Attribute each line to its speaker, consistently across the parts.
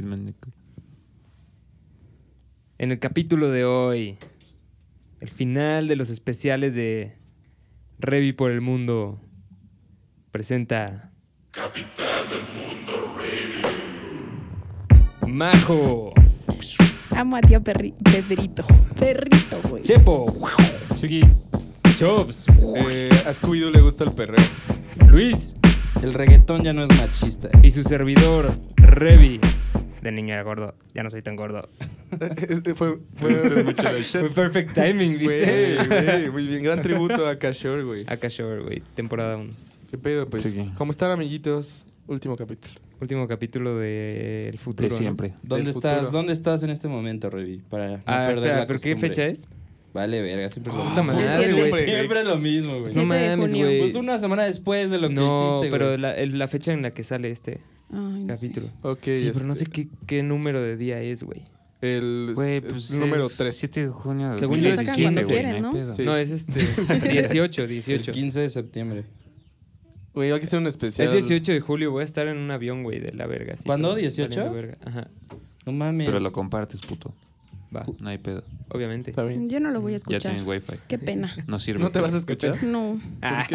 Speaker 1: Chismenícola.
Speaker 2: En el capítulo de hoy, el final de los especiales de Revi por el Mundo presenta. Capital del Mundo, Revi. Majo,
Speaker 3: Amo a tío Perri- Pedrito. Perrito, güey.
Speaker 2: Chepo, Chops,
Speaker 4: Eh, a Scooby-Doo le gusta el perreo.
Speaker 2: Luis
Speaker 4: El reggaetón ya no es machista.
Speaker 2: y su servidor Revi. De niño era gordo, ya no soy tan gordo.
Speaker 4: Este fue
Speaker 1: gustan mucho los shots.
Speaker 2: perfect timing,
Speaker 4: güey, güey, muy bien. Gran tributo a Cashore, güey.
Speaker 2: Acá Shore, güey, temporada 1.
Speaker 4: ¿Qué pedo, pues?
Speaker 1: Sí.
Speaker 4: ¿Cómo están, amiguitos? Último capítulo.
Speaker 2: Último capítulo de El Futuro.
Speaker 1: De
Speaker 2: ¿no?
Speaker 1: siempre.
Speaker 5: ¿Dónde
Speaker 4: del
Speaker 5: estás?
Speaker 4: futuro.
Speaker 5: ¿Dónde estás en este momento, Revi? Para no
Speaker 2: Ah,
Speaker 5: perder
Speaker 2: espera,
Speaker 5: la
Speaker 2: ¿pero qué
Speaker 5: costumbre.
Speaker 2: fecha es?
Speaker 5: Vale, verga, siempre es lo
Speaker 2: Puta
Speaker 5: mismo.
Speaker 2: madre,
Speaker 5: Siempre,
Speaker 2: güey.
Speaker 5: güey. Siempre es lo mismo, güey.
Speaker 2: No
Speaker 3: Siete de
Speaker 2: mames,
Speaker 3: junio.
Speaker 2: güey.
Speaker 5: Pues una semana después de lo que
Speaker 2: no,
Speaker 5: hiciste,
Speaker 2: pero
Speaker 5: güey.
Speaker 2: la, el- la fecha en la que sale este
Speaker 3: Ay, no sé.
Speaker 2: capítulo.
Speaker 4: Ok,
Speaker 2: Sí, pero no
Speaker 4: este,
Speaker 2: sé qué, qué número de día es, güey.
Speaker 4: El
Speaker 1: Güey,
Speaker 4: es
Speaker 1: pues
Speaker 4: número
Speaker 1: es
Speaker 4: 3.
Speaker 1: 7 de junio de
Speaker 2: Según yo, es
Speaker 1: 2017,
Speaker 2: cuando
Speaker 1: güey,
Speaker 3: quieren,
Speaker 1: no hay
Speaker 3: ¿no?
Speaker 1: pedo.
Speaker 4: Sí.
Speaker 2: No, es este 18, 18.
Speaker 5: El 15 de septiembre.
Speaker 4: Güey, hay que hacer un especial.
Speaker 2: Es 18 de julio, voy a estar en un avión, güey, de la verga. sí,
Speaker 5: ¿Cuándo?
Speaker 2: pero
Speaker 5: 18?
Speaker 2: valiendo verga. Ajá,
Speaker 5: No mames.
Speaker 1: Pero lo compartes, puto.
Speaker 5: Va.
Speaker 1: No hay pedo.
Speaker 2: obviamente.
Speaker 4: Está bien.
Speaker 3: Yo no lo voy a
Speaker 1: Ya
Speaker 3: escuchar.
Speaker 1: tienes wifi.
Speaker 3: Qué pena.
Speaker 1: No sirve.
Speaker 4: ¿No te vas a escuchar?
Speaker 3: No.
Speaker 2: Ah,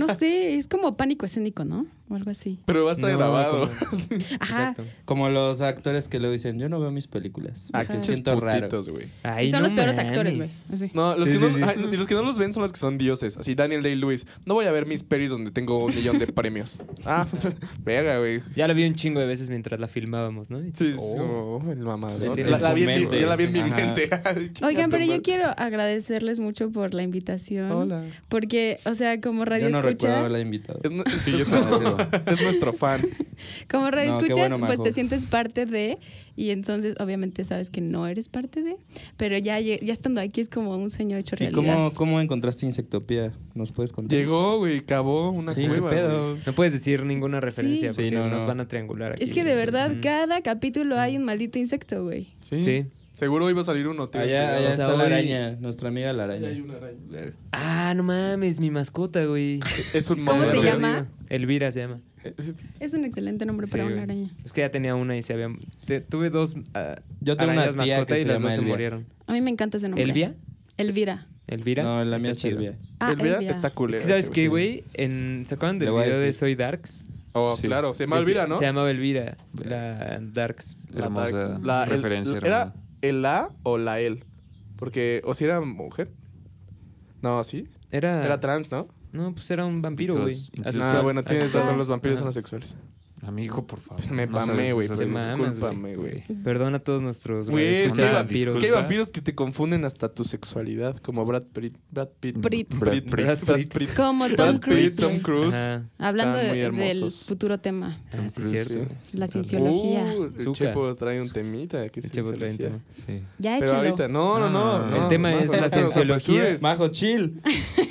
Speaker 3: No sé, es como pánico escénico, ¿no? O algo así.
Speaker 4: Pero va a estar
Speaker 2: no,
Speaker 4: grabado.
Speaker 2: como-
Speaker 3: Ajá.
Speaker 2: Exacto.
Speaker 5: Como los actores que luego dicen, yo no veo mis películas.
Speaker 3: Ah,
Speaker 5: Porque
Speaker 3: que
Speaker 4: Pinches
Speaker 5: siento raro.
Speaker 4: putitos, güey.
Speaker 2: Ay,
Speaker 3: Y son
Speaker 2: no
Speaker 3: los peores
Speaker 2: mames.
Speaker 3: actores, güey. Así.
Speaker 4: No, los,
Speaker 5: Sí,
Speaker 4: que
Speaker 5: sí,
Speaker 4: no
Speaker 5: sí.
Speaker 4: ay, y los que no los ven son los que son dioses. Así, Daniel Day-Lewis. No voy a ver mis pelis donde tengo un millón de premios. Ah, verga, güey.
Speaker 2: Ya la vi un chingo de veces mientras la filmábamos, ¿no? Y-
Speaker 4: Sí, sí,
Speaker 2: Oh.
Speaker 4: oh, el mamado.
Speaker 5: Sí,
Speaker 4: La,
Speaker 5: tiene
Speaker 4: la vi en
Speaker 5: su
Speaker 4: mi-
Speaker 5: mente,
Speaker 4: yo la vi en mi
Speaker 5: ajá.
Speaker 4: mente.
Speaker 3: Oigan, pero yo quiero agradecerles mucho por la invitación.
Speaker 4: Hola.
Speaker 3: Porque, o sea, como radio
Speaker 5: Yo no recuerdo
Speaker 3: escucha,
Speaker 5: haberla invitado.
Speaker 4: Es, nu-
Speaker 5: Sí, yo
Speaker 4: es
Speaker 5: también
Speaker 4: nuestro- es nuestro fan.
Speaker 3: como radio
Speaker 5: No, qué
Speaker 3: escuchas,
Speaker 5: bueno,
Speaker 3: pues
Speaker 5: Majo.
Speaker 3: te sientes parte de, y entonces obviamente sabes que no eres parte de, pero ya, lle- ya estando aquí es como un sueño hecho
Speaker 5: ¿Y
Speaker 3: realidad.
Speaker 5: cómo, cómo encontraste Insectopía? ¿Nos puedes contar?
Speaker 4: Llegó, güey, cavó una
Speaker 5: Sí, qué
Speaker 4: cueva. güey.
Speaker 5: pedo.
Speaker 2: No puedes decir ninguna referencia
Speaker 5: Sí,
Speaker 2: porque
Speaker 5: no,
Speaker 2: nos
Speaker 5: no.
Speaker 2: van a triangular aquí.
Speaker 3: Es que de verdad,
Speaker 2: Ujú.
Speaker 3: cada capítulo hay un maldito insecto, güey.
Speaker 4: Sí.
Speaker 2: Sí.
Speaker 4: Seguro iba a salir uno, tío.
Speaker 5: Allá, allá
Speaker 2: O sea,
Speaker 5: está la
Speaker 2: hoy-
Speaker 5: araña, nuestra amiga la
Speaker 4: Ahí hay
Speaker 5: araña.
Speaker 4: una araña.
Speaker 2: Ah, no mames, mi mascota, güey.
Speaker 4: Es un
Speaker 3: ¿Cómo
Speaker 4: mamá.
Speaker 3: se llama?
Speaker 2: Elvira se llama.
Speaker 3: Es un excelente nombre para
Speaker 2: Sí, güey.
Speaker 3: una araña.
Speaker 2: Es que ya tenía una y se había... te- tuve dos ah,
Speaker 5: Yo tengo una
Speaker 2: arañas
Speaker 5: tía
Speaker 2: mascota
Speaker 5: que
Speaker 2: y
Speaker 5: se
Speaker 2: las
Speaker 5: llama
Speaker 2: dos se
Speaker 5: Elvia.
Speaker 2: murieron.
Speaker 3: A mí me encanta ese nombre.
Speaker 2: ¿Elvia?
Speaker 3: Elvira.
Speaker 2: ¿Elvira?
Speaker 5: No, la
Speaker 2: Está
Speaker 5: mía es
Speaker 2: chido.
Speaker 5: Elvia.
Speaker 3: Ah,
Speaker 4: Elvira
Speaker 3: Elvia.
Speaker 4: está culera.
Speaker 2: Es que, ¿sabes
Speaker 4: ese,
Speaker 2: qué, güey? En- ¿Se acuerdan del
Speaker 5: Le voy a
Speaker 2: video de
Speaker 5: decir.
Speaker 2: Soy Darks?
Speaker 4: Oh,
Speaker 1: Sí.
Speaker 4: claro. Se llama Elvira, ¿no?
Speaker 2: Se llamaba Elvira, la Darks.
Speaker 4: La
Speaker 1: Hermosa
Speaker 4: Dax. La- el-
Speaker 1: referencia,
Speaker 4: ¿Era
Speaker 1: hermano.
Speaker 4: el A o la L? Porque, o si era mujer. No, sí.
Speaker 2: Era...
Speaker 4: Era trans, ¿no?
Speaker 2: No, pues era un vampiro, güey.
Speaker 1: Entonces,
Speaker 4: Ah,
Speaker 2: Asexual.
Speaker 4: bueno, tienes
Speaker 2: Asexual.
Speaker 4: razón. Los vampiros
Speaker 2: Ajá.
Speaker 4: son asexuales.
Speaker 1: A mi hijo, por favor.
Speaker 4: Me
Speaker 1: No sabes
Speaker 4: pamé, güey.
Speaker 1: esas
Speaker 4: pero
Speaker 1: cosas.
Speaker 2: mames, güey.
Speaker 4: Discúlpame, güey.
Speaker 2: Perdón a todos nuestros
Speaker 4: Güey, es que, hay
Speaker 1: Una
Speaker 4: va- es que hay
Speaker 1: disculpa.
Speaker 4: vampiros que te confunden hasta tu sexualidad, como Brad Pitt. Brad Pitt.
Speaker 3: Brit.
Speaker 1: Brad Pitt.
Speaker 2: Brad Pitt.
Speaker 3: Como
Speaker 4: Brad
Speaker 3: Tom
Speaker 4: Pitt,
Speaker 3: Cruise.
Speaker 4: Tom
Speaker 3: güey.
Speaker 4: Cruise.
Speaker 2: Ajá.
Speaker 3: Hablando
Speaker 4: Están muy
Speaker 3: de- del
Speaker 4: hermosos.
Speaker 3: futuro tema.
Speaker 2: Ah, sí,
Speaker 1: Tom Cruise,
Speaker 2: cierto.
Speaker 4: sí.
Speaker 3: La
Speaker 1: Claro.
Speaker 3: cienciología.
Speaker 4: Uh, el
Speaker 2: Azúcar.
Speaker 4: Chepo trae un temita. Que es
Speaker 2: El Chepo trae un
Speaker 4: cienciología.
Speaker 2: tema.
Speaker 1: Sí.
Speaker 3: Ya
Speaker 4: Pero
Speaker 3: échalo.
Speaker 4: ahorita, no, no,
Speaker 1: Ah,
Speaker 4: no.
Speaker 1: el
Speaker 4: no,
Speaker 2: tema
Speaker 4: no,
Speaker 2: es
Speaker 4: no,
Speaker 2: la
Speaker 4: no,
Speaker 2: cienciología.
Speaker 4: apresures.
Speaker 5: Majo, chill.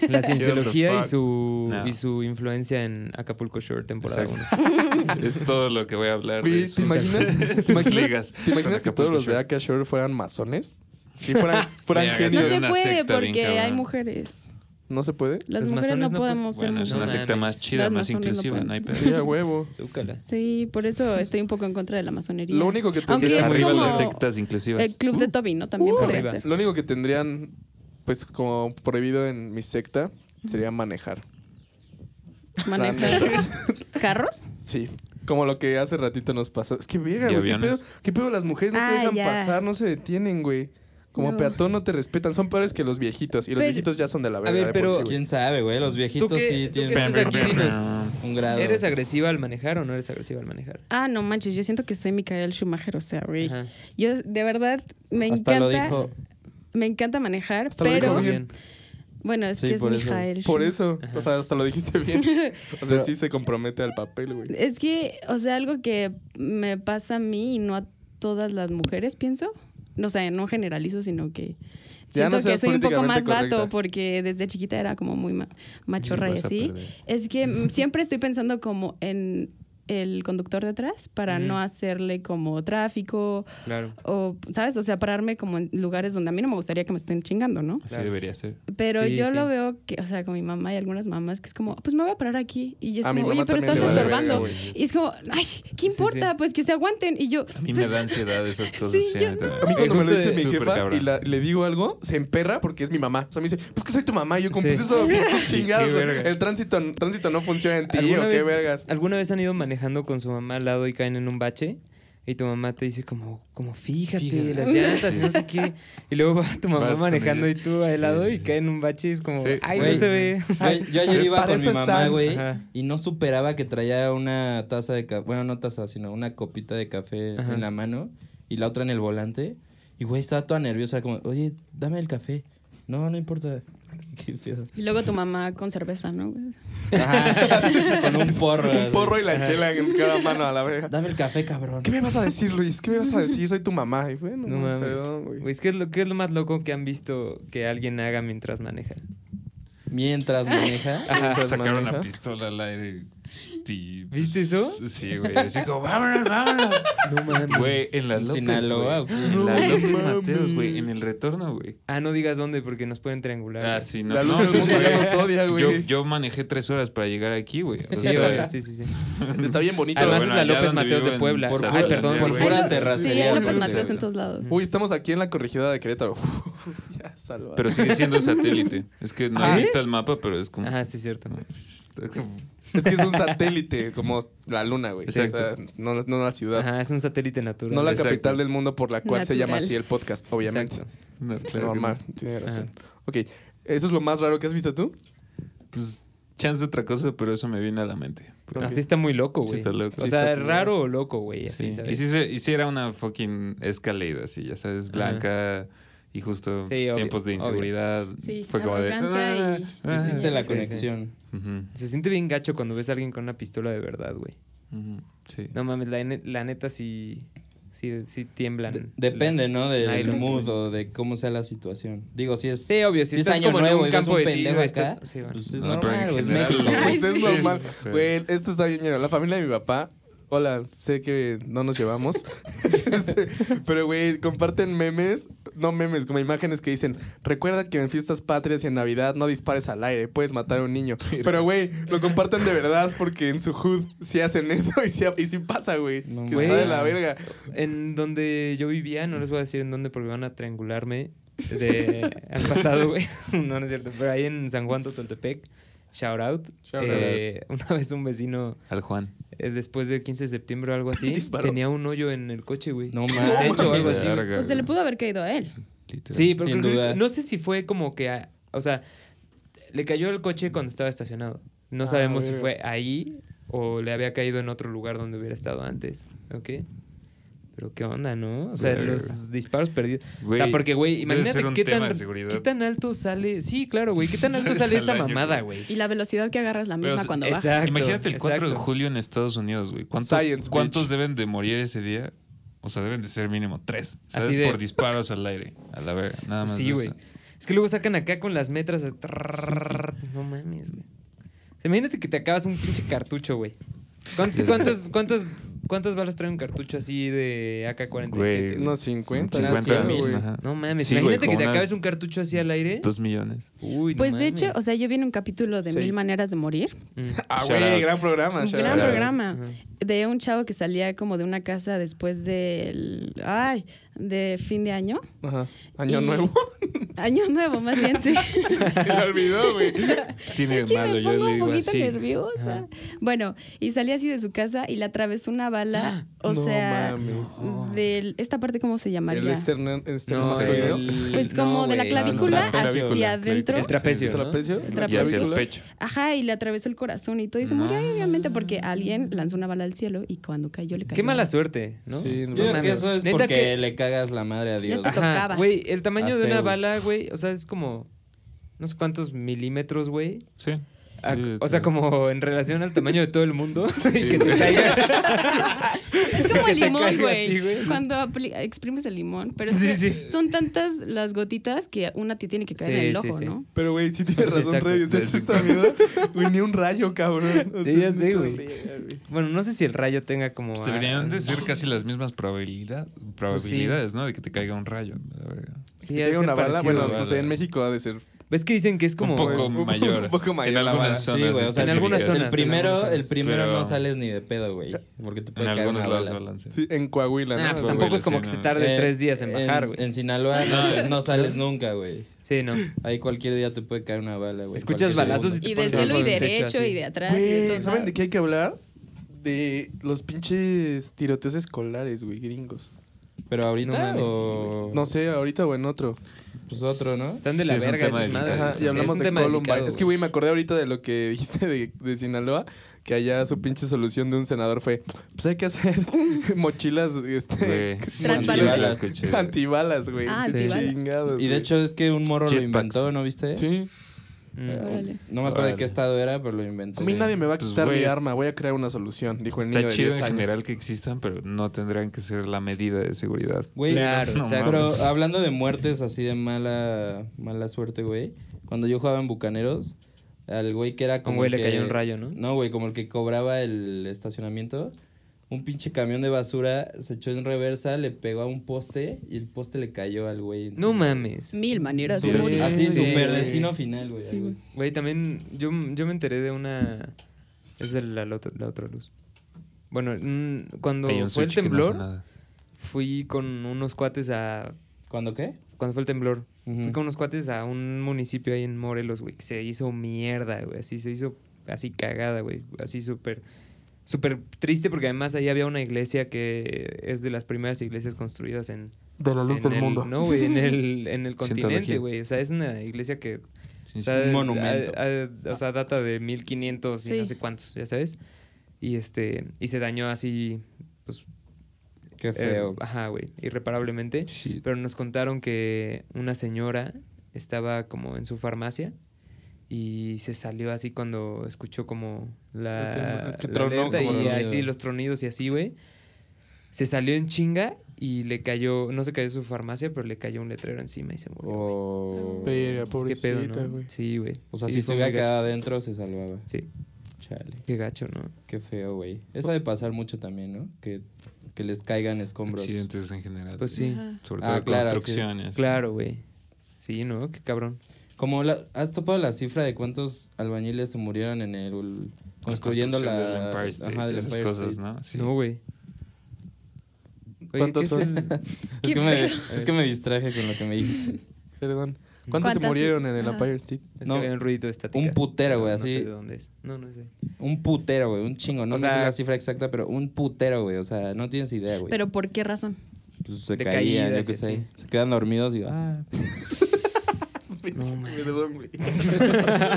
Speaker 2: La
Speaker 4: the
Speaker 2: cienciología y
Speaker 4: fuck.
Speaker 2: su,
Speaker 1: No.
Speaker 2: y su influencia en Acapulco Shore, temporada 1.
Speaker 1: Exacto. es todo lo que voy a hablar.
Speaker 4: Güey,
Speaker 1: de
Speaker 4: ¿te
Speaker 1: sus-
Speaker 4: imaginas- te
Speaker 1: sus
Speaker 4: imaginas-
Speaker 1: ligas
Speaker 4: ¿Te imaginas
Speaker 1: con
Speaker 4: que todos los de
Speaker 1: Acapulco
Speaker 4: Aka Shore fueran masones? Si fueran, fueran
Speaker 1: Verga,
Speaker 3: No
Speaker 4: genios.
Speaker 3: se
Speaker 1: una
Speaker 3: puede
Speaker 1: secta bien
Speaker 3: porque hay
Speaker 1: cabrona.
Speaker 3: mujeres.
Speaker 4: ¿No se puede?
Speaker 3: Las
Speaker 2: Los
Speaker 3: mujeres
Speaker 2: masones
Speaker 3: no
Speaker 2: no
Speaker 3: podemos
Speaker 2: pu-
Speaker 3: ser
Speaker 1: Bueno, es una
Speaker 2: No
Speaker 3: mujeres.
Speaker 1: secta
Speaker 2: mames.
Speaker 1: más chida,
Speaker 3: Las
Speaker 1: más
Speaker 3: masones no
Speaker 1: inclusiva.
Speaker 3: pueden.
Speaker 1: No hay pedo.
Speaker 4: Sí, a huevo.
Speaker 2: Zúcala.
Speaker 3: Sí, por eso estoy un poco en contra de la masonería.
Speaker 4: Lo único que
Speaker 3: Aunque Sí, es
Speaker 4: tendrían,
Speaker 1: Arriba
Speaker 3: como-
Speaker 1: las sectas inclusivas.
Speaker 3: El club de Toby, ¿no? También
Speaker 2: Uh,
Speaker 3: podría
Speaker 2: arriba.
Speaker 3: ser.
Speaker 4: lo único que tendrían, pues como prohibido en mi secta, sería manejar.
Speaker 3: Manejar carros.
Speaker 4: Sí. Como lo que hace ratito nos pasó. Es que, verga,
Speaker 1: ¿Y
Speaker 4: güey, ¿qué pedo,
Speaker 1: aviones?
Speaker 4: ¿qué pedo? Las mujeres no te
Speaker 3: Ah,
Speaker 4: dejan
Speaker 3: ya.
Speaker 4: pasar, no se detienen, güey. Como
Speaker 3: No.
Speaker 4: peatón no te respetan. Son peores que los viejitos. Y los
Speaker 3: Pero-
Speaker 4: viejitos ya son de la
Speaker 2: ver,
Speaker 4: verga. de por
Speaker 2: pero-
Speaker 4: sí, güey.
Speaker 5: ¿Quién sabe, güey? Los
Speaker 2: ¿Tú
Speaker 5: viejitos
Speaker 2: qué-
Speaker 5: sí
Speaker 2: tú qué
Speaker 5: tienen
Speaker 2: estás aquí? Dinos.
Speaker 5: un grado.
Speaker 2: ¿Eres agresiva al manejar o no eres agresiva al manejar?
Speaker 3: Ah, no manches, yo siento que soy Micael Schumacher, o sea, güey.
Speaker 2: Ajá.
Speaker 3: Yo de verdad me
Speaker 5: Hasta lo
Speaker 3: encanta
Speaker 5: dijo.
Speaker 3: me encanta manejar,
Speaker 4: Hasta lo dijo
Speaker 3: pero
Speaker 4: bien.
Speaker 3: bueno, es
Speaker 5: Sí,
Speaker 3: que es
Speaker 5: por eso.
Speaker 3: Michael
Speaker 4: Por
Speaker 3: Schumacher.
Speaker 4: eso.
Speaker 2: Ajá.
Speaker 4: O sea, hasta lo dijiste bien. O sea, sí se compromete al papel, güey.
Speaker 3: Es que, o sea, algo que me pasa a mí y no a todas las mujeres, pienso. O sea, no generalizo, sino que
Speaker 4: Ya
Speaker 3: siento
Speaker 4: no
Speaker 3: que
Speaker 4: seas
Speaker 3: soy un poco más
Speaker 4: políticamente
Speaker 3: vato
Speaker 4: correcta.
Speaker 3: porque desde chiquita era como muy ma- machorra y
Speaker 1: Vas a
Speaker 3: así.
Speaker 1: perder.
Speaker 3: Es que mm, siempre estoy pensando como en, el conductor de atrás para
Speaker 2: Ujú.
Speaker 3: no hacerle como tráfico
Speaker 2: Claro.
Speaker 3: o, ¿sabes? O sea, pararme como en lugares donde a mí no me gustaría que me estén chingando, ¿no?
Speaker 1: Así
Speaker 2: Claro.
Speaker 1: debería ser.
Speaker 3: Pero
Speaker 2: Sí,
Speaker 3: yo
Speaker 2: sí.
Speaker 3: lo veo que, o sea, con mi mamá y algunas mamás que es como, pues me voy a parar aquí. Y yo es
Speaker 4: A mi
Speaker 3: como, oye,
Speaker 4: mamá
Speaker 3: pero
Speaker 4: también
Speaker 3: estás
Speaker 4: le vale
Speaker 3: estorbando.
Speaker 4: verga, güey.
Speaker 3: y es como, ay, ¿qué importa?
Speaker 2: sí.
Speaker 3: Pues que se aguanten. Y yo,
Speaker 1: A mí me da ansiedad esas cosas.
Speaker 3: Sí,
Speaker 1: mí
Speaker 3: yo no.
Speaker 1: también.
Speaker 4: A mí cuando me lo
Speaker 1: Justo
Speaker 4: dice
Speaker 1: es
Speaker 4: mi
Speaker 1: súper
Speaker 4: jefa
Speaker 1: cabrón.
Speaker 4: y la- le digo algo, se emperra porque es mi mamá. O sea, me dice, pues que soy tu mamá. Y yo como,
Speaker 2: Sí.
Speaker 4: pues eso, pues, qué chingados.
Speaker 2: Qué verga.
Speaker 4: el tránsito, tránsito no funciona en ti o qué
Speaker 2: vez,
Speaker 4: vergas.
Speaker 2: ¿Alguna vez han ido manejando con su mamá al lado y caen en un bache? Y tu mamá te dice como, como fíjate,
Speaker 1: Fíjate.
Speaker 2: las llantas y no sé qué. Y luego va tu mamá
Speaker 1: Vas con
Speaker 2: manejando y
Speaker 1: ella.
Speaker 2: tú al
Speaker 1: Sí,
Speaker 2: lado
Speaker 1: sí,
Speaker 2: y
Speaker 1: sí.
Speaker 2: caen en un bache y es como,
Speaker 1: Sí,
Speaker 2: ay,
Speaker 5: güey.
Speaker 2: no se ve.
Speaker 5: Güey, yo ayer
Speaker 4: Pero
Speaker 5: iba
Speaker 4: para
Speaker 5: con mi
Speaker 4: eso
Speaker 5: mamá,
Speaker 4: están.
Speaker 5: güey,
Speaker 2: Ajá.
Speaker 5: y no superaba que traía una taza de café, bueno, no taza, sino una copita de café
Speaker 2: Ajá.
Speaker 5: en la mano y la otra en el volante. Y, güey, estaba toda nerviosa, como, oye, dame el café. No, no importa. Qué pedo.
Speaker 3: y luego tu mamá con cerveza, ¿no?
Speaker 5: Ajá, con un porro.
Speaker 4: Un
Speaker 5: así.
Speaker 4: porro y la chela en cada mano a la verga.
Speaker 5: Dame el café, cabrón.
Speaker 4: ¿Qué me vas a decir, Luis? ¿Qué me vas a decir? Soy tu mamá. Y bueno,
Speaker 2: No mames.
Speaker 4: perdón, güey.
Speaker 2: Güey, es que es, lo, ¿qué es lo más loco que han visto que alguien haga mientras maneja?
Speaker 5: Mientras maneja.
Speaker 4: Mientras
Speaker 1: Sacaron
Speaker 4: maneja.
Speaker 1: una pistola al aire y- y... pues,
Speaker 2: ¿Viste eso?
Speaker 1: Sí, güey. Así como, vámonos, vámonos.
Speaker 2: No mames.
Speaker 1: Güey, en la
Speaker 5: ¿En
Speaker 1: López,
Speaker 5: Sinaloa
Speaker 1: güey.
Speaker 5: o qué?
Speaker 1: En la
Speaker 4: No
Speaker 1: López
Speaker 4: mames.
Speaker 1: Mateos, güey. En el retorno, güey.
Speaker 2: Ah, no digas dónde porque nos pueden triangular.
Speaker 1: Ah,
Speaker 2: güey.
Speaker 1: sí, no.
Speaker 4: La luz
Speaker 1: no,
Speaker 4: del
Speaker 1: pues,
Speaker 4: mundo ya
Speaker 1: güey,
Speaker 4: nos odia, güey.
Speaker 1: Yo, yo manejé tres horas para llegar aquí, güey. O
Speaker 2: Sí,
Speaker 1: sea,
Speaker 2: güey, sí, sí, sí.
Speaker 4: Está bien bonito.
Speaker 2: Además
Speaker 1: bueno,
Speaker 2: es la
Speaker 1: allá
Speaker 2: López
Speaker 1: donde
Speaker 2: Mateos de
Speaker 1: vivo en
Speaker 2: Puebla.
Speaker 1: San
Speaker 2: Ay,
Speaker 5: Andrés,
Speaker 2: perdón, por
Speaker 1: güey.
Speaker 2: pura
Speaker 3: Sí,
Speaker 5: Pura terracería.
Speaker 3: ya
Speaker 4: güey.
Speaker 3: lo pues Mateos
Speaker 4: Sí.
Speaker 3: en todos lados.
Speaker 4: Uy, estamos aquí en la corregidora de Querétaro. ya, salvado.
Speaker 1: Pero sigue siendo satélite. Es que no
Speaker 2: ¿Ah?
Speaker 1: he visto el mapa, pero es como.
Speaker 2: Ajá, Ah, sí, cierto.
Speaker 4: es que es un satélite como la luna, güey.
Speaker 1: Exacto.
Speaker 4: O sea, no, no la ciudad.
Speaker 2: Ajá, es un satélite natural.
Speaker 4: No la
Speaker 1: Exacto.
Speaker 4: capital del mundo por la cual se llama
Speaker 3: Natural.
Speaker 4: así el podcast, obviamente.
Speaker 2: Exacto.
Speaker 1: No, claro que no.
Speaker 4: Normal, tiene razón. Ok, ¿eso es lo más raro que has visto tú?
Speaker 1: Pues chance otra cosa, pero eso me viene a la mente.
Speaker 4: Ok.
Speaker 2: Así está muy loco,
Speaker 1: Sí
Speaker 2: güey.
Speaker 1: está loco.
Speaker 2: O
Speaker 1: Sí
Speaker 2: sea,
Speaker 4: está-
Speaker 2: raro o loco, güey. Así,
Speaker 1: Sí.
Speaker 2: ¿sabes?
Speaker 1: Y si, se, y sí era una fucking escalada, así, ya sabes, blanca. Y justo pues,
Speaker 2: obvio,
Speaker 1: tiempos de
Speaker 2: obvio.
Speaker 1: inseguridad.
Speaker 3: Sí,
Speaker 1: fue como de.
Speaker 3: arrogancia y-
Speaker 1: "Ah,
Speaker 5: Hiciste la
Speaker 2: Sí, sí.
Speaker 5: conexión.
Speaker 1: ujú,
Speaker 2: Se siente bien gacho cuando ves a alguien con una pistola de verdad, güey.
Speaker 1: ujú, sí.
Speaker 2: No mames, la, ne- la neta sí, sí, sí tiemblan.
Speaker 5: De- Depende,
Speaker 2: las
Speaker 5: ¿no? Del
Speaker 2: nylons,
Speaker 5: mood
Speaker 2: güey.
Speaker 5: o de cómo sea la situación. Digo, si es.
Speaker 2: Sí, obvio. Si,
Speaker 5: es
Speaker 2: estás
Speaker 5: año
Speaker 2: como en
Speaker 5: nuevo
Speaker 2: un
Speaker 5: y ves
Speaker 2: campo
Speaker 5: un
Speaker 2: de tiro,
Speaker 5: pendejo acá,
Speaker 2: estás- sí, güey.
Speaker 5: pues es
Speaker 1: No, pero en
Speaker 5: normal, güey, es
Speaker 1: general,
Speaker 5: México.
Speaker 1: güey.
Speaker 4: Pues es
Speaker 1: sí.
Speaker 4: normal.
Speaker 1: Pero-
Speaker 4: Güey, esto está bien ñero. La familia de mi papá. Hola, sé que no nos llevamos. Este, Pero, güey, comparten memes. No memes, como imágenes que dicen: Recuerda que en fiestas patrias y en Navidad no dispares al aire, puedes matar a un niño. Pero, güey, lo comparten de verdad porque en su hood sí hacen eso y sí, y sí pasa, güey.
Speaker 5: No
Speaker 4: que
Speaker 2: mames.
Speaker 4: está de la verga.
Speaker 2: En donde yo vivía, no les voy a decir en dónde porque van a triangularme de al pasado, güey. No, no es cierto. Pero ahí en San Juan Totoltepec, shout out.
Speaker 4: Shout
Speaker 2: eh, Una vez un vecino,
Speaker 1: Al Juan.
Speaker 2: eh, después del 15 de septiembre o algo así,
Speaker 4: Disparó.
Speaker 2: tenía un hoyo en el coche, güey.
Speaker 5: No
Speaker 2: En el
Speaker 5: mames.
Speaker 2: techo o algo así.
Speaker 1: Verga,
Speaker 3: Pues se le
Speaker 1: güey,
Speaker 3: pudo haber caído a él.
Speaker 1: literal.
Speaker 2: Sí, pero
Speaker 5: Sin
Speaker 2: creo que-
Speaker 5: duda.
Speaker 2: no sé si fue como que, a- o sea, le cayó el coche cuando estaba estacionado. No
Speaker 4: Ah,
Speaker 2: sabemos si
Speaker 4: verga.
Speaker 2: fue ahí o le había caído en otro lugar donde hubiera estado antes, ¿ok? Pero qué onda, ¿no? O sea,
Speaker 1: Verga.
Speaker 2: los disparos perdidos. o
Speaker 1: Güey,
Speaker 2: sea, porque, güey,
Speaker 1: debe
Speaker 2: imagínate
Speaker 1: ser un
Speaker 2: qué
Speaker 1: tema
Speaker 2: tan,
Speaker 1: de seguridad.
Speaker 2: qué tan alto sale... Sí, claro, güey, qué tan alto sale
Speaker 1: Sale
Speaker 2: esa
Speaker 1: al año,
Speaker 2: mamada, güey.
Speaker 3: Y la velocidad que agarras la misma
Speaker 1: Pero,
Speaker 3: cuando
Speaker 2: esa-
Speaker 3: baja.
Speaker 2: Exacto,
Speaker 1: Imagínate el 4 de
Speaker 2: exacto.
Speaker 1: julio en Estados Unidos, güey. ¿Cuánto-
Speaker 4: Science,
Speaker 1: ¿Cuántos
Speaker 4: bitch.
Speaker 1: deben de morir ese día? O sea, deben de ser mínimo tres. ¿Sabes?
Speaker 2: Así de-
Speaker 1: Por disparos al aire. A la verga. Nada más.
Speaker 2: Sí,
Speaker 1: de
Speaker 2: güey.
Speaker 1: eso.
Speaker 2: Es que luego sacan acá con las metras... a- No mames, güey. O sea, imagínate que te acabas un pinche cartucho, güey. ¿Cuántos, cuántos, cuántas- ¿Cuántas balas trae un cartucho así de AK-47?
Speaker 1: Güey,
Speaker 2: güey?
Speaker 4: Unos 50,
Speaker 1: 50
Speaker 4: ¿no?
Speaker 1: mil.
Speaker 4: güey.
Speaker 1: ajá.
Speaker 2: No mames,
Speaker 1: Sí, güey,
Speaker 2: imagínate
Speaker 1: como
Speaker 2: que te
Speaker 1: unas
Speaker 2: acabes un cartucho así al aire.
Speaker 1: Dos millones.
Speaker 2: Uy, no
Speaker 3: Pues de hecho,
Speaker 2: mames.
Speaker 3: o sea, yo vi en un capítulo de
Speaker 4: Seis.
Speaker 3: Mil Maneras de Morir.
Speaker 2: Mm.
Speaker 4: Ah,
Speaker 1: Shout
Speaker 4: güey,
Speaker 1: out.
Speaker 4: gran programa. shout
Speaker 3: gran
Speaker 4: out.
Speaker 3: programa.
Speaker 2: Ajá.
Speaker 3: De un chavo que salía como de una casa después del. Ay, de fin de año.
Speaker 4: Ajá. Año
Speaker 3: Y-
Speaker 4: nuevo.
Speaker 3: Año nuevo, más bien, sí.
Speaker 4: Se me olvidó, güey.
Speaker 1: Tiene
Speaker 3: Es que
Speaker 1: malo,
Speaker 3: me
Speaker 1: yo
Speaker 3: pongo
Speaker 1: le
Speaker 3: un
Speaker 1: digo
Speaker 3: poquito
Speaker 1: así.
Speaker 3: nerviosa. Bueno, y salí así de su casa y le atravesó
Speaker 2: Ah,
Speaker 3: una bala, o
Speaker 4: no
Speaker 3: sea,
Speaker 4: mames.
Speaker 3: de esta parte, ¿cómo se llamaría?
Speaker 4: El esternón
Speaker 2: No,
Speaker 4: esternocleidomastoideo.
Speaker 2: el-
Speaker 3: Pues
Speaker 2: no,
Speaker 3: como de la
Speaker 2: güey, no,
Speaker 3: clavícula
Speaker 5: el
Speaker 1: trapecio.
Speaker 3: hacia adentro.
Speaker 2: El trapecio. ¿no?
Speaker 4: trapecio? ¿El
Speaker 1: Y hacia el
Speaker 4: clavícula?
Speaker 1: pecho.
Speaker 3: Ajá, y le atravesó el corazón y todo. Y se murió
Speaker 2: Ah.
Speaker 3: ahí, obviamente, porque alguien lanzó una bala al cielo y cuando cayó le cayó.
Speaker 2: Qué mala suerte, ¿no?
Speaker 4: Sí,
Speaker 5: Yo
Speaker 4: no
Speaker 5: creo
Speaker 2: mames.
Speaker 5: que eso es
Speaker 2: Neta
Speaker 5: porque
Speaker 2: que-
Speaker 5: le cagas la madre a Dios.
Speaker 3: te
Speaker 5: güey.
Speaker 3: toca. tocaba.
Speaker 2: Güey, el tamaño
Speaker 5: A
Speaker 2: de una
Speaker 5: Zeus.
Speaker 2: bala, güey, o sea, es como no sé cuántos milímetros, güey.
Speaker 1: Sí.
Speaker 2: A-
Speaker 1: Sí,
Speaker 2: Ah, o sea,
Speaker 1: pero-
Speaker 2: como en relación al tamaño de todo el mundo.
Speaker 1: Sí,
Speaker 2: y que te
Speaker 1: güey.
Speaker 2: caiga.
Speaker 6: Es como el
Speaker 2: Que te
Speaker 6: limón,
Speaker 2: caiga a ti, güey.
Speaker 6: güey. Cuando apli- exprimes el limón. Pero es
Speaker 2: Sí,
Speaker 6: que
Speaker 2: sí.
Speaker 6: son tantas las gotitas que una te tiene que caer en el
Speaker 2: Sí, sí,
Speaker 6: ojo,
Speaker 2: sí.
Speaker 6: ¿no?
Speaker 4: Pero, güey, sí tienes
Speaker 2: Sí,
Speaker 4: razón,
Speaker 2: exacto.
Speaker 4: Reyes. Es esta mierda. Güey, ni un rayo, cabrón. O
Speaker 2: Sí, ya sé,
Speaker 4: neta,
Speaker 2: güey.
Speaker 4: verga,
Speaker 2: Bueno, no sé si el rayo tenga como.
Speaker 1: Pues
Speaker 2: ah,
Speaker 1: deberían de ser casi las mismas probabilidad, probabilidades, ¿no? De que te caiga un rayo. la verga.
Speaker 2: Sí,
Speaker 4: Que
Speaker 2: ha de
Speaker 4: tenga
Speaker 2: ser
Speaker 4: una bala,
Speaker 2: parecido,
Speaker 4: bueno,
Speaker 2: güey.
Speaker 4: no sé, en México ha de ser.
Speaker 2: ¿Ves que dicen que es como.
Speaker 1: un poco
Speaker 4: un- un
Speaker 1: mayor.
Speaker 4: poco mayor
Speaker 1: En
Speaker 4: la vara.
Speaker 1: algunas
Speaker 4: Sí,
Speaker 1: zonas.
Speaker 5: Sí, güey, o sea,
Speaker 2: en
Speaker 1: específicas.
Speaker 2: algunas zonas,
Speaker 5: el
Speaker 2: en
Speaker 5: primero,
Speaker 2: algunas
Speaker 5: el
Speaker 2: zonas,
Speaker 5: primero
Speaker 1: pero-
Speaker 5: no sales ni de pedo, güey, porque te
Speaker 1: En
Speaker 5: puede caer
Speaker 1: algunos
Speaker 5: una
Speaker 1: lados
Speaker 5: bala.
Speaker 1: balance.
Speaker 4: Sí, en Coahuila,
Speaker 2: Nah,
Speaker 4: ¿no?
Speaker 2: pues
Speaker 1: güey,
Speaker 2: tampoco es
Speaker 1: sí,
Speaker 2: como que
Speaker 1: no.
Speaker 2: se tarde
Speaker 5: Eh,
Speaker 2: tres días en bajar,
Speaker 5: en,
Speaker 2: güey.
Speaker 5: en Sinaloa no,
Speaker 1: No,
Speaker 5: sa-
Speaker 1: es-
Speaker 5: no sales nunca, güey.
Speaker 2: Sí, no.
Speaker 5: Ahí cualquier día te puede caer una bala, güey.
Speaker 2: Escuchas
Speaker 5: cualquier
Speaker 2: balazos
Speaker 5: segundo.
Speaker 2: te
Speaker 6: Y
Speaker 2: pones
Speaker 6: de cielo y
Speaker 2: abajo del techo,
Speaker 6: derecho
Speaker 2: así.
Speaker 6: y de atrás. y de
Speaker 4: Güey,
Speaker 6: todos
Speaker 4: ¿saben de
Speaker 6: lados.
Speaker 4: qué hay que hablar? De los pinches tiroteos escolares, güey, gringos.
Speaker 5: Pero ahorita
Speaker 2: No mames,
Speaker 5: o...
Speaker 4: No sé, ahorita o en otro.
Speaker 5: Pues otro, ¿no?
Speaker 2: Están de
Speaker 1: Sí,
Speaker 2: la
Speaker 1: es un
Speaker 2: verga
Speaker 1: tema
Speaker 2: esas madres.
Speaker 1: delicado.
Speaker 4: Ajá,
Speaker 1: Ajá,
Speaker 2: Sí,
Speaker 4: y
Speaker 2: es
Speaker 4: hablamos
Speaker 2: un
Speaker 4: de
Speaker 2: tema
Speaker 4: Columbine.
Speaker 2: delicado,
Speaker 4: es que, güey, me acordé ahorita de lo que dijiste de, de Sinaloa, que allá su pinche solución de un senador fue, pues hay que hacer mochilas,
Speaker 1: Güey,
Speaker 4: este...
Speaker 6: Transparentes.
Speaker 1: yo lo escuché, güey.
Speaker 4: Antibalas, güey.
Speaker 6: Ah,
Speaker 4: Sí.
Speaker 6: antibalas.
Speaker 4: Chingados,
Speaker 5: Y de
Speaker 4: güey.
Speaker 5: hecho eh, es que un morro lo
Speaker 1: Jetpacks.
Speaker 5: inventó, ¿no viste?
Speaker 4: Sí.
Speaker 2: güey. Mm.
Speaker 6: Órale.
Speaker 5: No me acuerdo de
Speaker 1: Órale.
Speaker 5: qué estado era, pero lo inventó.
Speaker 4: A mí
Speaker 5: Sí.
Speaker 4: nadie me va a
Speaker 1: Pues,
Speaker 4: quitar mi
Speaker 1: güey, es-
Speaker 4: arma, voy a crear una solución, dijo el niño
Speaker 1: Está
Speaker 4: de
Speaker 1: chido
Speaker 4: 10
Speaker 1: en
Speaker 4: años.
Speaker 1: general que existan, pero no tendrán que ser la medida de seguridad.
Speaker 5: Güey,
Speaker 2: Claro,
Speaker 1: no
Speaker 2: exacto.
Speaker 5: Pero
Speaker 1: mames.
Speaker 5: hablando de muertes así de mala mala suerte, güey. Cuando yo jugaba en Bucaneros, al güey que era
Speaker 2: Un
Speaker 5: como.
Speaker 2: güey
Speaker 5: el
Speaker 2: le
Speaker 5: que-
Speaker 2: cayó un rayo, ¿no?
Speaker 5: No, güey, como el que cobraba el estacionamiento. Un pinche camión de basura se echó en reversa, le pegó a un poste y el poste le cayó al güey. encima.
Speaker 2: No mames.
Speaker 6: Mil maneras
Speaker 5: Su-
Speaker 6: de morir.
Speaker 5: así,
Speaker 2: Sí,
Speaker 5: super
Speaker 2: güey.
Speaker 5: destino final, güey.
Speaker 6: Sí, güey.
Speaker 2: Güey, también yo, yo me enteré de una... Es de la, la otra, la otra luz. Bueno, mm, cuando
Speaker 1: Hay un
Speaker 2: fue el
Speaker 1: switch que no hace
Speaker 2: temblor,
Speaker 1: nada.
Speaker 2: fui con unos cuates a...
Speaker 5: ¿Cuándo qué?
Speaker 2: Cuando fue el temblor,
Speaker 5: Ujú.
Speaker 2: fui con unos cuates a un municipio ahí en Morelos, güey, que se hizo mierda, güey. Así se hizo, así cagada, güey. Así súper, súper triste porque además ahí había una iglesia que es de las primeras iglesias construidas en...
Speaker 4: De la luz
Speaker 2: en
Speaker 4: del
Speaker 2: el-
Speaker 4: mundo.
Speaker 2: No, güey, en el, en el continente,
Speaker 1: Cientología.
Speaker 2: güey. O sea, es una iglesia que
Speaker 1: Sí,
Speaker 2: o
Speaker 1: sí.
Speaker 2: sea,
Speaker 5: un monumento.
Speaker 2: a- a- o sea, data de 1500 y
Speaker 6: Sí.
Speaker 2: no sé cuántos, ya sabes. Y este y se dañó así pues
Speaker 5: Qué
Speaker 2: eh,
Speaker 5: feo.
Speaker 2: ajá, güey, irreparablemente,
Speaker 1: Shit.
Speaker 2: pero nos contaron que una señora estaba como en su farmacia y se salió así cuando escuchó como la,
Speaker 4: Este, El que
Speaker 2: la
Speaker 4: tronó
Speaker 2: alerta
Speaker 4: como
Speaker 2: y
Speaker 5: la-
Speaker 2: así los tronidos y así, güey. Se salió en chinga y le cayó, no se cayó su farmacia, pero le cayó un letrero encima y se murió. güey.
Speaker 5: O...
Speaker 4: Verga,
Speaker 2: Qué
Speaker 4: pobrecita,
Speaker 2: pedo,
Speaker 4: güey.
Speaker 2: ¿no? Sí, güey.
Speaker 5: O sea,
Speaker 2: Sí,
Speaker 5: si
Speaker 2: fue
Speaker 5: se
Speaker 2: muy
Speaker 5: hubiera
Speaker 2: gacho.
Speaker 5: quedado adentro, se salvaba.
Speaker 2: Sí,
Speaker 5: Chale.
Speaker 2: qué gacho, ¿no?
Speaker 5: Qué feo, güey. Eso ha de pasar mucho también, ¿no? Que, que les caigan escombros.
Speaker 1: Accidentes en general.
Speaker 2: Pues sí.
Speaker 6: Ajá.
Speaker 1: Sobre todo
Speaker 5: Ah, claro,
Speaker 1: construcciones.
Speaker 2: Claro, güey. Sí, ¿no? Qué cabrón.
Speaker 5: Como la- ¿Has topado la cifra de cuántos albañiles se murieron en el... Construyendo
Speaker 1: Construcción del
Speaker 5: la...
Speaker 1: Empire State,
Speaker 5: ajá, del
Speaker 1: esas
Speaker 5: Empire
Speaker 1: cosas,
Speaker 5: State.
Speaker 1: ¿no? Sí.
Speaker 2: No, güey. Oye,
Speaker 4: ¿Cuántos
Speaker 2: ¿qué es
Speaker 4: son?
Speaker 2: el-
Speaker 5: Es que, me, es que me distraje con lo que me dijiste.
Speaker 4: Perdón. ¿Cuántos se
Speaker 6: ¿Cuántas-
Speaker 4: murieron en el
Speaker 6: Ajá.
Speaker 4: Empire State?
Speaker 2: Es
Speaker 5: No,
Speaker 2: que había un ruido estático.
Speaker 5: un putero, güey,
Speaker 2: No
Speaker 5: así.
Speaker 2: sé de dónde es. No, no sé.
Speaker 5: Un putero, güey. Un chingo. No
Speaker 2: O
Speaker 5: me sé
Speaker 2: sea-
Speaker 5: la cifra exacta, pero un putero, güey. O sea, no tienes idea, güey.
Speaker 6: Pero ¿por qué razón?
Speaker 5: Pues se
Speaker 2: de
Speaker 5: caían, yo
Speaker 2: caídas
Speaker 5: qué
Speaker 2: y
Speaker 5: sé.
Speaker 2: así.
Speaker 5: Se quedan dormidos y... Ah,
Speaker 2: No, mames.
Speaker 4: Perdón, güey.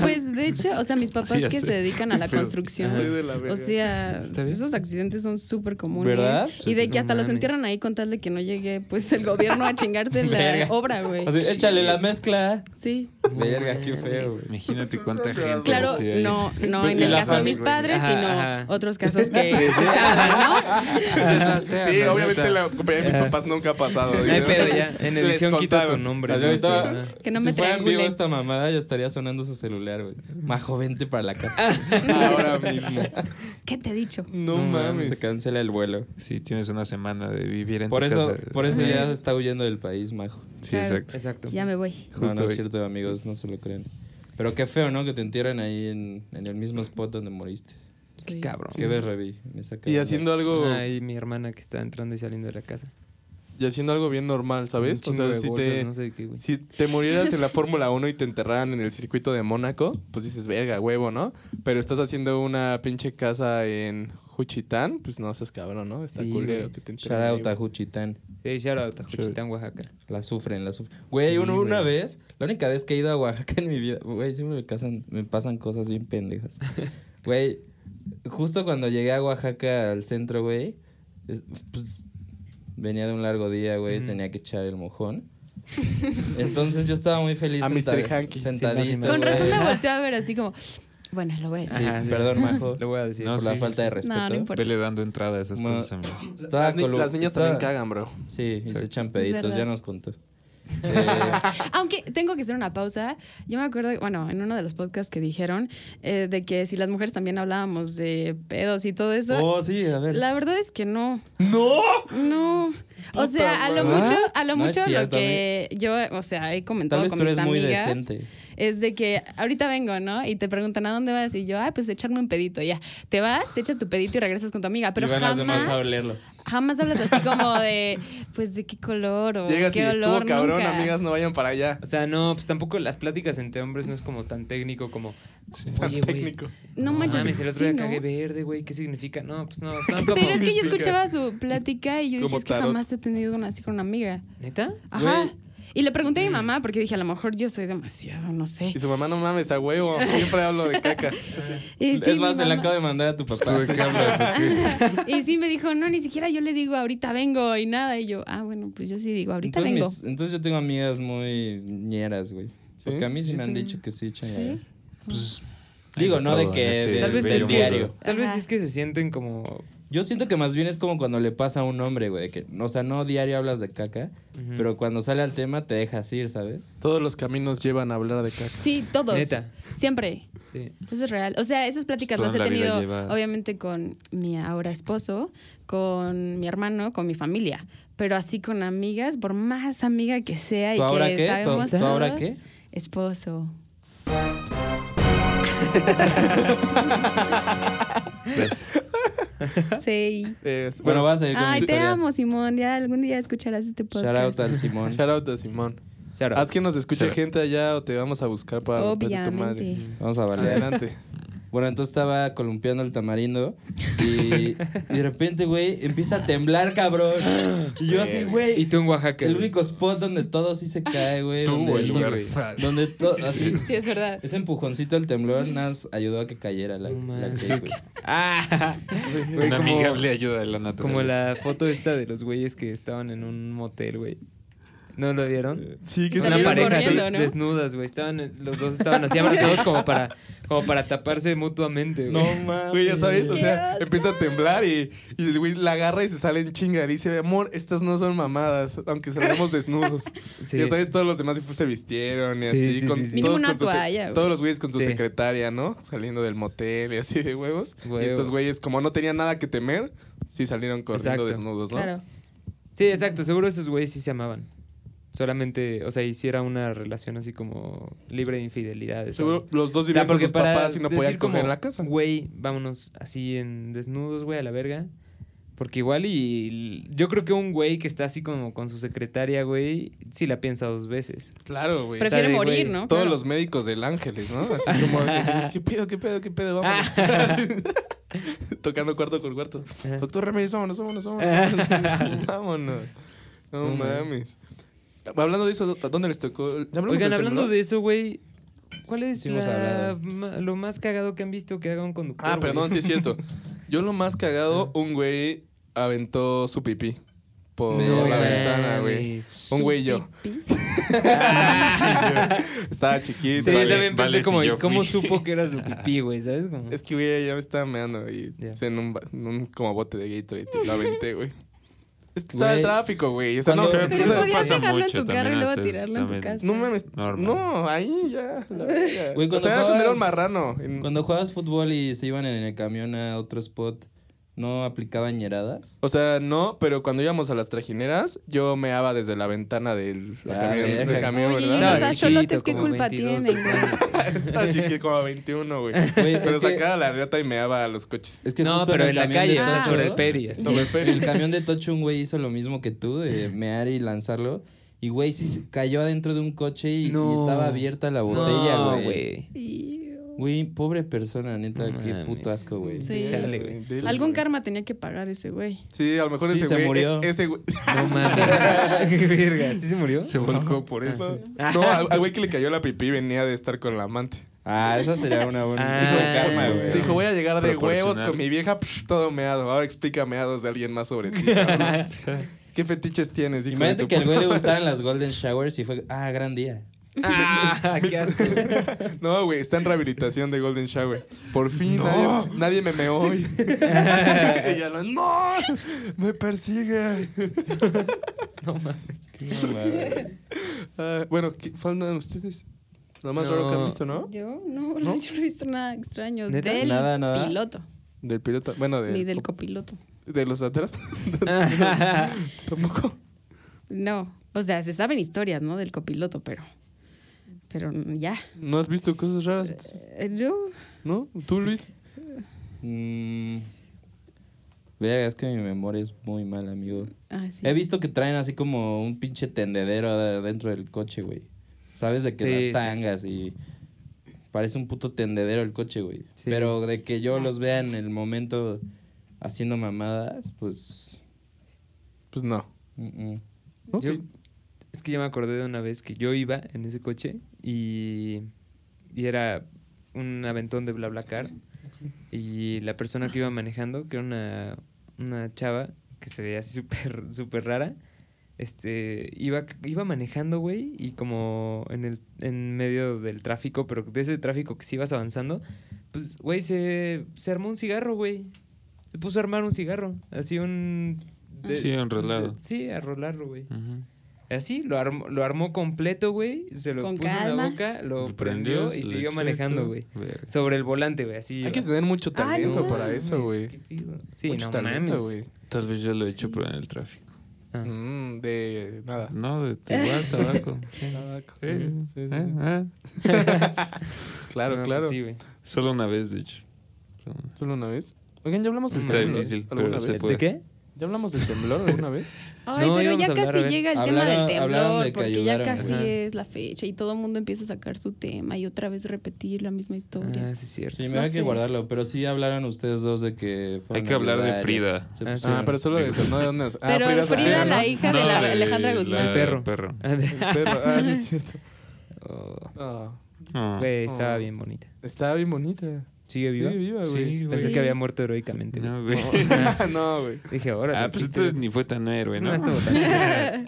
Speaker 6: Pues de hecho, o sea, mis papás
Speaker 1: Sí, ya
Speaker 6: que
Speaker 1: sé.
Speaker 6: se dedican a la
Speaker 1: Pero-
Speaker 6: construcción.
Speaker 4: Soy de la verga.
Speaker 6: O sea,
Speaker 5: ¿Está bien?
Speaker 6: esos accidentes son súper comunes.
Speaker 5: ¿Verdad?
Speaker 6: Y de
Speaker 2: Sí,
Speaker 6: que
Speaker 2: no
Speaker 6: hasta los
Speaker 2: mames.
Speaker 6: entierran ahí con tal de que no llegue pues el gobierno a chingarse la
Speaker 5: Verga.
Speaker 6: obra, güey.
Speaker 5: así, échale la mezcla.
Speaker 6: Sí.
Speaker 2: No
Speaker 5: Verga, qué feo,
Speaker 2: mames.
Speaker 5: güey.
Speaker 1: Imagínate cuánta gente.
Speaker 6: Claro,
Speaker 1: así ahí.
Speaker 6: no, no en
Speaker 5: Y
Speaker 6: el
Speaker 5: la
Speaker 6: caso de mis
Speaker 5: familia.
Speaker 6: padres,
Speaker 2: Ajá,
Speaker 6: sino
Speaker 2: ajá.
Speaker 6: otros casos que se saben, ¿no?
Speaker 4: Sí, obviamente la compañía de mis papás nunca ha pasado.
Speaker 2: No hay pedo ya. En
Speaker 4: Les
Speaker 2: edición quita tu
Speaker 4: contaron.
Speaker 2: nombre.
Speaker 5: Así
Speaker 2: ¿no?
Speaker 5: ahorita-
Speaker 2: Este,
Speaker 6: Que no me
Speaker 5: si fuera en vivo
Speaker 6: triangulen.
Speaker 5: esta mamada ya estaría sonando su celular, güey. Majo, vente para la casa.
Speaker 4: Ahora mismo.
Speaker 6: ¿Qué te he dicho?
Speaker 4: No,
Speaker 5: No
Speaker 4: mames.
Speaker 5: Se cancela el vuelo.
Speaker 1: Sí, tienes una semana de vivir en
Speaker 5: Por
Speaker 1: tu
Speaker 5: eso,
Speaker 1: casa.
Speaker 5: por eso
Speaker 6: Sí.
Speaker 5: ya se está huyendo del país, Majo.
Speaker 1: Sí,
Speaker 6: Claro.
Speaker 1: exacto.
Speaker 2: Exacto.
Speaker 6: Ya me voy.
Speaker 5: no,
Speaker 1: Justo
Speaker 5: no es
Speaker 1: hoy.
Speaker 5: cierto, amigos, no se lo crean. Pero qué feo, ¿no? Que te entierren ahí en, en el mismo spot donde moriste.
Speaker 6: Sí.
Speaker 2: Qué cabrón.
Speaker 5: ¿Qué ves, Revi? En esa
Speaker 4: Y
Speaker 5: cabaña.
Speaker 4: haciendo algo,
Speaker 2: Ay, mi hermana que está entrando y saliendo de la casa.
Speaker 4: y haciendo algo bien normal,
Speaker 2: Un
Speaker 4: ¿sabes? O
Speaker 2: chingo
Speaker 4: sea,
Speaker 2: de
Speaker 4: si
Speaker 2: bolsas,
Speaker 4: te,
Speaker 2: no sé de qué, güey.
Speaker 4: si te murieras en la Fórmula 1 y te enterraran en el circuito de Mónaco, pues dices, verga, huevo, ¿no? Pero estás haciendo una pinche casa en Juchitán, pues no seas cabrón, ¿no? Está
Speaker 2: Sí,
Speaker 4: culero
Speaker 2: güey.
Speaker 4: que te
Speaker 5: Shout
Speaker 4: entierren ahí,
Speaker 5: out
Speaker 4: güey.
Speaker 5: a Juchitán.
Speaker 2: Sí, shout out a Juchitán, Oaxaca.
Speaker 5: La sufren, la sufren. Güey,
Speaker 2: Sí,
Speaker 5: uno-
Speaker 2: güey.
Speaker 5: una vez, la única vez que he ido a Oaxaca en mi vida, güey, siempre me, casan- me pasan cosas bien pendejas. Güey, justo cuando llegué a Oaxaca al centro, güey, es- pues, venía de un largo día, güey,
Speaker 2: Ujú.
Speaker 5: tenía que echar el mojón. Entonces yo estaba muy feliz
Speaker 4: A Mr.
Speaker 5: senta-
Speaker 4: Hanky.
Speaker 5: sentadito.
Speaker 2: Sin más ni menos.
Speaker 6: Con razón
Speaker 5: güey.
Speaker 6: me volteó a ver así como,
Speaker 3: Bueno, lo voy a decir.
Speaker 5: Sí,
Speaker 2: Ajá, sí.
Speaker 5: perdón, Majo.
Speaker 2: Lo voy a decir.
Speaker 1: No,
Speaker 5: por la
Speaker 1: sí,
Speaker 5: falta de respeto.
Speaker 6: No, no importa.
Speaker 1: Vele dando entrada a esas
Speaker 5: Ma-
Speaker 1: cosas, amigo.
Speaker 5: Estaba
Speaker 4: Las, ni-
Speaker 5: colu-
Speaker 4: las niñas
Speaker 5: estaba-
Speaker 4: también cagan, bro.
Speaker 5: Sí, y se echan
Speaker 6: Es
Speaker 5: peditos,
Speaker 6: verdad.
Speaker 5: ya nos contó. Eh,
Speaker 3: Aunque tengo que hacer una pausa. Yo me acuerdo, bueno, en uno de los podcasts que dijeron eh, de que si las mujeres también hablábamos de pedos y todo eso.
Speaker 5: oh, sí, a ver.
Speaker 3: La verdad es que no.
Speaker 4: ¡No!
Speaker 3: No. o
Speaker 4: Puta
Speaker 3: sea, a lo
Speaker 5: madre.
Speaker 3: mucho, a lo
Speaker 5: No es
Speaker 3: mucho lo
Speaker 5: cierto,
Speaker 3: que yo, o sea, he
Speaker 5: Tal
Speaker 3: comentado
Speaker 5: vez
Speaker 3: con
Speaker 5: tú
Speaker 3: mis
Speaker 5: eres muy
Speaker 3: amigas
Speaker 5: decente.
Speaker 3: es de que ahorita vengo, ¿no? Y te preguntan a dónde vas y yo, ah, pues echarme un pedito, ya. Te vas, te echas tu pedito y regresas con tu amiga, pero
Speaker 5: y van las demás a
Speaker 3: jamás,
Speaker 5: olerlo.
Speaker 3: jamás hablas así como de, pues de qué color o
Speaker 4: Llegas y
Speaker 3: qué
Speaker 4: estuvo
Speaker 3: olor.
Speaker 4: cabrón,
Speaker 3: nunca.
Speaker 4: amigas, no vayan para allá.
Speaker 2: O sea, no, pues tampoco las pláticas entre hombres no es como tan técnico como.
Speaker 4: Tan
Speaker 2: Oye, güey.
Speaker 4: técnico.
Speaker 3: No manches,
Speaker 2: mames, el otro
Speaker 3: sí,
Speaker 2: día
Speaker 3: ¿no?
Speaker 2: cagué verde, güey. ¿Qué significa? No, pues no. Son como...
Speaker 3: Pero es que yo escuchaba su plática y yo dije,
Speaker 4: Como
Speaker 3: es que
Speaker 4: tarot.
Speaker 3: jamás he tenido una así con una amiga.
Speaker 2: ¿Neta?
Speaker 3: Ajá.
Speaker 5: Güey.
Speaker 3: Y le pregunté a mi mamá porque dije, a lo mejor yo soy demasiado, no sé.
Speaker 4: Y su mamá, no mames, a huevo. Siempre hablo de caca.
Speaker 3: Y sí,
Speaker 5: es
Speaker 3: mi
Speaker 5: más, se le
Speaker 3: mamá-
Speaker 5: acabo de mandar a tu
Speaker 1: ¿Tú
Speaker 5: papá.
Speaker 1: Pues, de qué hablas? o qué?
Speaker 3: Y sí me dijo, no, ni siquiera yo le digo ahorita vengo y nada. Y yo, ah, bueno, pues yo sí digo ahorita
Speaker 5: Entonces,
Speaker 3: vengo.
Speaker 5: mis- entonces yo tengo amigas muy ñeras, güey. Porque a mí sí, me han dicho que sí, echan
Speaker 3: Sí.
Speaker 1: Pues,
Speaker 5: Digo,
Speaker 1: hay
Speaker 5: no de
Speaker 1: todo
Speaker 5: que
Speaker 1: en este
Speaker 5: de-
Speaker 2: Tal vez
Speaker 5: del
Speaker 1: bello
Speaker 2: es
Speaker 5: diario.
Speaker 2: que, tal vez
Speaker 3: Ajá.
Speaker 2: es que se sienten como.
Speaker 5: Yo siento que más bien es como cuando le pasa a un hombre, güey. Que, o sea, no diario hablas de caca, pero cuando sale al tema te dejas ir, ¿sabes?
Speaker 4: Todos los caminos llevan a hablar de caca.
Speaker 3: Sí, todos.
Speaker 2: Neta.
Speaker 3: Siempre.
Speaker 2: Sí.
Speaker 3: Eso Pues es real. O sea, esas pláticas
Speaker 1: Pues
Speaker 3: las
Speaker 1: toda
Speaker 3: he
Speaker 1: la vida
Speaker 3: tenido,
Speaker 1: lleva-
Speaker 3: obviamente, con mi ahora esposo, con mi hermano, con mi familia. Pero así con amigas, por más amiga que sea y
Speaker 5: ¿Tú ahora
Speaker 3: que
Speaker 5: qué? ¿Tú-
Speaker 3: sabemos
Speaker 5: tú ahora
Speaker 3: todos,
Speaker 5: qué?
Speaker 3: Esposo.
Speaker 1: Gracias.
Speaker 3: Sí.
Speaker 4: Eh,
Speaker 5: Bueno, vas a ir con mi
Speaker 3: Ay, te
Speaker 5: historia.
Speaker 3: amo, Simón. Ya algún día escucharás este
Speaker 5: Shout out
Speaker 3: podcast.
Speaker 5: al Simón.
Speaker 4: Shout out a Simón.
Speaker 2: Shout out.
Speaker 4: Haz que nos escuche
Speaker 1: Shout out.
Speaker 4: gente allá o te vamos a buscar para romperte tu madre.
Speaker 3: Obviamente.
Speaker 5: Vamos a valer.
Speaker 4: Adelante.
Speaker 5: Bueno, entonces estaba columpiando el tamarindo y, y de repente, güey, empieza a temblar, cabrón. Y yo así, güey.
Speaker 2: Y tú en Oaxaca.
Speaker 5: El
Speaker 2: güey.
Speaker 5: único spot donde todo sí se cae, güey.
Speaker 1: Tú,
Speaker 5: donde-
Speaker 1: güey,
Speaker 2: Sí,
Speaker 1: lugar.
Speaker 2: güey.
Speaker 5: Donde todo, así.
Speaker 3: Sí, es verdad.
Speaker 5: Ese empujoncito del temblor nos ayudó a que cayera la,
Speaker 2: No
Speaker 5: la
Speaker 2: manches.
Speaker 5: cake, güey.
Speaker 2: Ah, güey,
Speaker 1: Una
Speaker 2: como-
Speaker 1: amigable ayuda de la naturaleza.
Speaker 2: Como la foto esta de los güeyes que estaban en un motel, güey. ¿No lo vieron?
Speaker 4: Sí,
Speaker 3: que
Speaker 2: Una
Speaker 3: salieron
Speaker 2: pareja así,
Speaker 3: corriendo, ¿no?
Speaker 2: desnudas, güey. Estaban, los dos estaban así abrazados como para, como para taparse mutuamente, güey.
Speaker 5: mames.
Speaker 4: Güey, ya sabes, o
Speaker 3: Qué
Speaker 4: sea,
Speaker 3: asco.
Speaker 4: empieza a temblar y, y el güey la agarra y se sale en chinga. Y dice, amor, estas no son mamadas, aunque salgamos desnudos.
Speaker 2: Sí.
Speaker 4: Ya sabes, todos los demás pues, se vistieron y
Speaker 2: Sí,
Speaker 4: así.
Speaker 2: sí,
Speaker 4: con,
Speaker 2: sí, sí.
Speaker 3: Mínimo
Speaker 4: Todos,
Speaker 3: una
Speaker 4: con su se-
Speaker 3: toalla, güey.
Speaker 4: todos los güeyes con su
Speaker 2: Sí.
Speaker 4: secretaria, ¿no? Saliendo del motel y así de huevos. Y
Speaker 2: Huevos.
Speaker 4: estos güeyes, como no tenían nada que temer, sí salieron corriendo
Speaker 2: Exacto.
Speaker 4: desnudos, ¿no?
Speaker 3: Claro.
Speaker 2: Sí, exacto. Seguro esos güeyes sí se amaban. Solamente, o sea, hiciera una relación así como libre de infidelidades. o
Speaker 4: Seguro
Speaker 2: algo.
Speaker 4: los dos
Speaker 2: O sea,
Speaker 4: vivían con sus papás y no podían
Speaker 2: decir como,
Speaker 4: coger en la casa.
Speaker 2: Güey, vámonos así en desnudos, güey, a la verga. Porque igual y yo creo que un güey que está así como con su secretaria, güey, sí la piensa dos veces.
Speaker 4: Claro, güey.
Speaker 3: Prefiere
Speaker 2: O sea, de,
Speaker 3: morir,
Speaker 2: güey,
Speaker 3: ¿no?
Speaker 4: Todos
Speaker 3: Claro.
Speaker 4: los médicos del Ángeles, ¿no? Así como, ¿qué pedo, qué pedo, qué pedo? Vámonos.
Speaker 2: Ah.
Speaker 4: Tocando cuarto por cuarto. Doctor Ramírez, vámonos, vámonos, vámonos. vámonos. vámonos. No
Speaker 2: No
Speaker 4: mames. Hablando de eso, ¿a dónde les tocó? ¿Ya hablamos
Speaker 2: Oigan,
Speaker 4: del
Speaker 2: hablando
Speaker 4: temblor?
Speaker 2: de eso, güey, ¿cuál es
Speaker 5: Sí hemos
Speaker 2: la-
Speaker 5: hablado.
Speaker 2: ma- lo más cagado que han visto que haga un conductor?
Speaker 4: Ah,
Speaker 2: güey?
Speaker 4: perdón, sí es cierto. Ah. Yo lo más cagado, un güey aventó su pipí por
Speaker 5: No
Speaker 4: Oh, la
Speaker 5: mames.
Speaker 4: ventana, güey. Un güey y yo.
Speaker 3: Pipí.
Speaker 4: Estaba chiquito.
Speaker 2: Sí,
Speaker 1: Vale,
Speaker 2: yo también
Speaker 1: vale
Speaker 2: pensé
Speaker 1: si
Speaker 2: como,
Speaker 1: yo
Speaker 2: ¿y ¿cómo
Speaker 1: fui?
Speaker 2: supo que era su pipí, güey? ¿Sabes? Como-
Speaker 4: Es que, güey, ya me estaba meando y
Speaker 2: Ya.
Speaker 4: hice en un, ba- en un como bote de Gatorade y lo aventé, güey. Es que estaba
Speaker 5: Güey.
Speaker 4: el tráfico, güey. O sea, no,
Speaker 5: Cuando-
Speaker 4: pero,
Speaker 5: Pero
Speaker 4: o sea,
Speaker 3: podías
Speaker 1: pasa
Speaker 3: dejarlo en
Speaker 1: mucho
Speaker 3: tu carro y
Speaker 1: también
Speaker 3: luego
Speaker 1: hasta es
Speaker 3: tirarlo en tu
Speaker 1: también
Speaker 3: casa.
Speaker 4: no mames.
Speaker 1: Normal.
Speaker 4: No, ahí ya. La verga.
Speaker 5: Güey,
Speaker 4: o
Speaker 5: cuando
Speaker 4: sea, era tener un
Speaker 5: jugabas-
Speaker 4: marrano. en-
Speaker 5: Cuando jugabas fútbol y se iban en el camión a otro spot, ¿no aplicaban ñeradas?
Speaker 4: O sea, no, pero cuando íbamos a las trajineras, yo meaba desde la ventana del
Speaker 5: Ah,
Speaker 4: camión,
Speaker 5: verga.
Speaker 4: del camión,
Speaker 3: Oye,
Speaker 4: ¿verdad?
Speaker 3: los
Speaker 2: Estaba
Speaker 3: as- axolotes,
Speaker 2: chiquito,
Speaker 3: ¿qué
Speaker 2: como
Speaker 3: culpa
Speaker 2: 22
Speaker 3: tienen, güey?
Speaker 2: años.
Speaker 4: Estaba chiquito, como 21, güey.
Speaker 5: Güey,
Speaker 4: Pero
Speaker 5: es que-
Speaker 4: sacaba la reta y meaba a los coches.
Speaker 5: Es que
Speaker 2: no,
Speaker 5: justo
Speaker 2: pero en, la
Speaker 5: camión de
Speaker 2: calle, o sea,
Speaker 5: Tocho,
Speaker 2: sobre el peri. así.
Speaker 4: Sobre el pelo.
Speaker 5: El camión de Tocho, un güey hizo lo mismo que tú, de mear y lanzarlo. Y, güey, sí se cayó adentro de un coche y, y
Speaker 2: No.
Speaker 5: estaba abierta la botella,
Speaker 2: No,
Speaker 5: güey.
Speaker 3: Y-
Speaker 5: Güey, pobre persona, neta,
Speaker 2: No
Speaker 5: qué
Speaker 2: mames.
Speaker 5: puto asco, güey.
Speaker 3: Sí.
Speaker 2: Chale, güey.
Speaker 4: Del-
Speaker 3: Algún karma tenía que pagar ese güey.
Speaker 4: Sí, a lo mejor
Speaker 5: Sí,
Speaker 4: ese
Speaker 5: se
Speaker 4: güey. e-
Speaker 5: murió.
Speaker 4: Ese güey.
Speaker 2: No mames. Qué verga. ¿Sí se murió?
Speaker 1: Se volcó por eso.
Speaker 4: No, al al güey que le cayó la pipí venía de estar con la amante.
Speaker 5: Ah, esa sería una buena.
Speaker 2: Ah.
Speaker 5: dijo karma, güey.
Speaker 4: Dijo, voy a llegar de
Speaker 1: Proporcional.
Speaker 4: huevos con mi vieja, pf, todo meado. Ahora explica meados de alguien más sobre ti. cabrón. ¿Qué fetiches tienes? hijo de
Speaker 5: Imagínate
Speaker 4: tu
Speaker 5: que al
Speaker 4: puta
Speaker 5: güey le
Speaker 4: madre?
Speaker 5: gustaran las Golden Showers y fue, ah, gran día.
Speaker 2: ¡Ah! ¡Qué asco!
Speaker 4: No, güey, está en rehabilitación de Golden Shower. Por fin, nadie, nadie me meó hoy. Y ya lo- ¡No! ¡Me persigue!
Speaker 2: No mames.
Speaker 4: Ah, bueno, ¿qué- ¿faltan ustedes? Lo más raro que han
Speaker 2: No.
Speaker 4: visto, ¿no?
Speaker 3: Yo no,
Speaker 4: ¿No?
Speaker 3: yo no he visto nada extraño
Speaker 2: ¿Neta?
Speaker 3: del
Speaker 5: Nada, nada.
Speaker 3: piloto
Speaker 4: Del piloto. Bueno, de,
Speaker 3: ni del copiloto.
Speaker 4: de los atrás. Tampoco.
Speaker 3: No, o sea, se saben historias, ¿no? Del copiloto, pero pero ya.
Speaker 4: ¿No has visto cosas raras? entonces?
Speaker 3: Eh, No,
Speaker 4: ¿No? ¿Tú, Luis?
Speaker 5: Mm, verga, es que mi memoria es muy mal, amigo.
Speaker 3: Ah, sí.
Speaker 5: He visto que traen así como un pinche tendedero ad- dentro del coche, güey. ¿Sabes? De que
Speaker 2: Sí, sí.
Speaker 5: las tangas y... Parece un puto tendedero el coche, güey.
Speaker 2: Sí.
Speaker 5: Pero de que
Speaker 4: Ah.
Speaker 5: yo los vea en el momento haciendo mamadas, pues...
Speaker 4: Pues no.
Speaker 5: mm, mm.
Speaker 4: Ok.
Speaker 2: Yo- es que yo me acordé de una vez que yo iba en ese coche y, y era un aventón de BlaBlaCar y la persona que iba manejando, que era una, una chava que se veía así súper súper rara, este, iba, iba manejando, güey, y como en, el, en medio del tráfico, pero de ese tráfico que sí ibas avanzando, pues, güey, se, se armó un cigarro, güey. Se puso a armar un cigarro, así un...
Speaker 1: Sí, enrolado.
Speaker 2: Sí, a rolarlo, güey.
Speaker 1: Ujú.
Speaker 2: Así, lo armó, lo armó completo, güey. Se lo
Speaker 3: Con
Speaker 2: puso en la
Speaker 3: calma.
Speaker 2: boca, lo
Speaker 1: Lo
Speaker 2: prendió
Speaker 1: se
Speaker 2: y
Speaker 1: le
Speaker 2: siguió
Speaker 1: echó
Speaker 2: manejando,
Speaker 1: todo.
Speaker 2: güey.
Speaker 1: Verga.
Speaker 2: Sobre el volante, güey. Así.
Speaker 4: Hay que
Speaker 2: iba.
Speaker 4: tener mucho
Speaker 3: Ay, no
Speaker 4: talento para
Speaker 2: mames,
Speaker 4: eso,
Speaker 2: qué
Speaker 4: güey.
Speaker 2: pido. Sí,
Speaker 4: mucho
Speaker 2: no
Speaker 4: talento,
Speaker 2: mames.
Speaker 4: güey.
Speaker 1: Tal vez yo lo he hecho, pero en el tráfico.
Speaker 2: Ah.
Speaker 4: Mm, de nada.
Speaker 1: No, de igual, tabaco. Eh,
Speaker 4: Sí, sí,
Speaker 1: eh,
Speaker 4: sí.
Speaker 1: eh.
Speaker 4: Claro,
Speaker 2: Ah. No, pues
Speaker 4: claro.
Speaker 2: sí, güey.
Speaker 1: Solo una vez, de hecho. Pero bueno.
Speaker 4: Solo una vez. Oigan, ya hablamos del
Speaker 2: Está
Speaker 4: temblor.
Speaker 1: difícil,
Speaker 4: ¿Alguna
Speaker 1: pero se
Speaker 4: vez?
Speaker 1: puede.
Speaker 2: ¿De qué?
Speaker 4: ¿Ya hablamos del temblor alguna vez?
Speaker 3: Ay,
Speaker 2: No,
Speaker 3: pero
Speaker 2: íbamos a
Speaker 3: ya
Speaker 2: hablar, a
Speaker 3: casi
Speaker 2: ver.
Speaker 3: llega el
Speaker 5: Hablaron-
Speaker 3: tema del
Speaker 5: hablaron
Speaker 3: temblor,
Speaker 5: de que
Speaker 3: porque ya
Speaker 5: ayudaron.
Speaker 3: casi
Speaker 2: Ajá.
Speaker 3: es la fecha y todo el mundo empieza a sacar su tema y otra vez repetir la misma historia.
Speaker 2: Ah, sí, es cierto.
Speaker 5: Sí, me
Speaker 3: No
Speaker 5: hay que
Speaker 3: sé.
Speaker 5: guardarlo, pero sí hablaron ustedes dos de que... fueron pues,
Speaker 1: Hay que
Speaker 5: a
Speaker 1: hablar de
Speaker 5: lugares,
Speaker 1: Frida.
Speaker 5: se
Speaker 2: Ah,
Speaker 5: pusieron-
Speaker 4: Ah, pero solo de eso, no de dónde. Ah,
Speaker 3: Pero Frida,
Speaker 4: Sofía, ¿no?
Speaker 3: la hija de
Speaker 1: No,
Speaker 3: la
Speaker 1: de
Speaker 3: Alejandra Guzmán.
Speaker 1: la-
Speaker 2: El perro.
Speaker 1: perro.
Speaker 2: Ah, de-
Speaker 4: El perro. Ah, sí, es cierto.
Speaker 2: Oh,
Speaker 4: Ah,
Speaker 1: Ah.
Speaker 2: Güey, estaba
Speaker 4: Oh.
Speaker 2: bien bonita.
Speaker 4: estaba bien bonita.
Speaker 2: ¿Sigue viva?
Speaker 4: Sí, viva, güey.
Speaker 1: Sí, güey.
Speaker 2: Pensé que había muerto heroicamente. güey.
Speaker 1: No, güey.
Speaker 4: no, güey.
Speaker 2: Dije, ahora.
Speaker 1: Ah, pues entonces ni fue tan héroe, ¿no?
Speaker 2: No, estuvo tan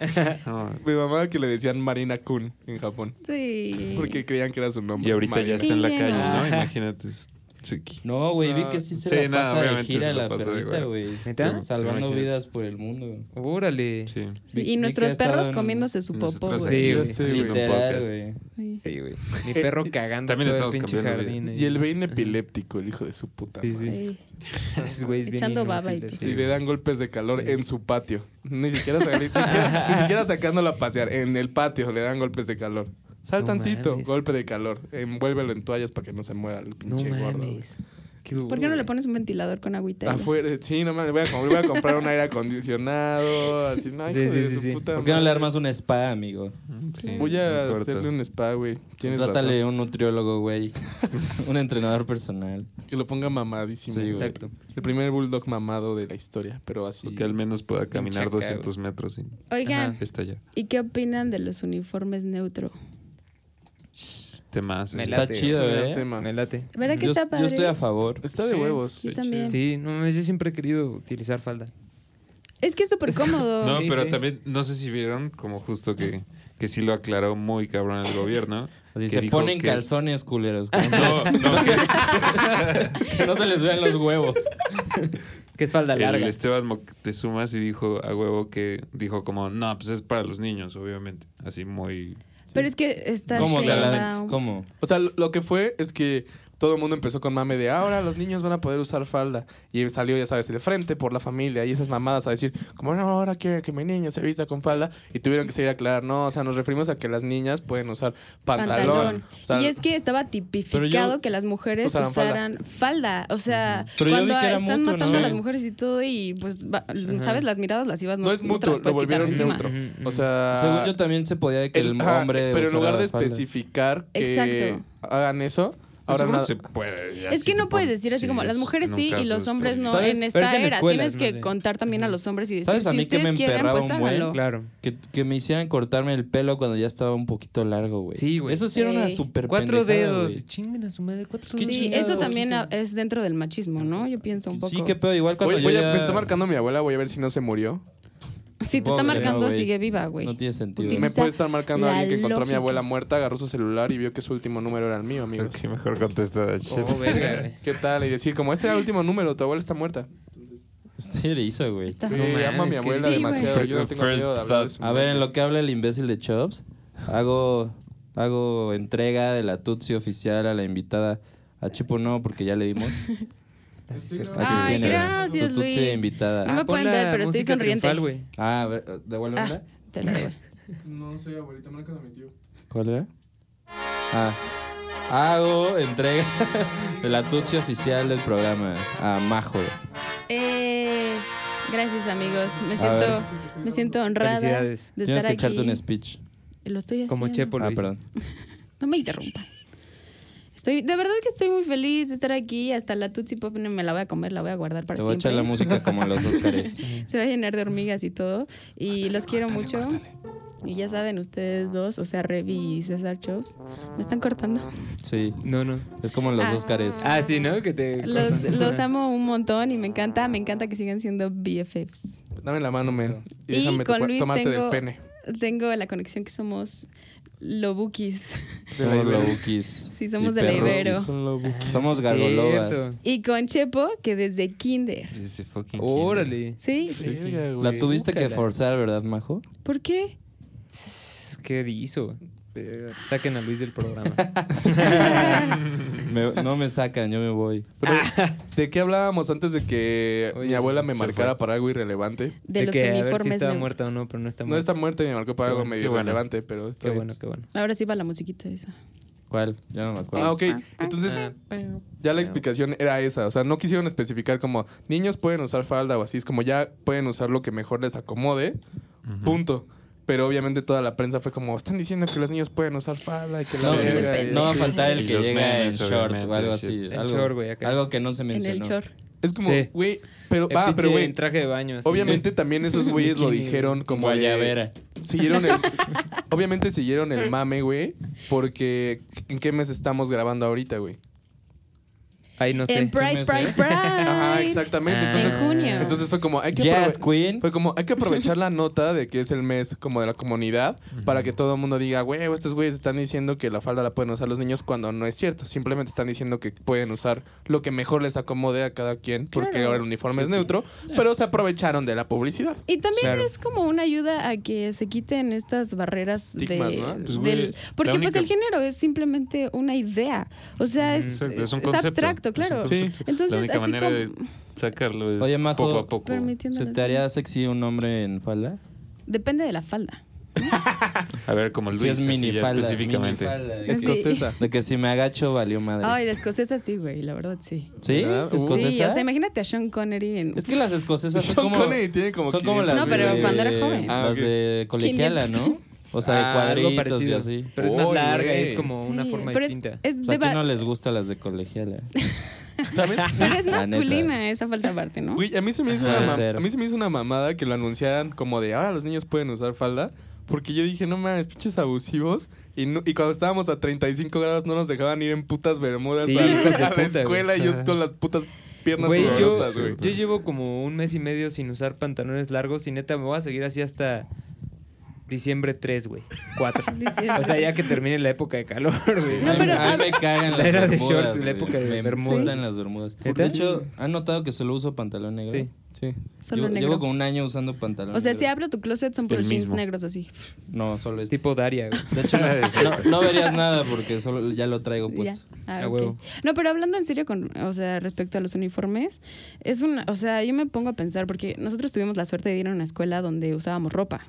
Speaker 2: chida.
Speaker 1: No.
Speaker 4: Mi mamá que le decían Marina Kun en Japón.
Speaker 3: Sí.
Speaker 4: Porque creían que era su nombre.
Speaker 1: Y ahorita ya
Speaker 4: Marina.
Speaker 1: está en la
Speaker 3: Sí,
Speaker 1: calle, ¿no?
Speaker 5: no.
Speaker 1: Imagínate. es- sí.
Speaker 5: No, güey, vi que sí se
Speaker 1: Sí,
Speaker 5: la
Speaker 1: nada,
Speaker 5: pasa de
Speaker 1: obviamente se
Speaker 5: gira
Speaker 1: la
Speaker 5: la
Speaker 1: pasa de
Speaker 5: perrita,
Speaker 1: hueva.
Speaker 5: güey.
Speaker 2: ¿Neta?
Speaker 5: Salvando
Speaker 1: Imagínate.
Speaker 5: vidas por el mundo.
Speaker 2: Órale. Sí,
Speaker 1: Sí.
Speaker 3: Sí,
Speaker 5: Vi- vi
Speaker 3: y
Speaker 5: que
Speaker 3: nuestros perros
Speaker 5: estaban
Speaker 3: comiéndose su popó,
Speaker 1: Nosotros
Speaker 2: Sí,
Speaker 3: güey.
Speaker 1: aquí
Speaker 2: güey.
Speaker 1: haciendo
Speaker 4: Sí,
Speaker 1: un
Speaker 5: Literal,
Speaker 1: podcast.
Speaker 5: güey.
Speaker 3: Sí.
Speaker 2: güey. Mi
Speaker 4: Eh,
Speaker 2: perro cagando.
Speaker 1: También
Speaker 2: todo el
Speaker 1: estamos
Speaker 2: pinche
Speaker 1: cambiando de-
Speaker 2: jardín ahí.
Speaker 4: Y el vein epiléptico, el hijo de su puta.
Speaker 2: Sí, sí.
Speaker 3: Sí.
Speaker 2: Esos güeyes bien
Speaker 3: Echando baba y
Speaker 2: inútiles,
Speaker 3: todo.
Speaker 4: Y
Speaker 2: sí,
Speaker 4: le dan golpes de calor en su patio. Ni siquiera, sa- ni, siquiera, ni siquiera sacándolo a pasear. En el patio le dan golpes de calor. Sal
Speaker 2: No
Speaker 4: tantito,
Speaker 2: mames.
Speaker 4: golpe de calor. Envuélvelo en toallas para que no se muera el
Speaker 2: No
Speaker 4: pinche gordo. güey.
Speaker 2: mames. Qué duro,
Speaker 3: ¿Por qué no le
Speaker 2: güey.
Speaker 3: pones un ventilador con agüita? y ya?
Speaker 4: Afuera, sí, no mames. Voy a, com- voy a comprar un aire acondicionado. Así, no,
Speaker 2: Sí,
Speaker 4: hijo
Speaker 2: sí,
Speaker 4: de
Speaker 2: sí,
Speaker 4: su
Speaker 2: sí.
Speaker 4: puta
Speaker 5: ¿Por qué no le
Speaker 4: madre.
Speaker 5: armas un spa, amigo?
Speaker 1: Mm, Sí,
Speaker 4: Voy a
Speaker 1: muy corto.
Speaker 4: hacerle un spa, güey. Tienes
Speaker 5: Trátale un nutriólogo, güey. un entrenador personal.
Speaker 4: razón. Que lo ponga mamadísimo.
Speaker 5: Sí, güey.
Speaker 2: Exacto.
Speaker 4: El primer bulldog mamado de la historia, pero así.
Speaker 1: O que al menos pueda caminar
Speaker 2: Chaca,
Speaker 1: 200 metros sin
Speaker 3: Oigan,
Speaker 2: Ajá.
Speaker 1: estallar.
Speaker 3: ¿y qué opinan de los uniformes neutro?
Speaker 1: Shh, Temazo.
Speaker 2: Me
Speaker 5: Está
Speaker 2: late,
Speaker 5: chido,
Speaker 4: Ese era el
Speaker 5: ¿eh?
Speaker 4: tema.
Speaker 2: Me late.
Speaker 3: ¿Verdad que
Speaker 5: yo,
Speaker 3: está padre?
Speaker 5: yo estoy a favor.
Speaker 4: Está de
Speaker 1: Sí.
Speaker 4: huevos.
Speaker 3: Yo
Speaker 1: Sí,
Speaker 3: también.
Speaker 2: Sí, no mames, yo siempre he querido utilizar falda.
Speaker 3: Es que es súper cómodo.
Speaker 1: No,
Speaker 2: Sí,
Speaker 1: pero
Speaker 2: sí.
Speaker 1: también, no sé si vieron, como justo que, que sí lo aclaró muy cabrón el gobierno.
Speaker 5: Así
Speaker 1: que
Speaker 5: se
Speaker 1: dijo
Speaker 5: ponen
Speaker 1: que es-
Speaker 5: calzones culeros. Que no,
Speaker 1: No,
Speaker 5: se,
Speaker 1: no, que es-
Speaker 5: que no se les vean los huevos.
Speaker 2: Que es falda
Speaker 1: el
Speaker 2: larga.
Speaker 1: Esteban Moctezuma sí dijo a huevo que dijo como, no, pues es para los niños, obviamente. Así muy... pues,
Speaker 3: Pero es que está
Speaker 5: ¿Cómo? O sea, la-
Speaker 3: Sheinbaum.
Speaker 5: ¿Cómo?
Speaker 4: O sea, lo- lo que fue es que todo el mundo empezó con mame de ahora los niños van a poder usar falda. Y salió, ya sabes, el frente por la familia y esas mamadas a decir, como no, ahora quiero que mi niño se vista con falda. Y tuvieron que seguir a aclarar, no, o sea, nos referimos a que las niñas pueden usar pantalón.
Speaker 3: Pantalón.
Speaker 4: O sea,
Speaker 3: y es que estaba tipificado
Speaker 5: Pero yo-
Speaker 3: que las mujeres
Speaker 4: usaran
Speaker 3: usaran
Speaker 4: falda.
Speaker 3: falda. O sea,
Speaker 5: Pero yo
Speaker 3: cuando
Speaker 5: vi que era
Speaker 3: están
Speaker 5: mutuo,
Speaker 3: matando
Speaker 5: ¿no?
Speaker 3: a las mujeres y todo, y pues, va-
Speaker 2: Ajá.
Speaker 3: ¿sabes? Las miradas las ibas
Speaker 4: no es mutuo, lo volvieron neutro.
Speaker 2: Ujú, ujú.
Speaker 4: O sea,
Speaker 1: Ah,
Speaker 5: Según yo también se podía de que el,
Speaker 4: ajá,
Speaker 5: hombre.
Speaker 4: Pero en
Speaker 5: usara
Speaker 4: lugar de
Speaker 5: falda.
Speaker 4: especificar que
Speaker 3: Exacto.
Speaker 4: hagan eso, ahora
Speaker 1: Ahora
Speaker 4: nada-
Speaker 1: se puede. ya
Speaker 3: Es
Speaker 1: si
Speaker 3: que
Speaker 1: te
Speaker 3: no puedes
Speaker 1: pones-
Speaker 3: decir así
Speaker 1: sí,
Speaker 3: como las
Speaker 1: es-
Speaker 3: mujeres
Speaker 1: en un
Speaker 3: sí y
Speaker 1: caso
Speaker 3: los hombres no
Speaker 5: ¿Sabes?
Speaker 3: en
Speaker 5: Pero
Speaker 3: esta
Speaker 5: es en
Speaker 3: era.
Speaker 5: escuelas,
Speaker 3: Tienes que
Speaker 2: más bien.
Speaker 3: contar también a los hombres y decir
Speaker 5: ¿Sabes a
Speaker 3: si
Speaker 5: mí que
Speaker 3: ustedes
Speaker 5: me
Speaker 3: quieren,
Speaker 5: emperraba
Speaker 3: pues
Speaker 5: un buen?
Speaker 3: háganlo.
Speaker 2: Claro.
Speaker 5: Que, que me hicieran cortarme el pelo cuando ya estaba un poquito largo, güey.
Speaker 2: Sí, güey.
Speaker 5: Eso sí era una
Speaker 3: Sí.
Speaker 5: super
Speaker 2: Cuatro
Speaker 5: pendejada,
Speaker 2: dedos.
Speaker 5: güey.
Speaker 2: Chinguen a su madre. Cuatro
Speaker 5: Qué
Speaker 2: dedos.
Speaker 3: Sí,
Speaker 5: chingado,
Speaker 3: eso también
Speaker 5: poquito.
Speaker 2: Oh,
Speaker 3: es dentro del machismo, ¿no? Yo pienso un poco.
Speaker 5: Sí, qué pedo. Igual cuando
Speaker 4: Oye,
Speaker 5: yo
Speaker 4: voy a-
Speaker 5: ya-
Speaker 4: me está marcando mi abuela, voy a ver si no se murió.
Speaker 3: Si te está
Speaker 5: Pobre,
Speaker 3: marcando,
Speaker 5: no, güey.
Speaker 3: sigue viva, güey.
Speaker 5: No tiene sentido.
Speaker 3: Utiliza-
Speaker 4: Me puede estar marcando
Speaker 3: la
Speaker 4: alguien que encontró a mi
Speaker 3: lógica.
Speaker 4: abuela muerta, agarró su celular y vio que su último número era el mío, amigos.
Speaker 1: Ok, mejor contesta. Shit.
Speaker 2: Oh, verga, güey.
Speaker 4: ¿Qué tal? Y decir, como este era el último número, tu abuela está muerta.
Speaker 5: Usted le hizo, güey.
Speaker 3: Está-
Speaker 4: Güey,
Speaker 2: mames,
Speaker 4: amo a mi
Speaker 2: que
Speaker 4: abuela
Speaker 3: sí,
Speaker 4: demasiado.
Speaker 1: güey.
Speaker 4: Yo no tengo
Speaker 1: First
Speaker 4: miedo de hablar de
Speaker 1: thought.
Speaker 4: su
Speaker 5: A ver, en lo que habla el imbécil de Chops, hago, hago entrega de la Tutsi oficial a la invitada. A Chipo no, porque ya le dimos.
Speaker 3: Ay,
Speaker 5: Aquí tienes
Speaker 3: gracias,
Speaker 5: tu Tutsi
Speaker 3: Luis.
Speaker 5: invitada.
Speaker 3: No me
Speaker 2: Ah, pon
Speaker 3: pueden
Speaker 2: la
Speaker 3: ver, pero estoy
Speaker 2: música
Speaker 3: sonriente.
Speaker 2: triunfal, güey.
Speaker 5: Ah, a ver, devuélvemela.
Speaker 3: Ah, te la doy.
Speaker 4: No soy abuelita, marca a mi tío.
Speaker 5: ¿Cuál era? Ah. Hago entrega de la Tutsi oficial del programa a Majo.
Speaker 3: Eh, gracias, amigos. Me
Speaker 5: ver.
Speaker 3: siento, me siento honrada de
Speaker 2: Felicidades.
Speaker 3: estar
Speaker 5: Tienes que
Speaker 3: aquí.
Speaker 5: echarte un speech.
Speaker 3: Lo estoy haciendo.
Speaker 2: Como Chepo
Speaker 5: Ah,
Speaker 2: Luis.
Speaker 5: perdón.
Speaker 3: No me interrumpan. Estoy, de verdad que estoy muy feliz de estar aquí. Hasta la Tootsie Pop me la voy a comer, la voy a guardar para
Speaker 5: Te voy a
Speaker 3: siempre.
Speaker 5: echar la música como en los Óscares.
Speaker 3: Se va a llenar de hormigas y todo. Y los quiero mucho. Y ya saben ustedes dos, o sea, Revi y César Chops, me están cortando.
Speaker 5: Sí,
Speaker 2: No, no.
Speaker 5: es como en los
Speaker 3: Ah.
Speaker 5: Óscares.
Speaker 2: Ah, sí, ¿no? Que te.
Speaker 3: Los, los amo un montón y me encanta, me encanta que sigan siendo BFFs.
Speaker 4: Dame la mano, men. Y,
Speaker 3: Y
Speaker 4: déjame
Speaker 3: con
Speaker 4: topa-
Speaker 3: Luis
Speaker 4: tomarte del
Speaker 3: tengo-
Speaker 4: pene.
Speaker 3: Tengo la conexión que somos lobukis.
Speaker 4: De la
Speaker 5: Somos
Speaker 4: Ibero.
Speaker 5: lobuquis.
Speaker 3: Sí, somos
Speaker 5: y
Speaker 3: de la
Speaker 5: perruquis.
Speaker 3: Ibero.
Speaker 4: Son lobuquis.
Speaker 5: Somos gargolobas.
Speaker 2: Cierto.
Speaker 3: Y con Chepo, que desde kinder.
Speaker 1: Desde fucking
Speaker 2: Órale.
Speaker 3: ¿Sí?
Speaker 4: Verga, güey.
Speaker 5: La tuviste que
Speaker 2: Búscala.
Speaker 5: forzar, ¿verdad, Majo?
Speaker 3: ¿Por qué?
Speaker 2: Tss, ¿Qué hizo? Saquen a Luis del programa.
Speaker 5: Me- no me sacan, yo me voy.
Speaker 4: Pero,
Speaker 3: Ah.
Speaker 4: ¿De qué hablábamos antes de que
Speaker 2: Oye,
Speaker 4: mi abuela me
Speaker 1: se
Speaker 4: marcara
Speaker 1: fue.
Speaker 4: para algo irrelevante?
Speaker 3: De, los
Speaker 2: que a ver si
Speaker 3: uniformes.
Speaker 2: estaba
Speaker 3: neu-
Speaker 2: muerta o no, pero no está
Speaker 4: No
Speaker 2: muerta.
Speaker 4: está muerta y me marcó para
Speaker 2: Qué
Speaker 4: algo
Speaker 2: bueno,
Speaker 4: medio
Speaker 1: qué bueno.
Speaker 4: irrelevante, pero está
Speaker 2: Qué
Speaker 4: bien.
Speaker 2: bueno, qué bueno.
Speaker 3: Ahora sí va la musiquita esa.
Speaker 5: ¿Cuál? Ya no me acuerdo.
Speaker 4: Ah, ok. Entonces, ya la explicación era esa. O sea, no quisieron especificar como niños pueden usar falda o así. Es como ya pueden usar lo que mejor les acomode. Punto. Pero obviamente toda la prensa fue como, están diciendo que los niños pueden usar falda y que la
Speaker 5: No,
Speaker 4: verga", y-
Speaker 5: no va a faltar
Speaker 1: Y
Speaker 5: el que
Speaker 1: los
Speaker 5: llega en
Speaker 1: memes,
Speaker 5: short o
Speaker 1: obviamente,
Speaker 5: algo
Speaker 1: el
Speaker 5: así.
Speaker 1: shit.
Speaker 2: El
Speaker 5: Algo,
Speaker 2: short, güey, acá.
Speaker 5: algo que no se
Speaker 3: En el
Speaker 5: mencionó.
Speaker 3: chor.
Speaker 4: Es como,
Speaker 2: Sí.
Speaker 4: güey, pero,
Speaker 2: El
Speaker 4: ah, pero
Speaker 2: pinche
Speaker 4: güey,
Speaker 2: En traje de baño. así.
Speaker 4: obviamente también esos güeyes lo
Speaker 2: Bikini,
Speaker 4: dijeron como de-
Speaker 5: Guayabera.
Speaker 4: Siguieron el, obviamente siguieron el mame, güey, porque ¿en qué mes estamos grabando ahorita, güey?
Speaker 2: Ay, no sé.
Speaker 3: en Pride,
Speaker 5: mes
Speaker 3: Pride,
Speaker 5: es?
Speaker 3: Pride.
Speaker 4: Ajá, exactamente.
Speaker 2: Ah.
Speaker 4: Entonces,
Speaker 3: En junio.
Speaker 4: entonces fue como, hay que
Speaker 5: Jazz
Speaker 4: aprove-
Speaker 5: Queen.
Speaker 4: Fue como, hay que aprovechar la nota de que es el mes como de la comunidad para que todo el mundo diga, güey, estos güeyes están diciendo que la falda la pueden usar los niños cuando no es cierto. Simplemente están diciendo que pueden usar lo que mejor les acomode a cada quien porque
Speaker 3: Claro.
Speaker 4: ahora el uniforme es neutro, pero se aprovecharon de la publicidad.
Speaker 3: Y también
Speaker 2: Claro.
Speaker 3: es como una ayuda a que se quiten estas barreras
Speaker 4: Estigmas,
Speaker 3: de,
Speaker 4: ¿no?
Speaker 1: Pues, güey,
Speaker 3: del...
Speaker 1: la
Speaker 3: Porque pues
Speaker 1: única-
Speaker 3: el género es simplemente una idea. O sea, es,
Speaker 1: Exacto, es un
Speaker 3: es
Speaker 1: concepto. es
Speaker 3: abstracto,
Speaker 1: un
Speaker 3: claro.
Speaker 1: concepto.
Speaker 4: Sí.
Speaker 3: Entonces,
Speaker 1: la única
Speaker 3: así
Speaker 1: manera
Speaker 3: como-
Speaker 1: de sacarlo es
Speaker 5: Oye, Majo,
Speaker 1: poco a poco.
Speaker 3: permitiéndoles-
Speaker 5: ¿Se te haría sexy un hombre en falda?
Speaker 3: Depende de la falda.
Speaker 1: A ver, como Luis,
Speaker 5: si es
Speaker 1: así ya
Speaker 5: minifalda.
Speaker 1: específicamente.
Speaker 5: minifalda, de, que,
Speaker 4: Escocesa.
Speaker 5: de que si me agacho valió madre.
Speaker 3: Ay, la escocesa sí, güey, la verdad sí.
Speaker 5: ¿Sí?
Speaker 4: ¿verdad?
Speaker 5: ¿Escocesa?
Speaker 3: Sí, o sea, imagínate a Sean Connery en...
Speaker 5: es que las escocesas son
Speaker 4: Sean
Speaker 5: como,
Speaker 4: Connery tiene como
Speaker 5: son como las
Speaker 4: 500
Speaker 3: No, pero
Speaker 5: de,
Speaker 3: cuando era joven.
Speaker 5: Las de colegiala, ¿no? O sea, de
Speaker 2: Ah, algo
Speaker 5: cuadritos y
Speaker 2: parecido.
Speaker 5: así.
Speaker 2: Pero es más
Speaker 4: Oy,
Speaker 2: larga,
Speaker 4: güey.
Speaker 2: es como una
Speaker 3: Sí,
Speaker 2: forma
Speaker 3: pero es-
Speaker 2: distinta.
Speaker 3: Es,
Speaker 5: O sea,
Speaker 3: de
Speaker 5: ¿A quién
Speaker 3: ba-
Speaker 5: no les gustan las de colegiala?
Speaker 4: ¿Sabes?
Speaker 3: Pero es
Speaker 5: La neta.
Speaker 3: masculina esa falta aparte, ¿no?
Speaker 4: Güey, a mí se me hizo
Speaker 5: Ajá.
Speaker 4: una ma-
Speaker 5: Cero.
Speaker 4: a mí se me hizo una mamada que lo anunciaran como de ahora los niños pueden usar falda. Porque yo dije, no mames, pinches abusivos. Y, no- y cuando estábamos a 35 grados no nos dejaban ir en putas bermudas
Speaker 2: Sí,
Speaker 4: a,
Speaker 2: hijos de
Speaker 4: a la
Speaker 2: puta,
Speaker 4: escuela y yo todas las putas piernas
Speaker 2: Güey, yo,
Speaker 4: sudorosas, güey.
Speaker 2: yo llevo como un mes y medio sin usar pantalones largos y neta me voy a seguir así hasta diciembre 3, güey. 4.
Speaker 3: Diciembre.
Speaker 2: o sea, ya que termine la época de calor, güey.
Speaker 3: No,
Speaker 5: a, mí-
Speaker 3: pero-
Speaker 5: a mí me cagan las
Speaker 2: Era de
Speaker 5: bermudas.
Speaker 2: shorts, la
Speaker 5: güey.
Speaker 2: época de
Speaker 5: me
Speaker 2: bermuda.
Speaker 5: emputan las bermudas.
Speaker 2: ¿Neta?
Speaker 5: De hecho, ¿han notado que solo uso pantalón negro?
Speaker 2: Sí.
Speaker 4: Sí.
Speaker 3: Solo
Speaker 5: Llevo-
Speaker 3: negro.
Speaker 5: Llevo como un año usando pantalón
Speaker 3: O sea, si
Speaker 5: negro.
Speaker 3: abro tu closet son
Speaker 1: El
Speaker 3: puros jeans
Speaker 1: mismo.
Speaker 3: negros así.
Speaker 5: No, solo este.
Speaker 2: Tipo Daria, güey.
Speaker 5: De hecho, no, no- no verías nada porque solo ya lo traigo
Speaker 3: Ya.
Speaker 5: puesto.
Speaker 3: Ah,
Speaker 2: A
Speaker 3: ok.
Speaker 2: huevo.
Speaker 3: No, pero hablando en serio con, o sea, respecto a los uniformes, es una, o sea, yo me pongo a pensar porque nosotros tuvimos la suerte de ir a una escuela donde usábamos ropa.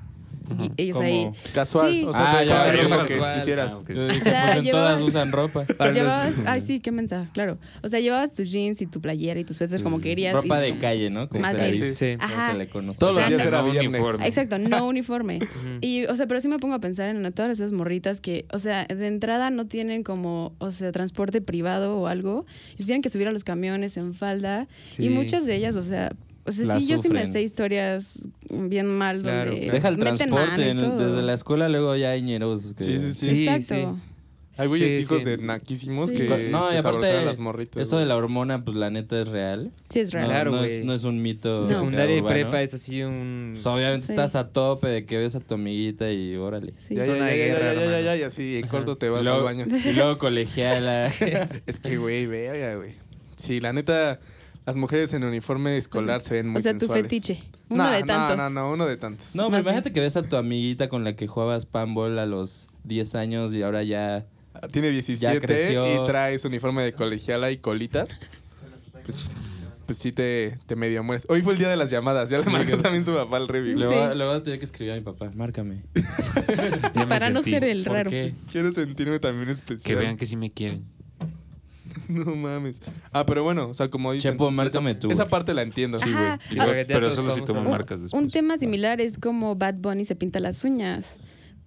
Speaker 3: Y ellos ahí
Speaker 5: Como-
Speaker 4: Casual.
Speaker 3: Sí.
Speaker 4: O sea,
Speaker 5: Ah,
Speaker 4: te
Speaker 5: ya,
Speaker 4: dejaban
Speaker 5: ya,
Speaker 4: ir lo
Speaker 5: casual.
Speaker 4: que quisieras.
Speaker 1: ok.
Speaker 5: Yo dije,
Speaker 3: sea,
Speaker 5: pues en
Speaker 3: llevaba-
Speaker 5: todas usan ropa.
Speaker 2: Para los-
Speaker 3: llevabas, ay sí, qué mensaje, claro. O sea, llevabas tus jeans y tu playera y tus suéteres como querías. y
Speaker 5: Ropa de
Speaker 3: como-
Speaker 5: calle, ¿no? Como
Speaker 3: Más
Speaker 5: se le
Speaker 3: bien.
Speaker 5: dice.
Speaker 2: Sí.
Speaker 5: como
Speaker 3: Ajá.
Speaker 5: se le conoce.
Speaker 4: Todos
Speaker 3: O
Speaker 4: los
Speaker 3: sea,
Speaker 4: días
Speaker 3: no
Speaker 4: era
Speaker 1: un
Speaker 4: viernes.
Speaker 1: uniforme.
Speaker 3: Exacto, no uniforme. Y, o sea, pero sí me pongo a pensar en todas esas morritas que, o sea, de entrada no tienen como, o sea, transporte privado o algo. Y tienen que subir a los camiones en falda.
Speaker 2: Sí.
Speaker 3: Y muchas de ellas, o sea, o sea,
Speaker 5: La
Speaker 3: sí, yo sí me
Speaker 5: sufren.
Speaker 3: sé historias bien mal donde
Speaker 2: Claro, claro.
Speaker 5: Deja el
Speaker 3: meten mano y
Speaker 5: transporte. en-
Speaker 3: todo.
Speaker 5: desde la escuela luego ya hay ñeros. que-
Speaker 4: Sí, sí, sí.
Speaker 2: Sí,
Speaker 3: Exacto.
Speaker 2: sí.
Speaker 4: Hay güeyes
Speaker 2: Sí,
Speaker 4: hijos
Speaker 2: sí.
Speaker 4: de naquísimos
Speaker 3: Sí.
Speaker 4: que
Speaker 5: Con- no,
Speaker 4: se
Speaker 5: y aparte,
Speaker 4: saborean las morritas.
Speaker 5: Eso de
Speaker 4: güey.
Speaker 5: la hormona, pues la neta es real.
Speaker 3: Sí, es
Speaker 5: No,
Speaker 3: raro.
Speaker 2: Claro,
Speaker 5: no, es,
Speaker 2: güey.
Speaker 5: no es un mito. acá
Speaker 2: Secundaria y
Speaker 5: urbano.
Speaker 2: prepa es así un...
Speaker 5: Pues, obviamente
Speaker 3: Sí.
Speaker 5: estás a tope de que ves a tu amiguita y órale.
Speaker 3: Sí.
Speaker 4: Ya,
Speaker 2: Es
Speaker 4: ya,
Speaker 2: una
Speaker 4: ya, ya,
Speaker 2: guerra,
Speaker 4: ya, ya, ya,
Speaker 2: hermano.
Speaker 4: ya, y así en corto te vas
Speaker 5: Y luego-
Speaker 4: al baño.
Speaker 5: Y luego colegiala.
Speaker 4: Es que, güey, verga, güey. Sí, la neta, las mujeres en uniforme escolar se ven muy
Speaker 3: Pues o sea, tu
Speaker 4: sensuales.
Speaker 3: fetiche. Uno
Speaker 4: No,
Speaker 3: de tantos.
Speaker 4: No, no, no, uno de tantos.
Speaker 5: No, pero
Speaker 3: Más
Speaker 5: imagínate que ves a tu amiguita con la que jugabas panball a los 10 años y ahora ya.
Speaker 4: Tiene 17
Speaker 5: creció.
Speaker 4: y traes uniforme de colegiala y colitas. Pues, pues sí te, te medio mueres. Hoy fue el día de las llamadas. Ya le
Speaker 5: Sí,
Speaker 4: marcó
Speaker 5: claro.
Speaker 4: también su papá al
Speaker 5: Le
Speaker 4: Revi. güey.
Speaker 5: voy, a- le voy a tener que escribir a mi papá, márcame.
Speaker 1: Ya me
Speaker 3: Para no
Speaker 1: sentí.
Speaker 3: ser el
Speaker 5: ¿Por
Speaker 3: raro.
Speaker 5: qué?
Speaker 4: Quiero sentirme también
Speaker 1: Que
Speaker 4: especial.
Speaker 1: vean que sí me quieren.
Speaker 4: No mames. Ah, pero bueno, o sea, como dicen...
Speaker 5: Chepo, márcame tú.
Speaker 4: Esa parte la entiendo.
Speaker 3: Sí, güey. Ajá.
Speaker 1: Y
Speaker 2: Ah,
Speaker 1: luego-
Speaker 2: ya
Speaker 1: pero
Speaker 2: todos
Speaker 1: solo si
Speaker 2: vamos a
Speaker 1: tomo
Speaker 2: ver.
Speaker 1: marcas después.
Speaker 3: Un tema similar es como Bad Bunny se pinta las uñas.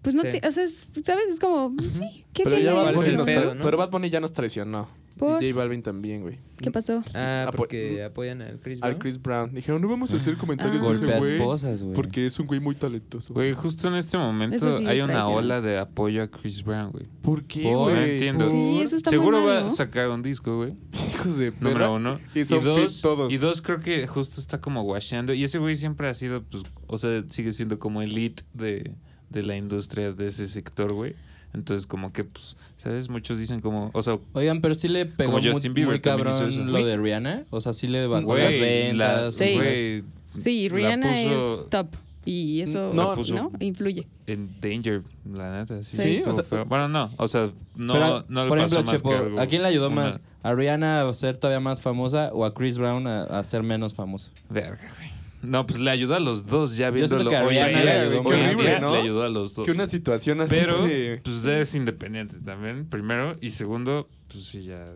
Speaker 3: Pues no
Speaker 2: Sí.
Speaker 3: te- o sea, es- ¿sabes? Es como, pues sí, ¿qué
Speaker 4: Pero, ya
Speaker 3: tiene?
Speaker 2: ¿Cuál
Speaker 4: Bad
Speaker 2: es
Speaker 4: Bunny
Speaker 2: el
Speaker 4: nos
Speaker 2: pedo,
Speaker 4: tra-
Speaker 2: no?
Speaker 4: pero Bad Bunny ya nos traicionó.
Speaker 3: ¿Por?
Speaker 4: Y J Balvin también, güey.
Speaker 3: ¿Qué pasó?
Speaker 2: Ah,
Speaker 4: Apo-
Speaker 2: porque apoyan al Chris
Speaker 4: Al
Speaker 2: Brown.
Speaker 4: Chris Brown. Dijeron, no vamos a
Speaker 1: Ah.
Speaker 4: hacer comentarios de
Speaker 5: Golpea
Speaker 4: ese güey.
Speaker 5: esposas, güey.
Speaker 4: Porque es un güey muy talentoso.
Speaker 1: Güey, justo en este momento
Speaker 3: Eso sí
Speaker 1: hay
Speaker 3: es
Speaker 1: una
Speaker 3: traición.
Speaker 1: ola de apoyo a Chris Brown, güey.
Speaker 4: ¿Por qué,
Speaker 5: Por-
Speaker 4: güey?
Speaker 1: No entiendo.
Speaker 3: Sí, eso está muy
Speaker 1: Seguro
Speaker 3: mal,
Speaker 1: va
Speaker 3: ¿no?
Speaker 1: a sacar un disco, güey.
Speaker 4: Hijos de perra.
Speaker 1: Número uno.
Speaker 4: Y son fit todos.
Speaker 1: Y dos, creo que justo está como guacheando. Y ese güey siempre ha sido, pues, o sea, sigue siendo como elite de, de la industria de ese sector, güey. Entonces, como que, pues, ¿sabes? Muchos dicen como, o sea,
Speaker 5: Oigan, pero sí le pegó
Speaker 1: Como
Speaker 5: muy,
Speaker 1: Justin
Speaker 5: muy
Speaker 1: Bieber también hizo eso.
Speaker 5: cabrón lo de Rihanna. O sea, sí le bajó las
Speaker 1: güey, la,
Speaker 5: ventas.
Speaker 3: Sí.
Speaker 1: güey,
Speaker 3: Sí,
Speaker 1: la
Speaker 3: Rihanna
Speaker 1: puso
Speaker 3: es top. Y eso,
Speaker 4: No,
Speaker 3: ¿no?
Speaker 1: la puso-
Speaker 3: Influye.
Speaker 1: en danger, la neta. Sí,
Speaker 3: Sí.
Speaker 1: estuvo
Speaker 4: O sea-
Speaker 1: feo. bueno, no, o sea, no,
Speaker 5: Pero,
Speaker 1: no le
Speaker 5: por
Speaker 1: pasó
Speaker 5: ejemplo,
Speaker 1: más que algo,
Speaker 5: Chepo, ¿a quién le ayudó
Speaker 1: una
Speaker 5: más? ¿A Rihanna a ser todavía más famosa o a Chris Brown a, a ser menos famoso?
Speaker 1: Verga, güey. No, pues le ayudó a los dos, ya
Speaker 5: Yo siento
Speaker 1: viéndolo.
Speaker 5: que a
Speaker 1: hoy en
Speaker 5: Rihanna le
Speaker 1: día,
Speaker 5: ayudó
Speaker 1: hoy en
Speaker 5: más,
Speaker 1: día
Speaker 4: ¿no?
Speaker 1: Le ayudó a los dos.
Speaker 4: Que una situación así.
Speaker 1: Pero,
Speaker 4: de-
Speaker 1: pues es independiente también, primero. Y segundo, pues sí, ya.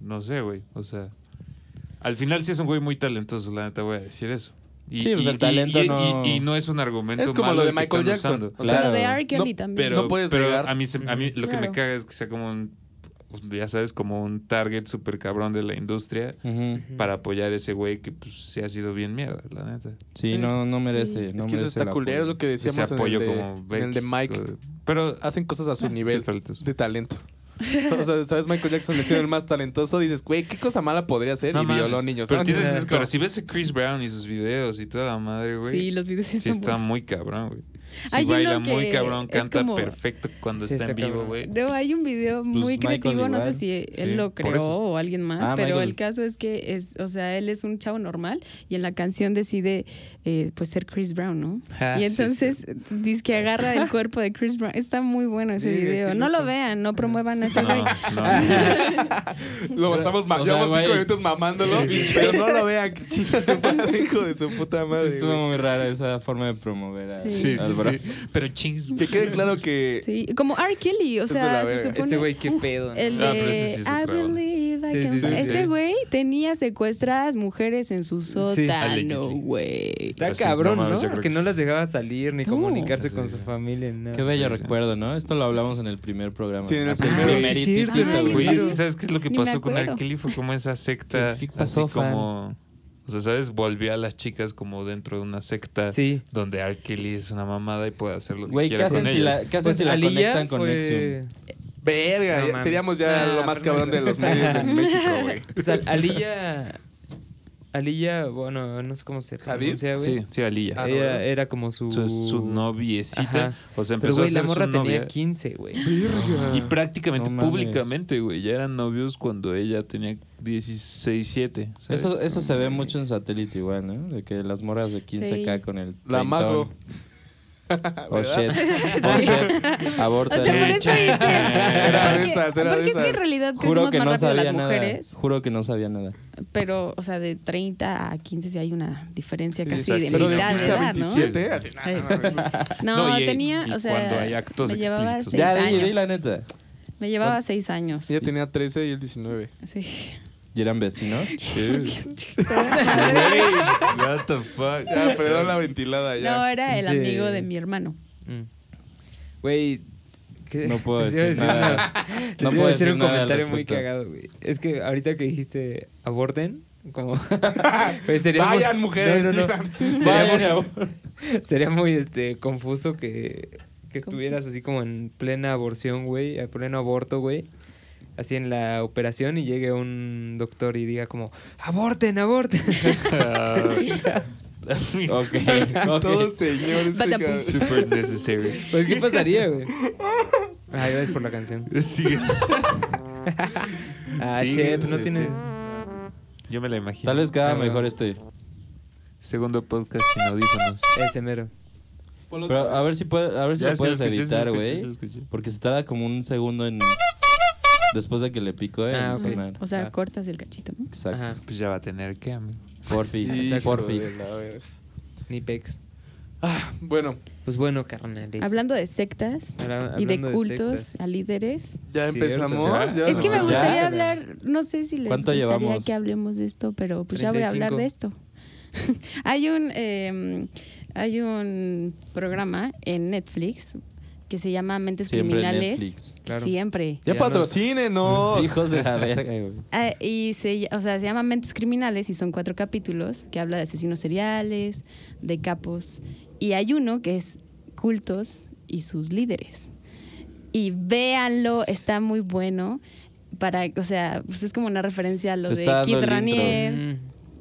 Speaker 1: No sé, güey. O sea, al final sí es un güey muy talentoso, la neta, voy a decir eso. Y,
Speaker 5: Sí, pues,
Speaker 1: y-
Speaker 5: el talento
Speaker 1: y- y-
Speaker 5: no-
Speaker 1: Y, y no es un argumento.
Speaker 4: Es como
Speaker 1: malo
Speaker 4: lo de
Speaker 1: el que
Speaker 4: Michael
Speaker 1: están
Speaker 4: Jackson.
Speaker 1: usando.
Speaker 5: O sea,
Speaker 3: Pero de R. Kelly
Speaker 4: no,
Speaker 3: también.
Speaker 1: Pero,
Speaker 4: No puedes
Speaker 1: pero
Speaker 4: negar.
Speaker 1: a mí, se- a mí lo que me
Speaker 3: Claro.
Speaker 1: caga es que sea como un. pues, Ya sabes, como un target súper cabrón de la industria
Speaker 5: Ujú.
Speaker 4: Mm.
Speaker 1: para apoyar a ese güey que pues se ha sido bien mierda, la neta.
Speaker 5: Sí, no, no merece.
Speaker 4: es
Speaker 5: no
Speaker 4: que eso
Speaker 5: merece el
Speaker 4: está
Speaker 5: apoyo.
Speaker 4: culero, es lo que
Speaker 1: Ese
Speaker 4: decíamos en el,
Speaker 1: apoyo
Speaker 4: de,
Speaker 1: como
Speaker 4: en el de
Speaker 1: Bex,
Speaker 4: Mike.
Speaker 1: o- Pero
Speaker 4: Hacen cosas a su
Speaker 1: sí
Speaker 4: nivel
Speaker 1: es talentoso.
Speaker 4: de talento. O sea, ¿sabes? Michael Jackson le hicieron el más talentoso. Dices, güey, ¿qué cosa mala podría hacer?
Speaker 1: No
Speaker 4: y
Speaker 1: mames.
Speaker 4: violó niños.
Speaker 1: Pero,
Speaker 4: Ah, ¿no?
Speaker 1: tienes-
Speaker 4: Entonces, es
Speaker 1: pero
Speaker 4: como-
Speaker 1: si ves a Chris Brown y sus videos y toda la madre, güey.
Speaker 3: Sí, los videos sí
Speaker 1: Sí,
Speaker 3: están
Speaker 1: está
Speaker 3: buenos.
Speaker 1: muy cabrón, güey. Sí,
Speaker 3: Hay uno
Speaker 1: baila muy
Speaker 3: que
Speaker 1: cabrón,
Speaker 3: es
Speaker 1: canta
Speaker 3: como-
Speaker 1: perfecto cuando
Speaker 2: Sí,
Speaker 1: está en
Speaker 2: está
Speaker 1: vivo,
Speaker 2: cabrón.
Speaker 1: güey.
Speaker 3: No, hay un video muy
Speaker 5: Michael
Speaker 3: creativo, no sé
Speaker 5: igual.
Speaker 3: si él
Speaker 1: Sí,
Speaker 3: lo
Speaker 1: por eso.
Speaker 3: creó o alguien más,
Speaker 5: Ah,
Speaker 3: pero
Speaker 5: Michael.
Speaker 3: el caso es que es, o sea, él es un chavo normal y en la canción decide eh, pues ser Chris Brown, ¿no?
Speaker 1: Ah, sí,
Speaker 3: y entonces dice que agarra el cuerpo de Chris Brown. Está muy bueno ese
Speaker 4: Sí, qué
Speaker 3: video. No
Speaker 4: loco.
Speaker 3: lo vean, no promuevan a
Speaker 1: sí.
Speaker 3: ese
Speaker 1: No,
Speaker 3: güey.
Speaker 1: no.
Speaker 4: Lo estamos ma-
Speaker 5: O sea,
Speaker 4: llevamos cinco
Speaker 5: güey.
Speaker 4: minutos mamándolo. Pero no lo vean, que chingas su madre, hijo de su puta
Speaker 5: Sí,
Speaker 4: madre.
Speaker 5: estuvo
Speaker 4: güey.
Speaker 5: muy rara esa forma de promover a,
Speaker 3: Sí.
Speaker 1: Sí, sí,
Speaker 5: al bro.
Speaker 1: sí. Pero chings.
Speaker 4: Que quede claro que.
Speaker 3: Sí, como R. Kelly, o
Speaker 4: Es de
Speaker 3: sea,
Speaker 4: la
Speaker 3: se
Speaker 4: verga.
Speaker 3: supone
Speaker 2: Ese güey, qué pedo. ¿no?
Speaker 3: el
Speaker 1: Ah,
Speaker 3: de
Speaker 1: pero ese sí es
Speaker 3: I
Speaker 1: otra onda.
Speaker 3: believe
Speaker 2: Sí,
Speaker 3: I can
Speaker 2: sí,
Speaker 1: sí,
Speaker 3: fly".
Speaker 1: sí.
Speaker 3: Ese güey tenía secuestradas mujeres en su sótano,
Speaker 1: Allegedly.
Speaker 3: güey.
Speaker 2: Está
Speaker 1: Pero sí,
Speaker 2: cabrón,
Speaker 1: no mames,
Speaker 2: ¿no?
Speaker 1: yo creo
Speaker 2: Porque
Speaker 1: que
Speaker 2: no
Speaker 1: sí.
Speaker 2: las dejaba salir ni
Speaker 3: No.
Speaker 2: comunicarse
Speaker 1: Sí,
Speaker 2: con
Speaker 1: sí.
Speaker 2: su familia ni nada.
Speaker 5: Qué bello
Speaker 1: Sí, sí.
Speaker 5: recuerdo, ¿no? Esto lo hablamos en el primer programa.
Speaker 4: Sí, en el
Speaker 5: Así,
Speaker 4: primero.
Speaker 5: primerititito,
Speaker 3: Ah, sí, cierto.
Speaker 5: güey.
Speaker 1: Güey, es
Speaker 3: Claro.
Speaker 1: que ¿sabes qué es lo que
Speaker 3: Ni me
Speaker 1: pasó con
Speaker 3: acuerdo.
Speaker 1: R. Kelly? Fue como esa secta.
Speaker 5: ¿Qué- qué pasó,
Speaker 1: así como. O sea, ¿sabes? Volvió a las chicas como dentro de una secta
Speaker 2: Sí.
Speaker 1: donde R. Kelly es una mamada y puede hacer lo que
Speaker 5: Güey, ¿qué
Speaker 1: quiera
Speaker 5: hacen
Speaker 1: con
Speaker 5: si
Speaker 1: ellas.
Speaker 5: la, qué hacen si la
Speaker 2: Pues, Aliyah
Speaker 5: conectan con
Speaker 2: fue-
Speaker 5: Nexium?
Speaker 4: Verga,
Speaker 2: No
Speaker 4: ya-
Speaker 2: mames.
Speaker 4: seríamos ya
Speaker 2: Ah,
Speaker 4: lo más
Speaker 2: pero no
Speaker 4: cabrón de los medios en México, güey.
Speaker 2: Pues Al- Aliyah... Aliyah, bueno, no sé cómo se
Speaker 4: ¿Hadid?
Speaker 2: pronuncia, güey.
Speaker 1: Sí, sí, Alilla.
Speaker 4: Ah, no, ¿verdad?
Speaker 2: Era, era como su...
Speaker 1: su, su noviecita.
Speaker 2: eh, uh, Ajá.
Speaker 1: O sea,
Speaker 2: Pero,
Speaker 1: empezó
Speaker 2: güey,
Speaker 1: a
Speaker 2: la
Speaker 1: ser
Speaker 2: morra
Speaker 1: su
Speaker 2: tenía
Speaker 1: novia.
Speaker 2: 15, güey.
Speaker 1: Y prácticamente,
Speaker 5: No mames.
Speaker 1: públicamente, güey. Ya eran novios cuando ella tenía 16, 7.
Speaker 5: Eso, eso se ve mucho en satélite igual, ¿no? De que las moras de 15K
Speaker 3: Sí.
Speaker 5: con el...
Speaker 4: La
Speaker 5: treintón.
Speaker 4: mago.
Speaker 5: Oh, shit. Oh, shit. Aborta.
Speaker 3: O sea, por eso dice.
Speaker 4: Era de
Speaker 3: porque-
Speaker 4: esas, era de
Speaker 3: porque es que en
Speaker 4: esas.
Speaker 3: realidad
Speaker 5: Juro
Speaker 3: crecemos
Speaker 5: que
Speaker 3: más
Speaker 5: no
Speaker 3: rápido
Speaker 5: sabía
Speaker 3: las
Speaker 5: nada.
Speaker 3: mujeres.
Speaker 5: Juro que no sabía nada.
Speaker 3: Pero, o sea, de 30 a 15 sí hay una diferencia casi
Speaker 1: exacto.
Speaker 3: de
Speaker 4: Pero de
Speaker 1: Sí,
Speaker 3: mitad de
Speaker 4: 15 a
Speaker 3: edad, Ah, ¿no?
Speaker 4: 27, así nada.
Speaker 3: No,
Speaker 1: No, y-
Speaker 3: tenía,
Speaker 1: y
Speaker 3: o sea,
Speaker 1: cuando hay actos
Speaker 3: me llevaba
Speaker 1: explícitos.
Speaker 3: seis
Speaker 5: Ya, di,
Speaker 3: años.
Speaker 5: di la neta.
Speaker 3: Me llevaba seis años.
Speaker 4: Ella tenía 13 y él 19.
Speaker 3: Sí.
Speaker 5: ¿Y eran vecinos?
Speaker 1: Güey, what the fuck.
Speaker 4: Ya, Ah, perdón la ventilada ya.
Speaker 3: No, eh. era el
Speaker 2: Pinche-
Speaker 3: amigo de mi hermano.
Speaker 2: Mm. Güey. ¿qué?
Speaker 5: No puedo
Speaker 2: Les iba a
Speaker 5: decir
Speaker 2: decir
Speaker 5: nada.
Speaker 2: una-
Speaker 5: No
Speaker 2: les
Speaker 5: puedo
Speaker 2: iba a decir
Speaker 5: decir
Speaker 2: un
Speaker 5: nada al
Speaker 2: comentario muy
Speaker 5: respecto.
Speaker 2: cagado, güey. Es que ahorita que dijiste aborten, como. güey, sería muy-
Speaker 4: Vayan, mujeres.
Speaker 2: No, no, no.
Speaker 4: sí,
Speaker 2: Sería muy, sería muy, este, confuso que, que estuvieras así como en plena aborción, güey, en pleno aborto, güey. Así en la operación y llegue un doctor y diga como, aborten, aborten.
Speaker 5: Ok,
Speaker 4: Todos señores.
Speaker 3: Pata,
Speaker 4: de
Speaker 3: pues.
Speaker 4: cab-
Speaker 1: Super necessary.
Speaker 2: pues, ¿qué pasaría, güey? Ay, gracias por la canción.
Speaker 1: Sigue.
Speaker 2: Ah,
Speaker 1: Sí,
Speaker 2: che, pues no
Speaker 1: sí,
Speaker 2: tienes...
Speaker 1: Yo me la imagino.
Speaker 5: Tal vez cada
Speaker 2: Ah, bueno.
Speaker 5: mejor estoy.
Speaker 1: Segundo podcast sin audífonos.
Speaker 2: Ese mero.
Speaker 5: Pero a ver si, puede- a ver si
Speaker 1: Ya,
Speaker 5: lo
Speaker 1: sí,
Speaker 5: puedes
Speaker 1: lo escuché, sí, lo
Speaker 5: editar,
Speaker 1: escuché, sí,
Speaker 5: güey.
Speaker 1: lo escuché.
Speaker 5: Porque se tarda como un segundo
Speaker 3: Ah,
Speaker 5: en. Después de que le picó eh, en
Speaker 2: Ah, ok.
Speaker 5: sonar.
Speaker 3: O sea,
Speaker 2: Ah.
Speaker 3: cortas el cachito, ¿no?
Speaker 5: Exacto.
Speaker 2: Ajá.
Speaker 1: Pues ya va a tener que, amigo.
Speaker 5: Porfi,
Speaker 4: Hijo
Speaker 5: porfi.
Speaker 4: de la verga.
Speaker 2: Ni pex.
Speaker 4: Ah, bueno,
Speaker 2: Pues bueno, carnales.
Speaker 3: Hablando de sectas
Speaker 2: Habla-
Speaker 3: y de
Speaker 2: hablando
Speaker 3: cultos
Speaker 2: sectas.
Speaker 3: a líderes.
Speaker 4: ya
Speaker 2: Cierto,
Speaker 4: empezamos.
Speaker 1: ya.
Speaker 4: ya
Speaker 3: Es que me
Speaker 4: no.
Speaker 3: gustaría
Speaker 5: Ya.
Speaker 3: hablar, no sé si les
Speaker 5: ¿Cuánto
Speaker 3: gustaría
Speaker 5: llevamos?
Speaker 3: que hablemos de esto, pero pues ya voy a hablar
Speaker 2: 35.
Speaker 3: de esto. hay un eh, hay un programa en Netflix que se llama Mentes
Speaker 5: Siempre
Speaker 3: Criminales.
Speaker 5: Netflix.
Speaker 2: Claro.
Speaker 3: Siempre.
Speaker 4: Ya
Speaker 2: Ya
Speaker 4: patrocínenos.
Speaker 5: Hijos de la verga, güey.
Speaker 3: Ah, y se, o sea, se llama Mentes Criminales y son cuatro capítulos que habla de asesinos seriales, de capos. Y hay uno que es cultos y sus líderes. Y véanlo, está muy bueno. Para, o sea, pues es como una referencia a lo
Speaker 5: Te
Speaker 3: de
Speaker 5: está dando
Speaker 3: Kid
Speaker 5: el intro.
Speaker 3: Ranier.
Speaker 2: Mm.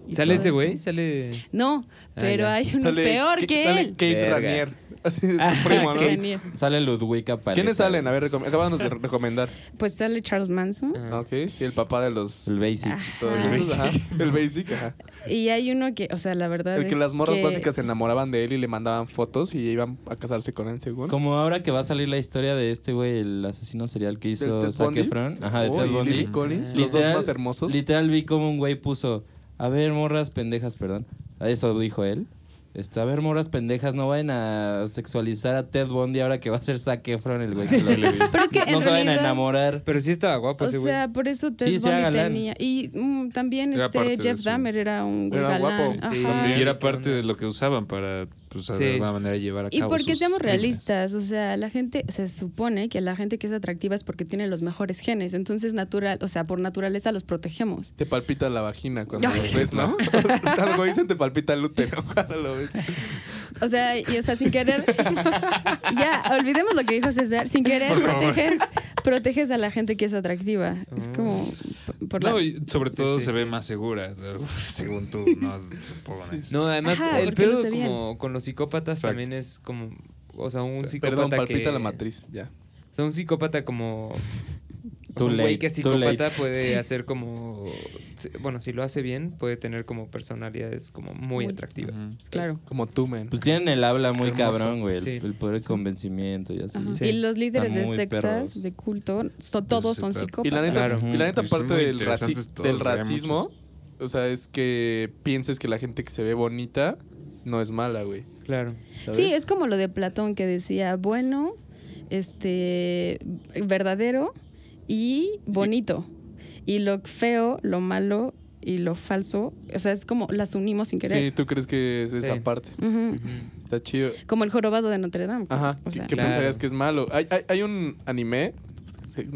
Speaker 3: y
Speaker 2: ¿Sale
Speaker 3: todo
Speaker 2: ese
Speaker 3: eso.
Speaker 2: güey? ¿Sale...?
Speaker 3: No, pero
Speaker 2: ya.
Speaker 3: hay uno
Speaker 4: Ah, Sale-
Speaker 3: peor
Speaker 4: Ki-
Speaker 3: que,
Speaker 4: sale
Speaker 3: él.
Speaker 4: Kate
Speaker 2: Verga.
Speaker 4: Ranier. Así es,
Speaker 3: Ah,
Speaker 4: su primo, ¿no?
Speaker 3: Kate Ranier.
Speaker 5: Sale Ludwika para.
Speaker 4: ¿Quiénes salen? A ver, recom- acábanos de recomendar.
Speaker 3: Pues sale Charles Manson.
Speaker 2: Ah.
Speaker 4: Ok, sí, el papá de los.
Speaker 5: El basic.
Speaker 4: todos
Speaker 3: Ajá.
Speaker 4: esos, ajá. El basic, ajá.
Speaker 3: Y hay uno que, o sea, la verdad.
Speaker 4: El que
Speaker 3: es
Speaker 4: las morras
Speaker 3: que-
Speaker 4: básicas se enamoraban de él y le mandaban fotos y iban a casarse con él, según.
Speaker 5: Como ahora que va a salir la historia de este güey, el asesino serial que
Speaker 4: ¿Del
Speaker 5: hizo
Speaker 4: Ted
Speaker 5: Zac
Speaker 4: Bundy?
Speaker 5: Efron. Ajá, de
Speaker 4: Oh,
Speaker 5: Ted
Speaker 4: y
Speaker 5: Bundy.
Speaker 4: Lily Collins, los dos
Speaker 5: Literal-
Speaker 4: más hermosos.
Speaker 5: Literal vi como un güey puso, a ver, morras pendejas, perdón. Eso dijo él. Este, a ver, morras pendejas, no vayan a sexualizar a Ted Bundy ahora que va a ser Zac Efron el güey. que lo-
Speaker 3: Pero es que en
Speaker 5: no se vayan a
Speaker 3: realidad-
Speaker 5: enamorar.
Speaker 2: Pero pues sí estaba guapo
Speaker 3: O
Speaker 2: ese güey.
Speaker 3: sea, por eso Ted
Speaker 5: Sí, sí era
Speaker 3: Bundy
Speaker 5: galán.
Speaker 3: tenía. Y mm, también
Speaker 1: Era parte
Speaker 3: este
Speaker 1: de
Speaker 3: Jeff
Speaker 1: su-
Speaker 3: Dahmer era un güey
Speaker 4: Era
Speaker 3: galán.
Speaker 4: guapo,
Speaker 2: sí,
Speaker 3: Ajá.
Speaker 2: también.
Speaker 1: Y era parte de lo que usaban para, pues,
Speaker 2: Sí.
Speaker 1: de alguna manera llevar a
Speaker 3: Y
Speaker 1: cabo
Speaker 3: porque
Speaker 1: sus
Speaker 3: seamos
Speaker 1: crímenes.
Speaker 3: realistas, o sea, la gente se supone que la gente que es atractiva es porque tiene los mejores genes, entonces natural, o sea, por naturaleza los protegemos.
Speaker 4: Te palpita la vagina cuando lo
Speaker 3: Ay.
Speaker 4: ves, ¿no? Algo dicen te palpita el útero cuando lo ves.
Speaker 3: O sea, y o sea, sin querer ya olvidemos lo que dijo César, sin querer
Speaker 1: Por favor.
Speaker 3: proteges proteges a la gente que es atractiva. Es
Speaker 2: Ah.
Speaker 3: como p- por la-
Speaker 1: No, y sobre
Speaker 2: Sí,
Speaker 1: todo
Speaker 2: sí,
Speaker 1: se
Speaker 2: sí.
Speaker 1: ve más segura, según tú, no supones.
Speaker 2: No, además,
Speaker 3: Ajá,
Speaker 2: el
Speaker 3: porque lo
Speaker 2: pedo
Speaker 3: sé bien.
Speaker 2: como con los psicópatas
Speaker 1: Exacto.
Speaker 2: también es como... O sea, un psicópata
Speaker 4: Perdón, palpita
Speaker 2: que-
Speaker 4: la matriz, ya.
Speaker 2: O sea, un psicópata como... o sea,
Speaker 5: Too
Speaker 2: un
Speaker 5: late,
Speaker 2: güey que es
Speaker 5: too late.
Speaker 2: psicópata puede hacer como... sí, Bueno, si lo hace bien, puede tener como personalidades como muy
Speaker 3: Muy-
Speaker 2: atractivas.
Speaker 1: Ujú.
Speaker 3: claro.
Speaker 4: Como tú, men.
Speaker 5: Pues tienen el habla muy
Speaker 2: Hermoso.
Speaker 5: cabrón, güey. El,
Speaker 2: Sí.
Speaker 5: el poder de convencimiento y así.
Speaker 3: Ajá.
Speaker 2: Sí.
Speaker 3: Y los líderes
Speaker 5: Están
Speaker 3: de
Speaker 5: muy
Speaker 3: sectas,
Speaker 5: perros.
Speaker 3: de culto, so- todos
Speaker 1: se
Speaker 3: son
Speaker 1: trata.
Speaker 4: y
Speaker 3: psicópatas.
Speaker 4: la neta,
Speaker 2: Claro.
Speaker 4: y la
Speaker 5: Pues,
Speaker 4: neta
Speaker 1: Y son
Speaker 4: parte
Speaker 1: muy
Speaker 4: del, raci-
Speaker 1: interesantes todos,
Speaker 4: del
Speaker 1: güey, hay
Speaker 4: racismo, o sea, es que pienses que la gente que se ve bonita no es mala, güey.
Speaker 2: Claro.
Speaker 4: ¿sabes?
Speaker 3: Sí, es como lo de Platón que decía bueno, este, verdadero y bonito. Y lo feo, lo malo y lo falso, o sea, es como las unimos sin
Speaker 4: Sí,
Speaker 3: querer.
Speaker 4: tú crees que es esa
Speaker 2: Sí.
Speaker 4: parte.
Speaker 3: Ujú.
Speaker 4: Está chido.
Speaker 3: Como el jorobado de Notre Dame.
Speaker 4: Ajá,
Speaker 3: O
Speaker 4: ¿qué-
Speaker 3: sea,
Speaker 4: ¿qué
Speaker 2: Claro.
Speaker 4: pensarías que es malo? Hay, hay, hay un anime, se-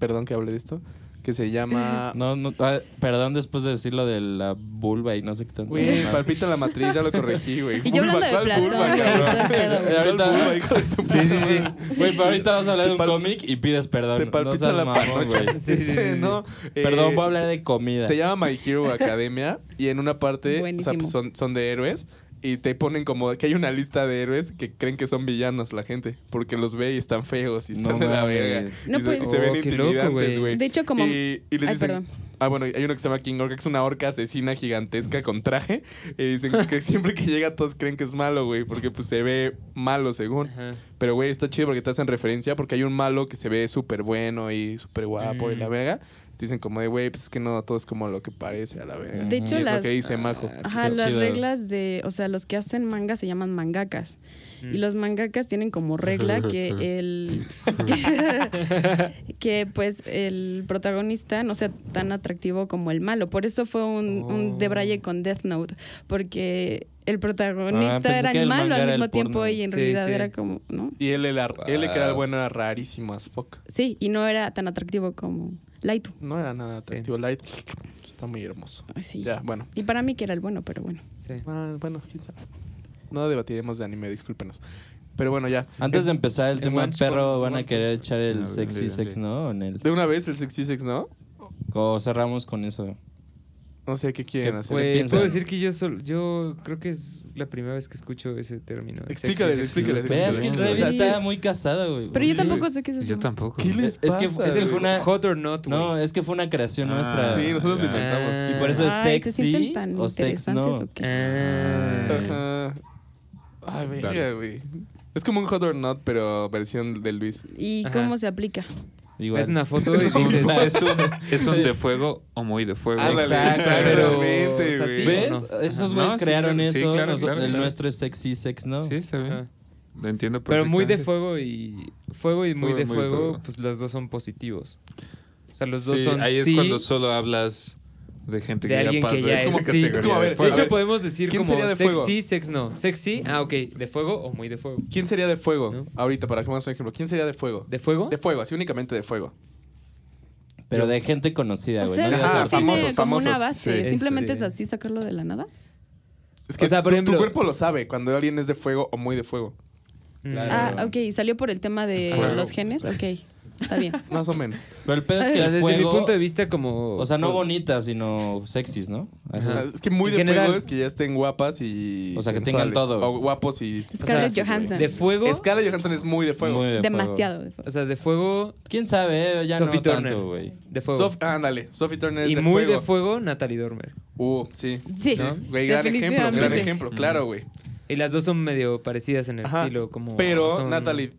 Speaker 4: perdón que hable de esto, que se llama...
Speaker 5: No, no, ah, perdón después de decir lo de la vulva y no sé qué tanto.
Speaker 4: Güey, palpita la matriz, ya lo corregí, güey.
Speaker 3: Y yo hablando de
Speaker 4: ¿cuál
Speaker 3: Platón,
Speaker 4: vulva,
Speaker 3: güey,
Speaker 4: cabrón?
Speaker 3: todo el pedo, güey.
Speaker 4: ¿Cuál
Speaker 5: Ahorita-
Speaker 4: vulva, hijo de tu
Speaker 5: Sí, sí,
Speaker 4: puta
Speaker 5: sí.
Speaker 4: madre?
Speaker 5: Güey, pero ahorita vas a hablar
Speaker 4: Te
Speaker 5: de un
Speaker 4: pal-
Speaker 5: cómic y pides
Speaker 4: Te
Speaker 5: perdón. No
Speaker 4: palpita
Speaker 5: seas
Speaker 4: la
Speaker 5: mamón, güey.
Speaker 4: panocha.
Speaker 2: Sí, sí, sí, sí.
Speaker 4: No, eh,
Speaker 5: Perdón, voy a hablar de comida.
Speaker 4: Se llama My Hero Academia y en una parte o sea,
Speaker 3: Buenísimo.
Speaker 4: pues, son, son de héroes y te ponen como que hay una lista de héroes que creen que son villanos la gente porque los ve y están feos y
Speaker 5: No
Speaker 4: están de la
Speaker 5: mames.
Speaker 4: verga.
Speaker 3: No,
Speaker 4: y se,
Speaker 3: pues-
Speaker 4: y se ven
Speaker 2: Oh, qué loco,
Speaker 4: intimidantes,
Speaker 2: güey.
Speaker 4: güey.
Speaker 3: De hecho, como...
Speaker 4: Y, y les
Speaker 3: Ay,
Speaker 4: dicen...
Speaker 3: perdón.
Speaker 4: Ah, bueno, hay uno que se llama King Orca, que es una orca asesina gigantesca con traje. Y dicen que siempre que llega todos creen que es malo, güey, porque pues se ve malo según.
Speaker 2: Ajá.
Speaker 4: Pero, güey, está chido porque te hacen referencia porque hay un malo que se ve súper bueno y súper guapo y la
Speaker 2: Mm.
Speaker 4: verga. Te dicen como de, güey, pues es que no, todo es como lo que parece a la verga.
Speaker 3: De hecho,
Speaker 4: y es lo
Speaker 3: las- Ah.
Speaker 4: que dice Majo.
Speaker 3: Ajá,
Speaker 5: qué
Speaker 3: las
Speaker 5: chido.
Speaker 3: reglas de, o sea, los que hacen manga se llaman mangakas.
Speaker 2: Mm.
Speaker 3: Y los mangakas tienen como regla que el que pues el protagonista no sea tan atractivo como el malo. Por eso fue un, un
Speaker 2: Oh.
Speaker 3: debraye con Death Note, porque el
Speaker 5: Ah,
Speaker 3: protagonista
Speaker 5: pensé
Speaker 3: era
Speaker 5: que
Speaker 3: el
Speaker 5: el
Speaker 3: malo
Speaker 5: manga
Speaker 3: al
Speaker 5: era
Speaker 3: mismo
Speaker 5: el
Speaker 3: tiempo
Speaker 5: porno.
Speaker 3: y en
Speaker 2: Sí,
Speaker 3: realidad
Speaker 2: sí.
Speaker 3: era como, ¿no?
Speaker 4: Y él, el, ar- él que era el
Speaker 5: Wow.
Speaker 4: bueno, era rarísimo as fuck.
Speaker 3: Sí, y no era tan atractivo como Light.
Speaker 4: No era nada atractivo. Light está muy hermoso.
Speaker 3: Sí.
Speaker 4: Ya, bueno.
Speaker 3: Y para mí que era el bueno, pero bueno.
Speaker 2: Mm, Sí.
Speaker 4: Ah, bueno, quién sabe. No debatiremos de anime, discúlpenos. Pero bueno, ya.
Speaker 5: Antes de empezar el
Speaker 2: En
Speaker 5: tema
Speaker 2: Once
Speaker 5: perro,
Speaker 2: Upon-
Speaker 5: ¿van a
Speaker 2: Once
Speaker 5: querer
Speaker 2: Upon-
Speaker 5: echar
Speaker 1: Sí,
Speaker 5: el
Speaker 1: la
Speaker 5: sexy
Speaker 1: verdad,
Speaker 5: sex,
Speaker 1: sí.
Speaker 5: no? En el...
Speaker 4: De una vez el 66, ¿no?
Speaker 5: O cerramos con eso.
Speaker 4: No sé qué quieren
Speaker 5: ¿Qué
Speaker 1: Ah,
Speaker 4: hacer.
Speaker 5: fue?
Speaker 2: Güey,
Speaker 5: piensan?
Speaker 2: puedo decir que yo sol- yo creo que es la primera vez que escucho ese término. de
Speaker 4: Explícales,
Speaker 2: sexy, sexy.
Speaker 4: explícales,
Speaker 5: Vea, es que el Travis
Speaker 3: Sí.
Speaker 5: está muy casado, güey.
Speaker 3: Pero yo
Speaker 5: Pues Sí.
Speaker 3: tampoco sé qué es eso.
Speaker 1: Yo tampoco.
Speaker 4: ¿Qué les
Speaker 5: Es es que,
Speaker 4: pasa,
Speaker 5: es que
Speaker 4: güey?
Speaker 5: fue una...
Speaker 2: Hot or not, güey.
Speaker 5: No, es que fue una creación
Speaker 1: Ah,
Speaker 5: nuestra.
Speaker 4: Sí, nosotros
Speaker 1: Ah.
Speaker 4: lo inventamos.
Speaker 5: Y por eso es
Speaker 3: Ay, ¿se
Speaker 5: sexy
Speaker 3: sienten tan
Speaker 5: o sex no.
Speaker 3: interesantes o qué?
Speaker 2: Ah.
Speaker 4: Ajá. Ay, verga,
Speaker 1: Dale.
Speaker 4: güey. Es como un hot or not, pero versión de Luis.
Speaker 3: ¿Y
Speaker 2: Ajá.
Speaker 3: cómo se aplica?
Speaker 5: Igual.
Speaker 2: Es una foto y
Speaker 1: Es un,
Speaker 2: dices... "Ah,
Speaker 1: es un- es un de fuego o muy de fuego.
Speaker 5: Ándale, Exacto,
Speaker 2: pero-
Speaker 4: exactamente,
Speaker 2: o sea,
Speaker 4: güey.
Speaker 2: sí. ¿o
Speaker 5: ¿Ves?
Speaker 2: no?
Speaker 5: Esos
Speaker 1: Ajá.
Speaker 5: güeyes
Speaker 1: No, sí,
Speaker 5: crearon
Speaker 1: claro, sí,
Speaker 5: eso.
Speaker 1: claro,
Speaker 5: nos-
Speaker 1: claro,
Speaker 5: el
Speaker 1: claro.
Speaker 5: nuestro es sexy sex no.
Speaker 1: Sí, está bien.
Speaker 2: Ajá.
Speaker 1: Lo entiendo
Speaker 2: Pero muy de
Speaker 1: perfectamente.
Speaker 2: fuego y... Fuego y muy
Speaker 1: Fuego y
Speaker 2: de
Speaker 1: muy
Speaker 2: fuego,
Speaker 1: fuego.
Speaker 2: pues los dos son positivos. O sea, los dos
Speaker 1: Sí,
Speaker 2: son
Speaker 1: ahí es
Speaker 2: sí
Speaker 1: cuando solo hablas de gente
Speaker 2: de
Speaker 1: que ya
Speaker 2: alguien
Speaker 1: pasa.
Speaker 2: que ya
Speaker 1: es como
Speaker 2: es. sí.
Speaker 1: categoría
Speaker 4: Es como, a
Speaker 1: de
Speaker 4: ver,
Speaker 2: De
Speaker 1: fuego.
Speaker 2: hecho, podemos decir
Speaker 4: ¿quién
Speaker 2: como
Speaker 4: sería de fuego?
Speaker 2: sexy, sex no. Sexy, ah, ok. ¿De fuego o muy de fuego?
Speaker 4: ¿Quién sería de fuego?
Speaker 2: ¿No?
Speaker 4: Ahorita, para que pongamos un ejemplo. ¿Quién sería de fuego?
Speaker 2: ¿De fuego?
Speaker 4: De fuego, así únicamente de fuego.
Speaker 5: Pero de gente conocida,
Speaker 3: O
Speaker 5: güey.
Speaker 3: sea,
Speaker 5: no
Speaker 3: eso
Speaker 5: de
Speaker 4: Ajá,
Speaker 3: no
Speaker 5: artistas.
Speaker 3: tiene
Speaker 4: famosos,
Speaker 3: como una
Speaker 4: famosos.
Speaker 3: base.
Speaker 2: Sí,
Speaker 3: Simplemente
Speaker 2: sí.
Speaker 3: es así, sacarlo de la nada.
Speaker 4: Es que
Speaker 2: O sea, por
Speaker 4: tu-
Speaker 2: ejemplo-
Speaker 4: tu cuerpo lo sabe cuando alguien es de fuego o muy de fuego.
Speaker 2: Mm.
Speaker 5: Claro.
Speaker 3: Ah, ok. ¿Salió por el tema de
Speaker 1: Fuego.
Speaker 3: los genes? Ok. Está bien.
Speaker 4: Más o menos.
Speaker 5: Pero el pedo es
Speaker 2: O
Speaker 5: que
Speaker 2: sea,
Speaker 5: el
Speaker 2: desde
Speaker 5: fuego...
Speaker 2: mi punto de vista como...
Speaker 5: O sea, no
Speaker 2: pues,
Speaker 5: bonitas, sino sexys, ¿no? Ajá.
Speaker 2: Ajá.
Speaker 4: Es que muy
Speaker 2: En
Speaker 4: de fuego
Speaker 2: general-
Speaker 4: es que ya estén guapas y.
Speaker 5: O sea, que tengan
Speaker 4: sensuales.
Speaker 5: todo.
Speaker 4: O guapos y.
Speaker 3: Scarlett
Speaker 4: sexys, güey.
Speaker 3: Johansson.
Speaker 2: De fuego...
Speaker 4: Scarlett Johansson es muy de fuego.
Speaker 5: Muy de fuego.
Speaker 3: Demasiado. de fuego.
Speaker 2: O sea, de fuego...
Speaker 5: ¿Quién sabe? eh? Ya
Speaker 2: Sophie
Speaker 5: no
Speaker 2: Turner.
Speaker 5: tanto, güey.
Speaker 2: De fuego.
Speaker 4: Sof- ah, ándale. Sophie Turner es
Speaker 2: y
Speaker 4: de
Speaker 2: muy
Speaker 4: fuego.
Speaker 2: de fuego, Natalie Dormer.
Speaker 4: Uh, sí.
Speaker 3: Sí.
Speaker 2: ¿No?
Speaker 4: Güey, gran ejemplo, gran
Speaker 3: Definitivamente.
Speaker 4: ejemplo, claro, güey.
Speaker 2: Y las dos son medio parecidas en el
Speaker 4: Ajá,
Speaker 2: estilo, como...
Speaker 4: Pero
Speaker 2: son-
Speaker 4: Natalie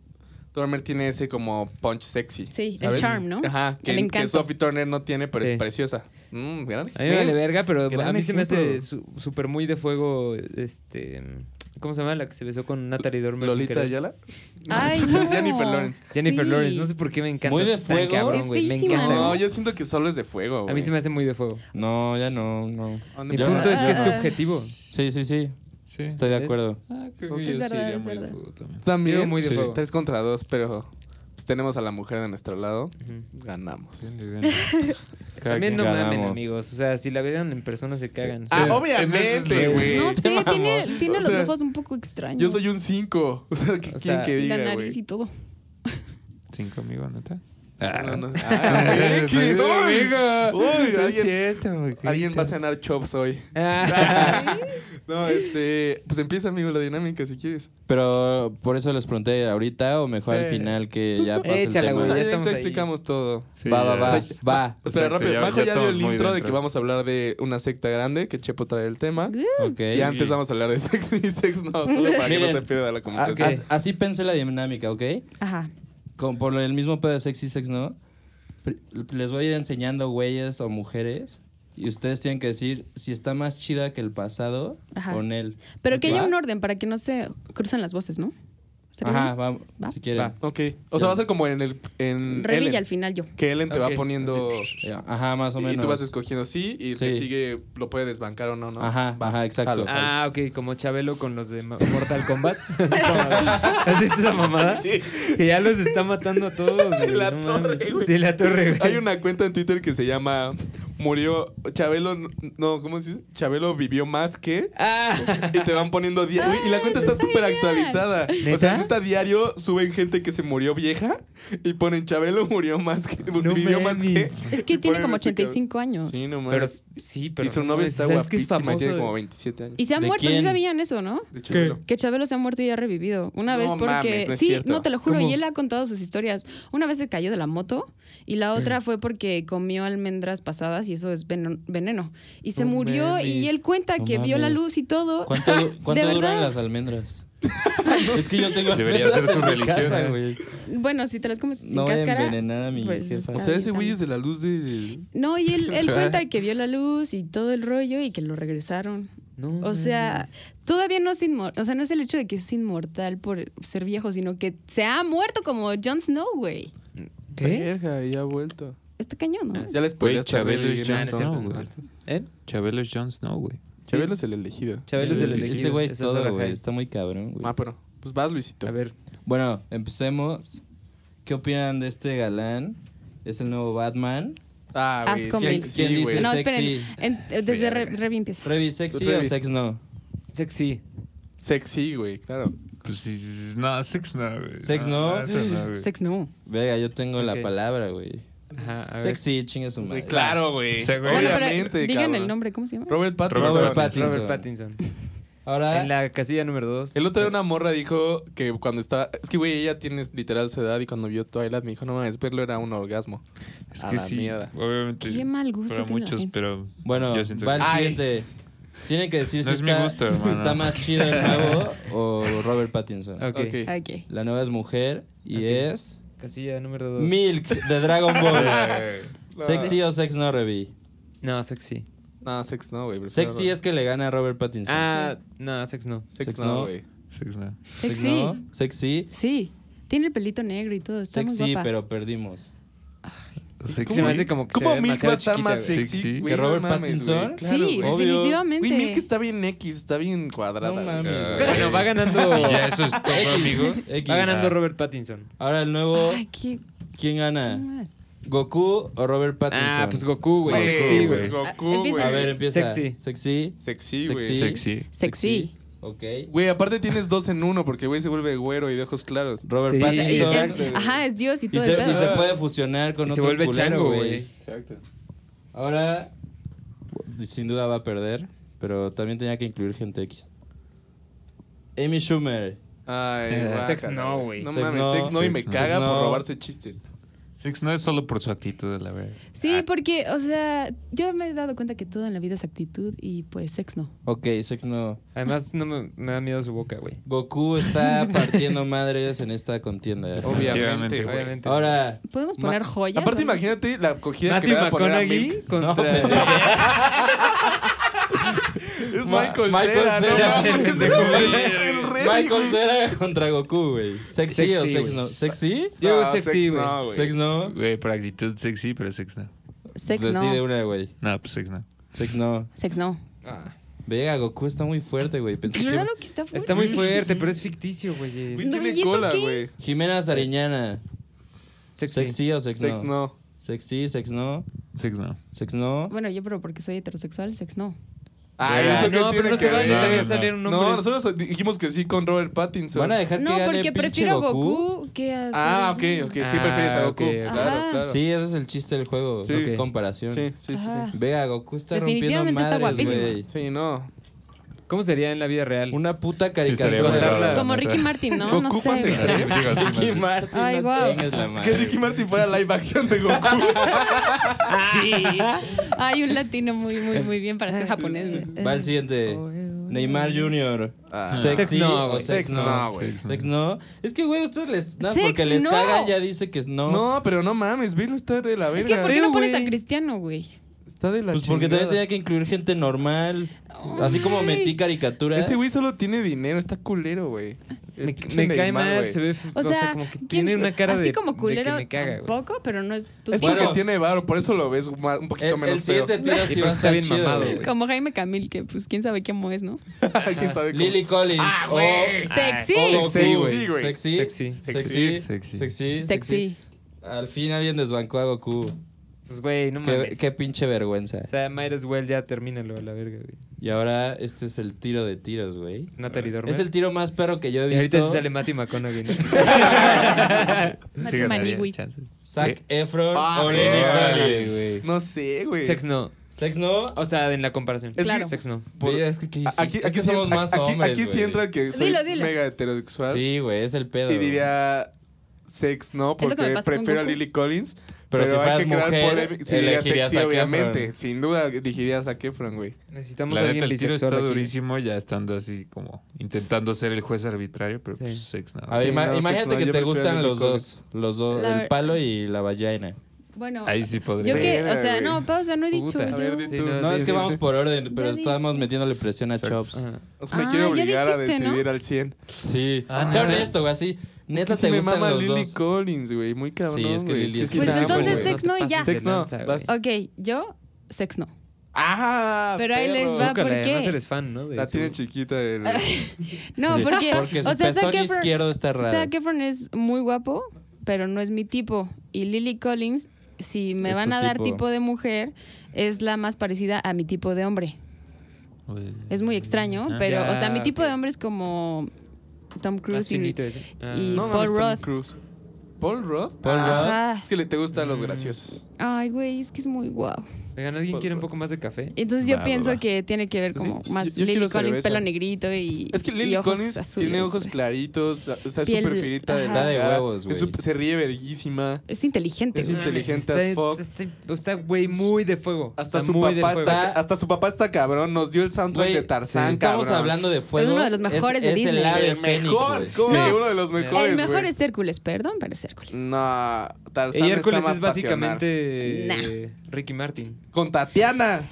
Speaker 4: Turner tiene ese como punch sexy.
Speaker 3: Sí, el
Speaker 4: ¿sabes?
Speaker 3: charm, ¿no?
Speaker 4: Ajá, que,
Speaker 3: El
Speaker 4: que
Speaker 3: encanto.
Speaker 4: Sophie Turner no tiene, pero
Speaker 2: Sí.
Speaker 4: es preciosa. Mm, gran
Speaker 2: A mí me vale
Speaker 4: ejemplo.
Speaker 2: verga, pero
Speaker 4: Gran
Speaker 2: a mí se me hace
Speaker 4: ejemplo.
Speaker 2: su- súper muy de fuego, este... ¿Cómo se llama la que se besó con Natalie Dormer? sin
Speaker 4: Lolita
Speaker 2: querer?
Speaker 4: Ayala.
Speaker 3: Ay, no.
Speaker 4: Jennifer Lawrence.
Speaker 2: Jennifer
Speaker 3: Sí.
Speaker 2: Lawrence, no sé por qué me encanta.
Speaker 5: Muy de
Speaker 2: tan
Speaker 5: fuego.
Speaker 2: cabrón,
Speaker 3: Es
Speaker 2: güey, me
Speaker 3: feísima.
Speaker 2: encanta.
Speaker 4: No,
Speaker 2: güey.
Speaker 4: yo siento que solo es de fuego, güey.
Speaker 2: A mí se me hace muy de fuego.
Speaker 5: No, ya no, no.
Speaker 2: Mi
Speaker 5: Ya.
Speaker 2: punto es que es
Speaker 3: Ah.
Speaker 2: subjetivo.
Speaker 5: Sí, sí, sí.
Speaker 1: Sí.
Speaker 5: Estoy de
Speaker 2: ¿Ves?
Speaker 5: acuerdo.
Speaker 1: pues, Ah, creo
Speaker 4: Ok.
Speaker 1: que
Speaker 4: Es
Speaker 1: yo sí
Speaker 3: verdad,
Speaker 1: iría
Speaker 3: es
Speaker 1: muy de
Speaker 3: verdad.
Speaker 1: fuego también.
Speaker 4: También
Speaker 2: Digo, muy de
Speaker 4: sí.
Speaker 2: fuego.
Speaker 4: Tres contra dos, pero pues, tenemos a la mujer a nuestro lado.
Speaker 2: Ujú.
Speaker 4: Ganamos.
Speaker 5: Cada
Speaker 2: También
Speaker 5: quien
Speaker 2: no mamen,
Speaker 5: ganamos.
Speaker 2: amigos. O sea, si la vieran en persona se cagan.
Speaker 4: Ah,
Speaker 1: Es-
Speaker 4: obviamente,
Speaker 1: en esos-
Speaker 2: pues,
Speaker 4: güey.
Speaker 3: No
Speaker 5: Te
Speaker 3: sé, tiene,
Speaker 5: mamó.
Speaker 3: tiene
Speaker 4: O
Speaker 3: los
Speaker 4: sea,
Speaker 3: ojos un poco extraños.
Speaker 4: Yo soy un 5. O sea, ¿qué
Speaker 2: O
Speaker 4: quieren
Speaker 2: sea,
Speaker 4: que
Speaker 3: Y la
Speaker 4: diga,
Speaker 3: nariz
Speaker 4: güey?
Speaker 3: y todo.
Speaker 1: Cinco amigos, neta.
Speaker 4: Ah, No, no.
Speaker 1: Ah,
Speaker 4: Ay, qué-
Speaker 1: no,
Speaker 4: uy,
Speaker 1: amigo.
Speaker 4: uy, alguien-
Speaker 2: cierto, Ah,
Speaker 4: Alguien va a cenar chops hoy. No, este. Pues empieza, amigo, la dinámica si quieres.
Speaker 5: Pero por eso les pregunté ahorita o mejor al
Speaker 4: Eh,
Speaker 5: final que ya
Speaker 4: pues,
Speaker 5: pase
Speaker 2: échala,
Speaker 5: el
Speaker 2: güey,
Speaker 5: tema.
Speaker 2: Ah, ya
Speaker 4: Ya
Speaker 2: estamos ahí.
Speaker 4: explicamos todo.
Speaker 1: Sí,
Speaker 5: va, va,
Speaker 1: ya.
Speaker 5: va, va.
Speaker 4: O sea, Espera,
Speaker 1: Exacto,
Speaker 4: rápido.
Speaker 1: ya-
Speaker 4: Bajo
Speaker 1: ya
Speaker 4: ya, dio
Speaker 1: estamos
Speaker 4: el
Speaker 1: muy
Speaker 4: intro de
Speaker 1: dentro.
Speaker 4: que vamos a hablar de una secta grande, que Chepo trae el tema.
Speaker 5: Ok.
Speaker 4: Y antes vamos a hablar de sex y sex no, solo para que no
Speaker 5: Miren,
Speaker 4: se pierda la
Speaker 1: pues,
Speaker 5: Ah,
Speaker 4: conversación.
Speaker 5: as- así pensé la dinámica, ¿ok?
Speaker 3: Ajá.
Speaker 5: Con, por el mismo pedo de sexy sex, ¿no? Pr- Les voy a ir enseñando güeyes o mujeres y ustedes tienen que decir si está más chida que el pasado
Speaker 3: Ajá.
Speaker 5: con él.
Speaker 3: Pero que haya
Speaker 5: ¿Va?
Speaker 3: un orden para que no se crucen las voces, ¿no? ¿Está bien?
Speaker 5: Ajá, va,
Speaker 3: ¿Va?
Speaker 5: si quieren.
Speaker 4: Ok. O sea, va a ser como en el. En
Speaker 3: Revilla
Speaker 4: mm, Ellen,
Speaker 3: al final yo.
Speaker 4: Que Ellen te
Speaker 2: Ok,
Speaker 4: va poniendo.
Speaker 5: Eh, Ajá, más o menos.
Speaker 4: Y tú vas escogiendo sí, y el que
Speaker 5: Sí.
Speaker 4: sigue lo puede desbancar o no, ¿no?
Speaker 5: Ajá, ajá, exacto.
Speaker 4: jalo.
Speaker 2: Ah, ok, como Chabelo con los de Ma- Mortal Kombat. Así como- ¿Has visto esa mamada?
Speaker 4: Sí.
Speaker 2: Que ya los está matando a todos. güey,
Speaker 4: La
Speaker 2: no mames.
Speaker 4: torre, güey.
Speaker 2: Sí, la torre, güey.
Speaker 4: Hay una cuenta en Twitter que se llama Murió Chabelo, no, ¿cómo se dice? Chabelo vivió más que
Speaker 2: Ah,
Speaker 4: y te van poniendo diario y la cuenta está súper actualizada. O sea,
Speaker 2: ¿Neta?
Speaker 4: neta diario suben gente que se murió vieja y ponen Chabelo murió más que vivió más que.
Speaker 2: memes.
Speaker 3: Es que
Speaker 4: Y
Speaker 3: tiene
Speaker 4: ponen
Speaker 3: como
Speaker 4: ese cabrón.
Speaker 3: 85 años.
Speaker 4: Sí, no
Speaker 2: pero
Speaker 4: mames.
Speaker 2: sí, pero.
Speaker 4: y su
Speaker 2: no
Speaker 4: novia
Speaker 2: mames,
Speaker 4: está
Speaker 2: ¿sabes qué es
Speaker 4: guapísima,
Speaker 2: famoso?
Speaker 4: tiene como 27 años.
Speaker 3: Y se han
Speaker 5: ¿De
Speaker 3: muerto,
Speaker 5: quién?
Speaker 3: sí sabían eso, ¿no?
Speaker 4: De Chabelo.
Speaker 3: Que Chabelo se ha muerto y ha revivido. Una
Speaker 4: No
Speaker 3: vez porque.
Speaker 4: mames, no es
Speaker 3: sí,
Speaker 4: cierto.
Speaker 3: no te lo juro,
Speaker 4: ¿Cómo?
Speaker 3: y él ha contado sus historias. Una vez se cayó de la moto y la otra fue porque comió almendras pasadas y eso es veno- veneno. Y se
Speaker 2: No
Speaker 3: murió
Speaker 2: mames.
Speaker 3: y él cuenta
Speaker 5: No
Speaker 3: que vio la
Speaker 5: mames.
Speaker 3: luz y todo.
Speaker 5: ¿Cuánto, cuánto
Speaker 3: ¿De
Speaker 5: duran
Speaker 3: verdad?
Speaker 5: las almendras? es que yo tengo
Speaker 1: Debería ser
Speaker 5: almendras
Speaker 1: su
Speaker 5: en mi
Speaker 1: religión,
Speaker 5: casa,
Speaker 1: ¿eh?
Speaker 5: güey.
Speaker 3: Bueno, si te las comes sin
Speaker 5: No voy a
Speaker 3: cáscara.
Speaker 5: envenenar a mi
Speaker 3: pues,
Speaker 5: jefa.
Speaker 4: O
Speaker 3: está
Speaker 4: sea, ese
Speaker 3: bien
Speaker 4: güey
Speaker 3: también.
Speaker 4: es de la luz de.
Speaker 3: No, y él, él cuenta que vio la luz y todo el rollo y que lo regresaron.
Speaker 2: No
Speaker 3: O sea,
Speaker 2: mames.
Speaker 3: todavía no es inmortal. O sea, no es el hecho de que es inmortal por ser viejo, sino que se ha muerto como Jon Snow, güey.
Speaker 2: ¿Qué?
Speaker 4: Verga, y ha vuelto.
Speaker 3: Está cañón,
Speaker 2: Ah,
Speaker 3: ¿no?
Speaker 4: Ya les
Speaker 1: Güey,
Speaker 4: podía
Speaker 1: Chabelo es Jon
Speaker 4: Chabelo
Speaker 1: Snow, güey.
Speaker 2: ¿Eh?
Speaker 1: Chabelo es Jon Snow, güey.
Speaker 4: Chabelo es el elegido.
Speaker 2: Chabelo es el
Speaker 5: Sí,
Speaker 2: elegido.
Speaker 5: Ese güey es
Speaker 2: Esa la
Speaker 5: todo, güey.
Speaker 2: hype.
Speaker 5: Está muy cabrón, güey.
Speaker 4: Ah, pero. Pues vas, Luisito.
Speaker 2: A ver,
Speaker 5: Bueno, empecemos. ¿Qué opinan de este galán? Es el nuevo Batman.
Speaker 4: Ah, güey,
Speaker 3: Asco
Speaker 4: sí,
Speaker 3: mil.
Speaker 4: sí,
Speaker 5: ¿Quién
Speaker 4: güey.
Speaker 5: dice
Speaker 3: no,
Speaker 5: sexy?
Speaker 3: esperen. En- eh, desde re, Revi empieza.
Speaker 5: ¿Revi sexy
Speaker 4: Revi.
Speaker 5: o sex no?
Speaker 2: sexy.
Speaker 4: Sexy, güey, claro.
Speaker 1: Pues sí, no, sex no, güey.
Speaker 5: Sex no.
Speaker 1: neta güey.
Speaker 3: Sex no.
Speaker 5: Venga, yo tengo
Speaker 2: Ok.
Speaker 5: la palabra, güey.
Speaker 2: Ajá, a ver.
Speaker 5: Sexy, chingue su madre.
Speaker 4: Claro, güey.
Speaker 1: Sí, güey.
Speaker 3: Bueno, pero
Speaker 4: Obviamente,
Speaker 3: digan
Speaker 4: cabrón.
Speaker 3: el nombre, ¿cómo se llama?
Speaker 4: Robert Pattinson.
Speaker 5: Robert Pattinson.
Speaker 2: Robert Pattinson.
Speaker 5: Ahora,
Speaker 2: En la casilla número 2.
Speaker 4: El otro día una morra dijo que cuando estaba... Es que, güey, ella tiene literal su edad y cuando vio Twilight me dijo, no mames, verlo era un orgasmo.
Speaker 1: Es
Speaker 4: A
Speaker 1: que
Speaker 4: la
Speaker 1: sí.
Speaker 4: mierda.
Speaker 1: Obviamente.
Speaker 3: Qué mal gusto
Speaker 1: Para
Speaker 3: tiene la
Speaker 1: muchos,
Speaker 3: gente.
Speaker 1: pero.
Speaker 5: bueno,
Speaker 1: yo siento
Speaker 5: va al
Speaker 1: que-
Speaker 4: Ay.
Speaker 5: siguiente. Tienen que decir
Speaker 1: No
Speaker 5: si,
Speaker 1: es mi
Speaker 5: está,
Speaker 1: gusto,
Speaker 5: si
Speaker 1: hermano.
Speaker 5: está más chido el nuevo o Robert Pattinson.
Speaker 2: Ok.
Speaker 4: Ok.
Speaker 3: Ok.
Speaker 5: La nueva es mujer y es
Speaker 2: Casilla número 2.
Speaker 5: Milk de Dragon Ball. ¿Sexy o sex no, Revi?
Speaker 2: No, sexy.
Speaker 4: No, sex no, güey. prefiero
Speaker 5: Sexy es que le gana a Robert Pattinson.
Speaker 2: Ah, no, sex no.
Speaker 4: Sex,
Speaker 5: sex
Speaker 4: no,
Speaker 5: no.
Speaker 4: güey.
Speaker 1: Sex no.
Speaker 5: Sex
Speaker 3: Sexy.
Speaker 5: no, Sexy.
Speaker 3: Sí. Tiene el pelito negro y todo. Está muy
Speaker 5: Sexy,
Speaker 3: guapa.
Speaker 5: pero perdimos.
Speaker 1: Sexy.
Speaker 2: Se me hace como que se ve
Speaker 4: ¿Cómo Milk
Speaker 2: demasiado
Speaker 4: va a estar
Speaker 2: chiquita,
Speaker 4: más
Speaker 2: güey.
Speaker 4: sexy
Speaker 1: Sexy.
Speaker 4: güey?
Speaker 5: ¿Que Robert
Speaker 4: No mames,
Speaker 5: Pattinson?
Speaker 4: güey. Claro,
Speaker 3: sí,
Speaker 4: güey.
Speaker 5: obvio.
Speaker 3: definitivamente.
Speaker 4: Güey, Milk está bien X, está bien cuadrada.
Speaker 5: No
Speaker 4: güey. Ah,
Speaker 5: mames, güey.
Speaker 2: Bueno, va ganando.
Speaker 1: Y ya eso es todo, amigo.
Speaker 5: X.
Speaker 2: Va ganando
Speaker 1: Ah.
Speaker 2: Robert Pattinson.
Speaker 5: Ahora el nuevo,
Speaker 3: Ay, qué, qué
Speaker 5: ¿quién gana?
Speaker 3: mal.
Speaker 5: ¿Goku o Robert Pattinson?
Speaker 2: Ah, pues Goku, güey.
Speaker 1: Güey,
Speaker 2: Sexy,
Speaker 1: pues
Speaker 2: güey.
Speaker 3: Ah,
Speaker 4: Goku,
Speaker 3: empieza.
Speaker 4: güey.
Speaker 5: A ver, empieza.
Speaker 2: Sexy.
Speaker 5: Sexy.
Speaker 4: Sexy,
Speaker 5: Sexy.
Speaker 4: güey.
Speaker 1: Sexy.
Speaker 3: Sexy.
Speaker 5: Ok.
Speaker 4: Güey, aparte tienes dos en uno porque, güey, se vuelve güero y de ojos claros.
Speaker 5: Robert
Speaker 2: Sí,
Speaker 3: Es-
Speaker 5: Pattinson.
Speaker 3: es- ajá, es Dios y
Speaker 5: y,
Speaker 3: todo el
Speaker 5: se,
Speaker 3: pedo.
Speaker 5: y se puede fusionar con
Speaker 2: Y se
Speaker 5: otro
Speaker 2: vuelve
Speaker 5: culero,
Speaker 2: chango,
Speaker 5: güey.
Speaker 2: güey.
Speaker 4: Exacto.
Speaker 5: Ahora, sin duda va a perder, pero también tenía que incluir gente X. Amy Schumer.
Speaker 4: Ay,
Speaker 2: Eh,
Speaker 4: guácala,
Speaker 2: sex no, güey.
Speaker 4: No
Speaker 5: Sex
Speaker 4: mames,
Speaker 5: no.
Speaker 4: sex no y me
Speaker 1: Sex
Speaker 4: caga
Speaker 5: no.
Speaker 4: por robarse chistes.
Speaker 1: Sex no es solo por su actitud, a la Ah, verdad.
Speaker 5: Ah.
Speaker 3: Sí, porque, o sea, yo me he dado cuenta que todo en la vida es actitud y pues sex no.
Speaker 5: Ok, sex no.
Speaker 2: Además, no me, me da miedo su boca, güey.
Speaker 5: Goku está partiendo madres en esta contienda.
Speaker 1: Obviamente,
Speaker 4: Obviamente,
Speaker 1: güey.
Speaker 4: güey.
Speaker 2: Obviamente.
Speaker 5: Ahora.
Speaker 3: ¿Podemos
Speaker 5: Ma-
Speaker 3: poner joyas?
Speaker 4: Aparte,
Speaker 3: o no?
Speaker 4: imagínate la cogida
Speaker 2: Matthew
Speaker 4: que le va a poner a
Speaker 2: McConaughey
Speaker 4: Milk.
Speaker 2: contra.
Speaker 4: Es
Speaker 5: Ma-
Speaker 4: Michael
Speaker 5: Michael
Speaker 4: Cera,
Speaker 5: Cera.
Speaker 4: no mames, de güey. En Reddit,
Speaker 5: Michael Cera contra Goku, güey. ¿Sexy, o
Speaker 2: Sexy,
Speaker 5: sex
Speaker 2: güey.
Speaker 5: no? ¿Sexy?
Speaker 4: güey.
Speaker 2: Yo
Speaker 4: No,
Speaker 2: sexy,
Speaker 4: sex
Speaker 2: güey.
Speaker 4: no,
Speaker 5: ¿Sex no?
Speaker 1: Güey, por actitud sexy, pero sex no.
Speaker 3: Sex
Speaker 5: Decide
Speaker 3: no.
Speaker 5: Pues, una, güey.
Speaker 1: No, pues sex no.
Speaker 5: Sex no.
Speaker 3: Sex no.
Speaker 2: Ah,
Speaker 5: Vega, Goku está muy fuerte, güey. Pensé que-
Speaker 3: Claro que está fuerte.
Speaker 2: está muy fuerte, pero es ficticio, güey.
Speaker 4: Güey,
Speaker 3: No, ¿y
Speaker 4: tiene
Speaker 3: eso
Speaker 4: cola,
Speaker 3: qué?
Speaker 4: güey.
Speaker 5: Jimena Sariñana.
Speaker 2: Sexy.
Speaker 5: ¿Sexy o sex,
Speaker 4: Sex
Speaker 5: no?
Speaker 4: no.
Speaker 5: Sexy, sex no.
Speaker 1: Sex no.
Speaker 5: Sex no.
Speaker 3: Bueno, yo, pero porque soy heterosexual, sex no.
Speaker 4: Ay,
Speaker 2: Ah,
Speaker 4: eso
Speaker 2: no,
Speaker 4: qué
Speaker 2: pero no
Speaker 4: tiene que
Speaker 2: se vale.
Speaker 1: ver?
Speaker 2: También
Speaker 1: No, no,
Speaker 2: salir un
Speaker 4: No,
Speaker 2: hombre.
Speaker 4: nosotros dijimos que sí con Robert Pattinson.
Speaker 5: Ah. Van a dejar
Speaker 3: No,
Speaker 5: que gane
Speaker 3: porque
Speaker 5: pinche
Speaker 3: prefiero a Goku, que a.
Speaker 4: Ah, ok,
Speaker 3: Saiyajin.
Speaker 4: ok. Sí, prefieres a
Speaker 2: Ah,
Speaker 4: Goku.
Speaker 2: ok, ok.
Speaker 3: Ajá.
Speaker 4: Claro, claro.
Speaker 5: Sí, ese es el chiste del juego.
Speaker 4: Sí.
Speaker 5: Es
Speaker 4: Ok.
Speaker 5: comparación.
Speaker 4: sí, sí, sí.
Speaker 3: Ajá.
Speaker 4: Sí,
Speaker 5: Vega, Goku está rompiendo
Speaker 3: Definitivamente está
Speaker 5: madres,
Speaker 3: guapísimo.
Speaker 5: güey.
Speaker 4: Sí, no.
Speaker 2: ¿Cómo sería en la vida real?
Speaker 5: Una puta
Speaker 1: estaría
Speaker 5: caricatura.
Speaker 1: bueno, la verdad.
Speaker 3: Como Ricky Martin, ¿no? No
Speaker 4: Goku
Speaker 3: sé.
Speaker 4: pasa el
Speaker 3: güey.
Speaker 1: Digo, así no
Speaker 5: Ricky
Speaker 1: es-
Speaker 5: Martin,
Speaker 3: Ay,
Speaker 5: no
Speaker 3: guau.
Speaker 5: chingues la madre.
Speaker 4: Que Ricky Martin fuera live action de Goku.
Speaker 3: Hay un latino muy, muy, muy bien para ser japonés, güey.
Speaker 5: Va el siguiente. Neymar Jr.
Speaker 4: Ah.
Speaker 5: Sexy
Speaker 2: Sex no,
Speaker 5: o
Speaker 2: güey.
Speaker 5: sex
Speaker 4: Sex no,
Speaker 5: no.
Speaker 4: güey.
Speaker 5: Sex no. Es que, güey, ustedes les... nada más
Speaker 3: Sex
Speaker 5: porque les
Speaker 3: no.
Speaker 5: cagan ya dice que es no.
Speaker 4: No, pero no mames, Velo está de la verga.
Speaker 3: Es que, ¿por qué no pones a
Speaker 4: güey.
Speaker 3: Cristiano, güey?
Speaker 4: Está de la
Speaker 5: Pues porque también
Speaker 4: chingada.
Speaker 5: tenía que incluir gente normal. así como metí caricaturas.
Speaker 4: Ese güey solo tiene dinero, está culero, güey. El
Speaker 2: Me,
Speaker 4: pinche
Speaker 2: me cae
Speaker 4: Neymar,
Speaker 2: mal,
Speaker 4: güey.
Speaker 2: se ve.
Speaker 3: O
Speaker 2: no
Speaker 3: sea,
Speaker 2: sé, como que
Speaker 3: ¿quién-
Speaker 2: tiene una cara
Speaker 3: así
Speaker 2: de.
Speaker 3: como culero
Speaker 2: de que me caga, güey.
Speaker 3: tampoco, pero no es tu
Speaker 4: Es
Speaker 3: tipo.
Speaker 4: porque
Speaker 5: Bueno.
Speaker 4: tiene varo, por eso lo ves ma- un poquito
Speaker 5: El, el
Speaker 4: menos
Speaker 5: siguiente
Speaker 4: feo.
Speaker 5: tiro sí
Speaker 2: Y
Speaker 5: va a
Speaker 2: está
Speaker 5: estar
Speaker 2: bien
Speaker 5: chido,
Speaker 2: mamado,
Speaker 5: güey.
Speaker 2: güey.
Speaker 3: Como Jaime Camil, que pues quién sabe cómo es, ¿no?
Speaker 4: ¿Quién sabe cómo?
Speaker 5: Lily Collins.
Speaker 4: Ah, oh,
Speaker 5: o-
Speaker 4: güey.
Speaker 3: Sexy.
Speaker 5: o Goku,
Speaker 4: Sexy,
Speaker 5: güey.
Speaker 4: güey.
Speaker 5: Sexy.
Speaker 2: Sexy.
Speaker 5: Sexy.
Speaker 1: Sexy.
Speaker 5: Sexy.
Speaker 3: Sexy.
Speaker 5: Al fin alguien desbancó a Goku.
Speaker 2: Pues, güey, no
Speaker 5: Qué,
Speaker 2: mames.
Speaker 5: qué pinche vergüenza.
Speaker 2: O sea, might as well ya termínalo a la verga, güey.
Speaker 5: Y ahora este es el tiro de tiros, güey.
Speaker 2: Natalie Dormer.
Speaker 5: Es el tiro más perro que yo he
Speaker 2: Y ahorita
Speaker 5: visto.
Speaker 2: sí sale Matty McConaughey. ¿no?
Speaker 1: Sí,
Speaker 3: Matthew
Speaker 1: ganaría,
Speaker 3: Manigui.
Speaker 1: chance.
Speaker 5: Zac
Speaker 1: Sí.
Speaker 5: Efron
Speaker 4: Ah,
Speaker 5: o Lily
Speaker 4: verga.
Speaker 5: Collins, güey.
Speaker 4: No sé, güey.
Speaker 2: Sex no.
Speaker 5: Sex no.
Speaker 2: O sea, en la comparación.
Speaker 4: Es
Speaker 3: Claro.
Speaker 2: Sex no.
Speaker 4: Por-
Speaker 5: Mira, es que, qué
Speaker 4: A- Aquí,
Speaker 5: difícil. es
Speaker 4: aquí
Speaker 5: que
Speaker 4: sí-
Speaker 5: somos
Speaker 4: a-
Speaker 5: más
Speaker 4: aquí-
Speaker 5: hombres,
Speaker 4: Aquí sí
Speaker 5: güey.
Speaker 4: entra el que soy
Speaker 3: Dilo, dilo.
Speaker 4: mega heterosexual.
Speaker 5: Sí, güey, es el pedo.
Speaker 4: Y diría sex,
Speaker 3: Es lo
Speaker 4: ¿no?
Speaker 3: que me
Speaker 4: Porque
Speaker 3: pasa con
Speaker 4: prefiero a
Speaker 3: Goku.
Speaker 4: Lily Collins.
Speaker 5: Pero si
Speaker 4: hay que
Speaker 5: fueras
Speaker 4: crear
Speaker 5: mujer,
Speaker 4: polémica. Sí, diría
Speaker 5: elegirías
Speaker 4: sexy,
Speaker 5: a Zac
Speaker 4: obviamente.
Speaker 5: Efron.
Speaker 4: Sin duda elegirías a Kefron, güey.
Speaker 2: Necesitamos
Speaker 1: La
Speaker 2: a
Speaker 1: neta,
Speaker 2: alguien
Speaker 1: el tiro
Speaker 2: bisexual
Speaker 1: está
Speaker 2: aquí.
Speaker 1: durísimo, ya estando así como intentando ser el juez arbitrario, pero
Speaker 2: Sí.
Speaker 1: pues sex no.
Speaker 5: A ver,
Speaker 4: Sí,
Speaker 5: ima-
Speaker 4: no, sex
Speaker 5: imagínate
Speaker 4: no,
Speaker 5: que
Speaker 4: yo
Speaker 5: te
Speaker 4: prefiero
Speaker 5: gustan
Speaker 4: el
Speaker 5: los
Speaker 4: licor.
Speaker 5: dos, los dos,
Speaker 3: La-
Speaker 5: el palo y la vagina.
Speaker 3: Bueno,
Speaker 1: Ahí sí podría.
Speaker 3: yo que, o
Speaker 4: Verga,
Speaker 3: sea, no,
Speaker 4: güey.
Speaker 3: Pau, o sea, no he dicho.
Speaker 4: Puta, a ver,
Speaker 3: yo-
Speaker 4: di
Speaker 2: Sí,
Speaker 4: tú.
Speaker 2: no,
Speaker 5: No,
Speaker 2: Sí,
Speaker 5: es que
Speaker 2: sí,
Speaker 5: vamos
Speaker 2: sí.
Speaker 5: por orden, pero
Speaker 3: Ya dije.
Speaker 5: estábamos metiéndole presión a
Speaker 1: Exacto.
Speaker 5: Chops.
Speaker 2: Ajá.
Speaker 4: O sea, me
Speaker 3: Ah,
Speaker 4: quiere
Speaker 3: ya
Speaker 4: obligar a
Speaker 3: dijiste, ¿no?
Speaker 4: decidir al 100.
Speaker 5: Sí.
Speaker 1: Ah,
Speaker 5: Sé
Speaker 1: no.
Speaker 5: honesto, güey, así. Neta
Speaker 4: Es que
Speaker 5: te
Speaker 4: sí me
Speaker 5: gustan
Speaker 4: mama
Speaker 5: los
Speaker 4: Lily
Speaker 5: dos.
Speaker 4: Collins, güey. Muy cabrón.
Speaker 5: Sí, es que
Speaker 4: güey.
Speaker 5: Lily
Speaker 2: Pues
Speaker 5: es
Speaker 4: sí
Speaker 5: una
Speaker 4: la amo,
Speaker 3: Pues entonces,
Speaker 4: pues, güey.
Speaker 3: sex no y
Speaker 2: te
Speaker 3: ya.
Speaker 2: pases de
Speaker 4: Sex no,
Speaker 2: lanza, güey.
Speaker 4: vas.
Speaker 3: Ok, yo, sex no.
Speaker 4: Ah,
Speaker 3: Pero ahí les
Speaker 4: perro.
Speaker 3: va.
Speaker 2: Zúcala,
Speaker 3: ¿por qué?
Speaker 2: además eres fan, ¿no? De
Speaker 4: La
Speaker 2: su-
Speaker 4: tiene chiquita. El...
Speaker 3: No,
Speaker 5: Sí,
Speaker 3: porque,
Speaker 5: Porque su
Speaker 3: o sea,
Speaker 5: pezón
Speaker 3: Zac Efron-
Speaker 5: izquierdo está raro.
Speaker 3: Zac Efron es muy guapo, pero no es mi tipo. Y Lily Collins, si me
Speaker 5: Es
Speaker 3: van
Speaker 5: tu
Speaker 3: a dar
Speaker 5: tipo.
Speaker 3: tipo de mujer, es la más parecida a mi tipo de hombre.
Speaker 1: Uy.
Speaker 3: Es muy extraño, pero,
Speaker 2: Ya,
Speaker 3: o sea, mi tipo
Speaker 2: ok.
Speaker 3: de hombre es como Tom Cruise y,
Speaker 2: Facilito ese. Ah.
Speaker 3: y-
Speaker 4: No
Speaker 3: Paul
Speaker 4: mames, Tom
Speaker 3: Rudd.
Speaker 4: Cruise. ¿Paul Rudd?
Speaker 5: Paul Rudd.
Speaker 3: Ajá.
Speaker 4: Es que le te gustan los
Speaker 2: Mm.
Speaker 4: graciosos.
Speaker 3: Ay, güey, es que es muy guau.
Speaker 2: Oigan, ¿alguien quiere un poco más de café?
Speaker 3: Entonces
Speaker 1: Va,
Speaker 3: yo
Speaker 1: va,
Speaker 3: pienso
Speaker 1: va.
Speaker 3: que tiene que ver
Speaker 4: Yo-
Speaker 3: como
Speaker 4: yo-
Speaker 3: más
Speaker 4: yo
Speaker 3: Lily
Speaker 4: quiero
Speaker 3: Collins,
Speaker 4: cerveza.
Speaker 3: pelo negrito y,
Speaker 4: Es que
Speaker 3: y
Speaker 4: Lily
Speaker 3: ojos
Speaker 4: Collins
Speaker 3: azules,
Speaker 4: tiene ojos
Speaker 3: güey.
Speaker 4: claritos, o sea, es
Speaker 3: Piel-
Speaker 4: súper finita de
Speaker 3: ajá.
Speaker 5: Está
Speaker 4: la
Speaker 5: de
Speaker 4: cara,
Speaker 5: huevos,
Speaker 4: es
Speaker 5: güey.
Speaker 4: sup- Se ríe verguísima.
Speaker 3: Es inteligente,
Speaker 4: Es
Speaker 3: güey.
Speaker 4: inte- inteligente as fuck.
Speaker 2: Está, está- está, güey, muy de fuego.
Speaker 4: Hasta
Speaker 2: Está
Speaker 4: su,
Speaker 2: muy
Speaker 4: papá
Speaker 2: de fuego.
Speaker 4: está, hasta su papá está cabrón. Nos dio el soundtrack
Speaker 5: Güey,
Speaker 4: de Tarzán,
Speaker 5: si estamos
Speaker 4: cabrón.
Speaker 5: hablando de fuegos,
Speaker 3: uno de los mejores de
Speaker 5: es,
Speaker 3: Disney.
Speaker 5: el ave
Speaker 4: El
Speaker 5: fénix,
Speaker 4: mejor,
Speaker 5: güey.
Speaker 4: ¿cómo?
Speaker 3: Sí.
Speaker 4: Uno de los mejores,
Speaker 3: El mejor
Speaker 4: güey.
Speaker 3: es Hércules, perdón, pero es Hércules.
Speaker 4: No, Tarzán
Speaker 2: Y
Speaker 4: está
Speaker 2: Hércules
Speaker 4: más
Speaker 2: es básicamente eh, Ricky
Speaker 4: pasional.
Speaker 2: Martin.
Speaker 4: Con Tatiana.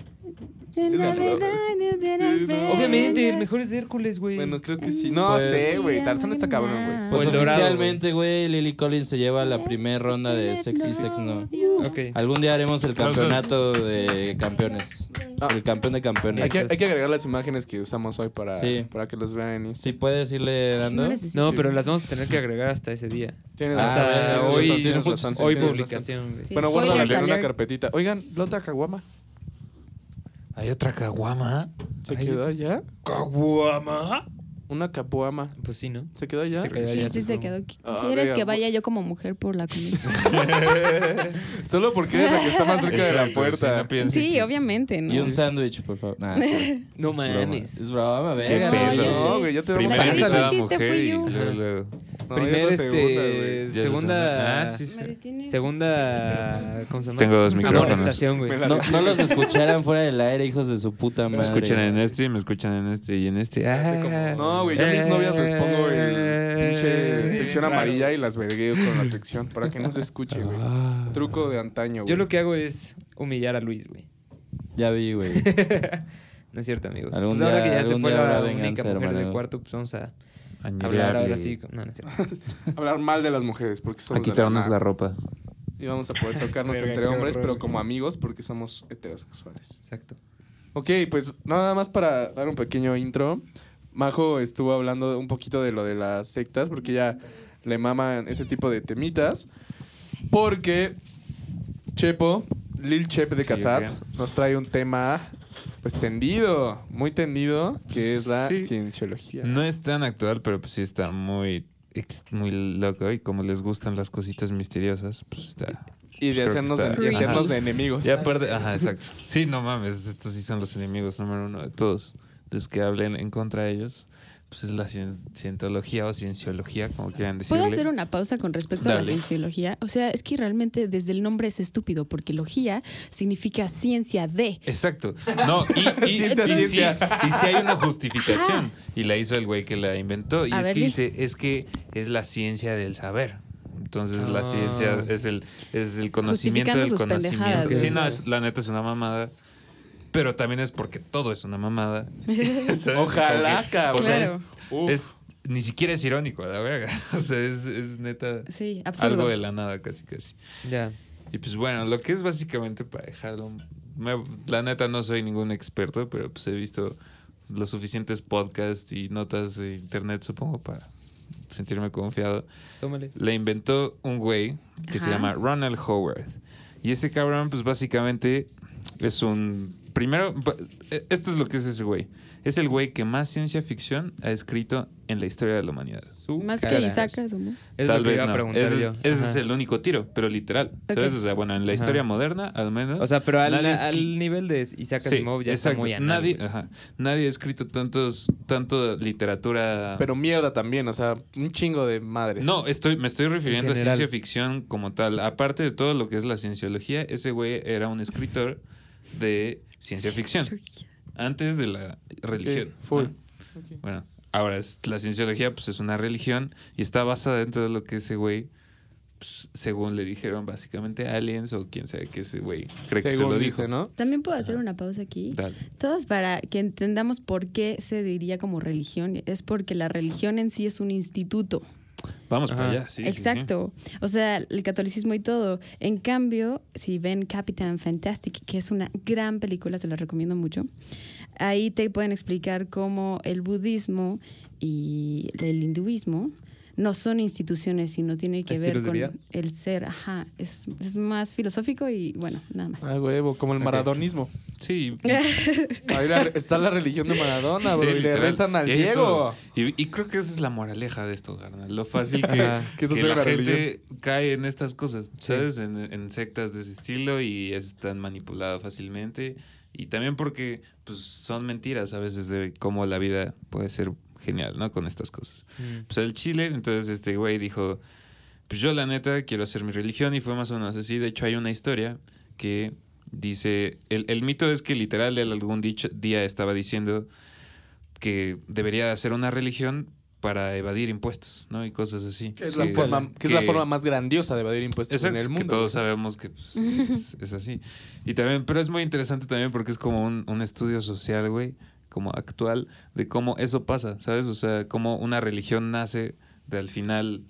Speaker 2: Obviamente, el mejor es Hércules, güey.
Speaker 4: Bueno, creo que sí. No
Speaker 5: Pues-
Speaker 4: sé, güey. Tarzán está cabrón, güey.
Speaker 5: Pues
Speaker 2: O el dorado,
Speaker 5: oficialmente, güey, Lily Collins se lleva la primera ronda de Sexy Sex No.
Speaker 2: Ok.
Speaker 5: Algún día haremos el
Speaker 1: Aplausos.
Speaker 5: campeonato de campeones.
Speaker 4: Ah.
Speaker 5: El campeón de
Speaker 4: Hay
Speaker 5: campeones.
Speaker 4: que, hay que agregar las imágenes que usamos hoy para,
Speaker 5: Sí.
Speaker 4: para que los vean. Y...
Speaker 5: Si puedes irle dando.
Speaker 3: No necesito.
Speaker 2: No, pero las vamos a tener que agregar hasta ese día.
Speaker 4: Tienes
Speaker 2: Hasta
Speaker 4: razón,
Speaker 2: hoy,
Speaker 4: tienes razón, tienes
Speaker 2: hoy
Speaker 4: razón.
Speaker 2: publicación, güey.
Speaker 3: Sí.
Speaker 4: Bueno, guárdala en
Speaker 3: Spoilers
Speaker 4: una
Speaker 3: alert.
Speaker 4: carpetita. Oigan, la otra caguama.
Speaker 1: ¿Hay otra caguama?
Speaker 4: ¿Se
Speaker 2: Ay.
Speaker 4: quedó allá?
Speaker 1: ¿Caguama?
Speaker 4: Una caguama.
Speaker 2: Pues sí, ¿no?
Speaker 4: ¿Se quedó allá?
Speaker 2: Se quedó
Speaker 3: Sí,
Speaker 2: allá.
Speaker 3: sí se quedó.
Speaker 4: Ah,
Speaker 3: ¿Quieres
Speaker 4: verga,
Speaker 3: que
Speaker 4: bu-
Speaker 3: vaya yo como mujer por la comida?
Speaker 4: Solo porque es la que está más cerca de la
Speaker 1: Exacto, sí,
Speaker 4: puerta.
Speaker 1: no piensen
Speaker 3: Sí,
Speaker 1: que-
Speaker 3: obviamente, ¿no?
Speaker 5: Y un sándwich, por favor. Nah, es
Speaker 2: Pues No
Speaker 5: broma.
Speaker 2: mames.
Speaker 5: es broma, verga.
Speaker 3: pedo.
Speaker 5: güey.
Speaker 3: yo
Speaker 4: No,
Speaker 3: sé.
Speaker 4: güey, ya te vamos
Speaker 1: Primera
Speaker 3: Para eso
Speaker 1: invitada
Speaker 3: el chiste
Speaker 1: mujer
Speaker 3: fui
Speaker 1: y
Speaker 3: yo.
Speaker 1: luego, luego.
Speaker 4: No,
Speaker 2: Primer,
Speaker 4: ya es la
Speaker 2: este,
Speaker 4: segunda, güey.
Speaker 1: Ya es la
Speaker 2: segunda,
Speaker 1: Ah, sí, sí.
Speaker 2: segunda, ¿cómo se llama?
Speaker 1: Tengo dos micrófonos.
Speaker 2: Amonestación, güey.
Speaker 4: Me la-
Speaker 5: No, no los escucharan fuera del aire, hijos de su puta
Speaker 1: Me
Speaker 5: madre.
Speaker 1: escuchan en este, me escuchan en este y en este. Ah,
Speaker 4: No, güey, yo a
Speaker 2: Eh,
Speaker 4: mis novias les pongo el pinche
Speaker 1: Eh,
Speaker 4: sección
Speaker 2: raro.
Speaker 4: amarilla y las vergueo con la sección para que no se escuche, güey.
Speaker 2: Ah.
Speaker 4: Truco de antaño, güey.
Speaker 2: Yo lo que hago es humillar a Luis, güey.
Speaker 5: Ya vi, güey.
Speaker 2: No es cierto, amigos.
Speaker 5: Algún
Speaker 2: pues ahora
Speaker 5: día-
Speaker 2: que ya se
Speaker 5: algún
Speaker 2: fue
Speaker 5: día habrá
Speaker 2: la única
Speaker 5: venganza,
Speaker 2: mujer del
Speaker 5: hermano.
Speaker 2: cuarto, pues vamos a hablar
Speaker 1: Añorearle.
Speaker 2: ahora sí. con- No, no es cierto.
Speaker 4: Hablar mal de las mujeres porque somos
Speaker 1: A quitarnos
Speaker 4: de
Speaker 1: la ropa.
Speaker 4: Y vamos a poder tocarnos
Speaker 2: Verga,
Speaker 4: entre
Speaker 2: qué
Speaker 4: hombres,
Speaker 2: horror,
Speaker 4: pero
Speaker 2: güey.
Speaker 4: como amigos porque somos heterosexuales.
Speaker 2: Exacto.
Speaker 4: Ok, pues nada más para dar un pequeño intro. Majo estuvo hablando un poquito de lo de las sectas, porque ella le maman ese tipo de temitas. Porque Chepo, Lil Chep de Casat,
Speaker 1: ok.
Speaker 4: nos trae un tema pues tendido, muy tendido, que es la
Speaker 1: Sí.
Speaker 4: cienciología.
Speaker 1: No es tan actual, pero pues sí está muy, ex- muy loco. Y como les gustan las cositas misteriosas, pues está.
Speaker 4: Y
Speaker 1: Pues
Speaker 4: de
Speaker 1: creo que
Speaker 4: hacernos,
Speaker 1: está-
Speaker 4: de, y
Speaker 1: Ajá.
Speaker 4: hacernos de enemigos.
Speaker 1: Y aparte, ajá, exacto. Sí, no mames, estos sí son los enemigos número uno de todos. Los que hablen en contra de ellos, pues es la cien- cientología o cienciología, como quieran decirle.
Speaker 3: ¿Puedo hacer una pausa con respecto a la
Speaker 1: Dale.
Speaker 3: cienciología? O sea, es que realmente desde el nombre es estúpido, porque logía significa ciencia de.
Speaker 1: Exacto. No, y, y,
Speaker 4: Ciencia,
Speaker 1: y sí-
Speaker 4: ciencia.
Speaker 1: y sí hay una justificación. Y la hizo el güey que la inventó. Y
Speaker 3: A
Speaker 1: es
Speaker 3: ver,
Speaker 1: que
Speaker 3: di.
Speaker 1: dice, es que es la ciencia del saber. Entonces
Speaker 2: Ah.
Speaker 1: la ciencia es el, es el conocimiento del
Speaker 3: sus
Speaker 1: conocimiento.
Speaker 3: pendejadas,
Speaker 1: Sí,
Speaker 2: güey.
Speaker 1: no, es- la neta es una mamada. Pero también es porque todo es una mamada. ¿sabes?
Speaker 4: Ojalá,
Speaker 1: Como que-
Speaker 4: cabrón.
Speaker 1: O sea, es-
Speaker 4: Uf.
Speaker 1: es- ni siquiera es irónico, a la verga. O sea, es, es neta
Speaker 3: Sí,
Speaker 1: algo
Speaker 3: absurdo.
Speaker 1: de la nada, casi, casi.
Speaker 2: Ya.
Speaker 1: Y pues bueno, lo que es básicamente para dejarlo. me- la neta no soy ningún experto, pero pues he visto los suficientes podcasts y notas de internet, supongo, para sentirme confiado.
Speaker 2: Tómale.
Speaker 1: La inventó un güey que se
Speaker 3: Ajá.
Speaker 1: llama Ronald Howard. Y ese cabrón, pues básicamente es un. Primero, ba- eh, esto es lo que es ese güey. Es el güey que más ciencia ficción ha escrito en la historia de la humanidad.
Speaker 2: Su
Speaker 3: Más que
Speaker 2: cara.
Speaker 3: Isaac Asimov.
Speaker 2: Es
Speaker 1: Tal
Speaker 2: lo que
Speaker 1: vez
Speaker 2: iba a
Speaker 1: no.
Speaker 2: preguntar
Speaker 1: Ese,
Speaker 2: yo.
Speaker 1: es- ese
Speaker 2: Ajá.
Speaker 1: es el único tiro, pero literal.
Speaker 3: Ok.
Speaker 1: ¿Sabes? O sea, bueno, en la
Speaker 2: Ajá.
Speaker 1: historia moderna, al menos.
Speaker 2: O sea, pero al,
Speaker 1: Nadie es-
Speaker 2: al nivel de Isaac
Speaker 1: Sí,
Speaker 2: Asimov ya está
Speaker 1: exacto.
Speaker 2: muy anal,
Speaker 1: nadie,
Speaker 2: güey.
Speaker 1: ajá. nadie ha escrito tantos, tanto literatura.
Speaker 4: Pero mierda también, o sea, un chingo de madres.
Speaker 1: no, estoy, me estoy refiriendo a
Speaker 2: general.
Speaker 1: ciencia ficción como tal. Aparte de todo lo que es la cienciología, ese güey era un escritor de ciencia ficción. Antes de la religión.
Speaker 4: Ok, full.
Speaker 1: ¿no? Bueno, ahora es- la cienciología pues es una religión y está basada dentro de lo que ese güey, pues, según le dijeron básicamente aliens o quién sabe que ese güey cree que se
Speaker 4: Según
Speaker 1: lo dijo.
Speaker 4: dice, ¿no?
Speaker 3: También puedo hacer una pausa aquí.
Speaker 1: Dale.
Speaker 3: Todos para que entendamos por qué se diría como religión. Es porque la religión en sí es un instituto.
Speaker 1: Vamos para
Speaker 2: Ajá.
Speaker 1: allá, sí, sí, sí.
Speaker 3: Exacto. O sea, el catolicismo y todo. En cambio, si ven Captain Fantastic, que es una gran película, se la recomiendo mucho, ahí te pueden explicar cómo el budismo y el hinduismo no son instituciones, sino tiene que ver
Speaker 2: Estilos de
Speaker 3: con
Speaker 2: vida.
Speaker 3: el ser. Ajá, es, es más filosófico y bueno, nada más.
Speaker 4: Ah, huevo, como el
Speaker 2: Ok.
Speaker 4: maradonismo.
Speaker 1: Sí.
Speaker 4: Ahí la- está la religión de Maradona, bro.
Speaker 1: Sí,
Speaker 4: y le
Speaker 1: literal.
Speaker 4: rezan al
Speaker 1: Y hay de
Speaker 4: Diego.
Speaker 1: todo. Y, y creo que esa es la moraleja de esto, carnal. Lo fácil que,
Speaker 4: Ajá, que eso
Speaker 1: que
Speaker 4: sea
Speaker 1: la
Speaker 4: la
Speaker 1: gente cae en estas cosas, ¿sabes? En, en sectas de ese estilo y es tan manipulada fácilmente. Y también porque pues, son mentiras a veces de cómo la vida puede ser genial, ¿no? Con estas cosas.
Speaker 4: Mm.
Speaker 1: Pues el Chile, entonces este güey dijo, pues yo la neta quiero hacer mi religión y fue más o menos así. De hecho hay una historia que dice, el, el mito es que literal él algún dicho- día estaba diciendo que debería hacer una religión para evadir impuestos, ¿no? Y cosas así.
Speaker 4: Que es, la forma, que es la
Speaker 1: que-
Speaker 4: forma más grandiosa de evadir impuestos
Speaker 1: Exacto,
Speaker 4: Pues en el
Speaker 1: que
Speaker 4: mundo.
Speaker 1: todos sabemos que pues, es, es así. Y también, pero es muy interesante también porque es como un, un estudio social, güey, como actual, de cómo eso pasa, ¿sabes? O sea, cómo una religión nace de al final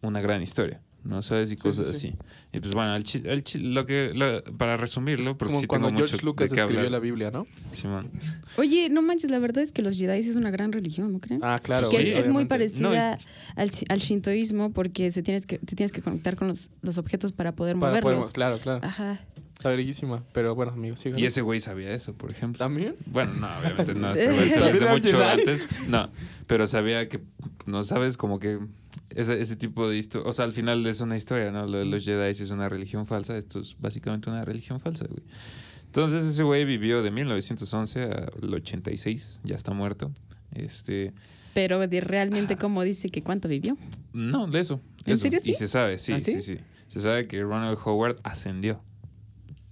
Speaker 1: una gran historia, ¿no? ¿Sabes? Y cosas
Speaker 4: sí, sí.
Speaker 1: así. Y pues bueno, el chi- el chi- lo que, lo- para resumirlo, porque
Speaker 4: Como
Speaker 1: sí
Speaker 4: cuando
Speaker 1: tengo
Speaker 4: George
Speaker 1: mucho
Speaker 4: Lucas
Speaker 1: de qué
Speaker 4: escribió la
Speaker 1: hablar,
Speaker 4: Biblia, ¿no?
Speaker 1: Simón.
Speaker 3: Oye, no manches, la verdad es que los Jedi es una gran religión, ¿no creen?
Speaker 4: Ah, claro.
Speaker 1: Sí,
Speaker 3: que
Speaker 4: güey,
Speaker 3: es muy
Speaker 4: obviamente.
Speaker 3: parecida al, shi- al shintoísmo porque se tienes que, te tienes que conectar con los, los objetos para poder
Speaker 4: Para-
Speaker 3: moverlos.
Speaker 4: podemos- claro, claro.
Speaker 3: Ajá.
Speaker 4: Está verguísima. Pero bueno, amigos, sigan.
Speaker 1: Y ese güey sabía eso, por ejemplo.
Speaker 4: ¿También?
Speaker 1: Bueno, no, obviamente no, este güey se lo
Speaker 4: ¿También
Speaker 1: hizo
Speaker 4: era
Speaker 1: mucho
Speaker 4: Jedi?
Speaker 1: antes. No, pero sabía que, no sabes, como que ese, ese tipo de historia, o sea, al final es una historia, ¿no? Lo de los Jedi es una religión falsa, esto es básicamente una religión falsa, güey. Entonces ese güey vivió de 1911 al 86, ya está muerto. Este,
Speaker 3: Pero de
Speaker 4: Ah.
Speaker 3: realmente, como dice que cuánto vivió?
Speaker 1: no, de eso.
Speaker 3: ¿En
Speaker 1: eso.
Speaker 3: serio sí?
Speaker 1: Y se sabe, sí,
Speaker 2: ¿Ah, sí?
Speaker 1: sí, sí. Se sabe que Ronald Howard ascendió.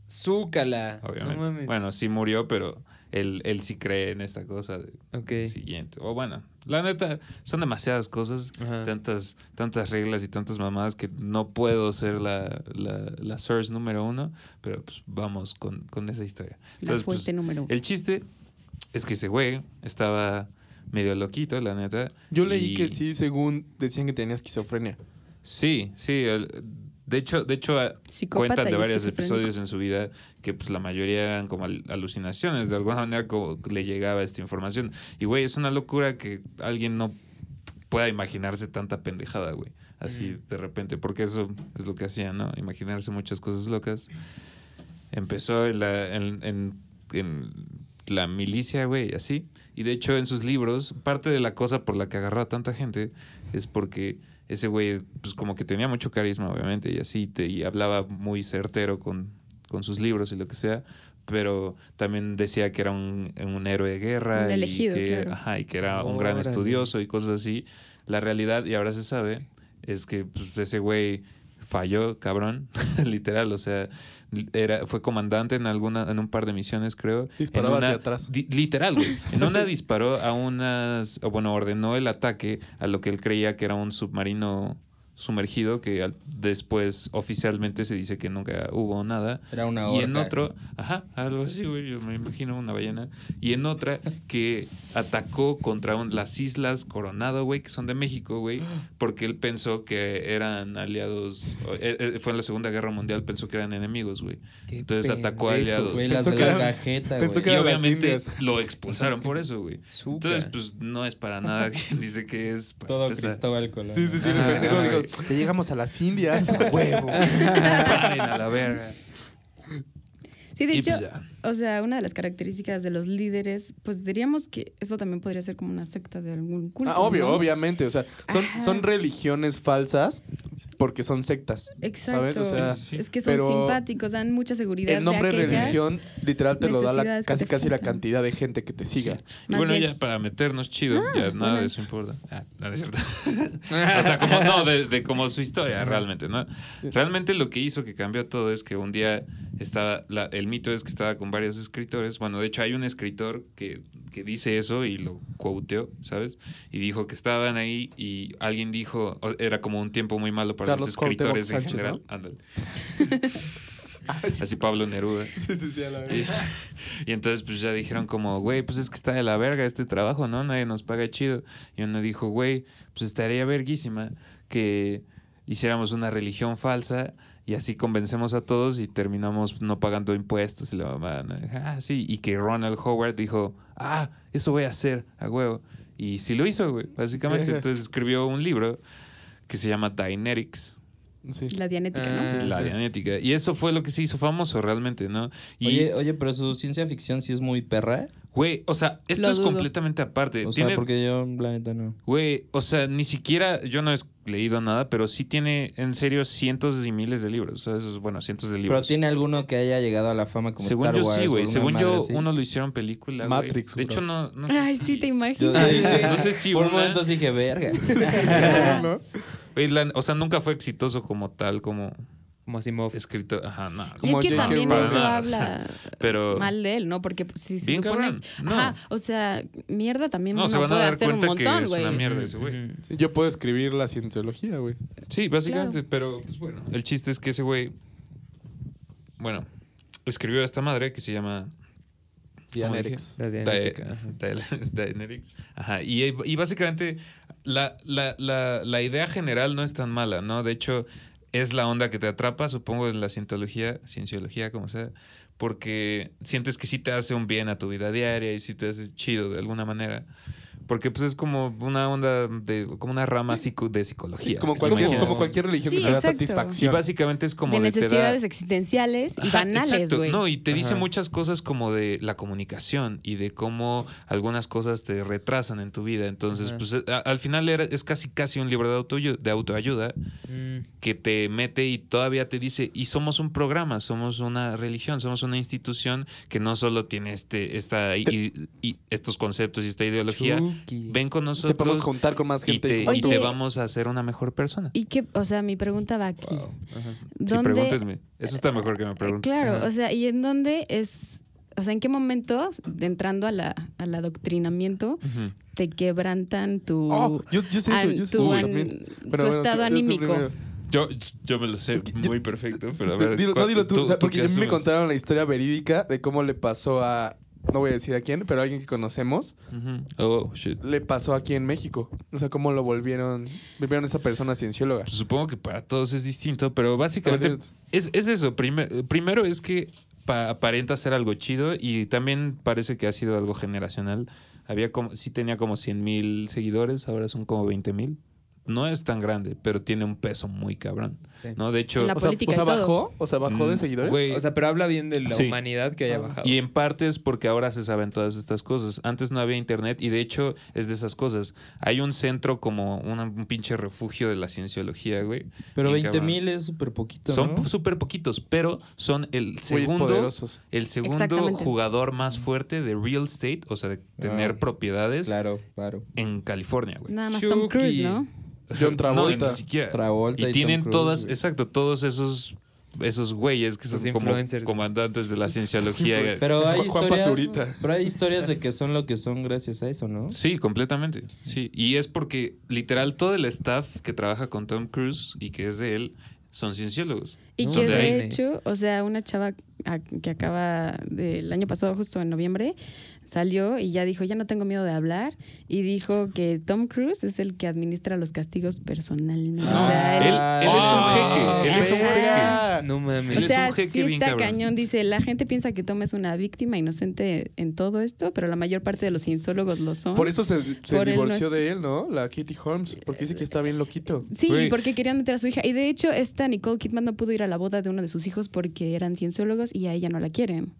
Speaker 2: Zúcala.
Speaker 1: obviamente.
Speaker 2: No mames.
Speaker 1: Bueno, sí murió, pero él, él sí cree en esta cosa de
Speaker 2: Ok.
Speaker 1: siguiente. O bueno, la neta, son demasiadas cosas,
Speaker 3: Ah.
Speaker 2: Ajá.
Speaker 1: tantas, tantas reglas y tantas mamadas que no puedo ser la, la, la source número uno, pero pues vamos con, con esa historia.
Speaker 3: La
Speaker 1: Entonces,
Speaker 3: fuente
Speaker 1: pues,
Speaker 3: número uno.
Speaker 1: el chiste es que ese güey estaba medio loquito, la neta.
Speaker 4: Yo leí
Speaker 1: y-
Speaker 4: que sí, según decían que tenía esquizofrenia.
Speaker 1: Sí, sí. el- de hecho, de hecho a-
Speaker 3: Psicópata
Speaker 1: cuentan
Speaker 3: y
Speaker 1: de varios
Speaker 3: esquizofrénico.
Speaker 1: episodios en su vida que pues la mayoría eran como al- alucinaciones. De alguna manera como que le llegaba esta información. Y güey, es una locura que alguien no pueda imaginarse tanta pendejada, güey. Así de repente, porque eso es lo que hacía, ¿no? Imaginarse muchas cosas locas. Empezó en la, en, en- en la milicia, güey, así. Y de hecho, en sus libros, parte de la cosa por la que agarró a tanta gente es porque ese güey, pues como que tenía mucho carisma, obviamente, y así, te, y hablaba muy certero con, con sus libros y lo que sea. Pero también decía que era un, un héroe de guerra.
Speaker 3: Un elegido,
Speaker 1: y que,
Speaker 3: claro.
Speaker 1: ajá, y que era un gran
Speaker 2: Órale.
Speaker 1: estudioso y cosas así. La realidad, y ahora se sabe, es que pues, ese güey falló, cabrón, literal, o sea, li- era, fue comandante en alguna, en un par de misiones, creo.
Speaker 4: Disparaba
Speaker 1: en una-
Speaker 4: hacia atrás.
Speaker 1: di- literal, güey. En una disparó a unas, o bueno, ordenó el ataque a lo que él creía que era un submarino sumergido, que al- después oficialmente se dice que nunca hubo nada.
Speaker 5: Era una
Speaker 1: Y en
Speaker 5: orca.
Speaker 1: otro, ajá, algo así, güey, yo me imagino una ballena. Y en otra que atacó contra un- las islas Coronado, güey, que son de México, güey, porque él pensó que eran aliados, o- eh, eh, fue en la Segunda Guerra Mundial, pensó que eran enemigos, güey.
Speaker 2: Qué
Speaker 1: Entonces atacó a
Speaker 2: pendejo,
Speaker 1: aliados.
Speaker 5: Güey, las
Speaker 4: Pensó
Speaker 5: de
Speaker 4: que
Speaker 5: la
Speaker 4: eran-
Speaker 5: cajeta,
Speaker 4: pensó
Speaker 5: güey.
Speaker 4: que
Speaker 1: Y
Speaker 4: eran las
Speaker 1: obviamente
Speaker 4: indias.
Speaker 1: lo expulsaron por eso, güey.
Speaker 2: Azúcar.
Speaker 1: Entonces, pues no es para nada quien dice que es. para
Speaker 5: Todo
Speaker 1: empezar.
Speaker 5: Cristóbal Colón.
Speaker 4: Sí, sí, sí. El
Speaker 1: Ajá.
Speaker 4: pendejo dijo, te llegamos a las Indias. a huevo.
Speaker 1: Disparen a la verga.
Speaker 3: Sí, de
Speaker 1: Y
Speaker 3: hecho,
Speaker 1: pues ya.
Speaker 3: o sea, una de las características de los líderes, pues diríamos que eso también podría ser como una secta de algún culto.
Speaker 4: Ah, obvio,
Speaker 3: ¿no?
Speaker 4: obviamente. O sea, son,
Speaker 3: Ajá.
Speaker 4: son religiones falsas porque son sectas. ¿sabes?
Speaker 3: Exacto.
Speaker 4: O sea,
Speaker 1: Sí, sí, sí.
Speaker 3: es que son
Speaker 4: pero
Speaker 3: simpáticos, dan mucha seguridad.
Speaker 4: El nombre
Speaker 3: de aquellas.
Speaker 4: religión literal te lo da la,
Speaker 3: necesidades que
Speaker 4: casi
Speaker 3: te
Speaker 4: casi la
Speaker 3: faltan.
Speaker 4: cantidad de gente que te siga.
Speaker 1: Y
Speaker 3: Más
Speaker 1: bueno,
Speaker 3: bien.
Speaker 1: ya para meternos chido,
Speaker 4: Ah,
Speaker 1: ya nada
Speaker 3: bueno.
Speaker 1: de eso importa. Ah, no, no es cierto. o sea, como no, de, de como su historia realmente, ¿no?
Speaker 4: Sí.
Speaker 1: Realmente lo que hizo que cambió todo es que un día estaba, la- el mito es que estaba con varios escritores. Bueno, de hecho hay un escritor que, que dice eso y lo quoteó, ¿sabes? Y dijo que estaban ahí y alguien dijo, o- era como un tiempo muy malo para
Speaker 4: Carlos
Speaker 1: los
Speaker 4: Cuauhtémoc
Speaker 1: escritores en
Speaker 4: Sánchez,
Speaker 1: general. Ándale. Así Pablo Neruda.
Speaker 4: Sí, sí, sí, a la
Speaker 1: Y, y entonces pues ya dijeron como, güey, pues es que está de la verga este trabajo, ¿no? Nadie nos paga chido. Y uno dijo, güey, pues estaría verguísima que hiciéramos una religión falsa y así convencemos a todos y terminamos no pagando impuestos y la mamá, ¿no? ah, sí, y que Ronald Howard dijo, ah, eso voy a hacer, a huevo. Y sí lo hizo, güey, básicamente. Entonces escribió un libro que se llama Dianetics,
Speaker 4: Sí.
Speaker 6: La dianética, ¿no?
Speaker 2: Ah,
Speaker 1: La
Speaker 2: sí.
Speaker 1: Dianética. Y eso fue lo que se hizo famoso realmente, ¿no? Y,
Speaker 5: Oye, oye, pero su ciencia ficción sí es muy perra. ¿eh?
Speaker 1: güey, o sea, esto
Speaker 6: Lo
Speaker 1: es
Speaker 6: dudo.
Speaker 1: completamente aparte.
Speaker 5: O sea,
Speaker 1: Tiene-
Speaker 5: porque yo, la neta, no.
Speaker 1: Güey, o sea, ni siquiera, yo no he leído nada, pero sí tiene, en serio, cientos y miles de libros. O sea, esos, bueno, cientos de libros.
Speaker 5: Pero tiene alguno que haya llegado a la fama
Speaker 1: pues.
Speaker 5: como
Speaker 1: Según
Speaker 5: Star
Speaker 1: yo
Speaker 5: Wars.
Speaker 1: sí,
Speaker 5: o
Speaker 1: güey.
Speaker 5: alguna
Speaker 1: Según
Speaker 5: madre
Speaker 1: yo,
Speaker 5: así.
Speaker 1: uno lo hicieron película. güey.
Speaker 4: Matrix,
Speaker 1: De
Speaker 4: bro.
Speaker 1: hecho, no. no
Speaker 4: Ah,
Speaker 1: sé
Speaker 3: Ay, sí, te
Speaker 5: Yo-
Speaker 3: imaginas.
Speaker 1: Ah, No sé si
Speaker 5: por un
Speaker 1: una-
Speaker 5: momento sí dije, verga.
Speaker 4: ¿No?
Speaker 1: Güey, la- o sea, nunca fue exitoso como tal, como
Speaker 2: Como Asimov.
Speaker 1: escrito. Ajá, no.
Speaker 6: Y es
Speaker 4: Como
Speaker 6: que
Speaker 4: J.K.
Speaker 6: también
Speaker 1: Rowling.
Speaker 6: eso
Speaker 1: Para nada,
Speaker 6: habla
Speaker 1: Pero.
Speaker 6: mal de él, ¿no? Porque pues, si se
Speaker 1: Bien
Speaker 6: supone.
Speaker 1: cabrón, no.
Speaker 6: Ajá, o sea, mierda también
Speaker 1: No, se
Speaker 6: uno
Speaker 1: van a
Speaker 6: puede
Speaker 1: dar
Speaker 6: hacer un
Speaker 1: cuenta que
Speaker 6: montón,
Speaker 1: es una
Speaker 6: güey.
Speaker 1: mierda ese güey.
Speaker 2: Ujú.
Speaker 4: Yo puedo escribir la cientología, güey.
Speaker 1: Sí, básicamente, pero pues bueno. El chiste es que ese güey. Bueno, escribió a esta madre que se llama
Speaker 4: Dianetics.
Speaker 2: La dianética.
Speaker 1: Dae- Dae- Daenerys. Ajá. Y, y básicamente la, la- la- la idea general no es tan mala, ¿no? De hecho, es la onda que te atrapa, supongo, en la cientología, cienciología, como sea, porque sientes que sí te hace un bien a tu vida diaria y sí te hace chido de alguna manera. Porque pues es como una onda de, como una rama psico- de psicología.
Speaker 4: Como
Speaker 1: ¿se
Speaker 4: cualquier,
Speaker 1: imaginan?
Speaker 4: como cualquier religión
Speaker 6: Sí,
Speaker 4: que te da
Speaker 6: exacto.
Speaker 1: Y
Speaker 4: satisfacción.
Speaker 1: básicamente es como
Speaker 3: de
Speaker 1: de te da-
Speaker 3: necesidades existenciales y
Speaker 1: Ajá,
Speaker 3: banales,
Speaker 1: exacto.
Speaker 3: güey.
Speaker 1: No, y te dice
Speaker 4: Ajá.
Speaker 1: muchas cosas como de la comunicación y de cómo algunas cosas te retrasan en tu vida. Entonces,
Speaker 2: Ajá.
Speaker 1: pues a- al final era- es casi casi un libro de, autoayu- de autoayuda
Speaker 2: Mm.
Speaker 1: que te mete y todavía te dice, y somos un programa, somos una religión, somos una institución que no solo tiene este, esta, y, y estos conceptos y esta ideología.
Speaker 2: Chucky.
Speaker 1: Ven con
Speaker 4: Te podemos
Speaker 1: nosotros
Speaker 4: juntar con más
Speaker 1: y
Speaker 4: gente.
Speaker 1: te,
Speaker 4: con-
Speaker 1: y te
Speaker 3: Oye.
Speaker 1: vamos a hacer una mejor persona.
Speaker 3: Y que, o sea, mi pregunta va aquí.
Speaker 2: Ajá.
Speaker 1: Sí,
Speaker 3: ¿Dónde, Eh,
Speaker 1: pregúntenme. Eso está mejor que me pregunten.
Speaker 3: Claro,
Speaker 2: Ajá.
Speaker 3: o sea, ¿y en dónde es, o sea, en qué momento, entrando a la, al adoctrinamiento,
Speaker 1: Ujú.
Speaker 3: te quebrantan tu,
Speaker 4: Oh, yo, yo sé eso,
Speaker 3: an-
Speaker 4: yo sé
Speaker 3: tu,
Speaker 4: eso
Speaker 3: an-
Speaker 4: también.
Speaker 3: tu
Speaker 4: Pero bueno,
Speaker 3: estado
Speaker 4: tú- tú
Speaker 3: anímico?
Speaker 4: primero.
Speaker 1: Yo, yo me lo sé
Speaker 4: Es que yo-
Speaker 1: muy perfecto, pero a
Speaker 4: Sí,
Speaker 1: ver.
Speaker 4: dilo- no,
Speaker 1: ¿cuál-
Speaker 4: dilo tú, o sea,
Speaker 1: tú
Speaker 4: porque
Speaker 1: qué
Speaker 4: a mí me
Speaker 1: asumes?
Speaker 4: contaron la historia verídica de cómo le pasó a, no voy a decir a quién, pero a alguien que conocemos,
Speaker 1: Ujú. Oh, shit.
Speaker 4: le pasó aquí en México. O sea, cómo lo volvieron, volvieron a esa persona ciencióloga.
Speaker 1: Pues Supongo que para todos es distinto, pero básicamente
Speaker 4: Pero-
Speaker 1: es, es eso. Primer- primero es que pa- aparenta ser algo chido y también parece que ha sido algo generacional. Había como, sí tenía como 100 mil seguidores, ahora son como 20 mil. No es tan grande, pero tiene un peso muy cabrón.
Speaker 2: Sí.
Speaker 1: ¿no? De hecho,
Speaker 3: En la
Speaker 4: o sea,
Speaker 3: política
Speaker 4: o sea,
Speaker 3: y todo.
Speaker 4: bajó, o sea, bajó de
Speaker 1: mm,
Speaker 4: seguidores.
Speaker 1: güey,
Speaker 2: O sea, pero habla bien de la
Speaker 1: Sí.
Speaker 2: humanidad que
Speaker 4: Ah.
Speaker 2: haya bajado.
Speaker 1: Y en parte es porque ahora se saben todas estas cosas. Antes no había internet y de hecho es de esas cosas. Hay un centro como una- un pinche refugio de la cienciología, güey.
Speaker 5: Pero
Speaker 1: Bien
Speaker 5: 20 mil es súper poquito.
Speaker 1: Son
Speaker 5: ¿no?
Speaker 1: súper poquitos, pero son el
Speaker 4: Güeyes
Speaker 1: segundo,
Speaker 4: poderosos.
Speaker 1: el segundo
Speaker 3: Exactamente.
Speaker 1: jugador más fuerte de real estate, o sea, de tener
Speaker 5: Ah,
Speaker 1: propiedades
Speaker 5: Claro, claro.
Speaker 1: en California, güey.
Speaker 3: Nada más Tom
Speaker 2: Chucky.
Speaker 3: Cruise, ¿no?
Speaker 4: John Travolta.
Speaker 1: No, ni siquiera.
Speaker 5: Travolta y
Speaker 1: y
Speaker 5: Tom
Speaker 1: tienen
Speaker 5: Cruise,
Speaker 1: todas,
Speaker 5: güey.
Speaker 1: exacto, todos esos esos güeyes que
Speaker 2: Los
Speaker 1: son como
Speaker 2: influencers.
Speaker 1: comandantes de la cienciología.
Speaker 5: Pero hay
Speaker 4: Juan
Speaker 5: historias.
Speaker 4: Pazurita.
Speaker 5: Pero hay historias de que son lo que son gracias a eso, ¿no?
Speaker 1: Sí, completamente. Sí, y es porque literal todo el staff que trabaja con Tom Cruise y que es de él son cienciólogos.
Speaker 3: Y
Speaker 2: No,
Speaker 3: que
Speaker 1: de
Speaker 3: de
Speaker 2: ahí.
Speaker 3: hecho, o sea, una chava a- que acaba del año pasado, justo en noviembre, salió y ya dijo, ya no tengo miedo de hablar, y dijo que Tom Cruise es el que administra los castigos personalmente. o sea,
Speaker 5: Ah,
Speaker 3: él-
Speaker 1: él, él es un
Speaker 5: Ah,
Speaker 1: jeque, él es un jeque.
Speaker 4: verga.
Speaker 2: No mames.
Speaker 1: Él
Speaker 3: o
Speaker 1: es
Speaker 3: sea,
Speaker 1: un jeque
Speaker 3: sí
Speaker 1: bien
Speaker 3: está
Speaker 1: cabrón.
Speaker 3: cañón. Dice, la gente piensa que Tom es una víctima inocente en todo esto, pero la mayor parte de los cienciólogos lo son.
Speaker 4: Por eso se, se
Speaker 3: Por él no
Speaker 4: divorció de él, ¿no? La Kitty Holmes, porque dice que está bien loquito.
Speaker 3: Sí,
Speaker 1: Güey.
Speaker 3: porque querían meter a su hija. Y de hecho, esta Nicole Kidman no pudo ir a la boda de uno de sus hijos porque eran cienciólogos y a ella no la quieren.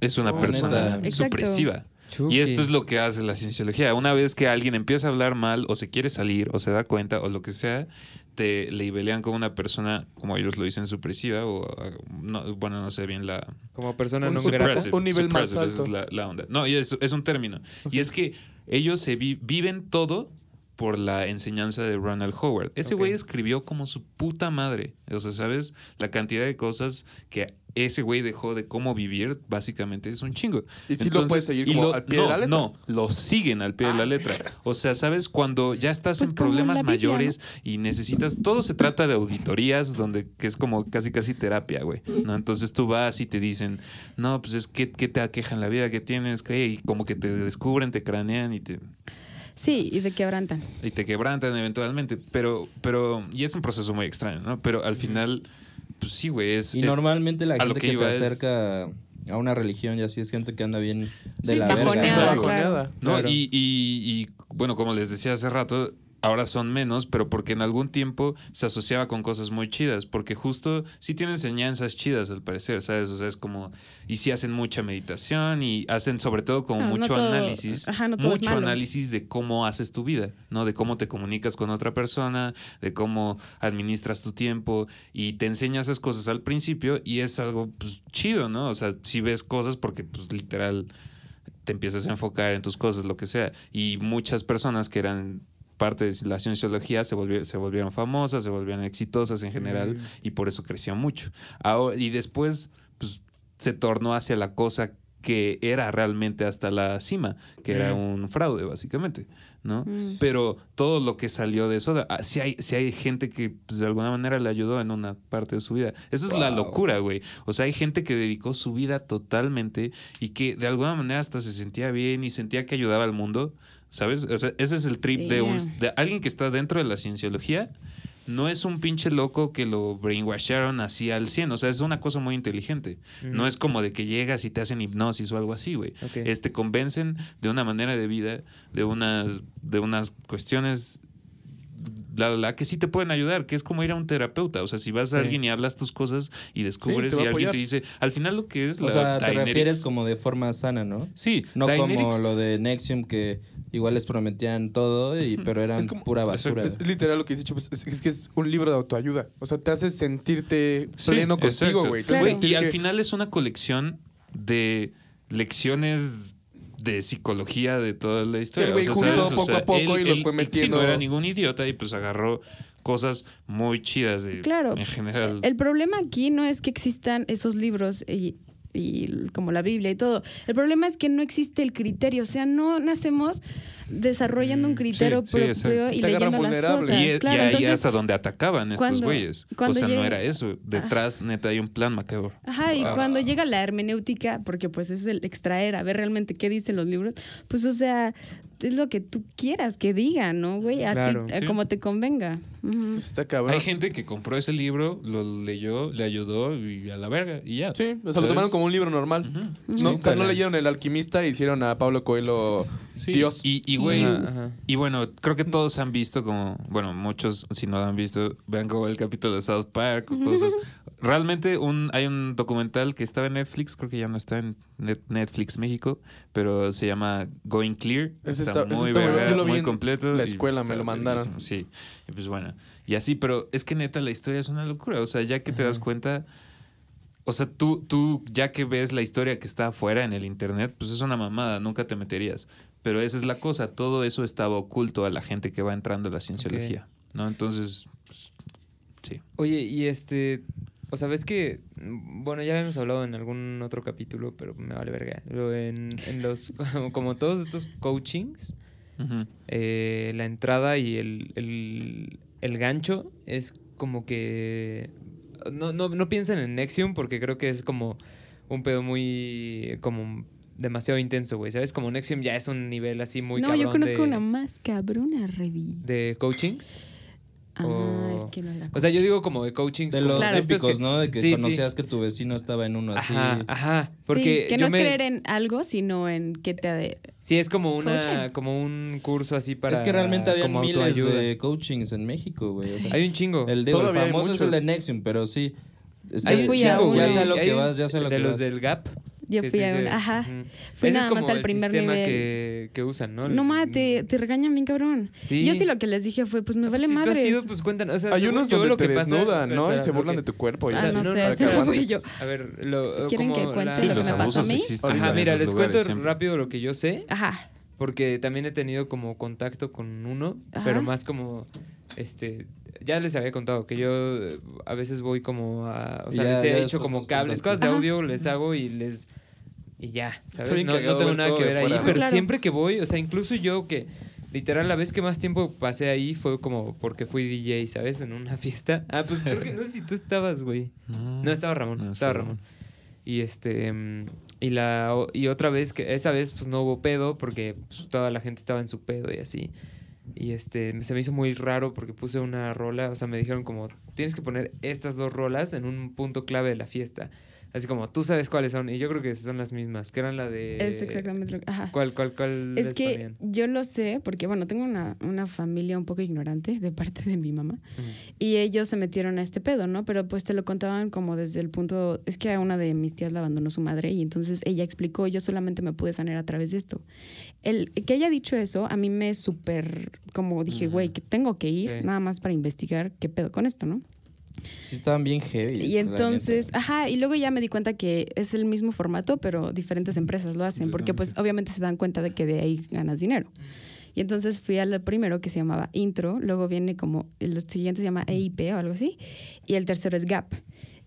Speaker 1: Es una
Speaker 5: Oh,
Speaker 1: persona
Speaker 5: neta.
Speaker 3: Exacto.
Speaker 1: supresiva.
Speaker 2: Chucky.
Speaker 1: Y esto es lo que hace la cienciología. Una vez que alguien empieza a hablar mal o se quiere salir o se da cuenta o lo que sea, te libelean como una persona, como ellos lo dicen, supresiva o ah, no, bueno, no sé bien la,
Speaker 2: Como persona
Speaker 4: Un
Speaker 2: no
Speaker 4: supra-
Speaker 2: grata.
Speaker 1: Suppressive,
Speaker 4: Un nivel más
Speaker 1: suppressive, esa
Speaker 4: alto.
Speaker 1: es la, la onda. No, y es, es un término. Y es que ellos se vi- viven todo por la enseñanza de Ronald Howard. Ese
Speaker 2: Ok.
Speaker 1: güey escribió como su puta madre. O sea, ¿sabes? La cantidad de cosas que ese güey dejó de cómo vivir, básicamente, es un chingo.
Speaker 4: Y sí lo puedes seguir
Speaker 1: y
Speaker 4: como
Speaker 1: lo-
Speaker 4: al pie de
Speaker 1: no,
Speaker 4: la letra.
Speaker 1: No, lo siguen al pie de la letra. O sea, ¿sabes? Cuando ya estás
Speaker 3: Pues
Speaker 1: en
Speaker 3: como
Speaker 1: problemas
Speaker 3: la Biblia,
Speaker 1: mayores y necesitas... Todo se trata de auditorías, donde que es como casi casi terapia, güey. ¿no? Entonces tú vas y te dicen, no, pues es que ¿qué te aqueja en la vida que tienes, que y como que te descubren, te cranean y te,
Speaker 3: Sí, y de quebrantan.
Speaker 1: y te quebrantan eventualmente. Pero, pero, y es un proceso muy extraño, ¿no? Pero al final, pues sí, güey, es...
Speaker 5: Y
Speaker 1: es-
Speaker 5: normalmente la
Speaker 1: a lo
Speaker 5: gente
Speaker 1: que
Speaker 5: que, se
Speaker 1: iba es-
Speaker 5: acerca a una religión y así es gente que anda bien de
Speaker 3: Sí,
Speaker 5: la
Speaker 6: Ah,
Speaker 3: bajoneada,
Speaker 5: verga.
Speaker 3: claro.
Speaker 4: Bajoneada.
Speaker 1: No,
Speaker 2: Claro.
Speaker 1: y, y- y, bueno, como les decía hace rato, ahora son menos, pero porque en algún tiempo se asociaba con cosas muy chidas, porque justo sí tiene enseñanzas chidas al parecer, ¿sabes? O sea, es como, y sí hacen mucha meditación y hacen sobre todo como
Speaker 6: No, no
Speaker 1: mucho
Speaker 6: todo-
Speaker 1: análisis,
Speaker 6: ajá, no todo es
Speaker 1: mucho
Speaker 6: malo.
Speaker 1: análisis de cómo haces tu vida, ¿no? De cómo te comunicas con otra persona, de cómo administras tu tiempo y te enseña esas cosas al principio y es algo pues, chido, ¿no? O sea, si ves cosas porque pues literal te empiezas a enfocar en tus cosas, lo que sea. Y muchas personas que eran parte de la cienciología se, volvi- se volvieron famosas, se volvieron exitosas en general y por eso creció mucho. Ahora, y después pues, se tornó hacia la cosa que era realmente hasta la cima, que era
Speaker 2: Mm.
Speaker 1: un fraude básicamente, ¿no?
Speaker 6: Mm.
Speaker 1: Pero todo lo que salió de eso, ah, sí hay, sí hay gente que pues, de alguna manera le ayudó en una parte de su vida. Eso es la
Speaker 5: Wow.
Speaker 1: locura, güey. O sea, hay gente que dedicó su vida totalmente y que de alguna manera hasta se sentía bien y sentía que ayudaba al mundo, ¿sabes? O sea, ese es el trip de, un,
Speaker 6: Damn.
Speaker 1: de alguien que está dentro de la cienciología. No es un pinche loco que lo brainwasharon así al 100. O sea, es una cosa muy inteligente. No es este como de que llegas y te hacen hipnosis o algo así, güey
Speaker 2: Ok.
Speaker 1: es, te convencen de una manera de vida, de unas, de unas cuestiones, bla, bla, bla, que sí te pueden ayudar, que es como ir a un terapeuta. O sea, si vas a
Speaker 2: Sí.
Speaker 1: alguien y hablas tus cosas y descubres
Speaker 4: Sí, te va
Speaker 1: y
Speaker 4: a
Speaker 1: alguien
Speaker 4: apoyar.
Speaker 1: te dice, al final lo que es
Speaker 5: O
Speaker 1: la
Speaker 5: sea, te
Speaker 1: Daenerys-
Speaker 5: refieres como de forma sana, ¿no?
Speaker 1: Sí,
Speaker 5: No
Speaker 1: Daenerys-
Speaker 5: como lo de Nexium que igual les prometían todo, y, pero eran
Speaker 4: Es como-
Speaker 5: pura
Speaker 1: exacto,
Speaker 5: basura.
Speaker 4: Es literal lo que dice Chupas. Es, es que es un libro de autoayuda. O sea, te hace sentirte
Speaker 1: Sí,
Speaker 4: pleno
Speaker 1: exacto.
Speaker 4: contigo, güey. Te hace
Speaker 1: Güey,
Speaker 4: sentir
Speaker 1: Y al
Speaker 4: que-
Speaker 1: final es una colección de lecciones de psicología de toda la historia.
Speaker 4: el güey
Speaker 1: O sea,
Speaker 4: juntó
Speaker 1: ¿sabes? O
Speaker 4: poco
Speaker 1: sea,
Speaker 4: a poco
Speaker 1: él-
Speaker 4: y los
Speaker 1: él-
Speaker 4: fue
Speaker 1: sí,
Speaker 4: metiendo.
Speaker 1: no era ningún idiota y pues agarró cosas muy chidas de,
Speaker 6: Claro.
Speaker 1: en general.
Speaker 6: El problema aquí no es que existan esos libros y, y como la Biblia y todo. El problema es que no existe el criterio. O sea, no nacemos desarrollando
Speaker 2: Mm,
Speaker 6: un criterio
Speaker 1: sí, sí,
Speaker 6: propio
Speaker 1: exacto.
Speaker 6: y
Speaker 4: Te
Speaker 6: leyendo
Speaker 4: agarran
Speaker 6: las
Speaker 4: vulnerable.
Speaker 6: cosas.
Speaker 1: Y, es- y
Speaker 6: claro,
Speaker 1: ahí
Speaker 6: entonces,
Speaker 1: hasta donde atacaban estos
Speaker 6: cuando-
Speaker 1: güeyes. O
Speaker 6: cuando
Speaker 1: sea, no
Speaker 6: llega- Ah.
Speaker 1: era eso. Detrás, neta, hay un plan macabro.
Speaker 6: Ajá, y
Speaker 1: Ah.
Speaker 6: cuando llega la hermenéutica, porque pues es el extraer, a ver realmente qué dicen los libros, pues o sea, es lo que tú quieras que digan, ¿no, güey? A ti-
Speaker 2: Claro.
Speaker 6: a
Speaker 1: Sí.
Speaker 6: como te convenga. Ujú.
Speaker 4: pues, Está cabrón.
Speaker 1: Hay gente que compró ese libro, lo leyó, le ayudó y a la verga y ya.
Speaker 4: Sí, o sea, lo
Speaker 1: ¿Sabes?
Speaker 4: tomaron como un libro normal.
Speaker 1: Ujú.
Speaker 4: No, o sea, no leyeron El Alquimista e hicieron a Pablo Coelho
Speaker 1: Sí,
Speaker 4: Dios.
Speaker 1: Y, y, güey,
Speaker 2: Ajá, ajá.
Speaker 1: Y bueno, creo que todos han visto como, bueno, muchos si no lo han visto, vean como el capítulo de South Park o cosas. Realmente un, hay un documental que estaba en Netflix, creo que ya no está en Net- Netflix México, pero se llama Going Clear.
Speaker 4: Ese
Speaker 1: está,
Speaker 4: está- ese
Speaker 1: muy
Speaker 4: está bueno.
Speaker 1: verga,
Speaker 4: Yo lo vi
Speaker 1: muy
Speaker 4: en
Speaker 1: completo.
Speaker 4: la
Speaker 1: y
Speaker 4: escuela, me
Speaker 1: está
Speaker 4: lo mandaron.
Speaker 1: verguísimo, Sí, y pues bueno, y así, pero es que neta la historia es una locura, o sea, ya que te das cuenta... O sea, tú, tú, ya que ves la historia que está afuera en el internet, pues es una mamada, nunca te meterías. Pero esa es la cosa, todo eso estaba oculto a la gente que va entrando a la cienciología, ¿no? Entonces, pues, sí.
Speaker 2: Oye, y este. O sea, ves que. mm, Bueno, ya habíamos hablado en algún otro capítulo, pero me vale verga. Lo en, en los. Como todos estos coachings,
Speaker 1: Ujú.
Speaker 2: eh, la entrada y el, el, el gancho es como que. No, no, no piensen en Nexium porque creo que es como un pedo muy. como demasiado intenso, güey. ¿Sabes? Como Nexium ya es un nivel así muy
Speaker 6: no,
Speaker 2: cabrón.
Speaker 6: yo conozco
Speaker 2: de,
Speaker 6: una más cabrona, Revi.
Speaker 2: de coachings.
Speaker 6: Ah,
Speaker 1: Oh.
Speaker 2: o-
Speaker 6: es que no era
Speaker 2: O sea, yo digo como de coachings.
Speaker 5: De
Speaker 2: como
Speaker 5: los
Speaker 2: de estos
Speaker 5: típicos,
Speaker 2: que-
Speaker 5: ¿no? De que
Speaker 2: Sí, sí.
Speaker 5: conocías que tu vecino estaba en uno así.
Speaker 2: Ajá, ajá. Porque
Speaker 6: Porque que
Speaker 2: yo
Speaker 6: no es
Speaker 2: me-
Speaker 6: creer en algo, sino en que te... ade-
Speaker 2: Sí, es como una,
Speaker 6: Coaching.
Speaker 2: como un curso así para.
Speaker 5: es que realmente había
Speaker 2: como
Speaker 5: miles
Speaker 2: autoayuda.
Speaker 5: de coachings en México, güey. o sea,
Speaker 2: Hay un chingo.
Speaker 5: el, digo, el
Speaker 4: Todavía hay
Speaker 5: famoso es el
Speaker 4: muchos.
Speaker 5: de Nexium, pero sí. Está-
Speaker 2: Hay un
Speaker 6: fui
Speaker 5: ya
Speaker 6: a uno.
Speaker 5: sé a lo
Speaker 2: Hay
Speaker 5: que
Speaker 2: un-
Speaker 5: vas, ya sé a lo
Speaker 2: de
Speaker 5: que
Speaker 2: los
Speaker 5: vas.
Speaker 2: del Gap.
Speaker 6: Yo
Speaker 2: que
Speaker 6: fui
Speaker 2: te
Speaker 6: a
Speaker 2: dice-
Speaker 6: una... Ajá.
Speaker 2: Ujú.
Speaker 6: Fui
Speaker 2: Ese
Speaker 6: nada
Speaker 2: es como
Speaker 6: más al
Speaker 2: el
Speaker 6: primer
Speaker 2: sistema
Speaker 6: nivel.
Speaker 2: Que, que usan, ¿no? Mm.
Speaker 6: No, ma, te, te regañan bien cabrón.
Speaker 2: Sí.
Speaker 6: Yo sí lo que les dije fue, pues me vale
Speaker 2: si
Speaker 6: madres.
Speaker 2: Tú has ido, pues cuéntanos. O sea,
Speaker 4: Hay
Speaker 2: según
Speaker 4: unos
Speaker 2: yo,
Speaker 4: donde
Speaker 2: lo
Speaker 4: te
Speaker 2: que pasa-
Speaker 4: desnudan,
Speaker 2: espera,
Speaker 4: ¿no?
Speaker 2: espera,
Speaker 4: y se
Speaker 2: lo
Speaker 4: burlan
Speaker 2: que-
Speaker 4: de tu cuerpo. y
Speaker 6: Ah,
Speaker 4: dicen,
Speaker 6: no sé,
Speaker 4: "Para
Speaker 6: ese
Speaker 4: que
Speaker 6: no
Speaker 4: aguantes".
Speaker 6: fui yo.
Speaker 2: A ver, Ah, lo,
Speaker 6: ¿Quieren
Speaker 2: como
Speaker 6: que cuente
Speaker 2: la-
Speaker 1: Sí,
Speaker 6: lo que
Speaker 1: los
Speaker 6: me pasó a
Speaker 1: abusos
Speaker 6: mí?
Speaker 1: existen.
Speaker 4: Ajá,
Speaker 2: Ajá,
Speaker 1: en
Speaker 2: mira,
Speaker 1: esos
Speaker 2: les
Speaker 1: lugares
Speaker 2: cuento
Speaker 1: siempre.
Speaker 2: rápido lo que yo sé.
Speaker 6: Ajá.
Speaker 2: Porque también he tenido como contacto con uno,
Speaker 6: Ajá.
Speaker 2: pero más como, este, ya les había contado que yo eh, a veces voy como a, o sea,
Speaker 5: Ya-
Speaker 2: les
Speaker 5: ya
Speaker 2: he hecho
Speaker 5: después
Speaker 2: como
Speaker 5: nos
Speaker 2: cables,
Speaker 5: contaste.
Speaker 2: cosas de
Speaker 6: Ajá.
Speaker 2: audio, les hago y les, y ya, ¿sabes?
Speaker 4: bien
Speaker 2: No, no
Speaker 4: cagado
Speaker 2: tengo
Speaker 4: ver
Speaker 2: nada
Speaker 4: todo
Speaker 2: que
Speaker 4: de
Speaker 2: ver ahí,
Speaker 4: fuera, ¿no?
Speaker 2: pero
Speaker 6: Claro.
Speaker 2: siempre que voy, o sea, incluso yo que literal la vez que más tiempo pasé ahí fue como porque fui DJ, ¿sabes? En una fiesta. Ah, pues creo que no sé si tú estabas, güey. No, estaba Ramón,
Speaker 1: No, estaba
Speaker 2: estaba Ramón. Y este mm, y la o- y otra vez que esa vez pues no hubo pedo porque pues, toda la gente estaba en su pedo y así. Y este se me hizo muy raro porque puse una rola, o sea, me dijeron como tienes que poner estas dos rolas en un punto clave de la fiesta. Así como, tú sabes cuáles son. Y yo creo que son las mismas, que eran la de...
Speaker 3: es exactamente lo que... Ajá.
Speaker 2: eh, ¿Cuál, cuál, cuál?
Speaker 3: Es
Speaker 2: les
Speaker 3: que
Speaker 2: ponían?
Speaker 3: yo lo sé porque, bueno, tengo una, una familia un poco ignorante de parte de mi mamá
Speaker 2: Ujú.
Speaker 3: y ellos se metieron a este pedo, ¿no? Pero pues te lo contaban como desde el punto, es que a una de mis tías la abandonó su madre y entonces ella explicó, yo solamente me pude sanar a través de esto. El que haya dicho eso, a mí me súper, como dije,
Speaker 2: Ujú.
Speaker 3: güey, que tengo que ir
Speaker 2: Sí.
Speaker 3: nada más para investigar qué pedo con esto, ¿no?
Speaker 5: Sí, estaban bien heavy.
Speaker 3: Y entonces, ajá, y luego ya me di cuenta que es el mismo formato, pero diferentes empresas lo hacen, porque pues obviamente se dan cuenta de que de ahí ganas dinero. Y entonces fui al primero que se llamaba Intro, luego viene como, el siguiente se llama EIP o algo así, y el tercero es Gap.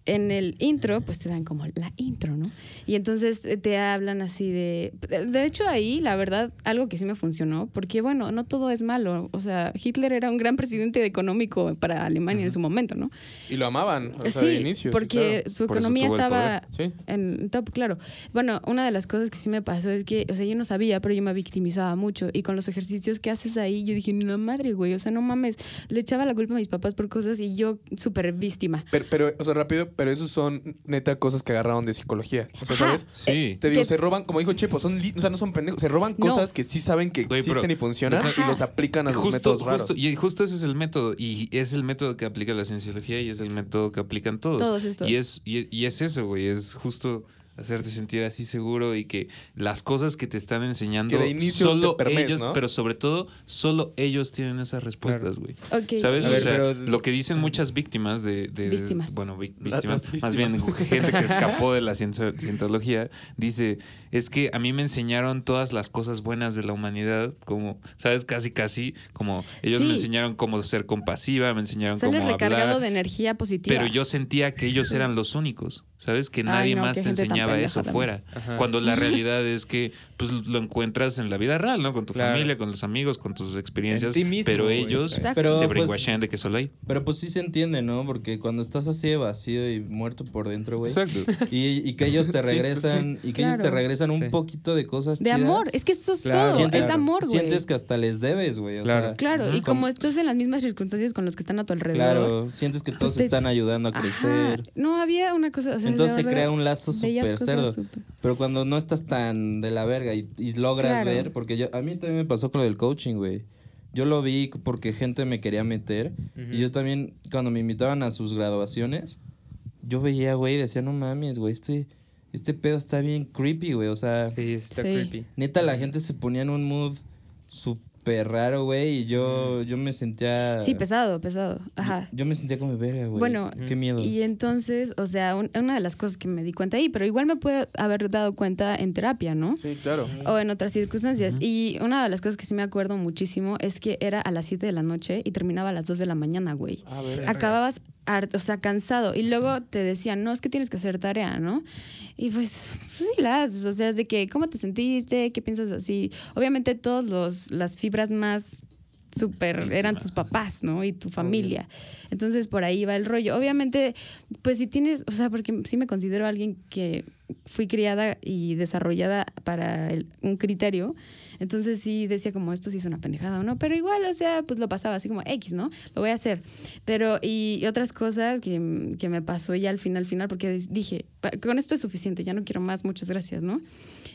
Speaker 3: En el intro, pues te dan como la intro, ¿no? Y entonces eh, te hablan así de... de- De hecho, ahí, la verdad, algo que sí me funcionó, porque bueno, no todo es malo. O sea, Hitler era un gran presidente económico para Alemania en su momento, ¿no?
Speaker 4: Y lo amaban, o
Speaker 3: Eh,
Speaker 4: sea,
Speaker 3: sí,
Speaker 4: de inicio. sí,
Speaker 3: porque
Speaker 4: claro.
Speaker 3: su
Speaker 1: Por eso
Speaker 3: economía
Speaker 1: estuvo el
Speaker 3: estaba
Speaker 4: Sí.
Speaker 3: en top, claro. Bueno, una de las cosas que sí me pasó es que, o sea, yo no sabía, pero yo me victimizaba mucho. Y con los ejercicios que haces ahí, yo dije, no madre, güey, o sea, no mames. Le echaba la culpa a mis papás por cosas y yo súper víctima.
Speaker 4: Pero, pero, o sea, rápido, pero esos son neta cosas que agarraron de psicología. O sea,
Speaker 3: Ajá.
Speaker 4: ¿sabes?
Speaker 1: Sí.
Speaker 4: Te digo,
Speaker 3: Que-
Speaker 4: se roban, como dijo Chepo, son li- o sea, no son pendejos, se roban
Speaker 3: No.
Speaker 4: cosas que sí saben que
Speaker 1: Güey, pero-
Speaker 4: existen y funcionan
Speaker 1: Ajá.
Speaker 4: y los aplican a sus métodos raros.
Speaker 1: justo- y justo ese es el método. Y es el método que aplica la cienciología y es el método que aplican todos.
Speaker 3: Todos estos.
Speaker 1: Y es, y, y es eso, güey. Es justo hacerte sentir así seguro y que las cosas que te están enseñando
Speaker 4: Que de inicio
Speaker 1: solo
Speaker 4: te permees,
Speaker 1: ellos,
Speaker 4: ¿no?
Speaker 1: pero sobre todo, solo ellos tienen esas respuestas, güey.
Speaker 3: Ok.
Speaker 1: ¿Sabes?
Speaker 2: A
Speaker 1: O
Speaker 2: ver,
Speaker 1: sea,
Speaker 2: pero- eh,
Speaker 1: lo que dicen muchas víctimas de... de-
Speaker 3: Víctimas.
Speaker 1: Bueno, vic-
Speaker 4: Las-
Speaker 1: víctimas,
Speaker 4: las
Speaker 1: Más bien, gente que escapó de la ciencio- cientología. Dice, es que a mí me enseñaron todas las cosas buenas de la humanidad. Como, ¿sabes? Casi, casi. Como ellos
Speaker 3: Sí.
Speaker 1: me enseñaron cómo ser compasiva, me enseñaron
Speaker 3: Sales
Speaker 1: cómo
Speaker 3: recargado
Speaker 1: hablar.
Speaker 3: de energía positiva.
Speaker 1: Pero yo sentía que ellos eran los únicos. ¿Sabes? Que
Speaker 3: Ay,
Speaker 1: nadie
Speaker 3: no,
Speaker 1: más
Speaker 3: qué
Speaker 1: te
Speaker 3: gente tan
Speaker 1: enseñaba
Speaker 3: pendeja
Speaker 1: eso
Speaker 3: también.
Speaker 1: fuera.
Speaker 2: Ajá.
Speaker 1: Cuando la realidad es que pues lo encuentras en la vida real, ¿no? Con tu
Speaker 2: Claro.
Speaker 1: familia, con los amigos, con tus experiencias.
Speaker 2: ti mismo,
Speaker 1: pero
Speaker 2: güey,
Speaker 1: ellos
Speaker 2: exacto.
Speaker 3: Exacto.
Speaker 5: Pero,
Speaker 1: se
Speaker 5: pues,
Speaker 1: brainwashean de que solo hay.
Speaker 5: Pero pues sí se entiende, ¿no? Porque cuando estás así de vacío y muerto por dentro, güey.
Speaker 4: Exacto.
Speaker 5: Y, y que ellos te
Speaker 4: Sí,
Speaker 5: regresan, y que ellos te
Speaker 3: Claro.
Speaker 5: regresan un
Speaker 2: Sí.
Speaker 5: poquito de cosas
Speaker 3: de
Speaker 5: chidas.
Speaker 3: amor, es que eso es
Speaker 2: Claro.
Speaker 3: todo,
Speaker 5: Sientes-
Speaker 3: es amor, güey.
Speaker 5: Sientes que hasta les debes, güey. o
Speaker 2: Claro.
Speaker 5: sea,
Speaker 3: Claro, y
Speaker 5: Ujú.
Speaker 3: como estás en las mismas circunstancias con los que están a tu alrededor.
Speaker 5: Claro, sientes que todos
Speaker 3: Pues te-
Speaker 5: están ayudando a
Speaker 3: Ajá.
Speaker 5: crecer.
Speaker 3: No, había una cosa, o sea,
Speaker 5: Entonces
Speaker 3: de
Speaker 5: se
Speaker 3: verdad,
Speaker 5: crea un lazo
Speaker 3: veías
Speaker 5: súper
Speaker 3: cosas
Speaker 5: cerdo.
Speaker 3: súper-
Speaker 5: Pero cuando no estás tan de la verga y, y logras
Speaker 3: Claro.
Speaker 5: ver, porque yo, a mí también me pasó con lo del coaching, güey. Yo lo vi porque gente me quería meter. Y yo también, cuando me invitaban a sus graduaciones, yo veía, güey, y decía, no mames, güey, este, este pedo está bien creepy, güey. O sea,
Speaker 2: Sí, eso está
Speaker 3: Sí.
Speaker 2: creepy.
Speaker 5: neta, la gente se ponía en un mood súper raro, güey. Y yo, yo me sentía.
Speaker 3: Sí, pesado, pesado. Ajá.
Speaker 5: Ah. Yo, yo me sentía como verga, güey.
Speaker 3: Bueno,
Speaker 5: qué miedo.
Speaker 3: Y entonces, o sea, un- una de las cosas que me di cuenta ahí, pero igual me pude haber dado cuenta en terapia, ¿no?
Speaker 4: Sí, claro.
Speaker 3: O en otras circunstancias. Y una de las cosas que sí me acuerdo muchísimo es que era a las 7 de la noche y terminaba a las 2 de la mañana, güey.
Speaker 4: A ver.
Speaker 3: Acababas, harto, o sea, cansado. Y luego te decían, no, es que tienes que hacer tarea, ¿no? Y pues, pues sí, las, o sea, es de que, ¿cómo te sentiste? ¿Qué piensas así? Obviamente todos los las fibras más súper eran
Speaker 1: Íntimas.
Speaker 3: tus papás, ¿no? Y tu familia. Entonces por ahí va el rollo. Obviamente, pues si tienes, o sea, porque sí me considero alguien que fui criada y desarrollada para el- un criterio, entonces sí decía como esto sí es una pendejada o no, pero igual, o sea, pues lo pasaba así como X, ¿no? Lo voy a hacer. Pero y otras cosas que, que me pasó ya al final, final, porque dis- dije, "Pa- con esto es suficiente, ya no quiero más, muchas gracias, ¿no?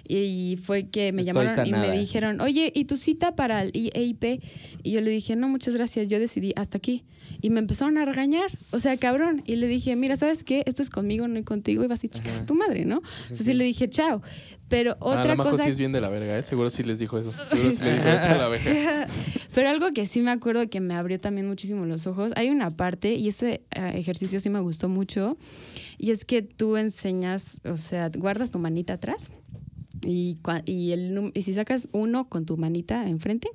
Speaker 3: Y, fue que me
Speaker 5: Estoy
Speaker 3: llamaron y
Speaker 5: sanada.
Speaker 3: me dijeron, oye, ¿y tu cita para el EIP? Y yo le dije, no, muchas gracias, yo decidí hasta aquí. Y me empezaron a regañar, o sea, cabrón. Y le dije, mira, ¿sabes qué? Esto es conmigo, no contigo, y vas y chicas
Speaker 2: Ajá.
Speaker 3: a tu madre, ¿no? Entonces sí le dije, chao. Pero
Speaker 4: Otra
Speaker 3: otra cosa...
Speaker 4: sí es bien de la verga, ¿eh? Seguro sí les dijo eso. Seguro sí les dijo de la verga.
Speaker 3: Pero algo que sí me acuerdo que me abrió también muchísimo los ojos, hay una parte, y ese eh, ejercicio sí me gustó mucho, y es que tú enseñas, o sea, guardas tu manita atrás y, cua- y, el, num- y si sacas uno con tu manita enfrente,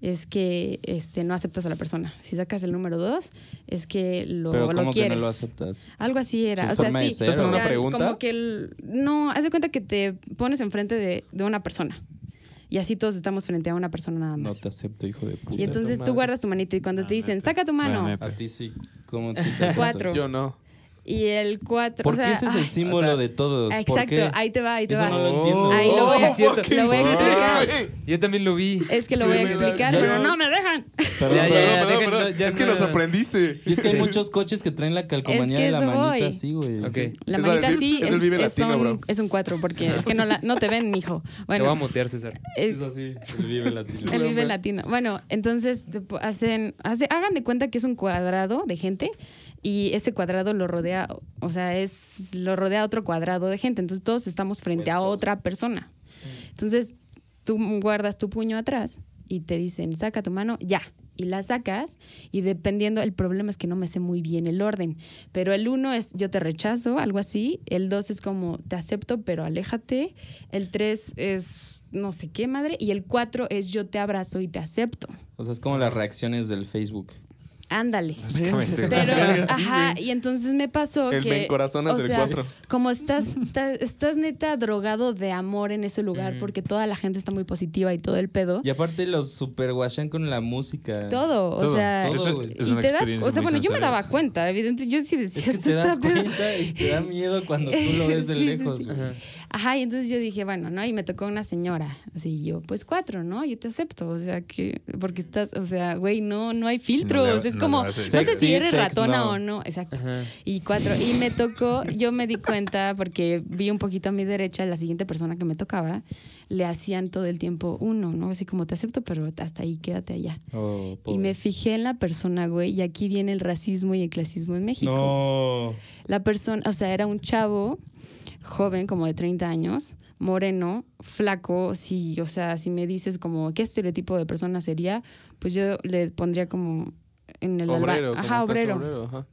Speaker 3: es que este, no aceptas a la persona. Si sacas el número dos, es que lo,
Speaker 5: Pero
Speaker 3: lo
Speaker 5: como que
Speaker 3: quieres.
Speaker 5: no lo aceptas.
Speaker 3: Algo así era.
Speaker 5: Sí,
Speaker 3: o sea,
Speaker 5: forma de
Speaker 3: sí.
Speaker 5: ser, ¿Te hacen
Speaker 3: o
Speaker 5: una
Speaker 3: sea,
Speaker 4: pregunta?
Speaker 3: Como que el- no, haz de cuenta que te pones enfrente de, de una persona. Y así todos estamos frente a una persona nada
Speaker 5: No
Speaker 3: más.
Speaker 5: te acepto, hijo de puta.
Speaker 3: y entonces
Speaker 4: tu
Speaker 3: tú
Speaker 4: madre.
Speaker 3: guardas tu manita y cuando
Speaker 1: Ah,
Speaker 3: te dicen,
Speaker 1: neta.
Speaker 3: saca tu mano.
Speaker 1: Bueno, neta.
Speaker 5: A ti sí. ¿Cómo sí te acepto?
Speaker 3: Cuatro.
Speaker 4: Yo no.
Speaker 3: y el cuatro.
Speaker 5: Porque
Speaker 3: o sea,
Speaker 5: ese es
Speaker 3: ay,
Speaker 5: el símbolo
Speaker 2: sea,
Speaker 5: de todos. ¿Por
Speaker 3: Exacto,
Speaker 5: qué?
Speaker 3: ahí te va, ahí te
Speaker 5: Eso
Speaker 3: va.
Speaker 5: no lo entiendo.
Speaker 3: Ahí lo voy
Speaker 2: Oh,
Speaker 3: a- lo voy a
Speaker 2: fucking
Speaker 3: explicar.
Speaker 2: Yo también lo vi.
Speaker 3: Es que lo
Speaker 4: Sí,
Speaker 3: voy a
Speaker 4: me la-
Speaker 3: explicar,
Speaker 5: yo-
Speaker 3: pero no me dejan.
Speaker 5: Perdón,
Speaker 2: Ya,
Speaker 5: perdón,
Speaker 2: ya, ya.
Speaker 5: perdón.
Speaker 2: dejen- no,
Speaker 4: es que
Speaker 2: no-
Speaker 4: lo sorprendiste.
Speaker 5: Y es que hay muchos coches que traen la calcomanía
Speaker 3: Es que
Speaker 5: de la
Speaker 3: eso
Speaker 5: manita
Speaker 3: voy.
Speaker 5: así, güey.
Speaker 2: Ok. Te
Speaker 3: La
Speaker 4: Es
Speaker 3: manita
Speaker 4: el-
Speaker 3: sí
Speaker 4: es
Speaker 3: es,
Speaker 4: el Vive
Speaker 3: es
Speaker 4: Latino,
Speaker 3: un,
Speaker 4: bro.
Speaker 3: es un cuatro porque es que no, la, no te ven, mijo.
Speaker 2: voy a
Speaker 3: Bueno,
Speaker 2: mutear, César.
Speaker 3: eh,
Speaker 5: Es así, el vive latino.
Speaker 3: el Vive
Speaker 4: Bueno.
Speaker 3: Latino. Bueno, entonces te po- hacen, hace- hagan de cuenta que es un cuadrado de gente y ese cuadrado lo rodea, o sea, es lo rodea otro cuadrado de gente. Entonces todos estamos frente a
Speaker 5: Opuestos.
Speaker 3: otra persona. Entonces tú guardas tu puño atrás y te dicen, saca tu mano, ya. Y la sacas y dependiendo, el problema es que no me sé muy bien el orden. Pero el uno es yo te rechazo, algo así. El dos es como te acepto, pero aléjate. El tres es no sé qué madre. Y el cuatro es yo te abrazo y te acepto.
Speaker 5: O sea, es como las reacciones del Facebook.
Speaker 3: Ándale.
Speaker 1: Básicamente. güey.
Speaker 3: Pero,
Speaker 4: Verga, sí,
Speaker 3: ajá,
Speaker 4: güey.
Speaker 3: y entonces me pasó
Speaker 4: El
Speaker 3: que.
Speaker 4: Ben Corazón es
Speaker 3: o
Speaker 4: el
Speaker 3: sea,
Speaker 4: cuatro.
Speaker 3: Como estás, ta- estás neta drogado de amor en ese lugar
Speaker 5: Mm.
Speaker 2: Ujú.
Speaker 3: porque toda la gente está muy positiva y todo el pedo.
Speaker 5: Y aparte los super guachan con la música.
Speaker 3: Todo, o
Speaker 1: Todo,
Speaker 3: sea,
Speaker 5: todo,
Speaker 1: Eso-
Speaker 5: güey.
Speaker 1: es
Speaker 3: y
Speaker 1: una
Speaker 3: te das,
Speaker 1: experiencia
Speaker 3: o sea,
Speaker 1: muy
Speaker 3: bueno, yo me
Speaker 1: sensorial.
Speaker 3: daba cuenta, evidentemente, yo sí decía,
Speaker 5: Es que
Speaker 3: "Esto
Speaker 5: te das
Speaker 3: está pedo".
Speaker 5: cuenta y te da miedo cuando tú lo ves de
Speaker 3: Sí, sí,
Speaker 5: lejos,
Speaker 3: sí.
Speaker 5: güey.
Speaker 2: Ajá.
Speaker 3: Ajá, y entonces yo dije, bueno, ¿no? Y me tocó una señora, así yo, pues cuatro, ¿no? Yo te acepto, o sea, que, porque estás, o sea, güey, no, no hay filtros,
Speaker 1: le-
Speaker 3: es
Speaker 1: no
Speaker 3: como,
Speaker 1: le
Speaker 3: no
Speaker 1: vas a decir.
Speaker 3: sé si
Speaker 5: Sexy,
Speaker 3: eres
Speaker 5: sex,
Speaker 3: ratona
Speaker 5: no.
Speaker 3: o no, exacto.
Speaker 2: Ajá.
Speaker 3: Y cuatro, y me tocó, yo me di cuenta porque vi un poquito a mi derecha, la siguiente persona que me tocaba, le hacían todo el tiempo uno, ¿no? Así como, te acepto, pero hasta ahí, quédate allá.
Speaker 5: Oh,
Speaker 3: Y
Speaker 5: pobre.
Speaker 3: me fijé en la persona, güey, y aquí viene el racismo y el clasismo en México.
Speaker 5: No.
Speaker 3: La persona, o sea, era un chavo joven, como de 30 años, moreno, flaco, sí, o sea, si me dices como qué estereotipo de persona sería, pues yo le pondría como en el alba-
Speaker 4: Obrero. como
Speaker 3: ajá,
Speaker 4: clase
Speaker 3: obrero.
Speaker 4: ajá.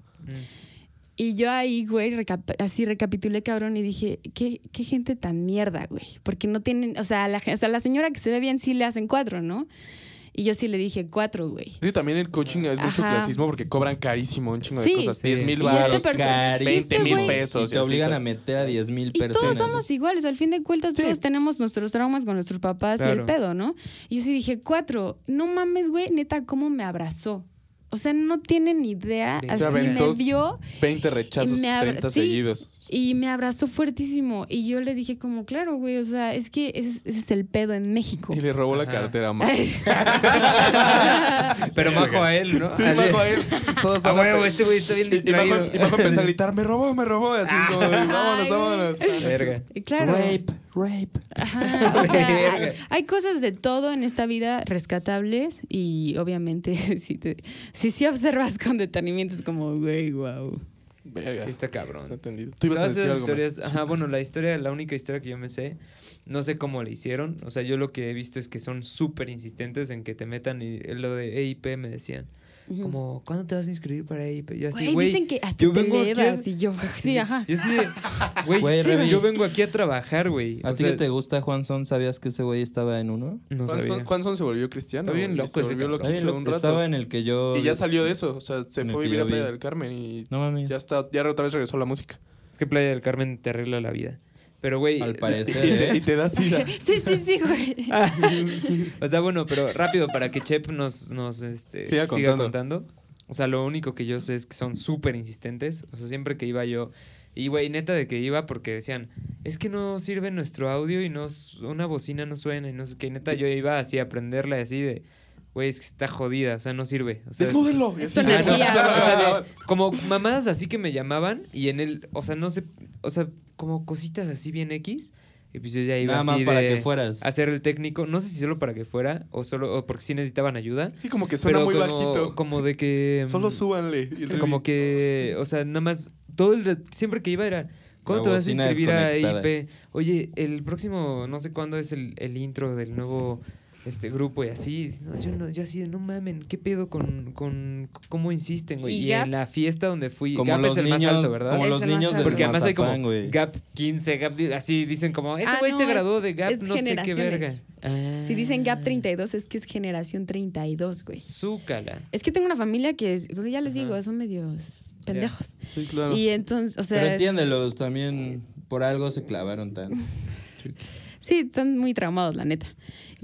Speaker 3: Y yo ahí, güey, recap- así recapitulé, cabrón, y dije, ¿qué, qué gente tan mierda, güey. Porque no tienen, o sea, la, gen- o sea, la señora que se ve bien sí le hacen cuatro, ¿no? Y yo sí le dije cuatro, güey.
Speaker 4: Sí, también el coaching es mucho
Speaker 3: Ajá.
Speaker 4: clasismo porque cobran carísimo un chingo
Speaker 3: Sí.
Speaker 4: de cosas.
Speaker 2: Sí.
Speaker 4: 10 mil
Speaker 3: Y
Speaker 4: baros,
Speaker 3: este perso-
Speaker 5: carísimo.
Speaker 3: y este
Speaker 4: 20 mil
Speaker 3: güey-
Speaker 4: pesos.
Speaker 5: Y te obligan a
Speaker 4: meter.
Speaker 5: meter a 10 mil
Speaker 3: Y
Speaker 5: personas.
Speaker 3: todos somos iguales, al fin de cuentas
Speaker 4: Sí.
Speaker 3: todos tenemos nuestros traumas con nuestros papás y
Speaker 2: Claro.
Speaker 3: el pedo, ¿no? Y yo sí dije, cuatro, no mames, güey, neta, cómo me abrazó. O sea, no tienen idea,
Speaker 2: Se
Speaker 3: así
Speaker 4: aventó
Speaker 3: me vio
Speaker 4: 20 rechazos,
Speaker 3: Y me abra-
Speaker 4: 30
Speaker 3: sí.
Speaker 4: seguidos.
Speaker 3: y me abrazó fuertísimo. Y yo le dije como, claro, güey, o sea, es que ese, ese es el pedo en México.
Speaker 4: Y le robó la
Speaker 2: Ajá.
Speaker 4: cartera a Majo.
Speaker 2: Pero majo a él, ¿no?
Speaker 4: Sí,
Speaker 2: Así-
Speaker 4: Majo a él. Todos
Speaker 2: A
Speaker 4: van a
Speaker 2: huevo,
Speaker 4: pe-
Speaker 2: este güey está bien
Speaker 4: Y Majo,
Speaker 2: distraído.
Speaker 4: y Majo empezó a gritar, me robó, me robó. Así como, y vámonos,
Speaker 3: Ay,
Speaker 4: vámonos.
Speaker 2: Verga.
Speaker 3: Y claro.
Speaker 5: Rape, rape.
Speaker 3: Ajá, o sea,
Speaker 2: Verga.
Speaker 3: hay, hay cosas de todo en esta vida rescatables y obviamente si te, si sí observas con detenimiento es como, güey, wow.
Speaker 4: Verga.
Speaker 2: Sí, está cabrón.
Speaker 4: Está entendido. Tú ibas a
Speaker 2: Todas
Speaker 4: decir
Speaker 2: esas
Speaker 4: algo. Majo.
Speaker 2: historias, ajá, bueno, la historia, la única historia que yo me sé, no sé cómo la hicieron. O sea, yo lo que he visto es que son súper insistentes en que te metan y lo de EIP me decían. Como, ¿cuándo te vas a inscribir para EIP? Yo así,
Speaker 3: Güey,
Speaker 2: güey.
Speaker 3: dicen que hasta
Speaker 2: yo
Speaker 3: te
Speaker 2: vengo aquí
Speaker 3: elevas
Speaker 2: a-
Speaker 3: y yo, sí, ajá.
Speaker 2: Yo así de, güey,
Speaker 5: Güey, Remy.
Speaker 2: yo vengo aquí a trabajar, güey.
Speaker 5: ¿A
Speaker 2: O
Speaker 5: ti
Speaker 2: sea,
Speaker 5: que te gusta, Juanson? ¿Sabías que ese güey estaba en uno?
Speaker 2: No
Speaker 4: Juan
Speaker 2: sabía.
Speaker 4: Son- Juan Son se volvió cristiano.
Speaker 2: Está bien
Speaker 4: güey,
Speaker 2: loco
Speaker 4: Se
Speaker 2: ese
Speaker 4: volvió
Speaker 2: cabrón.
Speaker 4: loquito un rato.
Speaker 5: Estaba en el que yo...
Speaker 4: Y ya salió de eso. O sea, se
Speaker 5: En el
Speaker 4: fue a
Speaker 5: que
Speaker 4: vivir
Speaker 5: yo
Speaker 4: a Playa
Speaker 5: vi.
Speaker 4: del Carmen y
Speaker 5: No mames.
Speaker 4: ya está, ya otra vez regresó a la música.
Speaker 2: Es que Playa del Carmen te arregla la vida. Pero, güey.
Speaker 5: Al
Speaker 4: Y
Speaker 5: parecer,
Speaker 4: te, y
Speaker 5: ¿eh?
Speaker 4: te da sida.
Speaker 3: Sí, sí, sí, güey.
Speaker 2: O sea, bueno, pero rápido para que Chep nos, nos este, siga,
Speaker 4: Siga contando.
Speaker 2: contando. O sea, lo único que yo sé es que son súper insistentes. O sea, siempre que iba yo. Y, güey, neta de que iba porque decían, es que no sirve nuestro audio y no, s- una bocina no suena y no sé qué. Neta, yo iba así a aprenderla y así de, güey, es que está jodida, o sea, no sirve. O sea, es-
Speaker 4: Desnúdenlo.
Speaker 3: Es
Speaker 4: Y
Speaker 3: tu
Speaker 4: así.
Speaker 2: Ah, no,
Speaker 3: energía.
Speaker 2: o sea, o sea, de- como mamadas así que me llamaban y en el, o sea, no sé, o sea, como cositas así bien X. Y pues yo ya iba
Speaker 5: Nada más
Speaker 2: así
Speaker 5: para
Speaker 2: de
Speaker 5: que fueras.
Speaker 2: hacer el técnico, no sé si solo para que fuera o solo o porque sí necesitaban ayuda,
Speaker 4: Sí, como que suena
Speaker 2: pero
Speaker 4: muy
Speaker 2: como,
Speaker 4: bajito.
Speaker 2: como de que mm,
Speaker 4: Solo súbanle. Y el
Speaker 2: como
Speaker 4: Remy,
Speaker 2: que, o sea, nada más todo el re- siempre que iba era ¿Cuándo
Speaker 5: La
Speaker 2: te vas a
Speaker 5: bocina
Speaker 2: inscribir a
Speaker 5: desconectada.
Speaker 2: IP? Oye, el próximo, no sé cuándo es el, el intro del nuevo este grupo y así. No, yo, no- yo así, de, no mamen, ¿qué pedo con, con cómo insisten, güey?
Speaker 3: ¿Y
Speaker 2: Y,
Speaker 3: Gap?
Speaker 2: en la fiesta donde fui,
Speaker 5: Como
Speaker 2: Gap
Speaker 5: los
Speaker 2: es el
Speaker 5: niños,
Speaker 2: más alto, ¿verdad?
Speaker 5: Como
Speaker 3: Es
Speaker 5: los
Speaker 3: el más
Speaker 5: niños
Speaker 3: alto.
Speaker 5: del
Speaker 2: Porque además hay como
Speaker 5: Mazapán, güey.
Speaker 2: Gap 15, Gap, di- así dicen como, ese
Speaker 3: Ah,
Speaker 2: güey
Speaker 3: no,
Speaker 2: se
Speaker 3: es-
Speaker 2: graduó de Gap,
Speaker 3: es
Speaker 2: no sé qué verga.
Speaker 3: generaciones.
Speaker 2: Ah.
Speaker 3: Si dicen Gap 32 es que es generación 32, güey.
Speaker 2: Zúcala.
Speaker 3: Es que tengo una familia que es, güey, ya les
Speaker 2: Ajá.
Speaker 3: digo, son medios pendejos.
Speaker 4: Sí, claro.
Speaker 3: Y entonces, o sea,
Speaker 5: Pero
Speaker 3: es-
Speaker 5: entiéndelos, también por algo se clavaron tan.
Speaker 3: Sí, están muy traumados, la neta.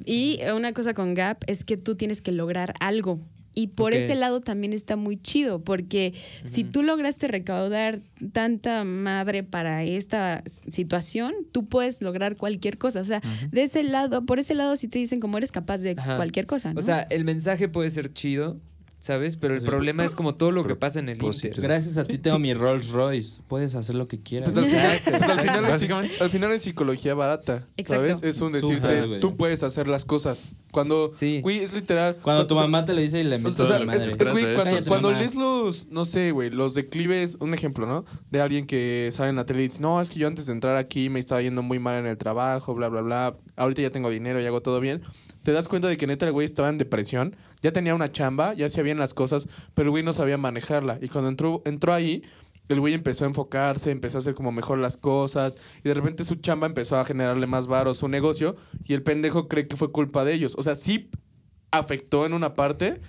Speaker 3: Y una cosa con Gap es que tú tienes que lograr algo. Y por
Speaker 2: Ok.
Speaker 3: ese lado también está muy chido, porque si
Speaker 2: Ujú.
Speaker 3: tú lograste recaudar tanta madre para esta situación, tú puedes lograr cualquier cosa. O sea, de ese lado, por ese lado sí te dicen como eres capaz de
Speaker 2: Ajá.
Speaker 3: cualquier cosa, Ah, ¿no?
Speaker 2: O sea, el mensaje puede ser chido, ¿sabes? Pero el
Speaker 1: Sí.
Speaker 2: problema es como todo lo que
Speaker 1: Pero
Speaker 2: pasa en el
Speaker 1: positivo.
Speaker 2: Inter.
Speaker 5: Gracias a ti tengo mi Rolls Royce. Puedes hacer lo que quieras.
Speaker 4: Pues al final,
Speaker 2: Exacto.
Speaker 4: pues al final es-
Speaker 1: Básicamente.
Speaker 4: al final es psicología barata,
Speaker 3: Exacto.
Speaker 4: ¿sabes? Es un
Speaker 5: Súper,
Speaker 4: decirte,
Speaker 5: güey.
Speaker 4: tú puedes hacer las cosas. Cuando,
Speaker 2: Sí.
Speaker 4: güey, es literal.
Speaker 5: Cuando tu mamá te lo dice y le
Speaker 4: pues, O
Speaker 5: metes
Speaker 4: sea,
Speaker 5: la
Speaker 4: es-
Speaker 5: madre.
Speaker 4: es, güey,
Speaker 1: Trata
Speaker 4: cuando,
Speaker 5: esto.
Speaker 4: cuando
Speaker 5: Mamá.
Speaker 4: lees los, no sé, güey, los declives, un ejemplo, ¿no? De alguien que sale en la tele y dice, no, es que yo antes de entrar aquí me estaba yendo muy mal en el trabajo, bla, bla, bla. Ahorita ya tengo dinero y hago todo bien. Te das cuenta de que neta el güey estaba en depresión, ya tenía una chamba, ya hacía bien las cosas, pero el güey no sabía manejarla. Y cuando entró, entró ahí, el güey empezó a enfocarse, empezó a hacer como mejor las cosas, y de repente su chamba empezó a generarle más varos, su negocio, y el pendejo cree que fue culpa de ellos. O sea, sí afectó en una parte,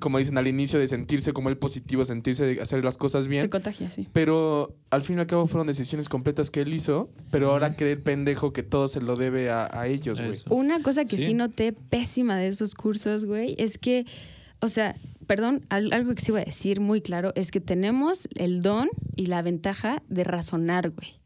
Speaker 4: como dicen al inicio, de sentirse como el positivo, sentirse de hacer las cosas bien.
Speaker 3: se contagia, sí.
Speaker 4: Pero al fin y al cabo fueron decisiones completas que él hizo, pero ahora cree el pendejo que todo se lo debe a, a ellos, güey.
Speaker 1: Eso.
Speaker 3: Una cosa que
Speaker 1: Sí.
Speaker 3: sí, noté pésima de esos cursos, güey, es que, o sea, perdón, al- algo que sí voy a decir muy claro es que tenemos el don y la ventaja de razonar, güey.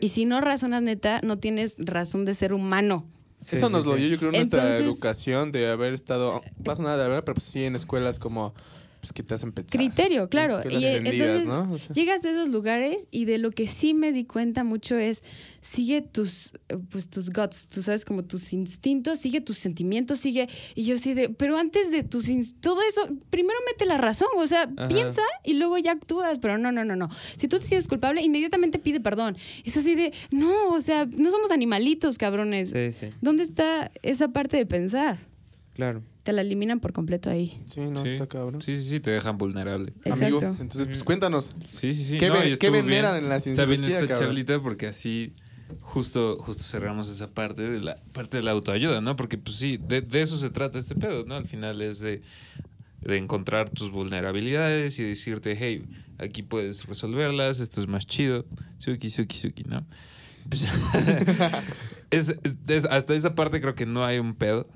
Speaker 3: Y si no razonas neta, no tienes razón de ser humano.
Speaker 2: Sí,
Speaker 4: Eso
Speaker 2: sí,
Speaker 4: nos lo
Speaker 2: sí.
Speaker 4: dio, yo creo, nuestra
Speaker 3: Entonces-
Speaker 4: educación de haber estado, pasa nada de verdad, pero pues sí en escuelas como, pues que te hacen pensar.
Speaker 3: Criterio, claro.
Speaker 4: Escuelas
Speaker 3: Y eh,
Speaker 4: entendidas,
Speaker 3: entonces
Speaker 4: ¿no? O sea,
Speaker 3: llegas a esos lugares y de lo que sí me di cuenta mucho es sigue tus eh, pues tus guts, tú sabes como tus instintos, sigue tus sentimientos, sigue y yo sí de, pero antes de tus ins- todo eso, primero mete la razón, o sea,
Speaker 2: Ajá.
Speaker 3: piensa y luego ya actúas, pero no, no, no, no. Si tú te sientes culpable, inmediatamente pide perdón. Es así de, no, o sea, no somos animalitos, cabrones.
Speaker 2: Sí, sí,
Speaker 3: ¿Dónde está esa parte de pensar?
Speaker 2: claro.
Speaker 3: Te la eliminan por completo ahí.
Speaker 4: sí, no,
Speaker 1: Sí.
Speaker 4: está cabrón.
Speaker 1: Sí, sí, sí, te dejan vulnerable.
Speaker 4: Amigo,
Speaker 3: Exacto.
Speaker 4: entonces pues cuéntanos,
Speaker 1: Sí, sí, sí.
Speaker 4: ¿Qué ve-
Speaker 1: y
Speaker 4: qué
Speaker 1: estuvo
Speaker 4: veneran en la
Speaker 1: Está bien
Speaker 4: cienciología,
Speaker 1: esta
Speaker 4: cabrón?
Speaker 1: charlita porque así justo, justo cerramos esa parte de la parte de la autoayuda, ¿no? Porque pues sí, de, de eso se trata este pedo, ¿no? Al final es de, de encontrar tus vulnerabilidades y decirte, hey, aquí puedes resolverlas, esto es más chido, suki, suki, suki, ¿no? Pues, es- es- hasta esa parte creo que no hay un pedo,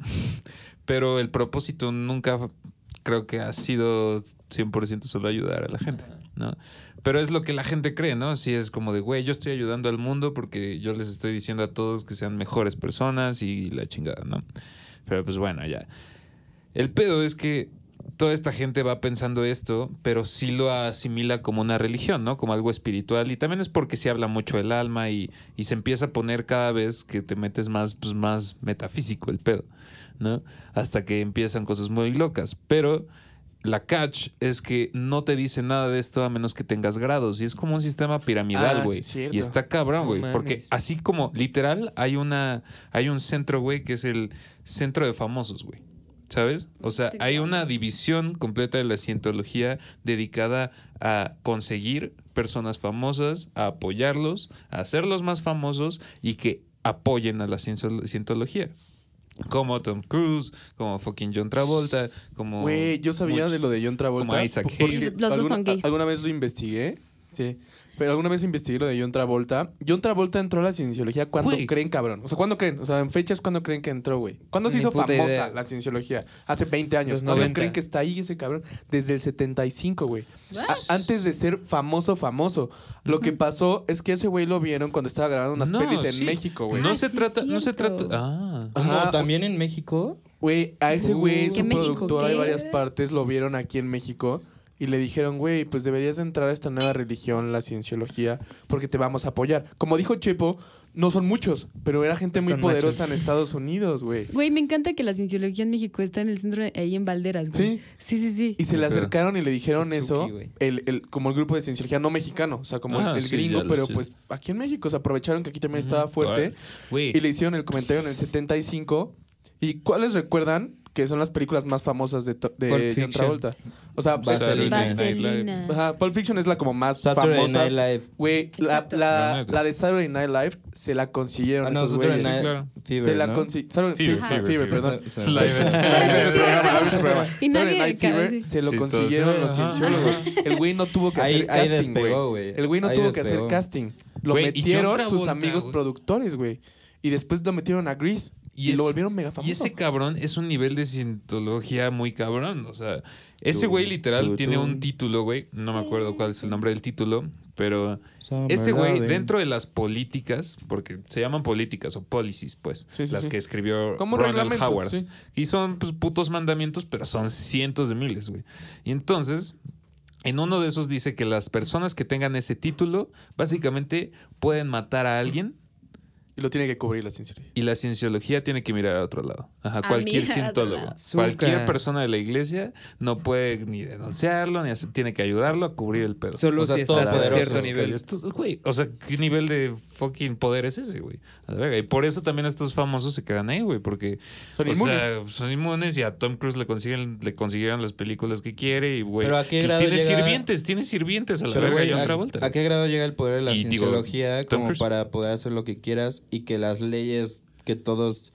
Speaker 1: pero el propósito nunca creo que ha sido 100% solo ayudar a la gente, ¿no? Pero es lo que la gente cree, ¿no? Si es como de, güey, yo estoy ayudando al mundo porque yo les estoy diciendo a todos que sean mejores personas y la chingada, ¿no? Pero pues bueno, ya. El pedo es que toda esta gente va pensando esto, pero sí lo asimila como una religión, ¿no? Como algo espiritual. Y también es porque se habla mucho del alma y, y se empieza a poner cada vez que te metes más, pues, más metafísico el pedo, ¿no? Hasta que empiezan cosas muy locas. Pero la catch es que no te dice nada de esto a menos que tengas grados. Y es como un sistema
Speaker 4: Ah,
Speaker 1: piramidal,
Speaker 4: sí,
Speaker 1: güey.
Speaker 4: cierto.
Speaker 1: y está cabrón,
Speaker 2: No
Speaker 1: güey. porque
Speaker 2: mames.
Speaker 1: así como literal hay una hay un centro, güey, que es el centro de famosos, güey. ¿Sabes? O sea, hay una división completa de la cientología dedicada a conseguir personas famosas, a apoyarlos, a hacerlos más famosos y que apoyen a la cienso- cientología. Como Tom Cruise, como fucking John Travolta, como.
Speaker 4: güey, yo sabía
Speaker 1: muchos-
Speaker 4: de lo de John Travolta.
Speaker 1: como Isaac
Speaker 4: porque
Speaker 1: Hayes.
Speaker 3: Los dos
Speaker 4: alguna-
Speaker 3: son gays.
Speaker 4: Alguna vez lo investigué, sí. Pero alguna vez investigué lo de John Travolta. John Travolta entró a la cienciología cuando
Speaker 1: Güey.
Speaker 4: creen, cabrón. O sea, ¿cuándo creen? O sea, en fechas, ¿cuándo creen que entró, güey? ¿Cuándo se
Speaker 2: Ni
Speaker 4: hizo
Speaker 2: puta
Speaker 4: famosa
Speaker 2: idea.
Speaker 4: la cienciología? Hace 20 años.
Speaker 2: Los
Speaker 4: ¿Todavía
Speaker 2: 90.
Speaker 4: creen que está ahí ese cabrón? Desde el 75, güey. A- Antes de ser famoso, famoso. Lo que pasó es que ese güey lo vieron cuando estaba grabando unas
Speaker 1: No,
Speaker 4: pelis en
Speaker 1: sí.
Speaker 4: México, güey.
Speaker 1: No
Speaker 3: Ah,
Speaker 1: se
Speaker 3: sí,
Speaker 1: trata, no se
Speaker 3: cierto.
Speaker 1: trata. Ah.
Speaker 4: Ajá.
Speaker 5: No, también en México.
Speaker 4: Güey, a ese güey,
Speaker 5: Uh.
Speaker 4: su
Speaker 3: ¿Qué México,
Speaker 4: productora de
Speaker 3: qué?
Speaker 4: varias partes lo vieron aquí en México y le dijeron, güey, pues deberías entrar a esta nueva religión, la cienciología, porque te vamos a apoyar. Como dijo Chepo, no son muchos, pero era gente muy
Speaker 2: Son
Speaker 4: poderosa
Speaker 2: machos.
Speaker 4: en Estados Unidos, güey.
Speaker 3: Güey, me encanta que la cienciología en México está en el centro, de- ahí en Valderas, güey.
Speaker 4: Sí.
Speaker 3: Sí, sí, sí.
Speaker 4: Y se le
Speaker 1: Ajá.
Speaker 4: acercaron y le dijeron
Speaker 2: Qué
Speaker 4: eso,
Speaker 2: chuki, güey.
Speaker 4: el, el- como el grupo de cienciología no mexicano, o sea, como el-
Speaker 1: Ah,
Speaker 4: el,
Speaker 1: sí, ya
Speaker 4: gringo,
Speaker 1: lo
Speaker 4: pero
Speaker 1: sé.
Speaker 4: pues aquí en México se aprovecharon que aquí también estaba fuerte.
Speaker 1: Güey.
Speaker 4: Y le hicieron el comentario en el 75. ¿Y cuáles recuerdan que son las películas más famosas de, to- de
Speaker 2: Pulp
Speaker 4: John
Speaker 2: Fiction.
Speaker 4: Travolta? O sea,
Speaker 1: Saturday
Speaker 5: Vaselina.
Speaker 1: Night Live.
Speaker 3: Vaselina.
Speaker 4: Ajá, Pulp Fiction es la como más
Speaker 5: Saturday
Speaker 4: famosa.
Speaker 5: Night Live.
Speaker 4: Güey, la,
Speaker 3: Exacto.
Speaker 1: La
Speaker 4: la,
Speaker 1: neta.
Speaker 4: la de Saturday Night Live se la consiguieron
Speaker 5: Ah, no,
Speaker 4: esos
Speaker 5: Saturday
Speaker 4: güeyes.
Speaker 5: Night
Speaker 1: claro.
Speaker 5: Fever,
Speaker 4: se la
Speaker 5: ¿no?
Speaker 4: consiguieron...
Speaker 1: Fever, Fever, Fever.
Speaker 4: perdón.
Speaker 5: O sea,
Speaker 1: Live es-
Speaker 3: es cierto.
Speaker 4: A ver ese programa.
Speaker 3: Y
Speaker 4: Saturday
Speaker 3: nadie
Speaker 4: Night
Speaker 3: cabe,
Speaker 4: Fever
Speaker 3: sí.
Speaker 4: se lo
Speaker 1: Sí, todos,
Speaker 4: consiguieron
Speaker 1: ajá,
Speaker 4: los
Speaker 1: ajá.
Speaker 4: cienciólogos. El güey no tuvo que
Speaker 5: Ahí-
Speaker 4: hacer
Speaker 5: ahí
Speaker 4: casting,
Speaker 5: despegó,
Speaker 4: güey.
Speaker 5: güey.
Speaker 4: El güey no
Speaker 5: Ahí
Speaker 4: tuvo que
Speaker 5: despegó.
Speaker 4: hacer casting. Lo
Speaker 1: Güey, y John
Speaker 4: metieron sus
Speaker 1: Travolta,
Speaker 4: amigos
Speaker 1: güey.
Speaker 4: productores, güey. Y después lo metieron a Grease,
Speaker 1: Y,
Speaker 4: lo
Speaker 1: es-
Speaker 4: volvieron mega famoso.
Speaker 1: Y ese cabrón es un nivel de cientología muy cabrón. O sea, ese
Speaker 5: Tum,
Speaker 1: güey literal
Speaker 5: tu,
Speaker 1: tiene un
Speaker 5: tum.
Speaker 1: título, güey. No me acuerdo cuál es el nombre del título, pero
Speaker 5: Summer
Speaker 1: ese güey,
Speaker 5: Garden.
Speaker 1: dentro de las políticas, porque se llaman políticas o policies, pues,
Speaker 4: Sí, sí,
Speaker 1: las
Speaker 4: sí.
Speaker 1: que escribió
Speaker 4: Como un
Speaker 1: Ronald
Speaker 4: reglamento,
Speaker 1: Howard.
Speaker 4: sí.
Speaker 1: Y son pues, putos mandamientos, pero son cientos de miles, güey. Y entonces, en uno de esos dice que las personas que tengan ese título, básicamente pueden matar a alguien
Speaker 4: Y lo tiene que cubrir la cienciología.
Speaker 1: y la cienciología tiene que mirar a otro lado. Ajá,
Speaker 3: A
Speaker 1: cualquier
Speaker 3: mirar a otro
Speaker 1: cientólogo.
Speaker 3: lado.
Speaker 1: Cualquier
Speaker 2: Azúcar.
Speaker 1: persona de la iglesia no puede ni denunciarlo, ni hacer- tiene que ayudarlo a cubrir el pedo.
Speaker 2: Solo
Speaker 5: O sea,
Speaker 2: si
Speaker 5: es todo
Speaker 2: estás a
Speaker 5: poderoso,
Speaker 2: cierto
Speaker 5: es
Speaker 2: nivel.
Speaker 1: Esto- güey, o sea, ¿qué nivel de fucking poder es ese, güey? A la verga. Y por eso también estos famosos se quedan ahí, güey, porque
Speaker 4: Son
Speaker 1: o
Speaker 4: inmunes.
Speaker 1: sea, son inmunes y a Tom Cruise le consiguen, le consiguieron las películas que quiere y, güey.
Speaker 5: Pero ¿a qué
Speaker 1: y
Speaker 5: grado
Speaker 1: tiene
Speaker 5: llega-
Speaker 1: sirvientes, tiene sirvientes a la
Speaker 5: Pero,
Speaker 1: verga
Speaker 5: güey,
Speaker 1: John
Speaker 5: ¿a-
Speaker 1: Travolta.
Speaker 5: ¿a, qué grado llega el poder de la
Speaker 1: Y digo,
Speaker 5: cienciología
Speaker 1: Tom
Speaker 5: como
Speaker 1: Cruise.
Speaker 5: para poder hacer lo que quieras y que las leyes que todos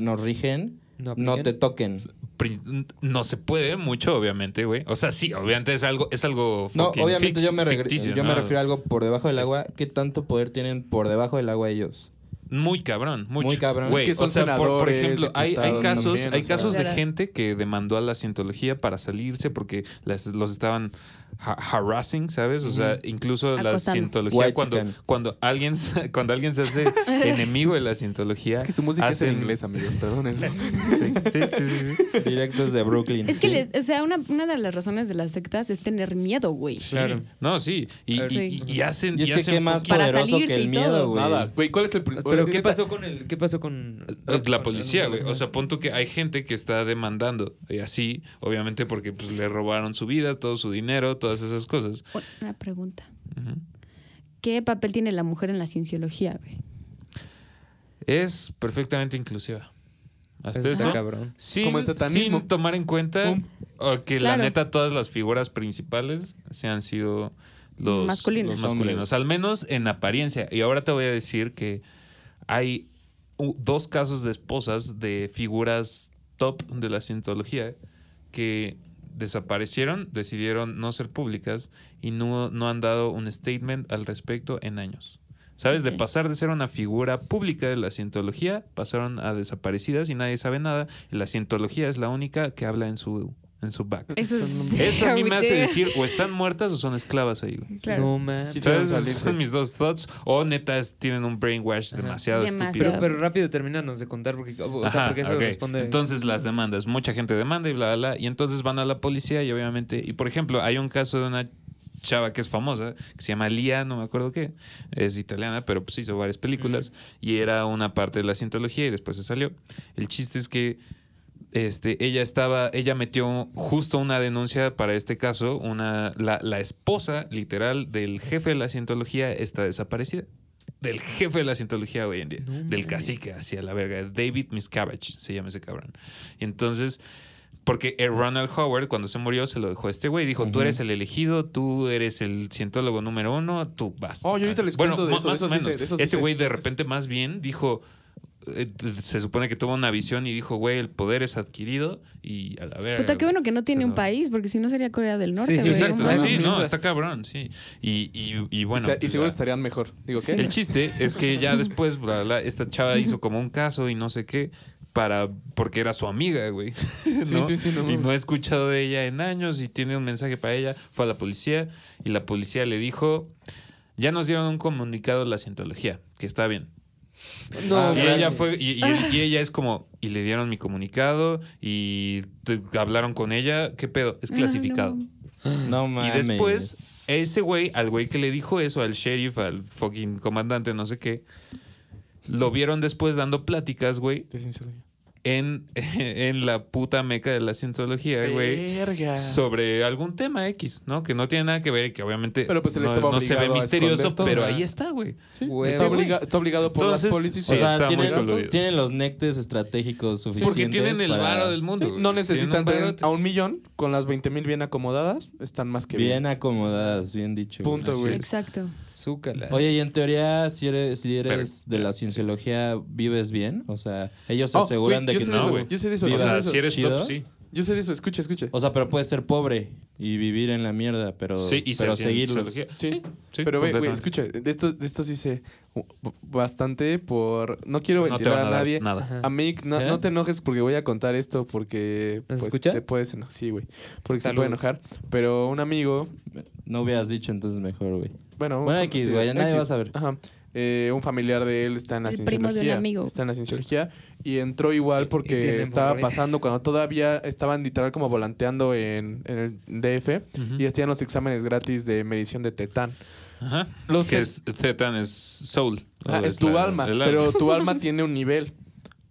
Speaker 5: nos rigen
Speaker 2: No
Speaker 5: no,
Speaker 2: apliquen.
Speaker 5: te toquen?
Speaker 1: Pri- No se puede mucho, obviamente, güey. O sea, sí, obviamente es algo, es algo
Speaker 5: No,
Speaker 1: fucking
Speaker 5: obviamente
Speaker 1: fix-
Speaker 5: yo, me, regre-
Speaker 1: ficticio,
Speaker 5: yo me
Speaker 1: ¿no?
Speaker 5: refiero a algo por debajo del
Speaker 1: Es-
Speaker 5: agua. ¿Qué tanto poder tienen por debajo del agua ellos?
Speaker 1: Muy cabrón, mucho.
Speaker 5: Muy cabrón.
Speaker 1: Güey,
Speaker 4: Es que son
Speaker 1: o sea, por- por,
Speaker 4: senadores,
Speaker 1: ejemplo, hay, hay
Speaker 4: diputados
Speaker 1: casos,
Speaker 4: también,
Speaker 1: hay
Speaker 4: o sea.
Speaker 1: casos de
Speaker 3: Claro.
Speaker 1: gente que demandó a la cientología para salirse porque las- los estaban ha- harassing, ¿sabes? O sea, incluso la
Speaker 3: Acosando.
Speaker 1: cientología
Speaker 5: White
Speaker 1: cuando,
Speaker 5: chican.
Speaker 1: cuando alguien se- cuando alguien se hace enemigo de la cientología,
Speaker 4: Es que su música es
Speaker 1: hacen-
Speaker 4: en inglés, amigos, perdónenme.
Speaker 1: Sí, sí, sí, sí, sí.
Speaker 5: Directos de Brooklyn.
Speaker 3: Es que,
Speaker 5: Sí.
Speaker 3: les, o sea, una, una de las razones de las sectas es tener miedo, güey.
Speaker 2: Claro.
Speaker 1: No, sí, y, y-
Speaker 3: Sí.
Speaker 1: y- y hacen
Speaker 5: Y es que
Speaker 1: hacen
Speaker 5: qué más
Speaker 1: fucking-
Speaker 3: Para
Speaker 5: poderoso que
Speaker 3: salirse
Speaker 5: el
Speaker 3: y todo.
Speaker 5: miedo, güey.
Speaker 4: Nada, güey, ¿cuál es el prin-
Speaker 2: Pero
Speaker 4: Oye,
Speaker 2: ¿qué
Speaker 4: neta,
Speaker 2: pasó con el qué pasó con
Speaker 1: La policía, güey. O sea, pon tú que hay gente que está demandando y así, obviamente porque pues le robaron su vida, todo su dinero, todas esas cosas.
Speaker 3: Una pregunta.
Speaker 1: Ujú.
Speaker 3: ¿Qué papel tiene la mujer en la cienciología, güey?
Speaker 1: Es perfectamente inclusiva. Hasta
Speaker 2: Eso está
Speaker 1: eso.
Speaker 2: cabrón.
Speaker 1: Sin,
Speaker 4: Como el satanismo.
Speaker 1: sin tomar en cuenta
Speaker 4: Pum.
Speaker 1: o que
Speaker 3: Claro.
Speaker 1: la neta todas las figuras principales se han sido los los
Speaker 3: Masculinos.
Speaker 1: masculinos, al menos en apariencia. Y ahora te voy a decir que hay u- dos casos de esposas de figuras top de la cientología que desaparecieron, decidieron no ser públicas y no, no han dado un statement al respecto en años. ¿Sabes? De
Speaker 3: Ok.
Speaker 1: pasar de ser una figura pública de la cientología, pasaron a desaparecidas y nadie sabe nada. Y la cientología es la única que habla en su, en su back.
Speaker 3: Eso es.
Speaker 1: Eso a mí me hace decir, o están muertas o son esclavas ahí. güey.
Speaker 3: Claro.
Speaker 2: No mames.
Speaker 4: Sí,
Speaker 1: ¿Sabes?
Speaker 4: quieren salirse.
Speaker 1: Son mis dos thoughts. O neta, es- tienen un brainwash
Speaker 2: Ajá.
Speaker 1: demasiado,
Speaker 3: Demasiado.
Speaker 1: estúpido.
Speaker 2: Pero, pero rápido terminarnos de contar porque, o
Speaker 1: Ajá,
Speaker 2: sea, porque eso
Speaker 1: ok.
Speaker 2: responde.
Speaker 1: Entonces las demandas, mucha gente demanda y bla, bla, bla. Y entonces van a la policía y obviamente, y por ejemplo, hay un caso de una chava que es famosa, que se llama Lía, no me acuerdo qué, es italiana, pero pues hizo varias películas y era una parte de la cientología y después se salió. El chiste es que este, ella estaba, ella metió justo una denuncia para este caso, una, la, la esposa literal del jefe de la cientología está desaparecida. Del jefe de la cientología hoy en día,
Speaker 2: No
Speaker 1: del
Speaker 2: mames.
Speaker 1: cacique hacia la verga, David Miscavige se llama ese cabrón. Entonces, porque el Ronald Howard cuando se murió se lo dejó a este güey, dijo, tú
Speaker 5: Ujú.
Speaker 1: eres el elegido, tú eres el cientólogo número uno, tú vas.
Speaker 4: Oh, yo ahorita les
Speaker 1: bueno,
Speaker 4: cuento de
Speaker 1: ma-
Speaker 4: eso, de
Speaker 1: más
Speaker 4: eso
Speaker 1: o
Speaker 4: sí
Speaker 1: menos.
Speaker 4: sé, de eso sí
Speaker 1: Ese
Speaker 4: sé.
Speaker 1: güey de repente más bien dijo, eh, se supone que tuvo una visión y dijo, güey, el poder es adquirido y a la verga.
Speaker 3: Puta, qué
Speaker 1: güey.
Speaker 3: bueno que no tiene un
Speaker 1: Pero-
Speaker 3: país, porque si no sería Corea del Norte,
Speaker 2: Sí,
Speaker 3: güey.
Speaker 1: Exacto,
Speaker 3: No,
Speaker 1: sí,
Speaker 3: no.
Speaker 1: no, está cabrón, sí. Y, y, y bueno.
Speaker 4: y, se- y
Speaker 1: pues,
Speaker 4: seguro
Speaker 1: la-
Speaker 4: estarían mejor. Digo, ¿qué?
Speaker 1: el chiste es que ya después, bla, bla, esta chava hizo como un caso y no sé qué, para porque era su amiga, güey. ¿no?
Speaker 4: sí, sí, no
Speaker 1: y
Speaker 4: mames.
Speaker 1: no he escuchado de ella en años y tiene un mensaje para ella. Fue a la policía y la policía le dijo, ya nos dieron un comunicado de la cientología, que está bien.
Speaker 2: No,
Speaker 5: Ah,
Speaker 1: Y
Speaker 2: mames.
Speaker 1: ella fue, y, y- y ella es como, y le dieron mi comunicado y te- hablaron con ella, ¿qué pedo? Es
Speaker 3: Ah,
Speaker 1: clasificado.
Speaker 3: no.
Speaker 5: No
Speaker 1: Y
Speaker 5: mames.
Speaker 1: después, ese güey, al güey que le dijo eso, al sheriff, al fucking comandante, no sé qué, lo vieron después dando pláticas, güey,
Speaker 4: De cienciología.
Speaker 1: en, en la puta meca de la cientología, güey.
Speaker 4: Verga.
Speaker 1: Sobre algún tema X, ¿no? Que no tiene nada que ver y que obviamente
Speaker 4: Pero, pues, él
Speaker 1: no,
Speaker 4: estaba
Speaker 1: no se ve
Speaker 4: obligado a
Speaker 1: misterioso,
Speaker 4: esconder todo.
Speaker 1: pero ahí está, güey.
Speaker 4: Sí,
Speaker 2: Huevo.
Speaker 4: Está, obliga- está obligado por
Speaker 1: Entonces,
Speaker 4: las policies.
Speaker 1: sí,
Speaker 5: o sea,
Speaker 1: está muy
Speaker 5: tienen,
Speaker 1: coludido.
Speaker 5: tienen los nectes estratégicos suficientes.
Speaker 1: Porque tienen el
Speaker 5: para-
Speaker 1: varo del
Speaker 4: Sí,
Speaker 1: mundo. güey.
Speaker 4: no
Speaker 1: Tienen
Speaker 4: necesitan
Speaker 1: un
Speaker 4: tener
Speaker 1: barote.
Speaker 4: a un millón con las 20 mil bien acomodadas. Están más que bien.
Speaker 5: Bien acomodadas, bien dicho. güey.
Speaker 4: Punto,
Speaker 1: Así
Speaker 4: güey.
Speaker 3: Exacto.
Speaker 2: Zúcala.
Speaker 5: Oye, y en teoría, si eres, si eres de la cienciología, ¿vives bien? O sea, ellos
Speaker 4: Oh,
Speaker 5: aseguran
Speaker 4: güey,
Speaker 5: de
Speaker 4: yo
Speaker 5: que
Speaker 4: sé
Speaker 1: no,
Speaker 4: eso,
Speaker 1: güey.
Speaker 4: Yo sé de eso.
Speaker 1: O
Speaker 5: Vivas
Speaker 1: sea,
Speaker 4: eso-
Speaker 1: si eres
Speaker 5: chido.
Speaker 1: top, sí.
Speaker 4: Yo sé de eso, escucha, escucha.
Speaker 5: O sea, pero puedes ser pobre y vivir en la mierda, pero,
Speaker 1: Sí, y
Speaker 5: pero
Speaker 1: ser
Speaker 5: seguirlos.
Speaker 1: cienciología.
Speaker 4: Sí,
Speaker 1: sí,
Speaker 4: pero ve, güey,
Speaker 1: completamente.
Speaker 4: escucha, de esto, de esto sí sé bastante por... No quiero
Speaker 1: Pues No te
Speaker 4: ventilar
Speaker 1: van a
Speaker 4: a,
Speaker 1: dar
Speaker 4: nadie.
Speaker 1: nada.
Speaker 4: A Mick, no,
Speaker 5: ¿Eh?
Speaker 4: no te enojes porque voy a contar esto porque
Speaker 2: ¿Nos
Speaker 4: pues,
Speaker 2: escucha?
Speaker 4: te puedes enojar. Sí, güey. Porque se
Speaker 2: Salud.
Speaker 4: puede enojar. Pero un amigo,
Speaker 5: No hubieras dicho entonces mejor, güey.
Speaker 4: bueno, un
Speaker 5: Bueno, X,
Speaker 4: conocido,
Speaker 5: güey, nadie
Speaker 4: X,
Speaker 5: va a saber.
Speaker 4: Ajá. Eh, un familiar de él está en la
Speaker 3: El
Speaker 4: cienciología.
Speaker 3: primo de un amigo.
Speaker 4: Está en la cienciología y entró
Speaker 2: Y
Speaker 4: igual
Speaker 2: tiene
Speaker 4: porque estaba
Speaker 2: hemorroides.
Speaker 4: pasando cuando todavía estaban literal como volanteando en, en el DF
Speaker 1: Ujú.
Speaker 4: y hacían los exámenes gratis de medición de tetán.
Speaker 1: Ajá.
Speaker 4: Los
Speaker 1: que
Speaker 4: es-
Speaker 1: es Zetan es soul.
Speaker 4: Ah,
Speaker 1: O
Speaker 4: es tu
Speaker 1: la-
Speaker 4: alma,
Speaker 1: el
Speaker 4: pero tu alma tiene un nivel.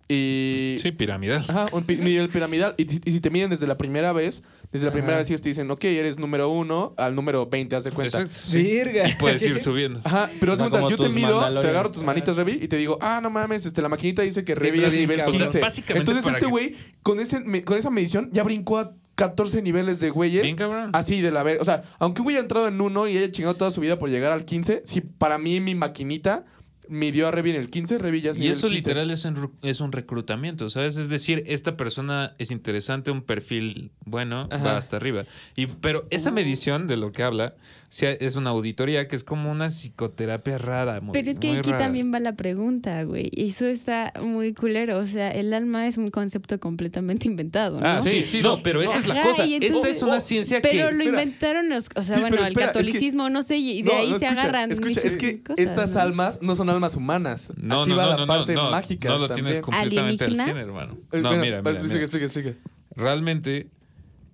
Speaker 4: Y
Speaker 1: Sí, piramidal.
Speaker 4: Ajá, un pi- nivel piramidal. Y, ti- y si te miden desde la primera vez, desde la
Speaker 2: Ajá.
Speaker 4: primera vez ellos te dicen, ok, eres número uno al número 20, haz de cuenta.
Speaker 1: Exacto, sí.
Speaker 2: Verga.
Speaker 1: Y puedes ir subiendo.
Speaker 4: Ajá, pero haz de
Speaker 5: O sea,
Speaker 4: cuenta,
Speaker 5: como
Speaker 4: yo te
Speaker 5: tus
Speaker 4: mido, te
Speaker 5: Mandalorians.
Speaker 4: agarro tus manitas, Revi, y te digo, ah, no mames, este, la maquinita dice que Revi
Speaker 2: Te
Speaker 4: es
Speaker 2: mide
Speaker 4: nivel
Speaker 2: bien,
Speaker 4: 15.
Speaker 2: cabrón. O sea,
Speaker 1: básicamente
Speaker 4: Entonces
Speaker 1: para
Speaker 4: este
Speaker 1: que-
Speaker 4: güey, con, ese, me- con esa medición, ya brincó a 14 niveles de güeyes.
Speaker 1: Bien, cabrón.
Speaker 4: Así de la verga. O sea, aunque hubiera entrado en uno y haya chingado toda su vida por llegar al 15, si para mí mi maquinita midió a Revi en el 15, Revi ya es
Speaker 1: Y
Speaker 4: nivel
Speaker 1: eso
Speaker 4: 15.
Speaker 1: literal es un, ru- es un reclutamiento, ¿sabes? Es decir, esta persona es interesante, un perfil bueno,
Speaker 2: Ajá.
Speaker 1: va hasta arriba. Y, pero
Speaker 4: Uh.
Speaker 1: esa medición de lo que habla sí, es una auditoría que es como una psicoterapia rara. Muy,
Speaker 3: Pero es que
Speaker 1: muy
Speaker 3: aquí
Speaker 1: rara.
Speaker 3: también va la pregunta, güey. Y eso está muy culero. O sea, el alma es un concepto completamente inventado, ¿no?
Speaker 1: Ah, sí,
Speaker 4: Sí, sí,
Speaker 1: no,
Speaker 4: no.
Speaker 1: pero esa es la
Speaker 3: Ajá,
Speaker 1: cosa.
Speaker 3: y
Speaker 1: Esta
Speaker 3: entonces-
Speaker 1: es una ciencia que...
Speaker 3: Pero lo
Speaker 4: espera.
Speaker 3: inventaron los, o sea,
Speaker 4: Sí,
Speaker 3: bueno,
Speaker 4: pero espera,
Speaker 3: el
Speaker 4: es que-
Speaker 3: catolicismo, no sé, y de
Speaker 4: No,
Speaker 3: ahí
Speaker 4: no,
Speaker 3: se
Speaker 4: escucha,
Speaker 3: agarran.
Speaker 4: Escucha,
Speaker 3: muchas
Speaker 4: es que
Speaker 3: cosas,
Speaker 4: estas
Speaker 3: ¿no?
Speaker 4: almas no son almas humanas.
Speaker 1: No,
Speaker 4: Aquí
Speaker 1: no,
Speaker 4: va
Speaker 1: no,
Speaker 4: la
Speaker 1: no,
Speaker 4: parte
Speaker 1: no,
Speaker 4: mágica.
Speaker 1: no lo
Speaker 4: también.
Speaker 1: tienes completamente al
Speaker 3: ¿Alienígenas?
Speaker 1: 100, hermano.
Speaker 4: Eh,
Speaker 1: No,
Speaker 4: bueno,
Speaker 1: mira,
Speaker 4: va,
Speaker 1: mira,
Speaker 4: explica,
Speaker 1: mira.
Speaker 4: explica, explica.
Speaker 1: realmente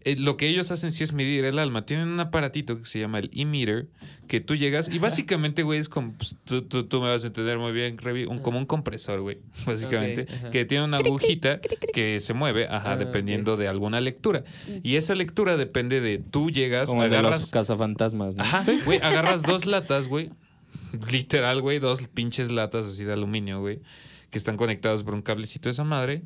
Speaker 1: eh, lo que ellos hacen sí es medir el alma. Tienen un aparatito que se llama el e-meter, que tú llegas y básicamente, güey, es como, pues, tú, tú- tú me vas a entender muy bien, Revi, un- como un compresor, güey, básicamente,
Speaker 2: Ok, ajá.
Speaker 1: que tiene una agujita que se mueve, ajá,
Speaker 2: Ah,
Speaker 1: dependiendo de alguna lectura. Y esa lectura depende de tú llegas,
Speaker 5: Como el de los
Speaker 1: agarras... Ah,
Speaker 5: cazafantasmas, ¿no?
Speaker 1: Ajá, güey, agarras dos latas, güey. Literal, güey, dos pinches latas así de aluminio, güey, que están conectadas por un cablecito de esa madre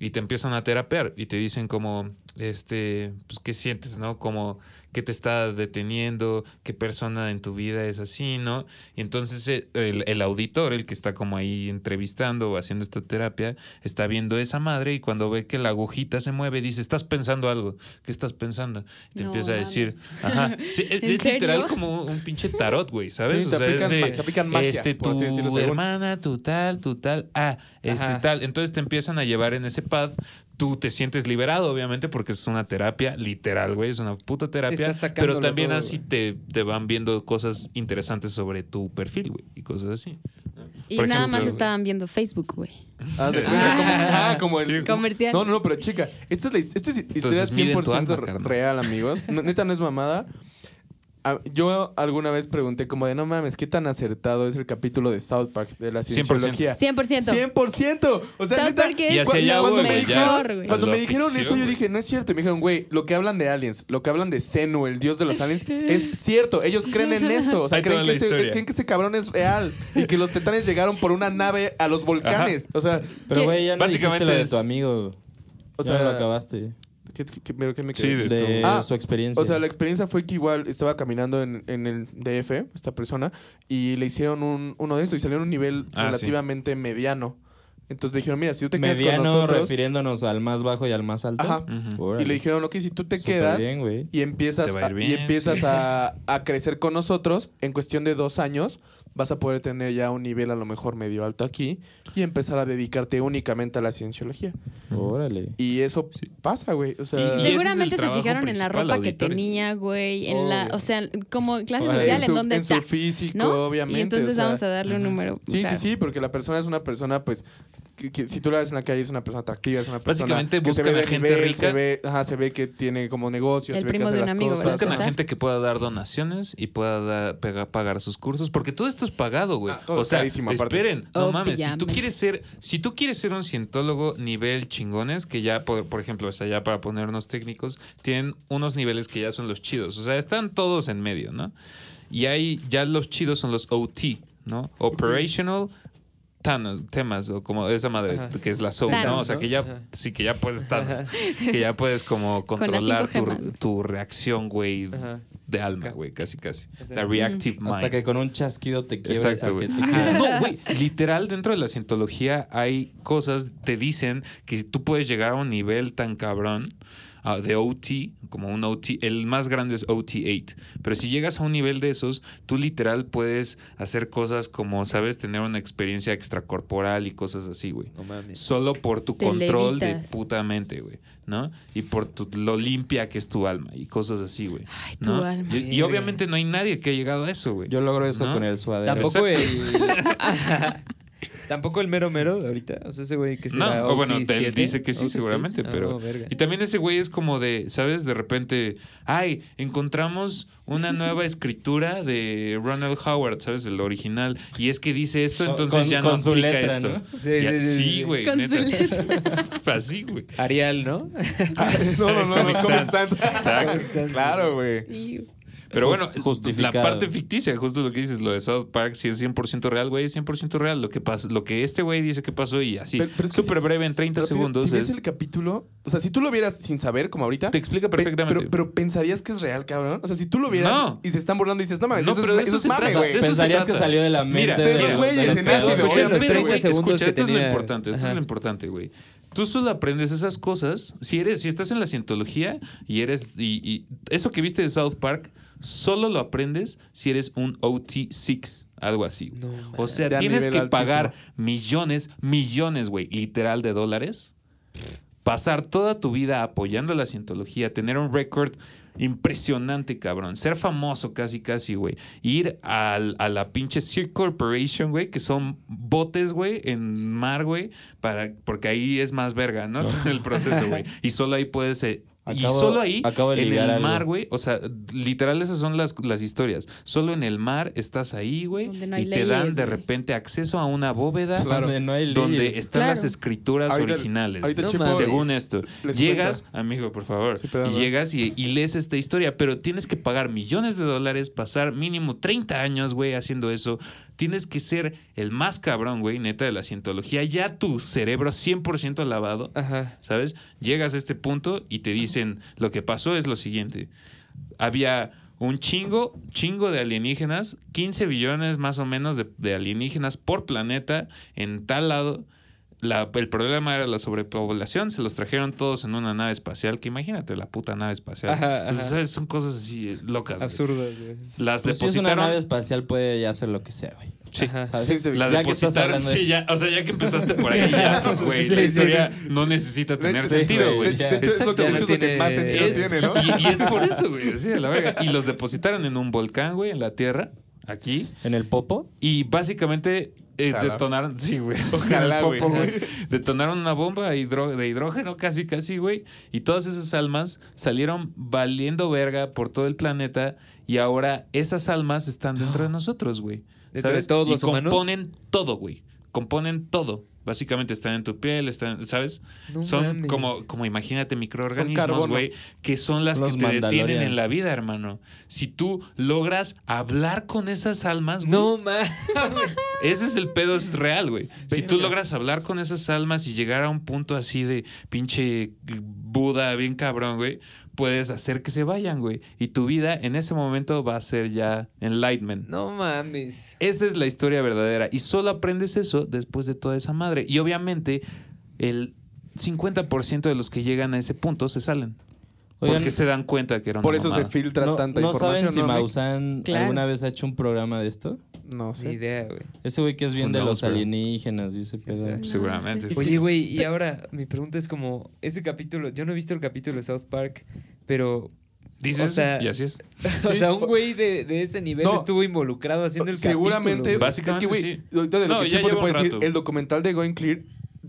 Speaker 1: y te empiezan a terapear y te dicen como, este, pues, ¿qué sientes, no? Como, ¿qué te está deteniendo? ¿Qué persona en tu vida es así, no? Y entonces eh, el, el auditor, el que está como ahí entrevistando o haciendo esta terapia, está viendo esa madre y cuando ve que la agujita se mueve, dice, estás pensando algo, ¿qué estás pensando? Y te
Speaker 3: No
Speaker 1: empieza a
Speaker 3: mames.
Speaker 1: decir, ajá, sí, es,
Speaker 3: ¿En
Speaker 1: es literal
Speaker 3: serio?
Speaker 1: como un pinche tarot, güey, ¿sabes?
Speaker 4: Sí, te
Speaker 1: es
Speaker 4: aplican ma- te aplican magia,
Speaker 1: este,
Speaker 4: por
Speaker 1: tu
Speaker 4: así decirlo, según.
Speaker 1: hermana, tu tal, tu tal, ah, este
Speaker 2: Ajá.
Speaker 1: tal. Entonces te empiezan a llevar en ese path. Tú te sientes liberado, obviamente, porque es una terapia literal, güey, es una puta terapia.
Speaker 2: Estás sacándolo
Speaker 1: Pero también
Speaker 2: todo,
Speaker 1: así
Speaker 2: güey.
Speaker 1: te, te van viendo cosas interesantes sobre tu perfil, güey, y cosas así.
Speaker 3: Y
Speaker 1: Por
Speaker 3: nada
Speaker 1: ejemplo,
Speaker 3: más
Speaker 1: güey.
Speaker 3: estaban viendo Facebook, güey.
Speaker 4: Haz de cuenta,
Speaker 2: Ah.
Speaker 4: como- ah, como el
Speaker 3: Comercial.
Speaker 4: No, no, no, pero chica, esta es la his- esto es historia
Speaker 1: Entonces, miden tu
Speaker 4: 100%
Speaker 1: alma, carnal.
Speaker 4: real, amigos. No, neta no es mamada. A- Yo alguna vez pregunté como de, no mames, qué tan acertado es el capítulo de South Park de la
Speaker 1: 100%.
Speaker 4: cienciología.
Speaker 3: 100%.
Speaker 4: 100%. O sea,
Speaker 3: South
Speaker 4: neta,
Speaker 3: Park es
Speaker 1: Y hacia allá,
Speaker 4: cuando
Speaker 1: güey, ya.
Speaker 4: me dijeron,
Speaker 3: güey.
Speaker 4: cuando
Speaker 1: La
Speaker 4: me dijeron
Speaker 1: ficción,
Speaker 4: eso, yo
Speaker 1: güey.
Speaker 4: dije, no es cierto. Y me dijeron, güey, lo que hablan de aliens, lo que hablan de Zenu, el dios de los aliens, es cierto. Ellos creen en eso. O sea,
Speaker 1: Ahí te va
Speaker 4: creen que,
Speaker 1: la
Speaker 4: ese,
Speaker 1: historia.
Speaker 4: creen que ese cabrón es real y que los tetanes llegaron por una nave a los volcanes. O sea,
Speaker 5: Pero,
Speaker 3: Que-
Speaker 5: güey, ya no dijiste
Speaker 1: Básicamente
Speaker 5: lo de
Speaker 1: es-
Speaker 5: tu amigo.
Speaker 4: o
Speaker 5: ya
Speaker 4: sea,
Speaker 5: lo acabaste.
Speaker 4: ¿qué- qué- pero qué me
Speaker 1: Sí, de
Speaker 4: quedé?
Speaker 5: De
Speaker 4: tu- Ah,
Speaker 5: su experiencia.
Speaker 4: O sea, la experiencia fue que igual estaba caminando en, en el DF, esta persona, y le hicieron un- uno de estos y salió en un nivel
Speaker 1: Ah, sí.
Speaker 4: relativamente mediano. Entonces le dijeron, mira, si tú te quedas
Speaker 5: Mediano
Speaker 4: con nosotros...
Speaker 5: refiriéndonos al más bajo y al más alto.
Speaker 4: Ajá.
Speaker 1: Ujú.
Speaker 5: Órale.
Speaker 4: Y le dijeron, ok, si tú te
Speaker 5: Súper
Speaker 4: quedas
Speaker 5: bien, güey.
Speaker 4: y empiezas,
Speaker 1: Te va a
Speaker 4: a,
Speaker 1: ir
Speaker 4: y
Speaker 1: bien,
Speaker 4: empiezas
Speaker 1: sí.
Speaker 4: a, a crecer con nosotros, en cuestión de dos años vas a poder tener ya un nivel a lo mejor medio alto aquí y empezar a dedicarte únicamente a la cienciología.
Speaker 5: Órale.
Speaker 4: Y eso
Speaker 1: Sí.
Speaker 4: pasa, güey. O sea,
Speaker 1: Y- y es-
Speaker 3: Seguramente se
Speaker 1: trabajo
Speaker 3: fijaron en la
Speaker 1: principal,
Speaker 3: ropa que
Speaker 1: auditorio.
Speaker 3: tenía, güey, en la,
Speaker 4: Obvio.
Speaker 3: o sea, como clase
Speaker 5: O sea,
Speaker 3: social,
Speaker 4: su-
Speaker 3: en dónde
Speaker 4: Oh. en
Speaker 3: está,
Speaker 4: su físico,
Speaker 3: ¿no?
Speaker 4: obviamente.
Speaker 3: y entonces
Speaker 4: o sea,
Speaker 3: vamos a darle un
Speaker 1: ajá.
Speaker 3: número.
Speaker 4: Sí,
Speaker 3: claro.
Speaker 4: sí, sí, porque la persona es una persona, pues, que, que si tú la ves en la calle es una persona atractiva, es una persona
Speaker 1: Básicamente
Speaker 4: que se ve
Speaker 1: buscan a
Speaker 4: de
Speaker 1: gente
Speaker 4: nivel,
Speaker 1: rica.
Speaker 4: se ve, ajá, se ve que tiene como negocios,
Speaker 3: El
Speaker 4: se ve que
Speaker 3: primo
Speaker 4: hace
Speaker 3: de un
Speaker 4: las
Speaker 3: amigo,
Speaker 4: cosas.
Speaker 1: Buscan a
Speaker 3: Ajá.
Speaker 1: gente Pues que pueda dar donaciones y pueda dar- pega- pagar sus cursos, porque todo esto es pagado, güey.
Speaker 4: Ah, todo
Speaker 1: o
Speaker 4: es
Speaker 1: sea,
Speaker 4: carísimo, aparte.
Speaker 1: esperen,
Speaker 3: Oh,
Speaker 1: no mames, si tú
Speaker 3: Obviamente.
Speaker 1: quieres ser, si tú quieres ser un cientólogo nivel chingones, que ya por, por ejemplo, o sea, ya para ponernos técnicos, tienen unos niveles que ya son los chidos, o sea, están todos en medio, ¿no? Y ahí ya los chidos son los OT, ¿no? Operational Thanos, temas o como esa madre
Speaker 2: Ajá.
Speaker 1: que es la soul, ¿no? O
Speaker 3: Thanos,
Speaker 1: sea,
Speaker 2: ¿no?
Speaker 1: que ya
Speaker 2: Ajá.
Speaker 1: sí que ya puedes Thanos, que ya puedes como
Speaker 3: Con las
Speaker 1: controlar
Speaker 3: cinco
Speaker 1: tu,
Speaker 3: gemas.
Speaker 1: tu reacción, güey,
Speaker 2: Ajá.
Speaker 1: de alma,
Speaker 2: Ca-
Speaker 1: güey, casi, casi.
Speaker 2: O sea,
Speaker 1: La reactive mind.
Speaker 5: Hasta que con un chasquido te quiebres
Speaker 1: Exacto,
Speaker 5: al que
Speaker 1: güey.
Speaker 5: te
Speaker 1: Ajá.
Speaker 5: quieres.
Speaker 1: No, güey. Literal, dentro de la cientología hay cosas, te dicen que tú puedes llegar a un nivel tan cabrón. ah, de OT, como un OT, el más grande es OT8. Pero si llegas a un nivel de esos, tú literal puedes hacer cosas como, ¿sabes? Tener una experiencia extracorporal y cosas así, güey.
Speaker 2: No mames.
Speaker 1: Solo por tu
Speaker 3: Te
Speaker 1: control de
Speaker 3: levitas.
Speaker 1: puta mente, güey, ¿no? Y por tu- lo limpia que es tu alma y cosas así, güey.
Speaker 3: Ay, tu
Speaker 1: ¿no?
Speaker 3: alma.
Speaker 1: Y, y obviamente no hay nadie que ha llegado a eso, güey.
Speaker 5: Yo logro eso
Speaker 1: ¿No?
Speaker 5: con el suadero.
Speaker 2: Tampoco el. Tampoco el mero mero de ahorita. O sea, ese güey que se
Speaker 1: No, o bueno, él dice que sí, seguramente, pero.
Speaker 2: Ah, verga.
Speaker 1: Y también ese güey es como de, ¿sabes? De repente, ay, encontramos una nueva escritura de Ronald Howard, ¿sabes? El original. Y es que dice esto,
Speaker 5: Con-
Speaker 1: entonces
Speaker 5: con-
Speaker 1: ya no
Speaker 5: con su
Speaker 1: aplica
Speaker 5: letra,
Speaker 1: esto.
Speaker 5: ¿no?
Speaker 2: Sí,
Speaker 1: Ya-
Speaker 2: sí, sí, sí.
Speaker 1: Sí, güey.
Speaker 3: Con su
Speaker 1: neta. Así, güey.
Speaker 2: Arial, ¿no?
Speaker 4: No, no, no,
Speaker 1: Comic Sans.
Speaker 4: Comic Sans.
Speaker 1: Exacto.
Speaker 4: Claro, güey.
Speaker 1: Pues
Speaker 3: Y-
Speaker 1: Pero bueno,
Speaker 5: Just- justificado.
Speaker 1: la parte ficticia, justo lo que dices, lo de South Park, si es 100% real, güey, es 100% real. Lo que, pas- lo que este güey dice que pasó y así.
Speaker 4: Pero- pero es que
Speaker 1: Súper
Speaker 4: si-
Speaker 1: breve, en 30
Speaker 4: rápido,
Speaker 1: segundos.
Speaker 4: Si ves
Speaker 1: es-
Speaker 4: el capítulo, o sea, si tú lo vieras sin saber, como ahorita.
Speaker 1: Te explica
Speaker 4: pe-
Speaker 1: perfectamente.
Speaker 4: Pero, pero pensarías que es real, cabrón. O sea, si tú lo vieras
Speaker 1: No.
Speaker 4: y se están burlando y dices, no mames,
Speaker 1: No,
Speaker 4: eso,
Speaker 1: pero
Speaker 4: es,
Speaker 1: de
Speaker 4: eso
Speaker 1: eso
Speaker 4: es
Speaker 1: se
Speaker 4: mame,
Speaker 1: trata,
Speaker 4: güey.
Speaker 1: de eso se
Speaker 5: Pensarías que
Speaker 1: trata.
Speaker 5: salió de la
Speaker 1: Mira,
Speaker 5: mente
Speaker 1: de
Speaker 5: de,
Speaker 1: esos
Speaker 5: los-
Speaker 4: güeyes,
Speaker 5: de los
Speaker 4: en
Speaker 5: creadores.
Speaker 4: ácido,
Speaker 1: Escucha,
Speaker 4: güey. los
Speaker 1: pero,
Speaker 4: 30
Speaker 1: güey,
Speaker 2: segundos
Speaker 1: escucha,
Speaker 2: que
Speaker 1: esto es lo
Speaker 2: tenía.
Speaker 1: importante, esto es
Speaker 2: Ajá.
Speaker 1: lo importante, güey. Tú solo aprendes esas cosas si eres, si estás en la cientología y eres y, y eso que viste de South Park solo lo aprendes si eres un OT6, algo así. güey.
Speaker 2: No,
Speaker 1: o sea,
Speaker 4: Ya
Speaker 1: tienes
Speaker 4: nivel
Speaker 1: que
Speaker 4: altísimo.
Speaker 1: pagar millones, millones, güey, literal de dólares. Pasar toda tu vida apoyando la cientología, tener un récord impresionante, cabrón. Ser famoso casi, casi, güey. Ir al- a la pinche Cirque Corporation, güey, que son botes, güey, en mar, güey, para, porque ahí es más verga, ¿no? El proceso, güey. Y solo ahí puedes... eh,
Speaker 5: Acabo-
Speaker 1: y solo ahí,
Speaker 5: acabo de
Speaker 1: en
Speaker 5: ligar
Speaker 1: el
Speaker 5: algo.
Speaker 1: mar, güey, o sea, literal esas son las, las historias. Solo en el mar estás ahí, güey,
Speaker 3: Donde no
Speaker 1: y
Speaker 3: hay
Speaker 1: te dan
Speaker 3: leyes,
Speaker 1: de
Speaker 3: güey.
Speaker 1: repente acceso a una bóveda
Speaker 5: Donde no hay
Speaker 1: donde
Speaker 5: leyes.
Speaker 1: están
Speaker 3: Claro.
Speaker 1: las escrituras
Speaker 4: Ahorita-
Speaker 1: originales.
Speaker 4: ahorita
Speaker 1: güey.
Speaker 2: Chepo les-
Speaker 1: según esto,
Speaker 4: les
Speaker 1: llegas, amigo, por favor,
Speaker 4: Sí, perdón,
Speaker 1: y
Speaker 4: ¿no?
Speaker 1: llegas y, y lees esta historia, pero tienes que pagar millones de dólares, pasar mínimo 30 años, güey, haciendo eso. Tienes que ser el más cabrón, güey, neta de la cientología. Ya tu cerebro 100% lavado.
Speaker 2: Ajá.
Speaker 1: ¿Sabes? Llegas a este punto y te dicen, lo que pasó es lo siguiente. Había un chingo, chingo de alienígenas, 15 billones más o menos de, de alienígenas por planeta en tal lado. La- el problema era la sobrepoblación, se los trajeron todos en una nave espacial, que imagínate la puta nave espacial.
Speaker 2: Ajá, ajá.
Speaker 1: O sea, ¿sabes? Son cosas así eh, locas. güey.
Speaker 2: Absurdas, güey.
Speaker 1: Las
Speaker 5: Pues si es una
Speaker 1: depositaron.
Speaker 5: nave espacial, puede ya hacer lo que sea, güey.
Speaker 1: Sí.
Speaker 2: Ajá.
Speaker 5: ¿Sabes?
Speaker 4: Sí, sí,
Speaker 1: La
Speaker 5: Ya que estás
Speaker 1: depositaron,
Speaker 5: hablando de
Speaker 1: sí,
Speaker 5: eso.
Speaker 1: ya, o sea, ya que empezaste por ahí, ya, pues, güey,
Speaker 2: Sí,
Speaker 1: la
Speaker 2: sí,
Speaker 1: historia no necesita tener
Speaker 4: Sí,
Speaker 1: sentido,
Speaker 5: güey.
Speaker 1: güey.
Speaker 4: De, de hecho, es lo
Speaker 2: Exacto,
Speaker 4: que,
Speaker 2: ya
Speaker 4: mucho
Speaker 2: no
Speaker 4: es lo que
Speaker 2: tiene-
Speaker 4: más sentido
Speaker 1: Es-
Speaker 4: tiene, ¿no?
Speaker 1: Y, y es por eso, güey. Sí, a la verga. Y los depositaron en un volcán, güey, en la tierra, aquí.
Speaker 5: ¿En el popo?
Speaker 1: Y básicamente eh,
Speaker 4: Ojalá.
Speaker 1: detonaron. Sí, güey.
Speaker 4: Ojalá,
Speaker 1: En el popo,
Speaker 4: güey.
Speaker 1: Detonaron una bomba de hidro- de hidrógeno, casi, casi, güey. Y todas esas almas salieron valiendo verga por todo el planeta. Y ahora esas almas están dentro de nosotros, güey.
Speaker 2: ¿Dentro de todos
Speaker 1: y
Speaker 2: los humanos?
Speaker 1: componen todo, güey. Componen todo. Básicamente están en tu piel, están, ¿sabes?
Speaker 2: No
Speaker 1: son
Speaker 2: mames.
Speaker 1: como, como imagínate
Speaker 4: Son
Speaker 1: microorganismos,
Speaker 4: carbono.
Speaker 1: güey, que son las
Speaker 5: Los
Speaker 1: que te detienen
Speaker 5: Mandalorians.
Speaker 1: en la vida, hermano. Si tú logras hablar con esas almas, güey,
Speaker 2: No mames.
Speaker 1: ese es el pedo, es real, güey. Si tú
Speaker 4: Verga.
Speaker 1: logras hablar con esas almas y llegar a un punto así de pinche Buda, bien cabrón, güey, puedes hacer que se vayan, güey. Y tu vida en ese momento va a ser ya enlightenment.
Speaker 2: No mames.
Speaker 1: Esa es la historia verdadera. Y solo aprendes eso después de toda esa madre. Y obviamente, el 50% de los que llegan a ese punto se salen.
Speaker 5: Oigan,
Speaker 1: porque se dan cuenta que era una
Speaker 4: Por eso se
Speaker 1: mamada.
Speaker 4: filtra
Speaker 5: no,
Speaker 4: tanta
Speaker 5: ¿no
Speaker 4: información.
Speaker 5: saben si
Speaker 4: ¿no, Mick?
Speaker 5: Maussan
Speaker 3: Claro.
Speaker 5: alguna vez ha hecho un programa de esto?
Speaker 4: No
Speaker 2: Ni
Speaker 4: sé.
Speaker 2: idea, güey.
Speaker 5: Ese güey que es bien
Speaker 1: Who
Speaker 5: de
Speaker 1: knows,
Speaker 5: los
Speaker 1: bro?
Speaker 5: alienígenas y ese pedo.
Speaker 2: sí.
Speaker 1: Seguramente.
Speaker 2: Oye, güey, y ahora mi pregunta es como, ese capítulo, yo no he visto el capítulo de South Park, pero,
Speaker 1: Dices
Speaker 2: O
Speaker 1: eso,
Speaker 2: sea,
Speaker 1: y así es.
Speaker 2: o sea, un güey de, de ese nivel
Speaker 4: No.
Speaker 2: estuvo involucrado haciendo el
Speaker 4: Seguramente.
Speaker 2: capítulo.
Speaker 1: Básicamente
Speaker 4: es que, güey,
Speaker 1: sí.
Speaker 4: ahorita de lo
Speaker 1: No,
Speaker 4: que
Speaker 1: ya
Speaker 4: Chepo te
Speaker 1: lleva
Speaker 4: puede
Speaker 1: un
Speaker 4: decir,
Speaker 1: rato.
Speaker 4: el documental de Going Clear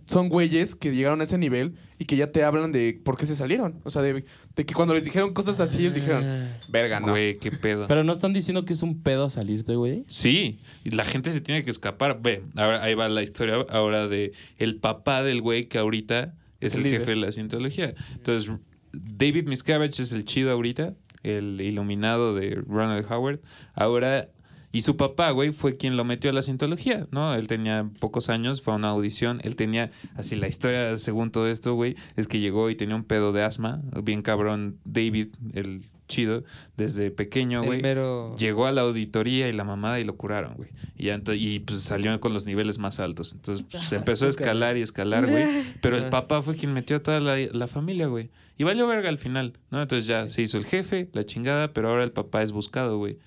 Speaker 4: son güeyes que llegaron a ese nivel y que ya te hablan de por qué se salieron. O sea, de, de que cuando les dijeron cosas así, ellos dijeron,
Speaker 2: Ah.
Speaker 4: verga, no.
Speaker 1: Güey, qué pedo.
Speaker 5: Pero no están diciendo que es un pedo salirte, güey.
Speaker 1: Sí, y la gente se tiene que escapar. Ve, ahora ahí va la historia ahora de el papá del güey que ahorita es el
Speaker 4: líder.
Speaker 1: jefe de la cientología. Entonces, David Miscavige es el chido ahorita, el iluminado de Ronald Howard. Ahora, y su papá, güey, fue quien lo metió a la cientología, ¿no? Él tenía pocos años, fue a una audición. Él tenía, así la historia según todo esto, güey, es que llegó y tenía un pedo de asma, bien cabrón. David, el chido desde pequeño,
Speaker 2: El
Speaker 1: güey.
Speaker 2: mero...
Speaker 1: Llegó a la auditoría y la mamada y lo curaron, güey. Y, ya ento- y pues salió con los niveles más altos. Entonces pues,
Speaker 3: Ah,
Speaker 1: se empezó a escalar y escalar, güey. Pero el
Speaker 2: Ah.
Speaker 1: papá fue quien metió a toda la, la familia, güey. Y valió verga al final, ¿no? Entonces ya se hizo el jefe, la chingada, pero ahora el papá es buscado, güey.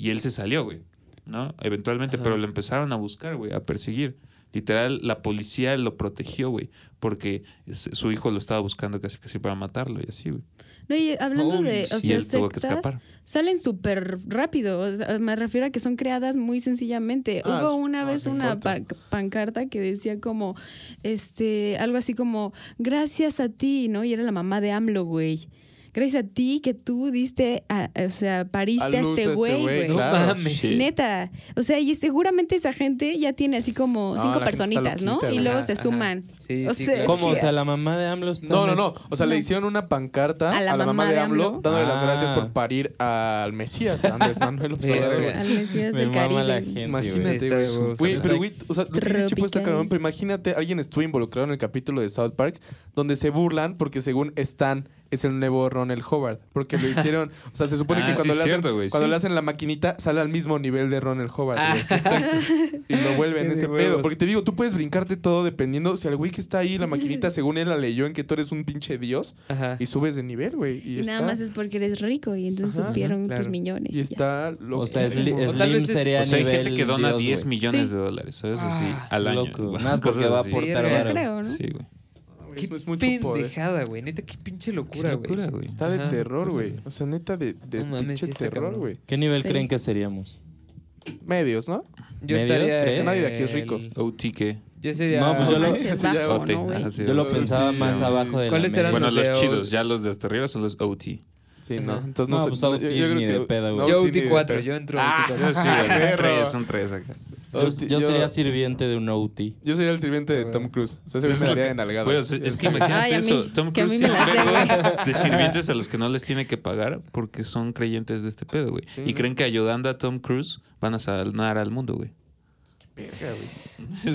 Speaker 1: Y él se salió, güey, ¿no? Eventualmente,
Speaker 2: Ajá.
Speaker 1: pero lo empezaron a buscar, güey, a perseguir. Literal, la policía lo protegió, güey, porque s- su hijo lo estaba buscando casi casi para matarlo y así, güey.
Speaker 3: No, y hablando
Speaker 2: Holy
Speaker 3: de, o
Speaker 2: shit.
Speaker 1: Y
Speaker 3: sea,
Speaker 1: él tuvo que
Speaker 3: sectas,
Speaker 1: escapar.
Speaker 3: salen súper rápido. o sea, me refiero a que son creadas muy sencillamente.
Speaker 4: Ah,
Speaker 3: Hubo
Speaker 4: sí.
Speaker 3: una
Speaker 4: Ah,
Speaker 3: vez
Speaker 4: en
Speaker 3: una
Speaker 4: corto.
Speaker 3: pan- pancarta que decía como, este, algo así como, gracias a ti, ¿no? Y era la mamá de AMLO, güey. Gracias a ti que tú diste, a- o sea, pariste a,
Speaker 4: Al luz
Speaker 3: este güey, güey.
Speaker 2: No
Speaker 4: claro.
Speaker 2: mames.
Speaker 1: Sí.
Speaker 3: Neta. O sea, y seguramente esa gente ya tiene así como
Speaker 4: No,
Speaker 3: cinco
Speaker 4: Ah, la gente está
Speaker 3: personitas, ¿no?
Speaker 4: loquita,
Speaker 3: Y
Speaker 4: güey.
Speaker 3: luego
Speaker 2: Ajá,
Speaker 3: se
Speaker 2: ajá.
Speaker 3: suman.
Speaker 2: Sí,
Speaker 3: O
Speaker 2: sí,
Speaker 3: sea,
Speaker 2: claro.
Speaker 5: ¿Cómo?
Speaker 3: Es
Speaker 5: O
Speaker 3: que-
Speaker 5: sea, la mamá de AMLO está.
Speaker 4: No, no,
Speaker 5: met-
Speaker 4: no. O sea, le hicieron una pancarta a la, mamá, de AMLO, dándole las
Speaker 5: Ah.
Speaker 4: gracias por parir al Mesías, a Andrés Manuel Obrador,
Speaker 2: Verga.
Speaker 4: güey.
Speaker 3: Al Mesías
Speaker 5: Me
Speaker 3: del
Speaker 5: mama la
Speaker 3: Caribe.
Speaker 5: gente.
Speaker 2: Sí,
Speaker 4: Imagínate,
Speaker 2: está
Speaker 4: güey.
Speaker 2: de huevos,
Speaker 4: Güey,
Speaker 2: está
Speaker 4: pero
Speaker 2: de
Speaker 4: güey, o sea, lo que dice Chipo está
Speaker 3: Tropical.
Speaker 4: cabrón, pero imagínate, alguien estuvo involucrado en el capítulo de South Park donde se burlan porque según Stan es el nuevo Ronald Howard, porque lo hicieron, o sea, se supone
Speaker 1: Ah,
Speaker 4: que cuando,
Speaker 1: sí,
Speaker 4: le, hacen,
Speaker 1: cierto, güey,
Speaker 4: cuando
Speaker 1: sí.
Speaker 4: le hacen la maquinita sale al mismo nivel de Ronald Howard,
Speaker 2: Ah.
Speaker 4: güey. y lo vuelven
Speaker 2: Qué de
Speaker 4: ese
Speaker 2: huevos.
Speaker 4: pedo, porque te digo, tú puedes brincarte todo dependiendo si al güey que está ahí la maquinita según él la leyó en que tú eres un pinche dios
Speaker 2: Ajá.
Speaker 4: y subes de nivel, güey, y
Speaker 3: Y Nada
Speaker 4: está-
Speaker 3: más es porque eres rico y entonces
Speaker 4: Ajá,
Speaker 3: supieron
Speaker 2: claro.
Speaker 3: tus millones.
Speaker 4: y
Speaker 3: ya
Speaker 4: está
Speaker 5: O sea,
Speaker 4: loquísimo.
Speaker 5: Sli-
Speaker 2: O
Speaker 5: Slim,
Speaker 2: tal vez es-
Speaker 5: sería
Speaker 1: O sea, hay
Speaker 5: nivel
Speaker 1: gente que dona
Speaker 5: Dios,
Speaker 1: 10
Speaker 5: güey.
Speaker 1: millones
Speaker 3: Sí.
Speaker 1: de dólares, ¿sabes? Así,
Speaker 2: Ah,
Speaker 1: al año.
Speaker 5: loco.
Speaker 1: güey.
Speaker 5: Nada más porque
Speaker 1: Cosas
Speaker 5: va a
Speaker 1: así.
Speaker 5: aportar
Speaker 2: Verga,
Speaker 3: Yo
Speaker 5: varo.
Speaker 3: creo, ¿no?
Speaker 1: Sí, güey.
Speaker 2: Qué
Speaker 4: Es- es mucho poder.
Speaker 2: pendejada, güey. Neta, qué pinche locura,
Speaker 1: Qué
Speaker 2: güey.
Speaker 1: locura, güey.
Speaker 4: Está de
Speaker 2: Ajá.
Speaker 4: terror, güey. O sea, neta de, de
Speaker 2: No mames,
Speaker 4: pinche
Speaker 2: sí está
Speaker 4: terror,
Speaker 2: cabrón.
Speaker 4: güey.
Speaker 5: ¿Qué nivel
Speaker 3: Sí.
Speaker 5: creen que seríamos?
Speaker 4: Medios, ¿no?
Speaker 2: Yo
Speaker 5: ¿Medios,
Speaker 2: estaría...
Speaker 5: crees?
Speaker 4: Nadie de aquí es
Speaker 2: el-
Speaker 4: rico.
Speaker 1: OTK.
Speaker 2: Yo sería...
Speaker 5: No, pues yo lo-
Speaker 3: Pinche
Speaker 4: Sí, ya.
Speaker 3: bajo,
Speaker 1: Ote,
Speaker 3: ¿no, güey?
Speaker 1: ajá, sí,
Speaker 5: Yo lo
Speaker 1: güey.
Speaker 5: pensaba
Speaker 1: Sí,
Speaker 5: más
Speaker 1: sí.
Speaker 5: abajo de la
Speaker 2: ¿Cuáles
Speaker 5: media.
Speaker 2: eran
Speaker 1: Bueno,
Speaker 2: los
Speaker 1: los
Speaker 2: de
Speaker 1: chidos,
Speaker 2: O-
Speaker 1: ya los de hasta arriba son los OT.
Speaker 4: Sí, no.
Speaker 2: Ajá.
Speaker 4: Entonces no,
Speaker 5: No,
Speaker 4: sé.
Speaker 5: pues,
Speaker 4: no,
Speaker 5: OT ni de pedo, güey.
Speaker 2: Yo
Speaker 4: OT
Speaker 2: OT
Speaker 4: ni de
Speaker 2: 4,
Speaker 4: pedo.
Speaker 2: yo entro
Speaker 4: Ah,
Speaker 2: OT
Speaker 1: Yo
Speaker 2: 4.
Speaker 1: sí, güey.
Speaker 4: perro.
Speaker 1: tres, son tres acá.
Speaker 5: Yo,
Speaker 4: Yo-
Speaker 5: yo
Speaker 4: yo-
Speaker 5: sería sirviente de un OT.
Speaker 4: Yo sería el sirviente de Tom Cruise. O sea, se ve una idea de nalgadas.
Speaker 1: Güey, o sea, es que imagínate
Speaker 3: Ay, a mí,
Speaker 1: eso. Tom
Speaker 3: que a
Speaker 1: Cruise
Speaker 3: mí
Speaker 1: tiene
Speaker 3: me
Speaker 1: un
Speaker 3: la sé,
Speaker 1: vergo de sirvientes a los que no les tiene que pagar porque son creyentes de este pedo, güey.
Speaker 4: Sí,
Speaker 1: y
Speaker 4: ¿no?
Speaker 1: creen que ayudando a Tom Cruise van a sanar al mundo, güey.
Speaker 4: Verga, güey.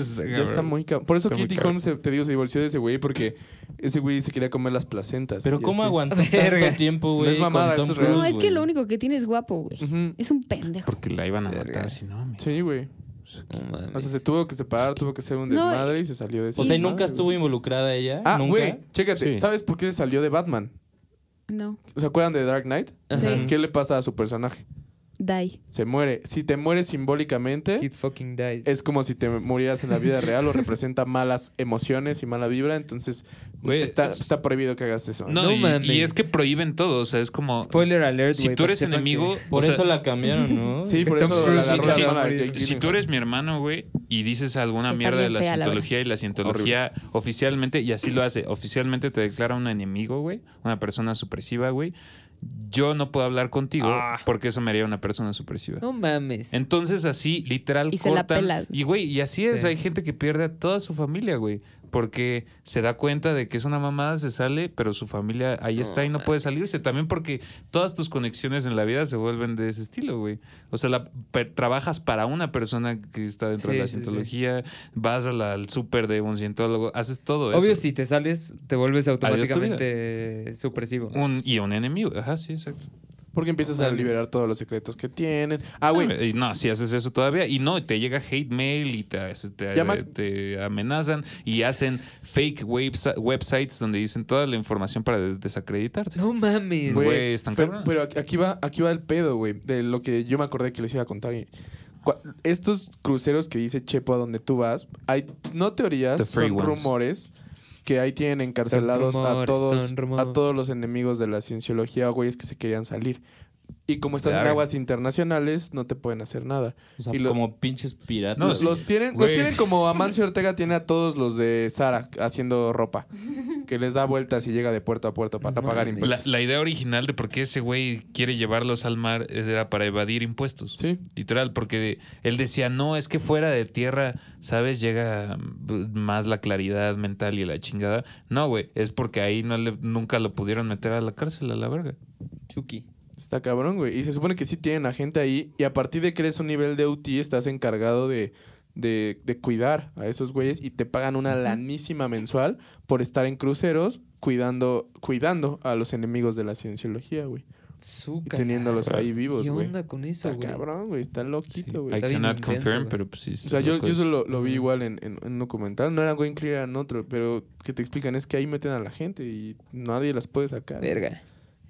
Speaker 1: Está
Speaker 4: Ya está
Speaker 1: cabrón.
Speaker 4: muy cabrón. Por eso
Speaker 1: Está muy
Speaker 4: Kitty
Speaker 1: cabrón.
Speaker 4: Holmes, se- te digo, se divorció de ese güey porque ese güey se quería comer las placentas.
Speaker 5: Pero
Speaker 4: y
Speaker 5: ¿cómo
Speaker 4: así.
Speaker 5: aguantó
Speaker 2: Verga.
Speaker 5: tanto tiempo, güey?
Speaker 4: No es mamada,
Speaker 5: con
Speaker 4: eso
Speaker 5: Tom
Speaker 4: es real.
Speaker 5: Cruise,
Speaker 3: No, es que
Speaker 5: güey?
Speaker 3: lo único que tiene es guapo, güey.
Speaker 4: Ujú.
Speaker 3: Es un pendejo.
Speaker 1: Porque la iban a
Speaker 2: Verga.
Speaker 1: matar, si no, mi-
Speaker 4: Sí, güey.
Speaker 2: No mames.
Speaker 4: O sea, se tuvo que separar, tuvo que hacer un
Speaker 3: No,
Speaker 4: desmadre y se salió de ese
Speaker 5: O sea, ¿y
Speaker 4: desmadre,
Speaker 5: nunca estuvo
Speaker 4: güey.
Speaker 5: involucrada ella?
Speaker 4: Ah,
Speaker 5: ¿Nunca?
Speaker 4: güey, chécate.
Speaker 1: Sí.
Speaker 4: ¿Sabes por qué se salió de Batman?
Speaker 3: No,
Speaker 4: ¿Se acuerdan de Dark Knight?
Speaker 3: Sí.
Speaker 4: ¿Qué le pasa a su personaje?
Speaker 3: die.
Speaker 4: Se muere. Si te mueres simbólicamente,
Speaker 2: Kid fucking dies.
Speaker 4: es como si te murieras en la vida real o representa malas emociones y mala vibra. Entonces,
Speaker 1: Güey,
Speaker 4: está,
Speaker 1: es-
Speaker 4: está prohibido que hagas eso.
Speaker 1: No,
Speaker 2: No
Speaker 1: y,
Speaker 2: mames.
Speaker 1: y es que prohíben todo, o sea, es como...
Speaker 2: Spoiler alert,
Speaker 1: si
Speaker 2: güey,
Speaker 1: tú
Speaker 2: para que
Speaker 1: eres
Speaker 2: sepan
Speaker 1: enemigo...
Speaker 5: Por
Speaker 1: o sea,
Speaker 5: eso la cambiaron, ¿no?
Speaker 4: Sí, por
Speaker 2: Tom
Speaker 4: eso
Speaker 2: Cruise
Speaker 4: la agarró
Speaker 2: sí,
Speaker 4: la mano
Speaker 2: sí.
Speaker 4: de Jake
Speaker 1: Si tú
Speaker 4: Gyllenhaal.
Speaker 1: eres mi hermano, güey, y dices alguna
Speaker 3: Que está
Speaker 1: mierda de
Speaker 3: bien
Speaker 1: la
Speaker 3: fea, la
Speaker 1: cientología y la cientología oficialmente, y así lo hace, oficialmente te declara un enemigo, güey, una persona supresiva, güey, yo no puedo hablar contigo porque eso me haría una persona supresiva.
Speaker 2: que- No mames.
Speaker 1: Entonces así, literal,
Speaker 3: Y se la
Speaker 1: cortan.
Speaker 3: pelas.
Speaker 1: Y güey, y así es,
Speaker 2: Sí.
Speaker 1: hay gente que pierde a toda su familia, güey, porque se da cuenta de que es una mamada, se sale, pero su familia ahí está y no puede salirse. También porque todas tus conexiones en la vida se vuelven de ese estilo, güey. O sea, la, per- trabajas para una persona que está dentro
Speaker 2: Sí,
Speaker 1: de la
Speaker 2: sí, sí.
Speaker 1: cientología, vas a la- al súper de un cientólogo, haces todo eso.
Speaker 2: Obvio, si te sales, te vuelves
Speaker 1: tu
Speaker 2: automáticamente supresivo.
Speaker 1: Un, y un enemigo, ajá, sí, exacto.
Speaker 4: Porque empiezas a
Speaker 2: Mames.
Speaker 4: liberar todos los secretos que tienen. Ah, güey.
Speaker 1: Eh, Y no, si haces eso todavía. Y no, te llega hate mail y te, este, te-
Speaker 4: Llama-
Speaker 1: te amenazan y hacen fake webs- websites donde dicen toda la información para de- desacreditarte.
Speaker 2: No mames.
Speaker 1: Güey,
Speaker 2: Güey.
Speaker 1: están
Speaker 4: pero,
Speaker 1: cabrón.
Speaker 4: pero aquí- aquí va, aquí va el pedo, güey. De lo que yo me acordé que les iba a contar. Y cua- Estos cruceros que dice Chepo a donde tú vas, hay no
Speaker 1: The
Speaker 4: teorías,
Speaker 1: free
Speaker 4: son
Speaker 1: ones.
Speaker 4: rumores que ahí tienen encarcelados
Speaker 2: Son rumores,
Speaker 4: a todos
Speaker 2: son rumores.
Speaker 4: a todos los enemigos de la cienciología, güey, es que se querían salir. Y como estás en
Speaker 1: Claro.
Speaker 4: aguas internacionales, no te pueden hacer nada.
Speaker 5: O sea,
Speaker 4: Y lo-
Speaker 5: como pinches piratas.
Speaker 1: No,
Speaker 4: los,
Speaker 1: sí.
Speaker 4: los tienen, los
Speaker 1: Güey.
Speaker 4: tienen como Amancio Ortega tiene a todos los de Sara haciendo ropa, que les da vueltas y llega de puerto a puerto para
Speaker 2: No
Speaker 4: pagar
Speaker 2: mames.
Speaker 1: La,
Speaker 4: impuestos.
Speaker 1: la idea original de por qué ese güey quiere llevarlos al mar era para evadir impuestos.
Speaker 4: Sí.
Speaker 1: Literal, porque él decía, no, es que fuera de tierra, ¿sabes? Llega mm, más la claridad mental y la chingada. No, güey, es porque ahí no le- nunca lo pudieron meter a la cárcel, a la verga.
Speaker 2: Chucky.
Speaker 4: Está cabrón, güey. Y se supone que sí tienen a gente ahí. Y a partir de que eres un nivel de UT, estás encargado de, de, de cuidar a esos güeyes y te pagan una lanísima mensual por estar en cruceros cuidando, cuidando a los enemigos de la cienciología, güey.
Speaker 2: Azúcar.
Speaker 4: teniéndolos ahí vivos,
Speaker 2: ¿Qué
Speaker 4: güey.
Speaker 2: onda con eso,
Speaker 4: Está
Speaker 2: güey?
Speaker 4: cabrón, güey. Está loquito,
Speaker 1: I
Speaker 4: güey.
Speaker 2: Está bien
Speaker 1: cannot
Speaker 2: intenso,
Speaker 1: confirm,
Speaker 2: güey.
Speaker 1: pero pues sí.
Speaker 4: O sea, yo, yo eso lo, lo vi
Speaker 2: Ajá.
Speaker 4: igual en, en- en un documental. No era Going Clear, era en otro. Pero que te explican es que ahí meten a la gente y nadie las puede sacar.
Speaker 2: Verga.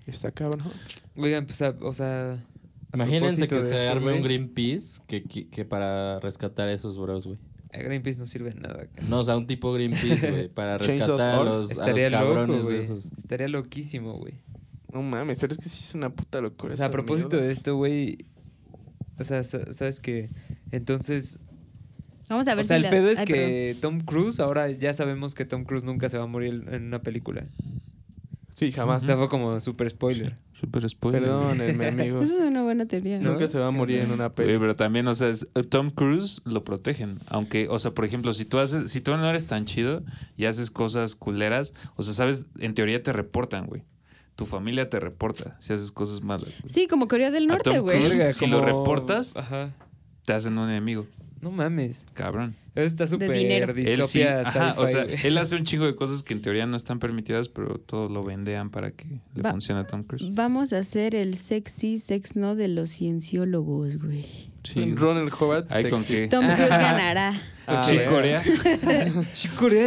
Speaker 4: Está cabrón.
Speaker 2: Oigan, pues, a- o sea,
Speaker 5: Imagínense
Speaker 2: propósito
Speaker 5: que
Speaker 2: de
Speaker 5: se
Speaker 2: esto,
Speaker 5: arme
Speaker 2: güey.
Speaker 5: un Greenpeace que, que, que para rescatar a esos bros, güey.
Speaker 2: a Greenpeace no sirve de nada. cabrón.
Speaker 5: No, o sea, un tipo Greenpeace, güey, para
Speaker 4: Change.org.
Speaker 5: rescatar a los, a los
Speaker 2: Estaría loco,
Speaker 5: cabrones de
Speaker 2: güey.
Speaker 5: esos.
Speaker 2: Estaría loquísimo, güey.
Speaker 4: No mames, pero es que sí es una puta locura.
Speaker 2: O sea, a
Speaker 4: esa
Speaker 2: propósito
Speaker 4: mierda.
Speaker 2: de esto, güey. O sea, sa- sabes que. Entonces.
Speaker 3: Vamos a
Speaker 2: O
Speaker 3: ver
Speaker 2: sea, el
Speaker 3: si la-
Speaker 2: pedo es
Speaker 3: Ay, perdón.
Speaker 2: que Tom Cruise, ahora ya sabemos que Tom Cruise nunca se va a morir en una película.
Speaker 4: Sí,
Speaker 2: O
Speaker 4: jamás.
Speaker 2: sea, fue como super spoiler.
Speaker 1: Super spoiler.
Speaker 4: Perdónenme, amigos.
Speaker 3: Esa es una buena teoría.
Speaker 2: ¿No?
Speaker 4: Nunca se va a morir en una
Speaker 1: Oye,
Speaker 4: peli.
Speaker 1: pero también, o sea, es- eh, Tom Cruise lo protegen. Aunque, o sea, por ejemplo, si tú haces, si tú no eres tan chido y haces cosas culeras, o sea, sabes, en teoría te reportan, güey. Tu familia te reporta si haces cosas malas. güey.
Speaker 3: Sí, como Corea del
Speaker 1: A
Speaker 3: Norte,
Speaker 1: Tom
Speaker 3: güey.
Speaker 1: Cruise. Si lo reportas-
Speaker 2: Ajá.
Speaker 1: Te hacen un enemigo,
Speaker 2: No mames.
Speaker 1: cabrón.
Speaker 2: Eso está
Speaker 3: dinero.
Speaker 2: súper
Speaker 1: Él sí,
Speaker 2: distopia
Speaker 1: ajá, o
Speaker 2: sci-fi,
Speaker 1: sea,
Speaker 2: güey.
Speaker 1: él hace un chingo de cosas que en teoría no están permitidas, pero todo lo vendean para que le
Speaker 3: Va-
Speaker 1: funcione a Tom Cruise.
Speaker 3: Vamos a hacer el sexy sex no de los cienciólogos, güey.
Speaker 1: Sí, güey.
Speaker 4: Ronald Hobart.
Speaker 1: Ay, con
Speaker 4: sexy.
Speaker 1: qué.
Speaker 3: Tom Cruise ganará.
Speaker 4: Ah,
Speaker 1: sí,
Speaker 4: verga.
Speaker 1: Corea.
Speaker 2: Chicorea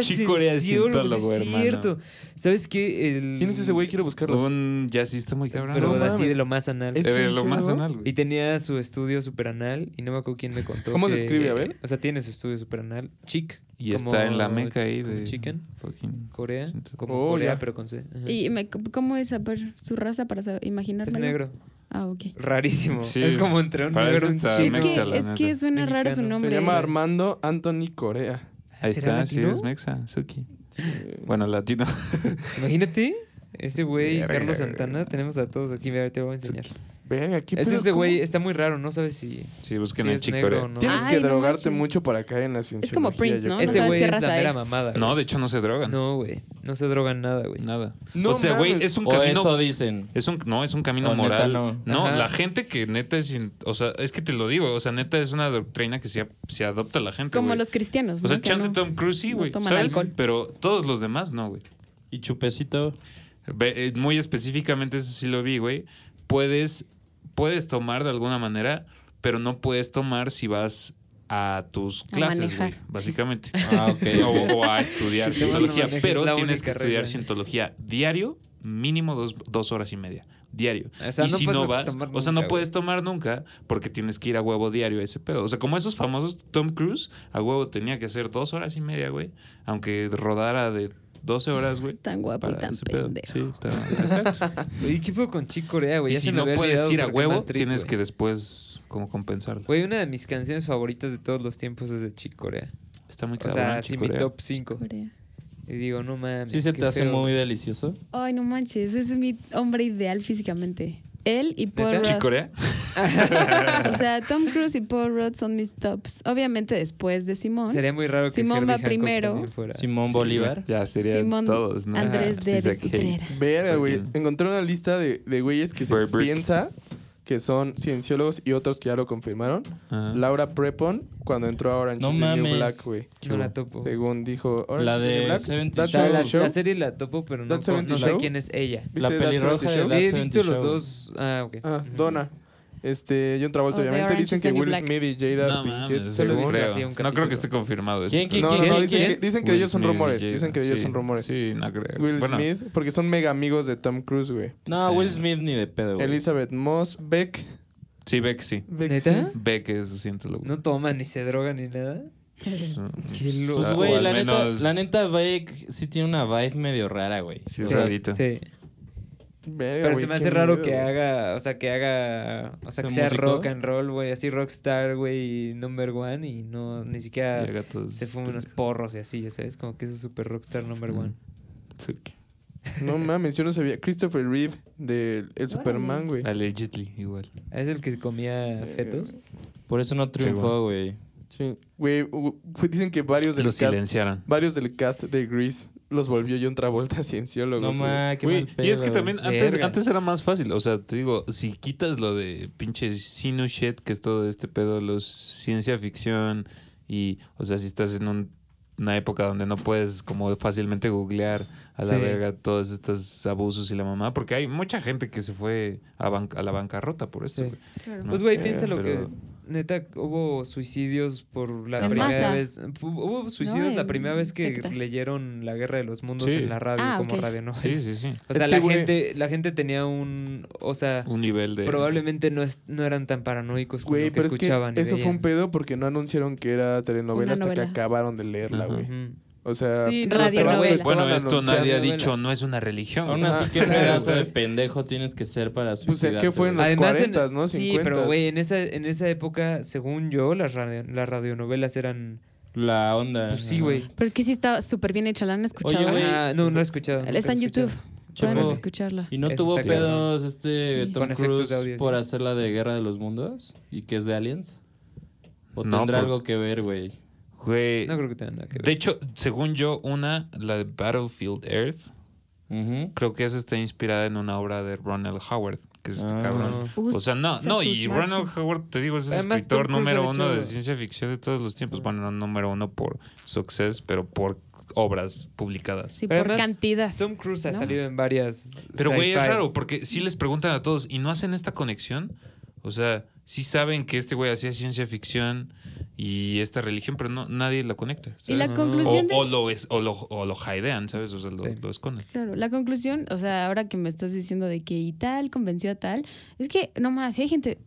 Speaker 1: Chicorea
Speaker 2: es
Speaker 1: es
Speaker 2: cienciólogo,
Speaker 1: cientólogo,
Speaker 2: sí es
Speaker 1: hermano.
Speaker 2: cierto. ¿Sabes qué? El-
Speaker 4: ¿Quién es ese güey? Quiero buscarlo.
Speaker 1: Un jazzista muy cabrón.
Speaker 2: Pero
Speaker 4: No
Speaker 2: así
Speaker 4: mames.
Speaker 2: de lo más anal.
Speaker 4: ¿Es
Speaker 1: Eh, de lo más
Speaker 4: cienciólogo?
Speaker 1: anal, güey.
Speaker 2: Y tenía su estudio superanal y no me acuerdo quién me contó.
Speaker 4: ¿Cómo se
Speaker 2: que-
Speaker 4: escribe? A ver.
Speaker 2: O sea, tiene su estudio superanal. Chic.
Speaker 1: Y
Speaker 2: como-
Speaker 1: está en la meca ahí
Speaker 2: como
Speaker 1: de.
Speaker 2: Chicken.
Speaker 1: fucking-
Speaker 2: Corea.
Speaker 1: Sí,
Speaker 2: Como
Speaker 4: Oh,
Speaker 2: Corea,
Speaker 4: ya.
Speaker 2: pero con C. Ajá.
Speaker 3: ¿Y me- cómo es a ver, su raza para saber- imaginarme?
Speaker 2: Es negro.
Speaker 3: Ah, ok.
Speaker 2: Rarísimo.
Speaker 1: Sí.
Speaker 2: Es como entre un
Speaker 1: Para eso
Speaker 2: negro y un
Speaker 1: está
Speaker 2: chino.
Speaker 3: Es
Speaker 1: mexa,
Speaker 3: que,
Speaker 1: la
Speaker 3: es
Speaker 1: neta.
Speaker 3: que suena raro su
Speaker 2: Mexicano.
Speaker 3: nombre.
Speaker 4: Se llama Armando Anthony Corea.
Speaker 1: Ahí
Speaker 2: ¿Será
Speaker 1: está, sí,
Speaker 2: latino?
Speaker 1: es Mexa, Suki. Bueno, latino.
Speaker 2: Imagínate. Ese güey,
Speaker 1: Verga,
Speaker 2: Carlos
Speaker 1: güey.
Speaker 2: Santana, tenemos a todos aquí. Mira, te lo voy a enseñar.
Speaker 4: Verga, ¿qué
Speaker 2: Es
Speaker 4: pedo?
Speaker 2: ese güey,
Speaker 4: ¿Cómo?
Speaker 2: está muy raro, no sabes si,
Speaker 1: Sí,
Speaker 2: si
Speaker 1: busquen en
Speaker 2: es negro
Speaker 1: Chicorea.
Speaker 2: o no.
Speaker 4: Tienes
Speaker 3: Ay,
Speaker 4: que
Speaker 3: no
Speaker 4: drogarte
Speaker 3: manches.
Speaker 4: mucho para caer en la ciencia.
Speaker 3: como Prince, ¿no?
Speaker 2: Ese
Speaker 3: sabes
Speaker 2: güey
Speaker 3: qué
Speaker 2: es la
Speaker 3: raza
Speaker 2: mera
Speaker 3: es.
Speaker 2: mamada. güey.
Speaker 1: No, de hecho no se drogan.
Speaker 2: No, güey. No se drogan nada, güey.
Speaker 1: Nada.
Speaker 4: No
Speaker 1: o sea, güey,
Speaker 4: mames.
Speaker 1: es un
Speaker 5: O
Speaker 1: camino.
Speaker 5: eso dicen.
Speaker 1: Es un, no, es un camino
Speaker 5: O neta,
Speaker 1: moral.
Speaker 5: no.
Speaker 1: no,
Speaker 2: Ajá.
Speaker 1: la gente que neta es. in- o sea, es que te lo digo. O sea, neta es una doctrina que se, a- se adopta a la gente.
Speaker 3: Como
Speaker 1: güey.
Speaker 3: los cristianos.
Speaker 1: O sea,
Speaker 3: ¿no? Que
Speaker 1: chance
Speaker 3: no.
Speaker 1: Tom Cruise, sí,
Speaker 3: no
Speaker 1: güey.
Speaker 3: toman
Speaker 1: ¿sabes?
Speaker 3: alcohol.
Speaker 1: Pero todos los demás no, güey.
Speaker 5: Y chupecito.
Speaker 1: Ve- eh, Muy específicamente, eso sí lo vi, güey. Puedes, puedes tomar de alguna manera, pero no puedes tomar si vas a tus clases, güey,
Speaker 3: manejar.
Speaker 1: básicamente.
Speaker 5: Ah, ok.
Speaker 1: o, o a estudiar
Speaker 2: Sí,
Speaker 1: cientología.
Speaker 2: no manejes,
Speaker 1: pero
Speaker 2: la
Speaker 1: tienes que
Speaker 2: única
Speaker 1: estudiar
Speaker 2: regla.
Speaker 1: cientología diario, mínimo dos, dos horas y media. Diario.
Speaker 2: O sea,
Speaker 1: y
Speaker 2: no
Speaker 1: si
Speaker 2: puedes
Speaker 1: no
Speaker 2: no
Speaker 1: vas,
Speaker 2: tomar
Speaker 1: o sea, no
Speaker 2: nunca,
Speaker 1: puedes tomar nunca porque tienes que ir a huevo diario a ese pedo. O sea, como esos famosos Tom Cruise, a huevo tenía que hacer dos horas y media, güey. Aunque rodara de 12 horas, güey.
Speaker 3: Tan guapo y
Speaker 1: para
Speaker 3: tan
Speaker 1: ese pedo.
Speaker 3: pendejo.
Speaker 1: Sí, está- exacto.
Speaker 2: Güey, ¿qué pedo con Chick Corea, güey?
Speaker 1: Y
Speaker 2: Ya se
Speaker 1: si
Speaker 2: me
Speaker 1: no
Speaker 2: había
Speaker 1: puedes
Speaker 2: olvidado
Speaker 1: ir a
Speaker 2: por
Speaker 1: huevo,
Speaker 2: Canal Trip,
Speaker 1: tienes
Speaker 2: güey.
Speaker 1: que después como compensarlo.
Speaker 2: Güey, una de mis canciones favoritas de todos los tiempos es de Chick Corea.
Speaker 1: Está muy
Speaker 2: O
Speaker 1: cabrón.
Speaker 2: sea, sí, mi
Speaker 1: Chicorea.
Speaker 2: top 5.
Speaker 3: Corea.
Speaker 2: Y digo, no mames.
Speaker 5: Sí se
Speaker 2: qué
Speaker 5: te hace
Speaker 2: feo.
Speaker 5: muy delicioso.
Speaker 3: Ay, no manches. Ese es mi hombre ideal físicamente. Él y Paul
Speaker 2: ¿Neta?
Speaker 3: Rudd.
Speaker 1: ¿Chicorea?
Speaker 3: O sea, Tom Cruise y Paul Rudd son mis tops. Obviamente después de Simón.
Speaker 2: Sería muy raro que
Speaker 3: Simón
Speaker 2: Herbie
Speaker 3: va
Speaker 2: Hancock
Speaker 3: primero.
Speaker 2: también fuera.
Speaker 5: Simón Bolívar.
Speaker 1: Ya serían
Speaker 3: Simón
Speaker 1: todos, ¿no?
Speaker 3: Andrés
Speaker 1: Ah,
Speaker 3: de
Speaker 1: Isaac
Speaker 3: Citrera.
Speaker 1: Hayes.
Speaker 4: Verga, güey.
Speaker 1: Fucking-
Speaker 4: Encontré una lista de, de güeyes que se
Speaker 1: Burbrick.
Speaker 4: piensa que son cienciólogos y otros que ya lo confirmaron.
Speaker 1: Ajá.
Speaker 4: Laura Prepon cuando entró a Orange
Speaker 5: No
Speaker 4: is the New
Speaker 5: mames.
Speaker 4: Black, güey.
Speaker 2: No la topo.
Speaker 4: Según dijo Orange
Speaker 5: La
Speaker 4: is the
Speaker 5: de
Speaker 4: New Black.
Speaker 5: 70
Speaker 4: That
Speaker 2: O sea, la,
Speaker 4: 70 Show.
Speaker 2: la serie la topo, pero no,
Speaker 4: That 70
Speaker 2: no sé
Speaker 4: Show.
Speaker 2: quién es ella.
Speaker 5: La
Speaker 4: ¿Viste That
Speaker 5: pelirroja de
Speaker 4: 70
Speaker 2: Sí,
Speaker 4: Show?
Speaker 5: That
Speaker 2: he
Speaker 5: 70
Speaker 2: visto los
Speaker 5: Show.
Speaker 2: dos. Ah, ok.
Speaker 4: Ah,
Speaker 2: Ujú.
Speaker 4: Donna. Este, John Travolta,
Speaker 3: Oh, de
Speaker 4: obviamente.
Speaker 3: Orange
Speaker 4: Dicen
Speaker 3: is the
Speaker 4: que
Speaker 3: New
Speaker 4: Will
Speaker 3: Black.
Speaker 4: Smith y Jada
Speaker 1: No,
Speaker 4: Pinkett.
Speaker 1: mames,
Speaker 2: solo
Speaker 1: no,
Speaker 2: he visto
Speaker 4: según-
Speaker 1: creo.
Speaker 2: así un
Speaker 1: No
Speaker 2: capítulo.
Speaker 1: creo que esté confirmado eso.
Speaker 5: ¿Quién, quién,
Speaker 4: No, no,
Speaker 5: quién,
Speaker 4: no,
Speaker 5: quién,
Speaker 4: dicen que,
Speaker 5: quién?
Speaker 4: dicen que
Speaker 1: Will
Speaker 4: ellos son
Speaker 1: Smith y
Speaker 4: rumores.
Speaker 1: Jada.
Speaker 4: Dicen que ellos
Speaker 1: Sí,
Speaker 4: son rumores.
Speaker 1: Sí, no creo.
Speaker 4: Will
Speaker 1: Bueno,
Speaker 4: Smith, porque son mega amigos de Tom Cruise, güey.
Speaker 5: No,
Speaker 1: Sí.
Speaker 5: Will Smith ni de pedo, güey.
Speaker 4: Elizabeth Moss, Beck.
Speaker 1: Sí, Beck sí.
Speaker 4: Beck
Speaker 2: ¿Neta?
Speaker 4: sí.
Speaker 1: Beck es cientólogo.
Speaker 2: No toma ni se droga ni nada. Qué loco.
Speaker 5: Pues,
Speaker 1: O
Speaker 5: güey,
Speaker 1: al
Speaker 5: la, neta,
Speaker 1: menos-
Speaker 5: la neta, Beck sí tiene una vibe medio rara, güey.
Speaker 1: Sí, es
Speaker 2: Sí,
Speaker 1: rarito.
Speaker 2: Sí.
Speaker 4: Verga,
Speaker 2: Pero
Speaker 4: güey,
Speaker 2: se me
Speaker 4: qué
Speaker 2: hace raro
Speaker 4: miedo,
Speaker 2: que
Speaker 4: güey.
Speaker 2: haga, o sea, que haga, o sea,
Speaker 5: ¿Sea
Speaker 2: que sea
Speaker 5: músico?
Speaker 2: rock and roll, güey, así rockstar, güey, y number one, y no, ni siquiera
Speaker 1: Llega todo-
Speaker 2: se fuma unos porros y así, ya sabes, como que es un super rockstar number one.
Speaker 1: Suki.
Speaker 4: No mames, yo no sabía. Christopher Reeve del El Superman, güey.
Speaker 1: Allegedly, igual.
Speaker 2: ¿Es el que comía
Speaker 4: Eh,
Speaker 2: fetos?
Speaker 5: Por eso no triunfó, güey.
Speaker 4: Sí. Güey, u- güey, dicen que
Speaker 2: Pues
Speaker 4: varios del
Speaker 1: Lo
Speaker 4: cast,
Speaker 1: silenciaron.
Speaker 4: varios del cast de Grease los volvió John Travolta cienciólogo.
Speaker 5: No
Speaker 2: Pues,
Speaker 5: ma, qué
Speaker 1: Güey,
Speaker 5: mal pedo.
Speaker 1: y es que también antes,
Speaker 2: Verga.
Speaker 1: antes era más fácil. O sea, te digo, si quitas lo de pinche sinu shit, que es todo este pedo, los ciencia ficción, y, o sea, si estás en un una época donde no puedes como fácilmente googlear a la
Speaker 2: Sí.
Speaker 1: verga todos estos abusos y la mamá, porque hay mucha gente que se fue a, ban- a la bancarrota por esto.
Speaker 5: Sí.
Speaker 1: güey,
Speaker 3: Claro.
Speaker 1: ¿no?
Speaker 2: Pues, güey,
Speaker 1: Eh,
Speaker 2: piensa lo
Speaker 1: pero-
Speaker 2: que. Neta, hubo suicidios por la
Speaker 1: En
Speaker 2: primera
Speaker 3: masa.
Speaker 2: vez. Hubo suicidios
Speaker 3: No,
Speaker 2: la
Speaker 3: en
Speaker 2: primera vez que
Speaker 3: sectas.
Speaker 2: leyeron La Guerra de los Mundos
Speaker 1: Sí.
Speaker 2: en la radio,
Speaker 3: Ah,
Speaker 2: como
Speaker 3: ok.
Speaker 2: radio, ¿no?
Speaker 1: Sí, sí, sí.
Speaker 2: O
Speaker 4: Es
Speaker 2: sea,
Speaker 4: que,
Speaker 2: la,
Speaker 4: güey-
Speaker 2: gente, la gente tenía un. O sea,
Speaker 1: Un nivel de...
Speaker 2: probablemente no, es- no eran tan paranoicos con
Speaker 4: Güey,
Speaker 2: lo que
Speaker 4: pero es que
Speaker 2: escuchaban. y
Speaker 4: eso fue
Speaker 2: veían.
Speaker 4: un pedo porque no anunciaron que era
Speaker 3: Una
Speaker 4: telenovela hasta que
Speaker 3: novela.
Speaker 4: acabaron de leerla,
Speaker 1: Ajá.
Speaker 4: güey.
Speaker 2: Ujú.
Speaker 4: O sea,
Speaker 2: Sí,
Speaker 4: los
Speaker 3: radio
Speaker 4: estaban-
Speaker 3: novela.
Speaker 4: estaban
Speaker 1: Bueno, esto nadie ha
Speaker 2: anunciando,
Speaker 1: dicho, no es una religión.
Speaker 5: Aún así, qué
Speaker 4: Ajá,
Speaker 5: pedazo
Speaker 1: güey.
Speaker 5: de pendejo tienes que ser para
Speaker 4: Pues, ¿qué
Speaker 5: suicidarte.
Speaker 4: fue en
Speaker 5: güey?
Speaker 4: los
Speaker 2: Además,
Speaker 4: 40s, ¿no?
Speaker 2: Sí, pero
Speaker 4: 50s.
Speaker 2: güey, en esa, en esa época, según yo, las, radio- las radionovelas eran.
Speaker 5: La onda.
Speaker 2: Pues sí,
Speaker 5: ajá.
Speaker 2: güey.
Speaker 3: Pero es que sí está súper bien hecha, la han escuchado. ¿eh?
Speaker 5: Oye, güey,
Speaker 2: Ajá, no, no la he escuchado. nunca
Speaker 3: está en
Speaker 2: la he escuchado.
Speaker 3: YouTube.
Speaker 5: Chapo.
Speaker 3: Pueden escucharla.
Speaker 5: ¿Y no
Speaker 2: Eso
Speaker 5: tuvo
Speaker 2: está claro.
Speaker 5: pedos este
Speaker 3: Sí.
Speaker 5: Tom
Speaker 2: Con efectos
Speaker 5: Cruise
Speaker 2: de audio, sí.
Speaker 5: por hacer la de Guerra de los Mundos? ¿Y que es de Aliens? ¿O
Speaker 1: No,
Speaker 5: tendrá
Speaker 1: por-
Speaker 5: algo que ver, güey?
Speaker 1: Güey,
Speaker 2: Eh, No creo que tenga nada que ver.
Speaker 1: de hecho, según yo, una, la de Battlefield Earth,
Speaker 5: Ujú.
Speaker 1: creo que esa está inspirada en una obra de Ronald Howard, que es este
Speaker 5: Ah.
Speaker 1: cabrón.
Speaker 3: Us-
Speaker 1: O sea, no,
Speaker 3: sea
Speaker 1: no,
Speaker 3: tu
Speaker 1: y
Speaker 3: smartphone.
Speaker 1: Ronald Howard, te digo, es el
Speaker 2: Además,
Speaker 1: escritor
Speaker 2: Tom Cruise
Speaker 1: número
Speaker 2: había
Speaker 1: uno de
Speaker 2: hecho-
Speaker 1: ciencia ficción de todos los tiempos. Bueno, no número uno por success, pero por obras publicadas.
Speaker 3: sí, por
Speaker 2: Pero además,
Speaker 3: cantidad.
Speaker 2: Tom Cruise ha
Speaker 3: ¿No?
Speaker 2: salido en varias.
Speaker 1: Pero, güey, es
Speaker 2: sci-fi.
Speaker 1: raro, porque sí les preguntan a todos y no hacen esta conexión. O sea, sí saben que este güey hacía ciencia ficción y esta religión, pero no, nadie la conecta.
Speaker 3: Y la
Speaker 1: ¿sabes?
Speaker 3: conclusión de...
Speaker 1: o, o lo es, o, lo, o lo hidean, ¿sabes? O sea, lo,
Speaker 2: Sí.
Speaker 1: lo esconden.
Speaker 3: Claro, la conclusión, o sea, ahora que me estás diciendo de que y tal convenció a tal, es que no más, si hay gente,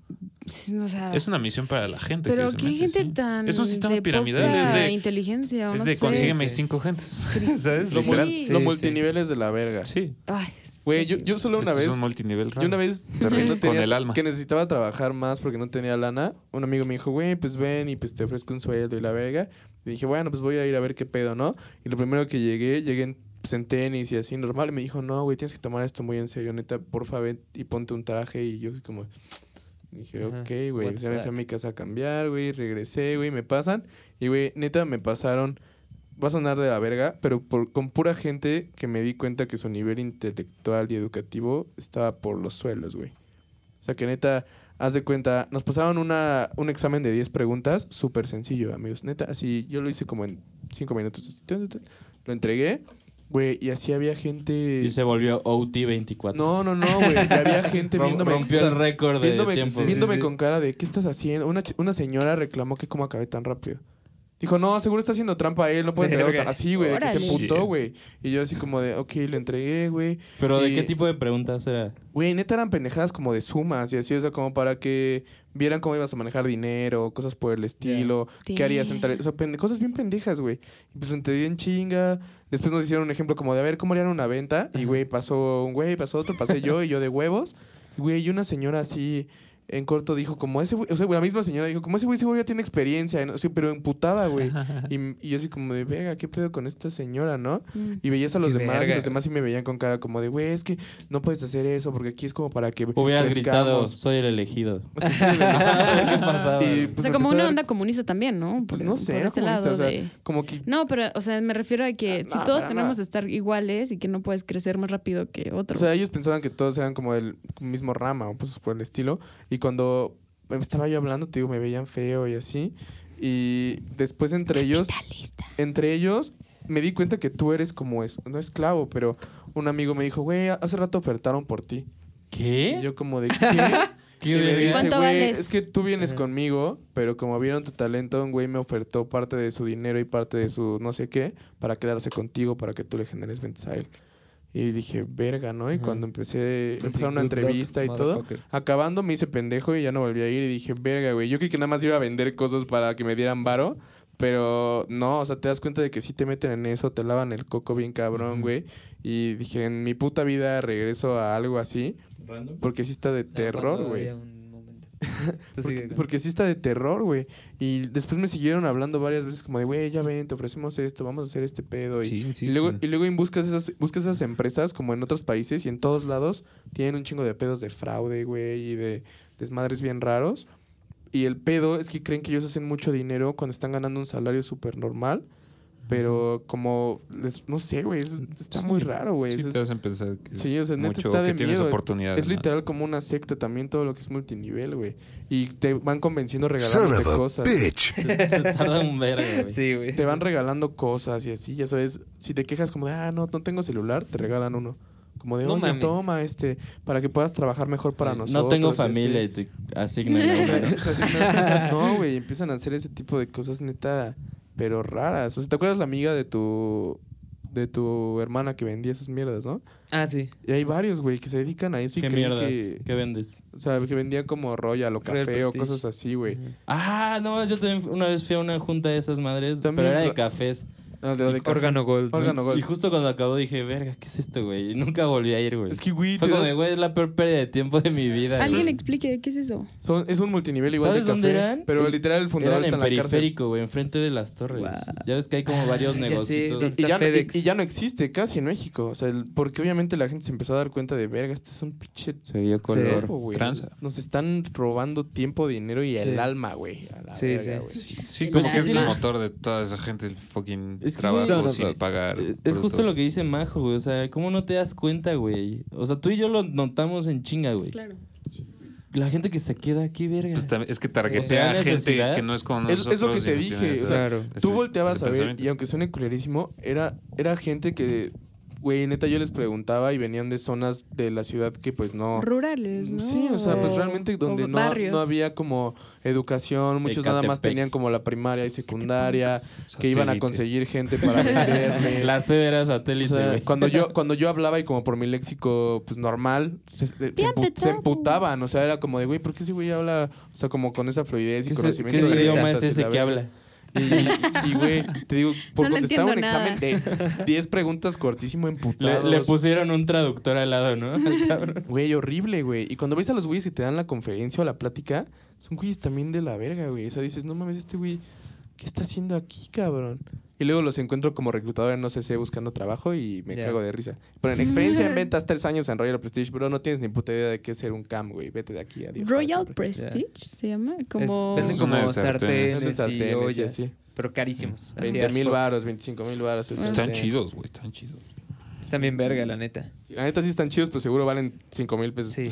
Speaker 3: pues, o sea,
Speaker 1: Es una misión para la gente.
Speaker 3: Ah. pero
Speaker 1: que se
Speaker 3: qué
Speaker 1: mete,
Speaker 3: gente
Speaker 1: sí.
Speaker 3: tan
Speaker 1: Es un sistema
Speaker 3: de
Speaker 1: piramidal.
Speaker 3: poca
Speaker 1: Es de,
Speaker 3: inteligencia, o
Speaker 1: es
Speaker 3: no
Speaker 1: de
Speaker 3: sé.
Speaker 1: consígueme
Speaker 2: Sí.
Speaker 1: cinco gentes. ¿Sabes?
Speaker 4: Lo, mul-
Speaker 1: Literal.
Speaker 3: Sí.
Speaker 4: lo
Speaker 2: Sí,
Speaker 4: multinivel es de la verga.
Speaker 1: Sí.
Speaker 3: Ay,
Speaker 4: Güey, yo, yo solo una
Speaker 1: Esto
Speaker 4: vez.
Speaker 1: Es un multinivel raro.
Speaker 4: Yo una vez
Speaker 1: Terrible.
Speaker 4: que no tenía-
Speaker 1: Con el alma.
Speaker 4: que necesitaba trabajar más porque no tenía lana. Un amigo me dijo, güey, pues ven y pues te ofrezco un sueldo y la verga. Y dije, bueno, pues voy a ir a ver qué pedo, ¿no? Y lo primero que llegué, llegué en, pues, en tenis y así normal. Y me dijo, no, güey, tienes que tomar esto muy en serio, neta, porfa, ven y ponte un traje. Y yo así como... Dije,
Speaker 2: Ajá,
Speaker 4: ok, güey.
Speaker 2: what the
Speaker 4: Ya me fui a
Speaker 2: fuck.
Speaker 4: mi casa a cambiar, güey. Regresé, güey. Me pasan. Y, güey, neta, me pasaron va a sonar de la verga, pero por- con pura gente que me di cuenta que su nivel intelectual y educativo estaba por los suelos, güey. O sea, que neta, haz de cuenta, nos pasaban una, un examen de 10 preguntas, súper sencillo, amigos. Neta, así, yo lo hice como en 5 minutos. así, tun, tun, tun. Lo entregué, güey, y así había gente...
Speaker 5: Y se volvió OT24.
Speaker 4: No, no, no, güey. ya había gente
Speaker 5: Rom-
Speaker 4: viéndome...
Speaker 5: rompió
Speaker 4: o sea,
Speaker 5: el récord de
Speaker 4: viéndome,
Speaker 5: tiempo.
Speaker 4: viéndome con cara de, ¿qué estás haciendo? Una, ch- una señora reclamó que cómo acabé tan rápido. Dijo, no, seguro está haciendo trampa él, no puede entregar
Speaker 2: Verga.
Speaker 4: otra. Así, güey, de que se
Speaker 3: Órale.
Speaker 4: emputó,
Speaker 1: Sí.
Speaker 4: güey. Y yo así como de, ok, lo entregué, güey.
Speaker 5: Pero ¿de
Speaker 4: Y-
Speaker 5: qué tipo de preguntas era?
Speaker 4: Güey, neta eran pendejadas como de sumas y así, o sea, como para que vieran cómo ibas a manejar dinero, cosas por el estilo, qué harías en tal... O sea, pende- cosas bien pendejas, güey. Y pues lo entendí en chinga. Después nos hicieron un ejemplo como de, a ver, ¿cómo harían una venta? Y, güey, pasó un güey, pasó otro, pasé yo y yo de huevos. Güey, y una señora así en corto dijo como ese güey, o sea, güey, la misma señora dijo como ese güey, ese güey ya tiene experiencia, ¿no? Sí, pero emputada, güey. Y, y yo así como de, venga, ¿qué pedo con esta señora, no?
Speaker 3: Mm.
Speaker 4: Y veías a los
Speaker 2: Qué
Speaker 4: demás y
Speaker 2: verga.
Speaker 4: los demás sí me veían con cara como de, güey, es que no puedes hacer eso porque aquí es como para que
Speaker 5: Hubieras gritado,
Speaker 4: crezcamos".
Speaker 5: soy el elegido.
Speaker 4: O sea, sí, güey.
Speaker 5: ¿Qué pasaba?
Speaker 4: Y,
Speaker 3: o
Speaker 4: pues,
Speaker 3: sea,
Speaker 4: me
Speaker 3: como
Speaker 4: empezó a
Speaker 3: una
Speaker 4: dar-
Speaker 3: onda comunista también, ¿no?
Speaker 4: Pues
Speaker 3: Por-
Speaker 4: no sé,
Speaker 3: por
Speaker 4: era
Speaker 3: ese
Speaker 4: comunista,
Speaker 3: lado
Speaker 4: o sea,
Speaker 3: de-
Speaker 4: como que...
Speaker 3: No, pero, o sea, me refiero a que
Speaker 4: Ah,
Speaker 3: si
Speaker 4: no,
Speaker 3: todos
Speaker 4: para
Speaker 3: tenemos
Speaker 4: nada.
Speaker 3: que estar iguales y que no puedes crecer más rápido que otro.
Speaker 4: O sea, ellos pensaban que todos eran como del mismo rama o pues por el estilo. Y cuando estaba yo hablando, te digo, me veían feo y así. Y después entre ellos...
Speaker 3: Capitalista.
Speaker 4: entre ellos me di cuenta que tú eres como es, no esclavo, pero un amigo me dijo, güey, hace rato ofertaron por ti. Y
Speaker 5: ¿Qué?
Speaker 4: yo como de qué?
Speaker 5: ¿Qué
Speaker 4: Y me
Speaker 5: verga?
Speaker 4: dice,
Speaker 3: ¿Cuánto
Speaker 4: "Güey,
Speaker 3: vales?
Speaker 4: Es que tú vienes
Speaker 2: Ajá.
Speaker 4: conmigo, pero como vieron tu talento, un güey me ofertó parte de su dinero y parte de su no sé qué para quedarse contigo, para que tú le generes ventas a él. Y dije, verga, ¿no? Y
Speaker 2: Ajá.
Speaker 4: cuando empecé,
Speaker 2: Sí, sí,
Speaker 4: empezaron una
Speaker 2: good luck,
Speaker 4: entrevista y todo,
Speaker 2: motherfucker.
Speaker 4: acabando me hice pendejo y ya no volví a ir. Y dije, verga, güey, yo creí que nada más iba a vender cosas para que me dieran varo. Pero no, o sea, te das cuenta de que sí te meten en eso, te lavan el coco bien cabrón,
Speaker 1: Ujú.
Speaker 4: güey. Y dije, en mi puta vida regreso a algo así, porque sí está de terror,
Speaker 2: Aguanta
Speaker 4: güey.
Speaker 2: todavía un momento. Tú sigue,
Speaker 4: Porque,
Speaker 2: güey.
Speaker 4: porque sí está de terror, güey. Y después me siguieron hablando varias veces como de, güey, ya ven, te ofrecemos esto, vamos a hacer este pedo. Y,
Speaker 1: Sí,
Speaker 4: y
Speaker 1: insisto.
Speaker 4: luego, y luego en buscas, esas, buscas esas empresas como en otros países y en todos lados tienen un chingo de pedos de fraude, güey, y de desmadres bien raros. Y el pedo es que creen que ellos hacen mucho dinero cuando están ganando un salario súper normal. Pero como, les- no sé, güey, es- está
Speaker 1: Sí.
Speaker 4: muy raro, güey.
Speaker 1: Sí,
Speaker 4: Eso
Speaker 1: te
Speaker 4: es-
Speaker 1: hacen pensar que es
Speaker 4: Sí, o sea, neta
Speaker 1: mucho,
Speaker 4: está
Speaker 1: que
Speaker 4: de
Speaker 1: tienes
Speaker 4: miedo.
Speaker 1: oportunidades.
Speaker 4: Es
Speaker 1: más.
Speaker 4: literal como una secta también todo lo que es multinivel, güey. Y te van convenciendo
Speaker 7: Son
Speaker 4: regalándote
Speaker 7: of a
Speaker 4: cosas.
Speaker 7: bitch.
Speaker 5: Se, se tarda un verga, güey.
Speaker 2: Sí, güey.
Speaker 4: Te van regalando cosas y así, ya sabes, si te quejas como de, ah, no, no tengo celular, te regalan uno. Como de,
Speaker 2: No
Speaker 4: oye,
Speaker 2: mames.
Speaker 4: toma este, para que puedas trabajar mejor para nosotros.
Speaker 5: No tengo
Speaker 4: y así.
Speaker 5: familia y te asignan
Speaker 4: O
Speaker 5: el
Speaker 4: sea,
Speaker 5: número.
Speaker 4: es así, no- No, güey, empiezan a hacer ese tipo de cosas neta, pero raras. O sea, ¿te acuerdas la amiga de tu de tu hermana que vendía esas mierdas, no?
Speaker 2: Ah, sí.
Speaker 4: Y hay varios, güey, que se dedican a eso y
Speaker 5: ¿Qué
Speaker 4: creen
Speaker 5: mierdas?
Speaker 4: que
Speaker 5: ¿Qué vendes?
Speaker 4: o sea, que vendían como royal o
Speaker 2: Royal
Speaker 4: café o
Speaker 2: Prestige.
Speaker 4: cosas así, güey.
Speaker 5: Ah, no, yo también una vez fui a una junta de esas madres,
Speaker 4: También
Speaker 5: pero era de
Speaker 4: ra-
Speaker 5: cafés.
Speaker 4: Ah, de lo de café.
Speaker 2: Órgano Gold.
Speaker 4: Órgano. Gold.
Speaker 5: Y justo cuando acabó dije, verga, ¿qué es esto, güey? Y nunca volví a ir, güey.
Speaker 4: Es que, güey,
Speaker 5: Fue
Speaker 4: te
Speaker 5: como
Speaker 4: das-
Speaker 5: de, güey, es la peor pérdida de tiempo de mi vida.
Speaker 6: Alguien
Speaker 5: güey.
Speaker 6: explique qué es eso.
Speaker 4: son- es un multinivel igual
Speaker 5: ¿Sabes
Speaker 4: de café.
Speaker 5: dónde eran?
Speaker 4: Pero
Speaker 5: En-
Speaker 4: literal el fundador
Speaker 5: Eran
Speaker 4: está
Speaker 5: en
Speaker 4: en la cárcel.
Speaker 5: periférico, güey, enfrente de las torres. Ya ves que hay como varios
Speaker 2: Ah, ya sé,
Speaker 5: negocios.
Speaker 2: güey.
Speaker 4: Y ya, no- y-
Speaker 2: FedEx.
Speaker 4: y ya no existe casi en México. O sea, el- porque obviamente la gente se empezó a dar cuenta de, verga, esto es un pinche
Speaker 5: Se vio color.
Speaker 4: Tiempo, güey.
Speaker 1: Tranza.
Speaker 4: Nos, nos están robando tiempo, dinero y el
Speaker 2: Sí.
Speaker 4: alma, güey. A la
Speaker 2: Sí,
Speaker 4: verga,
Speaker 2: sí.
Speaker 4: güey.
Speaker 1: Sí, como
Speaker 5: Pues
Speaker 1: que
Speaker 5: que
Speaker 1: es
Speaker 5: sí.
Speaker 1: el motor de toda esa gente, el fucking
Speaker 5: Es que sí,
Speaker 1: trabajo
Speaker 5: no,
Speaker 1: sin
Speaker 5: no,
Speaker 1: pagar.
Speaker 5: Eh, Es justo lo que dice Majo, güey. O sea, ¿cómo no te das cuenta, güey? O sea, tú y yo lo notamos en chinga, güey.
Speaker 6: Claro.
Speaker 5: La gente que se queda aquí, verga.
Speaker 1: Pues tam- es que
Speaker 5: O sea,
Speaker 1: targetea a gente
Speaker 5: necesidad.
Speaker 1: que no es como
Speaker 4: Es- es
Speaker 1: nosotros.
Speaker 4: lo que
Speaker 1: y
Speaker 4: te
Speaker 1: no
Speaker 4: dije,
Speaker 1: tiene
Speaker 4: o
Speaker 1: esa-
Speaker 4: sea,
Speaker 2: Claro.
Speaker 1: ese-
Speaker 4: Tú volteabas
Speaker 1: ese
Speaker 4: a ver,
Speaker 1: pensamiento.
Speaker 4: y aunque suene culerísimo, era, era gente que, güey, neta, yo les preguntaba y venían de zonas de la ciudad que, pues, no...
Speaker 6: Rurales, ¿no?
Speaker 4: Sí, o sea, pues realmente donde
Speaker 6: o
Speaker 4: no,
Speaker 6: barrios.
Speaker 4: no había como educación, muchos nada más
Speaker 5: Ecatepec.
Speaker 4: tenían como la primaria y secundaria, que iban a
Speaker 1: Satélite.
Speaker 4: conseguir gente para venderles.
Speaker 5: La sede era
Speaker 4: O
Speaker 5: satélite,
Speaker 4: sea,
Speaker 5: güey.
Speaker 4: cuando yo cuando yo hablaba y como por mi léxico pues normal se, se- se empu- se emputaban o sea era como de güey por qué ese güey habla o sea como con esa fluidez y
Speaker 5: ¿Qué, se-
Speaker 4: conocimiento
Speaker 5: qué
Speaker 4: de
Speaker 5: idioma es
Speaker 4: letras y
Speaker 5: ese
Speaker 4: la
Speaker 5: que
Speaker 4: verga?
Speaker 5: habla?
Speaker 4: y y, güey te digo por
Speaker 6: No le
Speaker 4: contestar un
Speaker 6: entiendo
Speaker 4: examen de 10 preguntas cortísimo
Speaker 5: Le,
Speaker 4: emputados
Speaker 5: le pusieron un traductor al lado, ¿no? Al cabrón.
Speaker 4: güey horrible güey y cuando ves a los güeyes que te dan la conferencia o la plática son güeyes también de la verga güey o sea dices no mames este güey qué está haciendo aquí cabrón y luego los encuentro como reclutador en OCC buscando trabajo y me
Speaker 2: Ya.
Speaker 4: cago de risa. Pero en experiencia en ventas, tres años en Royal Prestige, bro, no tienes ni puta idea de qué es ser un cam, güey. Vete de aquí, adiós. para
Speaker 6: Royal
Speaker 4: siempre.
Speaker 6: Prestige se llama. Como.
Speaker 2: Es- venden
Speaker 1: Es
Speaker 2: como
Speaker 1: una de sartenes.
Speaker 2: sartenes,
Speaker 4: Sartenes y
Speaker 2: y ollas,
Speaker 4: así.
Speaker 2: pero carísimos. así
Speaker 4: 20 mil
Speaker 2: asfo-
Speaker 4: varos, 25 mil varos. el
Speaker 1: Están
Speaker 4: sartén.
Speaker 1: chidos, güey, están chidos.
Speaker 2: Están bien verga, la neta.
Speaker 4: La neta sí están chidos, pero seguro valen 5 mil pesos.
Speaker 2: Sí.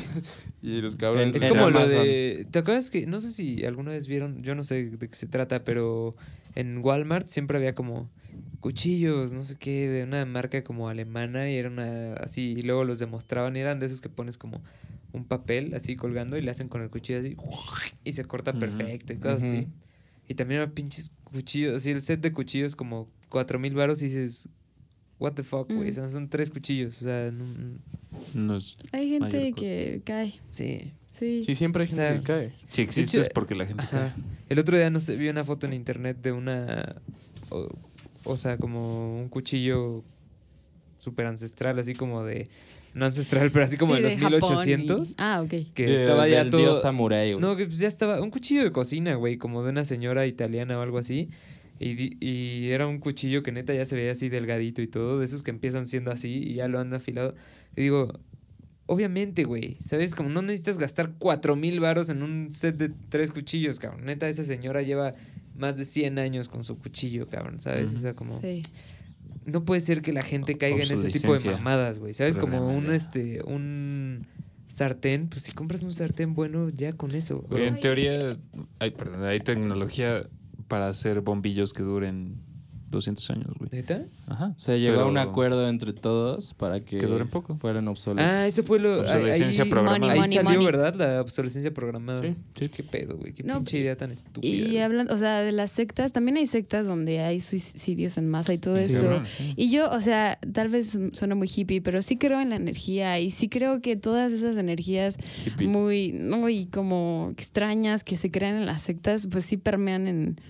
Speaker 4: Y los cabrones.
Speaker 5: El-
Speaker 2: Es
Speaker 5: En
Speaker 2: como lo
Speaker 5: Amazon.
Speaker 2: de. ¿Te acuerdas que.? No sé si alguna vez vieron. Yo no sé de qué se trata, pero en Walmart siempre había como cuchillos, no sé qué, de una marca como alemana y era una. Así. Y luego los demostraban y eran de esos que pones como un papel así colgando y le hacen con el cuchillo así. Y se corta
Speaker 1: Ujú.
Speaker 2: perfecto y cosas así.
Speaker 5: Ujú.
Speaker 2: Y también eran pinches cuchillos. Así el set de cuchillos como cuatro mil varos y dices. What the fuck, güey.
Speaker 6: Mm.
Speaker 2: O sea, son tres cuchillos. O sea, no- no-
Speaker 1: No es-
Speaker 6: Hay gente
Speaker 1: Mayor cosa.
Speaker 6: que cae.
Speaker 2: sí.
Speaker 6: Sí.
Speaker 4: Sí, siempre hay gente
Speaker 2: O sea,
Speaker 4: que cae.
Speaker 1: Si existe
Speaker 2: hecho,
Speaker 1: es porque la gente
Speaker 2: Ajá. El otro día no sé, vi una foto en internet de una. O, o sea, como un cuchillo súper ancestral, así como de. No ancestral, pero así como
Speaker 6: Sí,
Speaker 2: de los
Speaker 6: Japón y-
Speaker 2: 1800.
Speaker 6: Ah, ok.
Speaker 2: Que
Speaker 5: De-
Speaker 2: estaba ya
Speaker 5: del
Speaker 2: todo.
Speaker 5: dios samurái, güey.
Speaker 2: No, que pues ya estaba. Un cuchillo de cocina, güey, como de una señora italiana o algo así. Y, di- y era un cuchillo que neta ya se veía así delgadito y todo, de esos que empiezan siendo así y ya lo han afilado. Y digo, obviamente, güey, ¿sabes? Como no necesitas gastar cuatro mil varos en un set de tres cuchillos, cabrón. Neta, esa señora lleva más de 100 años con su cuchillo, cabrón, ¿sabes? O sea, como...
Speaker 6: Sí.
Speaker 2: No puede ser que la gente caiga en ese tipo de
Speaker 1: Obsolescencia
Speaker 2: mamadas, güey. ¿Sabes? Como un,
Speaker 1: programada.
Speaker 2: este, un sartén. Pues si compras un sartén bueno, ya con eso.
Speaker 1: Güey,
Speaker 2: güey.
Speaker 1: en teoría, hay, perdón, hay tecnología para hacer bombillos que duren 200 años, güey.
Speaker 2: ¿Neta?
Speaker 1: Ajá.
Speaker 5: Se llegó a
Speaker 1: Pero
Speaker 5: un acuerdo entre todos para que,
Speaker 1: Que duren poco.
Speaker 5: fueran obsoletos.
Speaker 2: Ah, eso fue lo... ahí-
Speaker 1: Obsolescencia
Speaker 2: ahí,
Speaker 1: programada.
Speaker 2: ahí
Speaker 6: Money,
Speaker 2: salió,
Speaker 6: money.
Speaker 2: ¿verdad? La obsolescencia programada.
Speaker 4: Sí,
Speaker 2: Qué pedo, güey. Qué
Speaker 6: No,
Speaker 2: pinche idea tan estúpida.
Speaker 6: Y
Speaker 2: güey.
Speaker 6: hablando, o sea, de las sectas, también hay sectas donde hay suicidios en masa y todo
Speaker 2: Sí,
Speaker 6: eso.
Speaker 1: Cabrón, sí.
Speaker 6: Y yo, o sea, tal vez suena muy hippie, pero sí creo en la energía y sí creo que todas esas energías
Speaker 5: Hippie.
Speaker 6: muy, muy como extrañas que se crean en las sectas, pues sí permean en,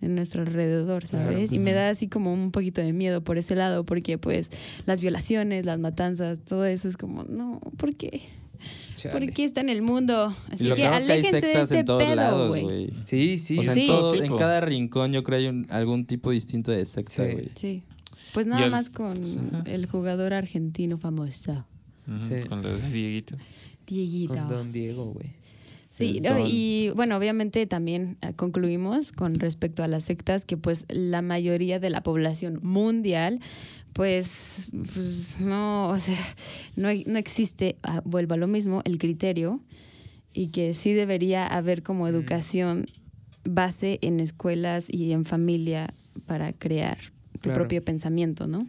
Speaker 6: en nuestro alrededor, ¿sabes? Y me da así como un poquito de miedo por ese lado, porque pues las violaciones, las matanzas, todo eso es como, no, ¿por qué?
Speaker 2: Chale.
Speaker 6: ¿Por qué está en el mundo?
Speaker 5: y
Speaker 6: Así
Speaker 5: lo que
Speaker 6: que
Speaker 5: vemos es que hay
Speaker 6: aléjense de
Speaker 5: sectas
Speaker 6: ese
Speaker 5: en todos
Speaker 6: pedo,
Speaker 5: lados,
Speaker 6: güey.
Speaker 5: güey.
Speaker 2: Sí, sí.
Speaker 5: O sea,
Speaker 6: Sí.
Speaker 5: en, todo, en
Speaker 1: Tipo.
Speaker 5: cada rincón yo creo hay un- algún tipo distinto de secta,
Speaker 2: Sí.
Speaker 5: güey.
Speaker 6: Sí. Pues
Speaker 1: Y
Speaker 6: nada
Speaker 1: el-
Speaker 6: más con
Speaker 1: Ajá.
Speaker 6: el jugador argentino famoso,
Speaker 1: Ujú,
Speaker 2: Sí.
Speaker 1: Con lo de Dieguito.
Speaker 6: Dieguito.
Speaker 2: Con Don Diego, güey.
Speaker 3: Sí,
Speaker 5: El
Speaker 3: no,
Speaker 5: don.
Speaker 3: y bueno, obviamente también eh, concluimos con respecto a las sectas que pues la mayoría de la población mundial pues, pues, no, o sea, no, hay- no existe, ah, vuelvo a lo mismo, el criterio y que sí debería haber como educación base en escuelas y en familia para crear tu
Speaker 2: Claro.
Speaker 3: propio pensamiento, ¿no?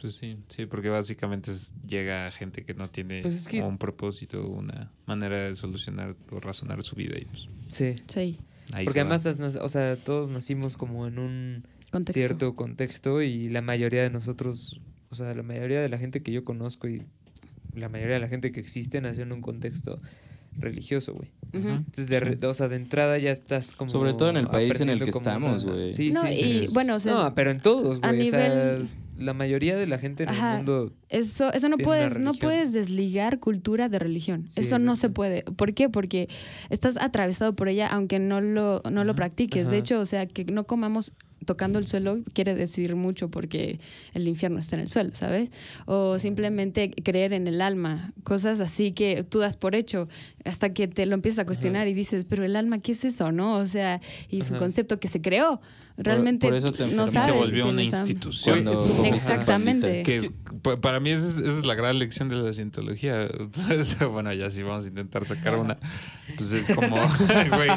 Speaker 1: Pues sí, sí, porque básicamente es- llega a gente que no tiene
Speaker 2: Pues es que-
Speaker 1: como un propósito, una manera de solucionar o razonar su vida. Y pues
Speaker 2: Sí.
Speaker 3: Sí,
Speaker 1: ahí
Speaker 2: Porque
Speaker 1: se van.
Speaker 2: además, nas- o sea, todos nacimos como en un
Speaker 3: contexto.
Speaker 2: cierto contexto y la mayoría de nosotros, o sea, la mayoría de la gente que yo conozco y la mayoría de la gente que existe nació en un contexto religioso, güey.
Speaker 3: Ujú.
Speaker 1: Ajá.
Speaker 2: Entonces, de, re- o sea, de entrada ya estás como...
Speaker 5: Sobre todo en el país en el
Speaker 2: aprendiendo
Speaker 5: que
Speaker 2: como
Speaker 5: estamos,
Speaker 2: una-
Speaker 5: güey.
Speaker 2: Sí,
Speaker 3: No,
Speaker 2: sí.
Speaker 3: y
Speaker 5: es-
Speaker 3: bueno, o sea,
Speaker 2: no, pero en todos,
Speaker 3: a
Speaker 2: güey. O sea,
Speaker 3: nivel-
Speaker 2: la mayoría de la gente en
Speaker 3: Ajá.
Speaker 2: el mundo...
Speaker 3: Eso, eso
Speaker 2: tiene
Speaker 3: no
Speaker 2: una
Speaker 3: puedes, no
Speaker 2: religión.
Speaker 3: puedes desligar cultura de religión.
Speaker 2: Sí,
Speaker 3: eso no se
Speaker 2: exacto.
Speaker 3: puede. ¿Por qué? Porque estás atravesado por ella, aunque no lo, no lo
Speaker 1: Ajá,
Speaker 3: practiques.
Speaker 2: ajá.
Speaker 3: De hecho, o sea, que no comamos tocando el suelo quiere decir mucho porque el infierno está en el suelo, ¿sabes? O simplemente creer en el alma, cosas así que tú das por hecho hasta que te lo empiezas a cuestionar y dices, pero el alma, ¿qué es eso, no? O sea, y su
Speaker 2: Ajá.
Speaker 3: concepto que se creó. Realmente
Speaker 5: por eso te
Speaker 3: no
Speaker 5: enfermas.
Speaker 1: Y se
Speaker 3: sabes
Speaker 1: volvió
Speaker 3: si
Speaker 1: una
Speaker 3: tienes alma.
Speaker 1: institución.
Speaker 5: Cuando-
Speaker 4: es como-
Speaker 3: Exactamente.
Speaker 1: Que es- pa- para mí esa es, esa es la gran lección de la cientología. Entonces, bueno, ya sí vamos a intentar sacar una. Pues es como, güey,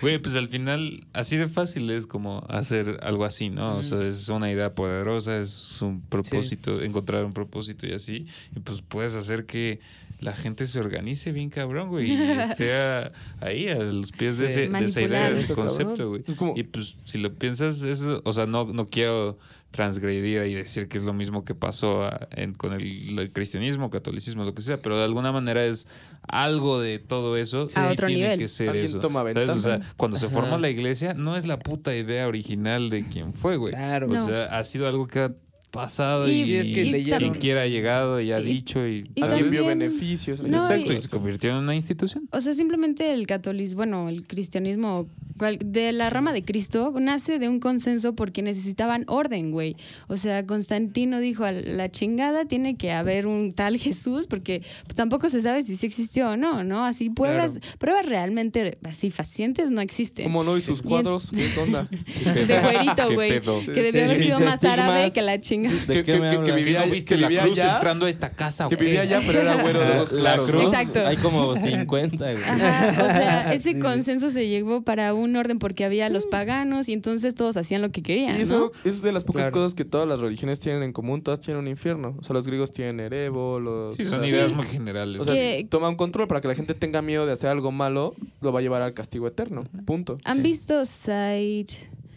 Speaker 1: güey, pues al final así de fácil es como hacer algo así, ¿no? O sea, es una idea poderosa, es un propósito, encontrar un propósito y así. Y pues puedes hacer que la gente se organice bien cabrón, güey, y esté a- ahí a los pies de,
Speaker 2: Sí.
Speaker 1: ese- de esa idea, de ese
Speaker 4: Eso, cabrón.
Speaker 1: concepto, güey.
Speaker 4: Es como-
Speaker 1: Y pues si lo piensas, eso, o sea, no, no quiero transgredir y decir que es lo mismo que pasó a- en- con el, el cristianismo, catolicismo, lo que sea, pero de alguna manera es algo de todo eso.
Speaker 3: A
Speaker 1: sí
Speaker 3: otro
Speaker 1: tiene
Speaker 3: nivel.
Speaker 1: que ser
Speaker 4: Alguien
Speaker 1: eso.
Speaker 4: toma
Speaker 1: ¿sabes? O sea,
Speaker 4: ventaja.
Speaker 1: cuando se formó
Speaker 2: Ajá.
Speaker 1: la iglesia, no es la puta idea original de quien fue, güey.
Speaker 2: Claro.
Speaker 1: O
Speaker 3: No.
Speaker 1: sea, ha sido algo que ha pasado y,
Speaker 3: Y- Sí, es que
Speaker 1: y
Speaker 2: leyeron.
Speaker 1: quien quiera ha llegado y ha
Speaker 3: Y-
Speaker 1: dicho y,
Speaker 3: y
Speaker 1: tal vez-
Speaker 4: Alguien vio
Speaker 3: también-
Speaker 4: beneficios.
Speaker 3: No,
Speaker 1: Exacto,
Speaker 3: y-
Speaker 1: y se convirtió en una institución.
Speaker 3: O sea, simplemente el catolicismo, bueno, el cristianismo cual- de la rama de Cristo nace de un consenso porque necesitaban orden, güey. O sea, Constantino dijo, a la chingada tiene que haber un tal Jesús porque pues, tampoco se sabe si sí existió o no, ¿no? Así pruebas, pruebas realmente así facientes no existen.
Speaker 4: ¿Cómo no? ¿Y sus
Speaker 3: Este, Bien.
Speaker 4: cuadros? ¿Qué onda?
Speaker 3: De güerito,
Speaker 1: Qué
Speaker 3: güey.
Speaker 1: pedo.
Speaker 3: Que debió haber
Speaker 5: Y
Speaker 3: sido
Speaker 5: mis
Speaker 3: más árabe
Speaker 5: estigmas-
Speaker 3: que la chingada.
Speaker 5: ¿De
Speaker 4: Que-
Speaker 5: qué
Speaker 4: que-
Speaker 5: me
Speaker 4: que
Speaker 5: hablas?
Speaker 4: vivía-
Speaker 1: ¿No
Speaker 4: Ay,
Speaker 1: viste
Speaker 4: que
Speaker 1: la
Speaker 4: vivía
Speaker 1: cruz
Speaker 4: allá.
Speaker 1: entrando a esta casa? o
Speaker 4: Que
Speaker 1: qué?
Speaker 4: vivía allá, pero era güero de
Speaker 5: La-
Speaker 4: dos
Speaker 5: la
Speaker 4: claros. ¿no?
Speaker 5: cruz,
Speaker 3: Exacto.
Speaker 5: hay como 50, güey.
Speaker 3: Ajá, o sea, ese
Speaker 2: Sí, sí.
Speaker 3: consenso se llegó para un orden porque había los paganos y entonces todos hacían lo que querían,
Speaker 4: Y
Speaker 3: ¿no?
Speaker 4: eso, eso es de las pocas
Speaker 2: Claro.
Speaker 4: cosas que todas las religiones tienen en común. Todas tienen un infierno. O sea, los griegos tienen Erebo, los...
Speaker 1: Sí,
Speaker 4: o
Speaker 1: son
Speaker 4: sea,
Speaker 1: ideas muy generales.
Speaker 4: pues, O sea,
Speaker 3: Que-
Speaker 4: si toma un control para que la gente tenga miedo de hacer algo malo, lo va a llevar al castigo eterno. Punto.
Speaker 3: ¿Han
Speaker 1: Sí.
Speaker 3: visto Side,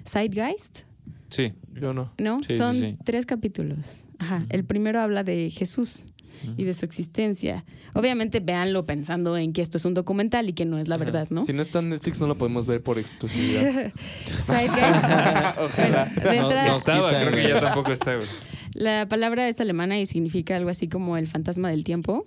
Speaker 3: Sidegeist?
Speaker 1: sí.
Speaker 4: Yo no.
Speaker 3: ¿No?
Speaker 1: Sí, sí,
Speaker 3: Son
Speaker 1: sí.
Speaker 3: tres capítulos. Ajá. El primero habla de Jesús y de su existencia. Obviamente, véanlo pensando en que esto es un documental y que no es la verdad, ¿no?
Speaker 4: Si no está en Netflix, no lo podemos ver por exclusividad.
Speaker 3: Zeitgeist.
Speaker 4: Ojalá.
Speaker 3: Bueno, de
Speaker 5: No,
Speaker 3: entrada,
Speaker 5: no.
Speaker 1: Estaba,
Speaker 5: quitan,
Speaker 1: creo que
Speaker 5: güey.
Speaker 1: ya tampoco está, güey.
Speaker 3: La palabra es alemana y significa algo así como el fantasma del tiempo.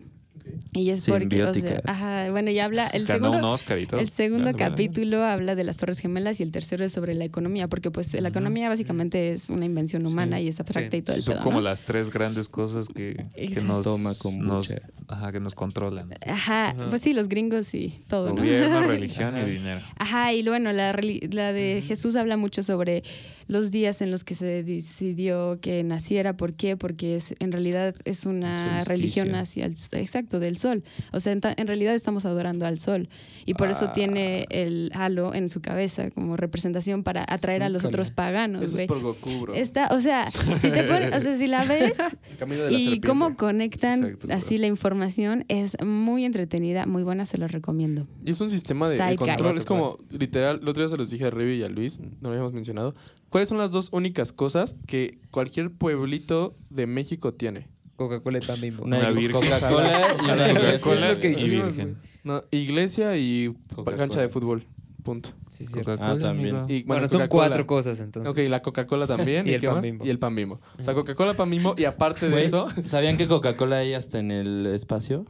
Speaker 3: Y es porque, o sea,
Speaker 5: Simbiótica.
Speaker 3: ajá, bueno, ya habla el
Speaker 1: Ganó
Speaker 3: segundo,
Speaker 1: un Oscar y todo.
Speaker 3: El segundo
Speaker 1: Ganó, ganó.
Speaker 3: capítulo habla de las Torres Gemelas y el tercero es sobre la economía, porque pues la economía básicamente es una invención humana y es abstracta
Speaker 2: Sí.
Speaker 3: y todo el
Speaker 1: Son
Speaker 3: pedo,
Speaker 1: como
Speaker 3: ¿no?
Speaker 1: las tres grandes cosas que, que
Speaker 3: Exacto.
Speaker 1: nos,
Speaker 5: Toma kombucha.
Speaker 1: nos- ajá, que nos controlan.
Speaker 3: Ajá, pues sí, los gringos y todo, ¿no?
Speaker 1: Gobierno, religión y
Speaker 2: Ajá.
Speaker 1: dinero.
Speaker 3: Ajá, y bueno, la, reli- la de Jesús habla mucho sobre los días en los que se decidió que naciera. ¿Por qué? Porque es, en realidad es una
Speaker 1: Solsticio.
Speaker 3: religión hacia el s- exacto, del sol. O sea, en, ta- en realidad estamos adorando al sol. Y por eso
Speaker 4: Ah.
Speaker 3: tiene el halo en su cabeza como representación para atraer a los
Speaker 2: Híjole.
Speaker 3: otros paganos,
Speaker 4: Eso
Speaker 3: güey.
Speaker 4: es por Goku, bro.
Speaker 3: Está, o sea, si te pon- o sea, si la ves
Speaker 4: El camino de la
Speaker 3: y
Speaker 4: serpiente.
Speaker 3: cómo conectan
Speaker 1: Exacto, bro.
Speaker 3: así la información, es muy entretenida, muy buena, se los recomiendo.
Speaker 4: Y es un sistema de, de
Speaker 3: Zeitgeist.
Speaker 4: control. Es como, literal, el otro día se los dije a Revi y a Luis, no lo habíamos mencionado. ¿Cuáles son las dos únicas cosas que cualquier pueblito de México tiene?
Speaker 2: Coca-Cola y pan bimbo.
Speaker 5: Una,
Speaker 1: Una virgen.
Speaker 5: Coca-Cola y una
Speaker 1: Ojalá.
Speaker 5: Coca-Cola.
Speaker 1: Coca-Cola.
Speaker 2: Es lo que
Speaker 1: y
Speaker 2: hicimos,
Speaker 1: virgen.
Speaker 2: güey.
Speaker 4: No, iglesia y
Speaker 5: Coca-Cola.
Speaker 4: cancha de fútbol. Punto.
Speaker 2: Sí, sí.
Speaker 1: Coca-Cola,
Speaker 5: Ah, también.
Speaker 1: amigo.
Speaker 4: Y,
Speaker 2: Bueno, son
Speaker 4: Coca-Cola.
Speaker 2: cuatro cosas entonces.
Speaker 4: Ok, la Coca-Cola también.
Speaker 2: Y
Speaker 4: ¿Y,
Speaker 2: el
Speaker 4: qué
Speaker 2: pan
Speaker 4: más?
Speaker 2: bimbo.
Speaker 4: Y el pan bimbo. O sea, Coca-Cola, pan bimbo. Y aparte de
Speaker 5: Güey,
Speaker 4: eso,
Speaker 5: ¿Sabían que Coca-Cola hay hasta en el espacio?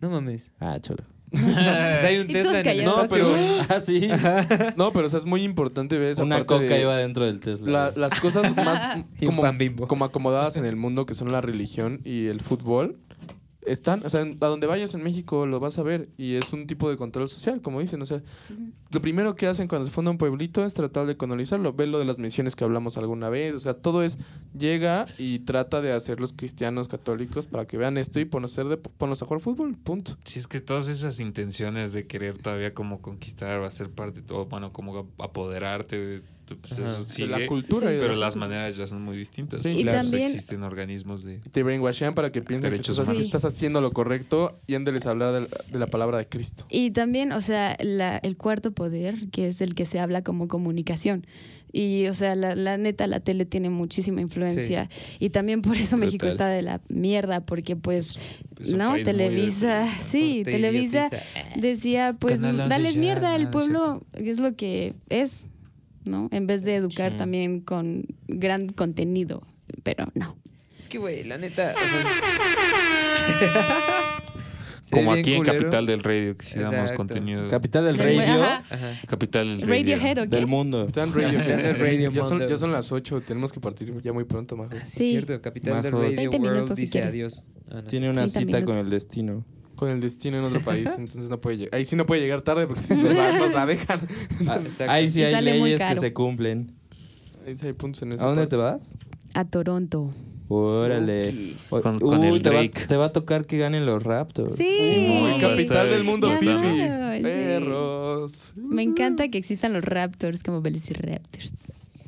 Speaker 2: No mames.
Speaker 5: Ah, chulo.
Speaker 2: Pues hay un
Speaker 3: Y
Speaker 2: Tesla
Speaker 3: todos
Speaker 2: en el
Speaker 3: callados.
Speaker 4: No,
Speaker 2: espacio,
Speaker 4: pero-
Speaker 2: güey.
Speaker 5: Ah, sí.
Speaker 4: No, pero o sea, es muy importante ver esa
Speaker 5: Una
Speaker 4: parte
Speaker 5: coca
Speaker 4: de
Speaker 5: iba dentro del Tesla.
Speaker 4: la-
Speaker 5: güey.
Speaker 4: las cosas más
Speaker 2: Y un
Speaker 4: como,
Speaker 2: pan bimbo.
Speaker 4: como acomodadas en el mundo que son la religión y el fútbol. están, o sea, en- a donde vayas en México lo vas a ver y es un tipo de control social, como dicen, o sea, lo primero que hacen cuando se funda un pueblito es tratar de colonizarlo, ve lo de las misiones que hablamos alguna vez, o sea, todo es llega y trata de hacerlos cristianos católicos para que vean esto y ponlos a, hacer de, ponlos a jugar fútbol, punto.
Speaker 1: Si es que todas esas intenciones de querer todavía como conquistar o hacer parte, o bueno, como ap- apoderarte, de, de- pues
Speaker 2: Ajá.
Speaker 1: eso
Speaker 2: De
Speaker 4: De
Speaker 1: sigue,
Speaker 4: la cultura y de
Speaker 1: pero
Speaker 4: la-
Speaker 1: las maneras ya son muy distintas.
Speaker 4: Sí,
Speaker 1: Pues,
Speaker 4: Y
Speaker 1: pues,
Speaker 3: también-
Speaker 1: existen organismos de...
Speaker 4: te brainwashean para que piensen que
Speaker 1: Derechos
Speaker 4: estás,
Speaker 3: humanos.
Speaker 4: que estás haciendo lo correcto y ándeles a hablar de la, de la palabra de Cristo.
Speaker 3: Y también, o sea, la- el cuarto poder, que es el que se habla como comunicación. Y, o sea, la, la neta, la tele tiene muchísima influencia. Y también por eso México
Speaker 5: Brutal.
Speaker 3: está de la mierda, porque pues,
Speaker 1: es un
Speaker 3: no,
Speaker 1: país muy
Speaker 3: Televisa,
Speaker 1: idealista.
Speaker 3: sí,
Speaker 2: Te
Speaker 3: Televisa
Speaker 2: idiotiza.
Speaker 3: decía, pues,
Speaker 1: Canal once
Speaker 3: dales
Speaker 1: ya,
Speaker 3: mierda
Speaker 1: no,
Speaker 3: al
Speaker 1: no es cierto.
Speaker 3: pueblo, que es lo que es, ¿no? En vez de educar
Speaker 1: Sí.
Speaker 3: también con gran contenido, pero no.
Speaker 2: Es que, güey, la neta. o sea, es- Se ve
Speaker 1: Como
Speaker 2: bien
Speaker 1: aquí en
Speaker 2: culero.
Speaker 1: Capital del Radio, que si damos
Speaker 2: Exacto.
Speaker 1: contenido...
Speaker 5: Capital del
Speaker 3: Del-
Speaker 5: Radio
Speaker 3: ajá.
Speaker 2: Ajá.
Speaker 1: Capital del Radio.
Speaker 3: Radiohead, ¿o qué?
Speaker 5: del mundo.
Speaker 4: Están radio,
Speaker 2: Están radio
Speaker 4: ya, son,
Speaker 2: Monday.
Speaker 4: ya son las 8, tenemos que partir ya muy pronto, Majo.
Speaker 2: Ah, sí,
Speaker 3: Sí.
Speaker 2: es cierto. Capital del
Speaker 5: Majo.
Speaker 2: Radio
Speaker 3: 20
Speaker 2: World
Speaker 3: minutos, si
Speaker 2: dice
Speaker 3: quieres.
Speaker 2: adiós. Ah, no,
Speaker 5: Tiene una
Speaker 3: 30
Speaker 5: cita con
Speaker 3: minutos.
Speaker 5: el destino.
Speaker 4: Con el destino en otro país, entonces no puede llegar. Ahí sí no puede llegar tarde porque nos la, nos la dejan.
Speaker 5: Ah,
Speaker 2: Exacto.
Speaker 5: Ahí sí
Speaker 3: Y
Speaker 5: hay
Speaker 3: sale muy
Speaker 5: leyes que
Speaker 3: caro.
Speaker 5: se cumplen.
Speaker 4: Ahí sí hay puntos en eso.
Speaker 5: ¿A dónde te vas?
Speaker 3: A Toronto.
Speaker 5: Órale. O-
Speaker 1: Con- con
Speaker 5: Uy,
Speaker 1: el
Speaker 5: te, va,
Speaker 1: Drake.
Speaker 5: te va a tocar que ganen los Raptors.
Speaker 1: Simón,
Speaker 4: Capital del mundo,
Speaker 1: Ya
Speaker 4: Fifi.
Speaker 3: sabes, sí.
Speaker 4: Perros.
Speaker 3: Me encanta que existan los Raptors como Velociraptors.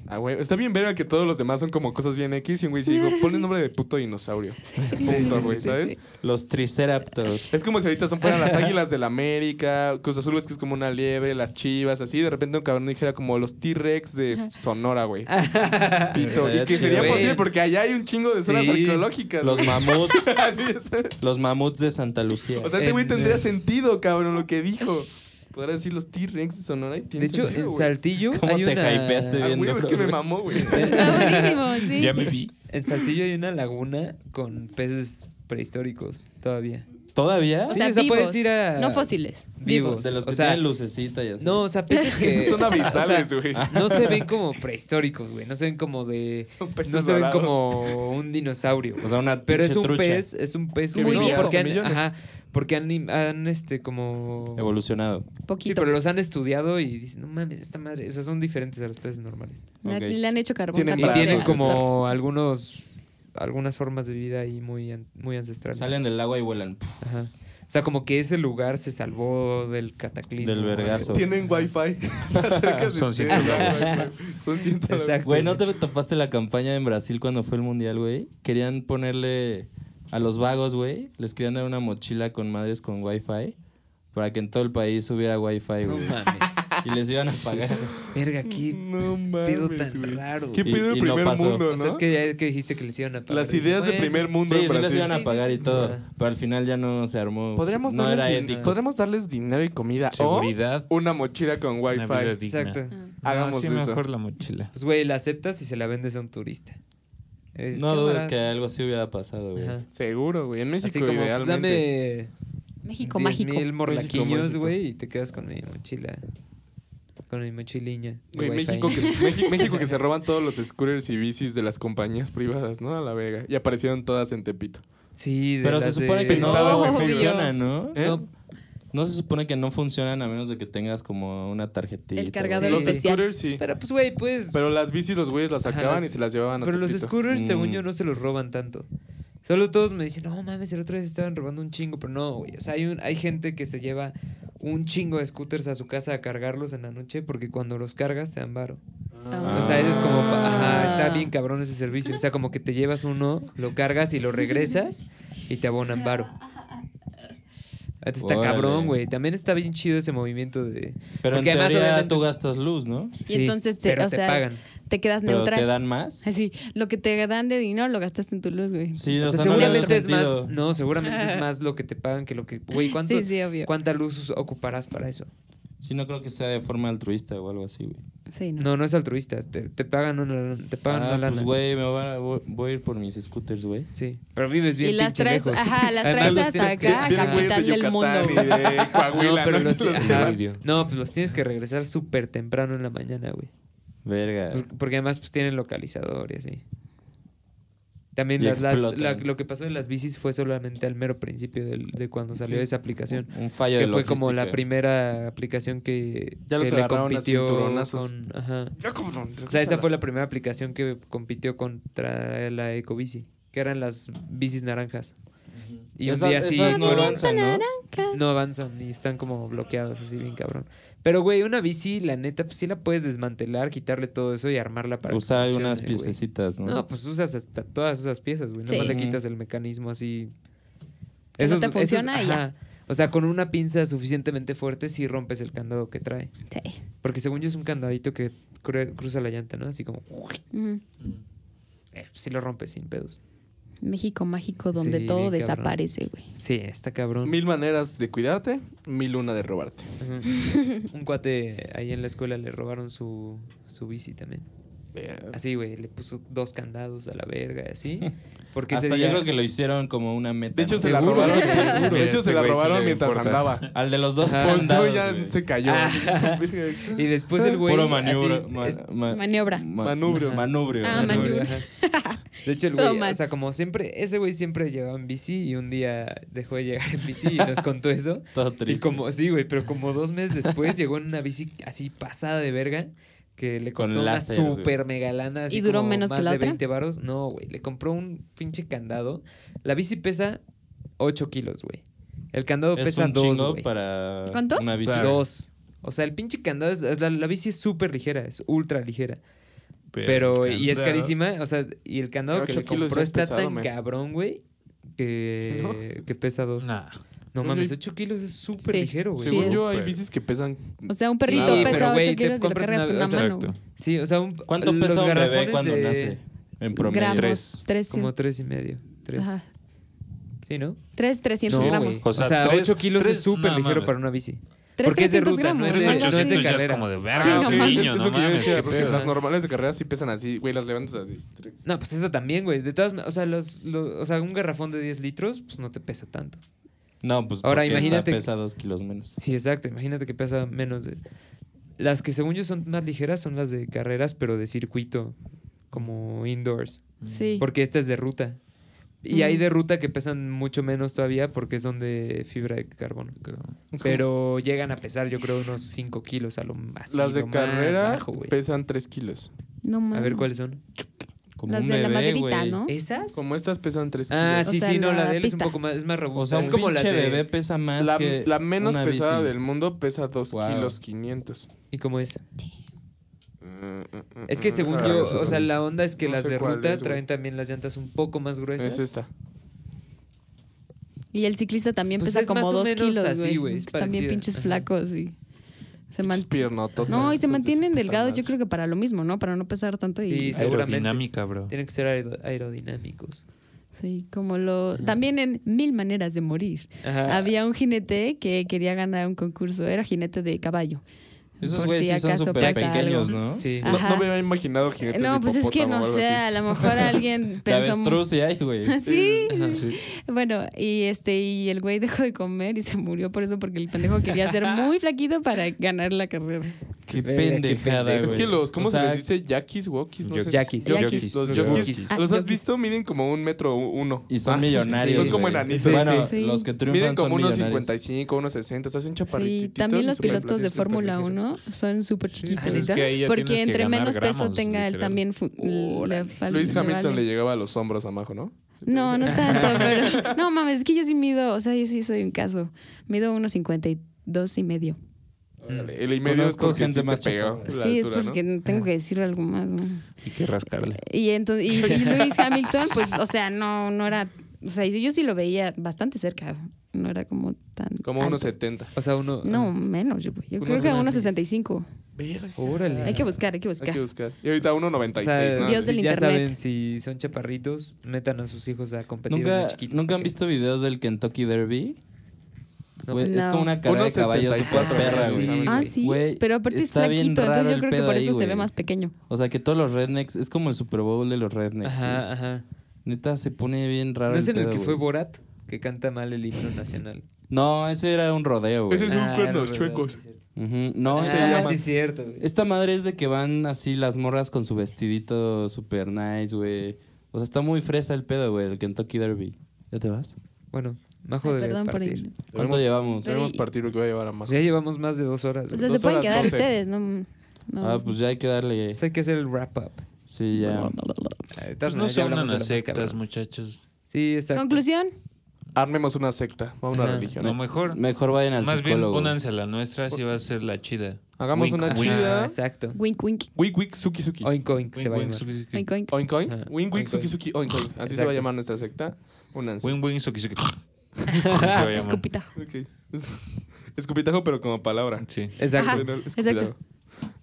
Speaker 4: Ah, güey. Está bien verga que todos los demás son como cosas bien X y un güey sí digo, pon el nombre de puto dinosaurio. Punto, güey, ¿sabes?
Speaker 5: Los Triceraptors.
Speaker 4: Es como si ahorita son fueran las águilas del América, Cruz Azul es que es como una liebre, las chivas, así. De repente un cabrón dijera como los T-Rex de Sonora, güey. Pito. Y que
Speaker 5: Estaría
Speaker 4: sería
Speaker 5: chido.
Speaker 4: posible porque allá hay un chingo de zonas
Speaker 2: Sí.
Speaker 4: arqueológicas.
Speaker 5: Los
Speaker 4: güey.
Speaker 5: mamuts.
Speaker 4: Así es.
Speaker 5: Los mamuts de Santa Lucía.
Speaker 4: O sea, ese güey
Speaker 2: En-
Speaker 4: tendría sentido, cabrón, lo que dijo. Podrá decir los T-Rex de Sonora y
Speaker 2: De
Speaker 4: tiene
Speaker 2: hecho,
Speaker 4: sentido,
Speaker 2: en
Speaker 4: güey.
Speaker 2: Saltillo
Speaker 5: ¿Cómo
Speaker 2: hay
Speaker 5: te
Speaker 2: una...
Speaker 5: hypeaste,
Speaker 4: Ah, güey,
Speaker 5: viendo
Speaker 4: es que me
Speaker 5: todo.
Speaker 4: mamó, güey.
Speaker 3: Está Ah, buenísimo, sí.
Speaker 1: Ya me vi.
Speaker 2: En Saltillo hay una laguna con peces prehistóricos todavía.
Speaker 5: ¿Todavía?
Speaker 3: O
Speaker 2: Sí,
Speaker 3: sea,
Speaker 2: o sea,
Speaker 3: vivos,
Speaker 2: puedes ir a-
Speaker 3: no fósiles,
Speaker 2: Vivos.
Speaker 3: vivos.
Speaker 5: De los que
Speaker 2: o sea,
Speaker 5: tienen lucecita y así.
Speaker 2: No, o sea, peces que...
Speaker 4: Esos son abisales,
Speaker 2: o
Speaker 4: güey.
Speaker 2: sea, no se ven como prehistóricos, güey. No se ven como de...
Speaker 4: Son peces
Speaker 2: No se ven
Speaker 4: dorados.
Speaker 2: como un dinosaurio.
Speaker 5: O sea, una
Speaker 2: Pero es
Speaker 5: pinche
Speaker 2: un
Speaker 5: trucha.
Speaker 2: pez, es un pez
Speaker 4: Que
Speaker 2: que
Speaker 3: Muy
Speaker 2: no,
Speaker 3: viejo.
Speaker 2: porque han,
Speaker 4: Millones.
Speaker 2: ajá, porque han, im- han, este como
Speaker 5: Evolucionado.
Speaker 2: Sí,
Speaker 3: Poquito.
Speaker 2: pero los han estudiado y dicen, "No mames, esta madre, o sea, son diferentes a los peces normales."
Speaker 3: Le-
Speaker 5: Ok.
Speaker 3: Le han hecho carbón.
Speaker 4: Tienen
Speaker 2: Y
Speaker 4: Brazos.
Speaker 3: también
Speaker 2: tienen
Speaker 3: a los
Speaker 2: como
Speaker 3: perros.
Speaker 2: algunos algunas formas de vida ahí muy an- muy ancestrales.
Speaker 5: Salen del agua y vuelan.
Speaker 2: Ajá. O sea, como que ese lugar se salvó del cataclismo.
Speaker 5: Del vergazo.
Speaker 4: Tienen wifi. Acerca
Speaker 1: Son
Speaker 4: de-
Speaker 1: cientos.
Speaker 4: Son cientos.
Speaker 2: Exacto.
Speaker 5: Güey, ¿no te topaste la campaña en Brasil cuando fue el mundial, güey? Querían ponerle a los vagos, güey. Les querían dar una mochila con madres con wifi para que en todo el país hubiera wifi,
Speaker 2: No
Speaker 5: güey.
Speaker 2: mames.
Speaker 5: Y les iban a pagar.
Speaker 2: Verga, qué
Speaker 4: No mames,
Speaker 2: pedo tan
Speaker 4: güey.
Speaker 2: raro.
Speaker 4: ¿Qué
Speaker 5: Y-
Speaker 4: pedo el
Speaker 5: y no
Speaker 4: primer
Speaker 5: pasó.
Speaker 4: mundo, no?
Speaker 2: O sea, es que ya que dijiste que les iban a pagar,
Speaker 4: Las
Speaker 2: dije,
Speaker 4: ideas de
Speaker 2: "Bueno,
Speaker 4: primer mundo
Speaker 5: Sí,
Speaker 4: en
Speaker 5: sí les
Speaker 4: Brasil.
Speaker 5: iban a pagar y todo.
Speaker 2: Ajá.
Speaker 5: Pero al final ya no se armó.
Speaker 4: Podríamos,
Speaker 5: no
Speaker 4: darles
Speaker 5: era
Speaker 4: din-
Speaker 5: ético.
Speaker 4: podríamos darles dinero y comida.
Speaker 1: Seguridad,
Speaker 4: O una mochila con
Speaker 1: una vida
Speaker 4: wifi.
Speaker 1: digna.
Speaker 2: Exacto.
Speaker 3: Ah,
Speaker 1: No,
Speaker 4: Hagamos
Speaker 1: sí,
Speaker 4: eso.
Speaker 1: mejor la mochila.
Speaker 2: Pues güey, la aceptas y se la vendes a un turista. Es
Speaker 5: No dudes
Speaker 2: cámara.
Speaker 5: que algo así hubiera pasado, güey.
Speaker 2: Ajá.
Speaker 4: Seguro, güey. En México,
Speaker 2: Así como, pues
Speaker 4: idealmente.
Speaker 2: dame
Speaker 3: México
Speaker 2: 10,000
Speaker 3: mágico.
Speaker 2: morlaquillos,
Speaker 4: mágico.
Speaker 2: güey, y te quedas con mi mochila. Con mi mochiliña. de
Speaker 4: Güey,
Speaker 2: Wi-Fi.
Speaker 4: México, que, México, México que se roban todos los scooters y bicis de las compañías privadas, ¿no? A la verga. Y aparecieron todas en Tepito.
Speaker 2: Sí, de
Speaker 5: Pero se
Speaker 2: las
Speaker 5: supone
Speaker 2: de-
Speaker 5: que no
Speaker 4: Pintadas
Speaker 3: en negro.
Speaker 5: funcionan, ¿no?
Speaker 4: ¿Eh?
Speaker 2: No,
Speaker 5: No se supone que no funcionan a menos de que tengas como una tarjetita.
Speaker 3: El cargador
Speaker 4: los
Speaker 5: güey.
Speaker 3: especial.
Speaker 4: scooters sí.
Speaker 2: Pero pues, güey, pues... Pero,
Speaker 4: Pero las bicis los güeyes las
Speaker 2: Ajá,
Speaker 4: sacaban
Speaker 2: las-
Speaker 4: y se las llevaban a
Speaker 2: los
Speaker 4: Tepito.
Speaker 2: scooters, según
Speaker 5: Mm.
Speaker 2: yo, no se los roban tanto. Solo todos me dicen, no mames, el otro día se estaban robando un chingo. Pero no, güey. O sea, hay, un, hay gente que se lleva un chingo de scooters a su casa a cargarlos en la noche porque cuando los cargas te dan varo.
Speaker 5: Ah.
Speaker 2: O sea, ese es como, pa- ajá, está
Speaker 3: Ah.
Speaker 2: bien cabrón ese servicio. O sea, como que te llevas uno, lo cargas y lo regresas y te abonan varo. Ah, Está
Speaker 5: Órale.
Speaker 2: cabrón, güey. También está bien chido ese movimiento de.
Speaker 5: Pero en
Speaker 2: Porque además,
Speaker 5: teoría
Speaker 2: obviamente-
Speaker 5: tú gastas luz, ¿no?
Speaker 3: Y entonces te-
Speaker 2: pero
Speaker 3: o
Speaker 2: te
Speaker 3: sea,
Speaker 2: pagan.
Speaker 3: Te quedas
Speaker 5: Pero
Speaker 3: neutral.
Speaker 5: te dan más.
Speaker 3: Así, lo que te dan de dinero lo gastaste en tu luz, güey.
Speaker 5: Sí,
Speaker 2: O
Speaker 5: o
Speaker 2: sea,
Speaker 5: sea, no le veo
Speaker 2: seguramente es
Speaker 5: sentido.
Speaker 2: más. No, seguramente es más lo que te pagan que lo que. Güey, ¿cuánto-
Speaker 3: Sí, sí, obvio.
Speaker 2: ¿cuánta luz ocuparás para eso?
Speaker 5: Sí, no creo que sea de forma altruista o algo así, güey.
Speaker 3: Sí, no.
Speaker 2: No, no es altruista. Te, te pagan una, te pagan
Speaker 5: Ah,
Speaker 2: una lana.
Speaker 5: pues, güey, me voy a, voy- voy a ir por mis scooters, güey.
Speaker 2: Sí, pero vives bien.
Speaker 3: Y las
Speaker 2: pinche
Speaker 3: traes,
Speaker 2: lejos.
Speaker 3: ajá, las
Speaker 2: Además,
Speaker 3: traes
Speaker 2: los
Speaker 3: hasta
Speaker 2: tienes que- vienen
Speaker 3: acá,
Speaker 4: Vienen güeyes
Speaker 3: capital
Speaker 4: de
Speaker 3: del mundo.
Speaker 4: Yucatán y de Coahuila,
Speaker 2: No, pero
Speaker 4: ¿no?
Speaker 2: los,
Speaker 4: Los
Speaker 2: ajá.
Speaker 4: llevan.
Speaker 2: no, pues los tienes que regresar súper temprano en la mañana, güey.
Speaker 5: Verga.
Speaker 2: Por- Porque además pues tienen localizador y así. También
Speaker 1: Y
Speaker 2: las, las-
Speaker 1: explotan.
Speaker 2: la- lo que pasó de las bicis fue solamente al mero principio del- de cuando salió
Speaker 5: Sí.
Speaker 2: esa aplicación.
Speaker 5: Un fallo
Speaker 2: Que
Speaker 5: de
Speaker 2: fue como la
Speaker 5: logística.
Speaker 2: primera aplicación que,
Speaker 4: Ya
Speaker 2: que
Speaker 4: los
Speaker 2: le
Speaker 4: agarraron a
Speaker 2: compitió
Speaker 4: cinturonazos.
Speaker 2: con- ajá.
Speaker 4: Ya, cabrón,
Speaker 2: O sea, esa
Speaker 4: regrésalas.
Speaker 2: fue la primera aplicación que compitió contra la Ecobici, que eran las bicis naranjas. Y
Speaker 5: Esa-
Speaker 2: un día sí
Speaker 5: esas no
Speaker 2: fueron-
Speaker 5: avanzan, ¿no?
Speaker 2: no avanzan y están como bloqueadas así bien cabrón. Pero güey, una bici, la neta, pues sí la puedes desmantelar, quitarle todo eso y armarla para eh, que
Speaker 5: Usar
Speaker 2: funcione,
Speaker 5: algunas
Speaker 2: güey.
Speaker 5: piececitas, ¿no?
Speaker 2: No, pues usas hasta todas esas piezas, güey.
Speaker 3: Sí.
Speaker 2: Nada más le
Speaker 5: Ujú.
Speaker 2: quitas el mecanismo así.
Speaker 3: Que no te funciona y ya.
Speaker 2: ajá. O sea, con una pinza suficientemente fuerte sí rompes el candado que trae.
Speaker 3: Sí.
Speaker 2: Porque según yo es un candadito que cru- cruza la llanta, ¿no? Así como...
Speaker 3: Ujú.
Speaker 2: eh, sí lo rompes sin pedos.
Speaker 3: México mágico donde
Speaker 2: Sí,
Speaker 3: todo
Speaker 2: bien cabrón.
Speaker 3: desaparece, güey.
Speaker 2: Sí, está cabrón.
Speaker 4: Mil maneras de cuidarte, mil una de robarte.
Speaker 2: Ajá. un cuate ahí en la escuela le robaron su, su bici también. Así, güey, le puso dos candados a la verga, así. Porque ese
Speaker 5: Hasta
Speaker 2: día...
Speaker 5: yo creo que lo hicieron como una meta.
Speaker 4: De hecho,
Speaker 5: ¿no?
Speaker 4: se la
Speaker 2: Seguro,
Speaker 4: robaron.
Speaker 2: seguro.
Speaker 4: De hecho,
Speaker 1: Este
Speaker 4: se la
Speaker 1: güey sí
Speaker 4: robaron
Speaker 1: le
Speaker 4: mientras
Speaker 1: importa.
Speaker 4: andaba.
Speaker 5: Al de los dos
Speaker 2: Ajá.
Speaker 4: Voltó
Speaker 5: candados,
Speaker 4: y ya
Speaker 5: güey.
Speaker 4: se cayó.
Speaker 2: Ah. Y después el güey...
Speaker 5: Puro
Speaker 2: así,
Speaker 5: maniobro.
Speaker 2: es-
Speaker 3: Maniobra.
Speaker 2: Mm,
Speaker 4: Manubrio.
Speaker 5: Manubrio.
Speaker 3: Ah,
Speaker 5: güey.
Speaker 3: manubrio.
Speaker 2: Ajá. De hecho, el
Speaker 3: Todo
Speaker 2: güey,
Speaker 3: mal.
Speaker 2: o sea, como siempre, ese güey siempre llevaba en bici y un día dejó de llegar en bici y nos contó eso.
Speaker 5: Todo triste.
Speaker 2: Y como, sí, güey, pero como dos meses después llegó en una bici así pasada de verga que le
Speaker 5: Con
Speaker 2: costó una
Speaker 5: láseres, güey.
Speaker 2: super mega lana. así
Speaker 3: ¿Y duró
Speaker 2: como
Speaker 3: menos que
Speaker 2: más
Speaker 3: la
Speaker 2: de
Speaker 3: otra?
Speaker 2: 20 varos. No, güey, le compró un pinche candado. La bici pesa 8 kilos, güey. El candado
Speaker 5: Es
Speaker 2: pesa
Speaker 5: un chingo
Speaker 2: 2, güey.
Speaker 5: para
Speaker 3: ¿Cuántos?
Speaker 5: una bici.
Speaker 1: Claro.
Speaker 2: Dos. O sea, el pinche candado, es- es la- la bici es súper ligera, es ultra ligera. Pero, y es carísima, o sea, y el candado que
Speaker 4: Ocho
Speaker 2: le
Speaker 4: kilos
Speaker 2: compró
Speaker 4: es
Speaker 2: está
Speaker 4: pesado,
Speaker 2: tan
Speaker 4: man.
Speaker 2: cabrón, güey, que, que pesa dos.
Speaker 1: Nah.
Speaker 2: No
Speaker 4: Oye,
Speaker 2: mames, 8 kilos es súper
Speaker 3: Sí,
Speaker 2: ligero, güey.
Speaker 4: Según
Speaker 3: Sí,
Speaker 4: yo, hay
Speaker 1: Pero-
Speaker 4: bicis que pesan.
Speaker 3: O sea, un
Speaker 2: Sí,
Speaker 3: perrito
Speaker 5: pero,
Speaker 3: pesa 8
Speaker 2: güey, te
Speaker 3: kilos y lo
Speaker 2: compras
Speaker 3: cargas
Speaker 2: una-
Speaker 3: con la
Speaker 2: o sea,
Speaker 3: mano.
Speaker 1: Exacto.
Speaker 2: Sí, o sea, un,
Speaker 5: ¿Cuánto
Speaker 2: los
Speaker 5: pesa un bebé
Speaker 2: garrafones
Speaker 5: cuando
Speaker 2: de
Speaker 5: nace? En promedio.
Speaker 3: Gramos,
Speaker 1: Tres.
Speaker 3: 3,
Speaker 2: Como tres y medio. Tres.
Speaker 3: Ajá.
Speaker 2: Sí, ¿no?
Speaker 3: 3 300
Speaker 2: No,
Speaker 3: gramos.
Speaker 2: güey. O
Speaker 1: O sea,
Speaker 2: sea,
Speaker 1: tres-
Speaker 2: 8 kilos
Speaker 1: tres-
Speaker 2: es súper
Speaker 1: no,
Speaker 2: ligero
Speaker 1: mames.
Speaker 2: para una bici.
Speaker 3: 3
Speaker 2: Porque es de
Speaker 3: 300
Speaker 2: ruta, no
Speaker 3: gramos.
Speaker 2: es
Speaker 3: ¿no?
Speaker 2: de-
Speaker 3: Algo así.
Speaker 1: 800 ya es
Speaker 2: carreras.
Speaker 1: como de
Speaker 3: Sí,
Speaker 1: verga,
Speaker 3: no
Speaker 1: güey,
Speaker 3: mames.
Speaker 1: niño,
Speaker 4: Es
Speaker 1: no
Speaker 4: lo que yo
Speaker 1: mames.
Speaker 4: decía,
Speaker 1: qué
Speaker 4: porque
Speaker 1: pedo.
Speaker 4: Las normales de carrera sí pesan así, güey, las levantas así.
Speaker 2: No, pues esa también, güey. De todas ma- o sea, los, lo- o sea, un garrafón de 10 litros, pues no te pesa tanto.
Speaker 5: No, pues
Speaker 2: Ahora,
Speaker 5: porque esta
Speaker 2: imagínate-
Speaker 5: pesa dos kilos menos.
Speaker 2: Sí, exacto. Imagínate que pesa menos de... Las que según yo son más ligeras son las de carreras, pero de circuito, como indoors.
Speaker 3: Sí.
Speaker 2: Porque esta es de ruta. Y hay
Speaker 3: Mm.
Speaker 2: de ruta que pesan mucho menos todavía porque son de fibra de carbono. Pero llegan a pesar, yo creo, unos 5 kilos a lo más.
Speaker 4: Las de
Speaker 2: lo más
Speaker 4: carrera
Speaker 2: bajo, güey.
Speaker 4: pesan 3 kilos.
Speaker 3: No mames.
Speaker 2: A ver cuáles son.
Speaker 5: Como
Speaker 3: Las
Speaker 5: un
Speaker 3: de la
Speaker 5: bebé,
Speaker 3: maderita,
Speaker 5: güey.
Speaker 3: ¿no?
Speaker 2: ¿Esas?
Speaker 4: Como estas pesan 3 kilos.
Speaker 2: Ah,
Speaker 3: O
Speaker 2: sí,
Speaker 3: sea,
Speaker 2: sí, no, la
Speaker 3: la
Speaker 2: de él es un
Speaker 3: pista.
Speaker 2: poco más, es más robusta.
Speaker 5: O sea, un
Speaker 2: Pues es como la
Speaker 5: pinche
Speaker 2: de
Speaker 5: bebé pesa más
Speaker 4: la,
Speaker 5: que
Speaker 4: la menos
Speaker 5: una
Speaker 4: pesada
Speaker 5: bici.
Speaker 4: del mundo pesa 2
Speaker 5: Wow.
Speaker 4: kilos 500.
Speaker 2: ¿Y cómo es?
Speaker 4: Mm, mm,
Speaker 2: Es que
Speaker 4: mm,
Speaker 2: según
Speaker 4: ah,
Speaker 2: yo,
Speaker 4: eso
Speaker 2: o sea,
Speaker 4: no
Speaker 2: la onda es que
Speaker 4: No
Speaker 2: las
Speaker 4: sé
Speaker 2: de
Speaker 4: cuál
Speaker 2: ruta
Speaker 4: es, güey.
Speaker 2: traen también las llantas un poco más
Speaker 4: es.
Speaker 2: gruesas.
Speaker 4: Es esta.
Speaker 3: Y el ciclista también
Speaker 2: Pues es
Speaker 3: pesa
Speaker 2: más
Speaker 3: como
Speaker 2: o
Speaker 3: 2
Speaker 2: menos
Speaker 3: kilos,
Speaker 2: así, güey,
Speaker 3: güey.
Speaker 2: es
Speaker 3: También
Speaker 2: parecida.
Speaker 3: pinches
Speaker 2: Ajá.
Speaker 3: flacos y se
Speaker 4: Pinches
Speaker 3: mantienen.
Speaker 4: piernototas,
Speaker 3: No, y se
Speaker 4: hijos de su
Speaker 3: mantienen
Speaker 4: puta
Speaker 3: delgados, yo
Speaker 4: madre.
Speaker 3: creo que para lo mismo, ¿no? Para no pesar tanto y
Speaker 2: Sí, seguro. seguramente.
Speaker 1: Aerodinámica, bro.
Speaker 2: Tienen que ser aer- aerodinámicos.
Speaker 3: Sí, como lo... También en Mil Maneras de Morir.
Speaker 2: Ajá.
Speaker 3: Había un jinete que quería ganar un concurso. Era jinete de caballo.
Speaker 5: Esos
Speaker 3: Por
Speaker 5: güeyes
Speaker 3: si
Speaker 5: sí son
Speaker 3: acaso
Speaker 5: súper
Speaker 3: pasa
Speaker 5: pequeños,
Speaker 3: algo.
Speaker 5: ¿no?
Speaker 2: Sí.
Speaker 3: Ah,
Speaker 4: No,
Speaker 3: Ajá.
Speaker 4: no me había imaginado
Speaker 3: Eh,
Speaker 4: jinetes
Speaker 3: No, pues es que
Speaker 4: hipopótamo
Speaker 3: no
Speaker 4: o algo
Speaker 3: sé, a
Speaker 4: así.
Speaker 3: lo mejor alguien
Speaker 5: De
Speaker 3: pensó... mu-
Speaker 5: avestruz sí hay, güey.
Speaker 3: Sí.
Speaker 1: Sí.
Speaker 3: Bueno, y este y el güey dejó de comer y se murió por eso porque el pendejo quería ser muy flaquito para ganar la carrera.
Speaker 5: Qué
Speaker 2: Verga, qué
Speaker 5: pendejada,
Speaker 2: pendejo.
Speaker 5: güey.
Speaker 4: Es que los, ¿cómo
Speaker 5: O sea,
Speaker 4: se les dice? Yaquis, wokis, no sé.
Speaker 2: Yaquis.
Speaker 3: Yaquis.
Speaker 4: Los
Speaker 1: Los
Speaker 4: yaquis.
Speaker 1: yaquis.
Speaker 3: Ah,
Speaker 4: ¿Los has
Speaker 3: yaquis.
Speaker 4: visto? Miden como un metro uno.
Speaker 5: Y son
Speaker 4: Ah,
Speaker 5: millonarios,
Speaker 4: Son como
Speaker 5: güey.
Speaker 4: enanitos.
Speaker 5: Bueno,
Speaker 3: Sí.
Speaker 5: los que triunfan
Speaker 4: Miden como
Speaker 5: son
Speaker 4: unos
Speaker 5: millonarios.
Speaker 4: 55, unos 60, o sea, son chaparrititos.
Speaker 3: Sí, también
Speaker 4: y
Speaker 3: los
Speaker 4: súper
Speaker 3: pilotos de
Speaker 4: flaquitos,
Speaker 3: Fórmula
Speaker 4: súper
Speaker 3: 1
Speaker 4: ligeros.
Speaker 3: son súper chiquitos.
Speaker 2: pues es que
Speaker 1: ahí ya tienes
Speaker 3: porque
Speaker 1: que
Speaker 3: entre
Speaker 1: ganar
Speaker 3: menos peso
Speaker 1: gramos,
Speaker 3: tenga él
Speaker 1: literal.
Speaker 3: también fu- le fal-
Speaker 4: Luis
Speaker 3: le
Speaker 4: Hamilton
Speaker 3: vale.
Speaker 4: le llegaba a los hombros a Majo, ¿no?
Speaker 3: No, no tanto, pero... No, mames, es que yo sí mido, o sea, yo sí soy un caso. Mido unos 52 y medio.
Speaker 4: Órale, El y medio es
Speaker 5: Conozco
Speaker 4: porque
Speaker 5: gente
Speaker 4: gente más
Speaker 5: más
Speaker 4: pegó.
Speaker 5: chaparra.
Speaker 4: la
Speaker 3: Sí,
Speaker 4: altura,
Speaker 3: es porque
Speaker 4: ¿no?
Speaker 3: tengo que decir algo más, ¿no?
Speaker 1: Y que rascarle.
Speaker 3: Y, entonces, y, y Lewis Hamilton, pues, o sea, no, no era... O sea, yo sí lo veía bastante cerca. No era como tan
Speaker 4: Como
Speaker 3: alto.
Speaker 4: unos 70.
Speaker 2: O sea, uno.
Speaker 3: No, menos. Yo, yo creo
Speaker 4: Unos
Speaker 3: que a unos
Speaker 4: 66.
Speaker 3: 65.
Speaker 2: Órale.
Speaker 5: Ah,
Speaker 3: Hay que buscar, hay que
Speaker 4: Hay
Speaker 3: buscar.
Speaker 4: que buscar. Y ahorita
Speaker 2: O
Speaker 4: 1.96,
Speaker 2: sea,
Speaker 4: ¿no?
Speaker 3: Dios
Speaker 2: si
Speaker 3: del
Speaker 2: ya
Speaker 3: internet.
Speaker 2: saben, si son chaparritos, metan a sus hijos a competir
Speaker 5: ¿Nunca,
Speaker 2: desde chiquitos.
Speaker 5: ¿Nunca han
Speaker 2: porque-
Speaker 5: visto videos del Kentucky Derby?
Speaker 2: No.
Speaker 5: Güey, Es
Speaker 3: No.
Speaker 5: como una carrera de caballo súper
Speaker 4: 1.74
Speaker 5: perra,
Speaker 2: Ah,
Speaker 5: güey.
Speaker 2: sí.
Speaker 3: Ah, sí.
Speaker 5: Güey,
Speaker 3: pero aparte es
Speaker 5: está bien
Speaker 3: flaquito,
Speaker 5: raro
Speaker 3: entonces
Speaker 5: el
Speaker 3: yo creo que
Speaker 5: pedo
Speaker 3: por
Speaker 5: ahí,
Speaker 3: eso se
Speaker 5: güey.
Speaker 3: ve más pequeño.
Speaker 5: O sea, que todos los rednecks... Es como el Super Bowl de los rednecks,
Speaker 2: Ajá,
Speaker 5: güey.
Speaker 2: ajá.
Speaker 5: Neta, se pone bien raro
Speaker 2: ¿No es en el
Speaker 5: pedo,
Speaker 2: que fue
Speaker 5: güey.
Speaker 2: Borat? Que canta mal el himno nacional.
Speaker 5: No, ese era un rodeo, güey.
Speaker 4: Ese es un
Speaker 2: Ah,
Speaker 4: cuernos
Speaker 2: no,
Speaker 4: chuecos.
Speaker 2: sí, sí.
Speaker 5: Ujú. No,
Speaker 2: Ah,
Speaker 5: esta, ma-
Speaker 2: sí, es cierto. güey.
Speaker 5: esta madre es de que van así las morras con su vestidito super nice, güey. O O sea, está muy fresa el pedo, güey, el Kentucky Derby. ¿Ya te vas?
Speaker 2: Bueno, Majo
Speaker 3: Ay,
Speaker 2: debe
Speaker 3: perdón por
Speaker 2: partir.
Speaker 3: el-
Speaker 5: ¿Cuánto
Speaker 4: Debemos-
Speaker 5: llevamos?
Speaker 4: Debemos
Speaker 3: Pero-
Speaker 4: partir lo que va a llevar a más.
Speaker 2: Pues ya llevamos más de dos horas.
Speaker 3: O
Speaker 2: güey.
Speaker 3: sea, se
Speaker 4: Dos
Speaker 3: pueden
Speaker 4: horas
Speaker 3: quedar
Speaker 4: doce.
Speaker 3: ustedes, no. no.
Speaker 5: Ah, pues ya hay que darle.
Speaker 2: Pues hay que hacer el wrap up.
Speaker 5: Sí, ya.
Speaker 2: Ah, de todas
Speaker 1: Pues no
Speaker 2: maneras, ya
Speaker 1: se
Speaker 2: hablamos
Speaker 1: unan
Speaker 2: de la
Speaker 1: a
Speaker 2: más
Speaker 1: sectas,
Speaker 2: cabrona.
Speaker 1: muchachos.
Speaker 2: Sí, exacto.
Speaker 3: Conclusión.
Speaker 4: Armemos una secta, o una
Speaker 2: Ajá.
Speaker 4: religión.
Speaker 1: No, mejor.
Speaker 5: Mejor vayan al
Speaker 1: Más bien,
Speaker 5: psicólogo.
Speaker 1: únanse a la nuestra, así va a ser la chida.
Speaker 4: Hagamos
Speaker 1: Wink,
Speaker 4: una
Speaker 2: Ajá,
Speaker 1: wink,
Speaker 4: chida.
Speaker 2: Exacto.
Speaker 3: Wink, wink,
Speaker 4: Wik Wik Suki Suki.
Speaker 2: Oink oink se
Speaker 1: wink,
Speaker 2: va a
Speaker 1: wink,
Speaker 2: llamar.
Speaker 1: suki, suki.
Speaker 3: wink, wink.
Speaker 4: Oink Oink.
Speaker 2: Ajá.
Speaker 4: Wink Wik
Speaker 2: Oink,
Speaker 4: Suki
Speaker 2: oink.
Speaker 4: Suki Oink Oink. Así se
Speaker 2: Exacto.
Speaker 4: va a llamar nuestra secta. Únanse.
Speaker 1: Wing wing suki suki. Así se
Speaker 3: Ah,
Speaker 1: va a llamar.
Speaker 3: Escupitajo.
Speaker 4: Ok. Es- Escupitajo, pero como palabra.
Speaker 1: Sí.
Speaker 2: Exacto.
Speaker 3: Ajá.
Speaker 4: Bueno, escupitajo.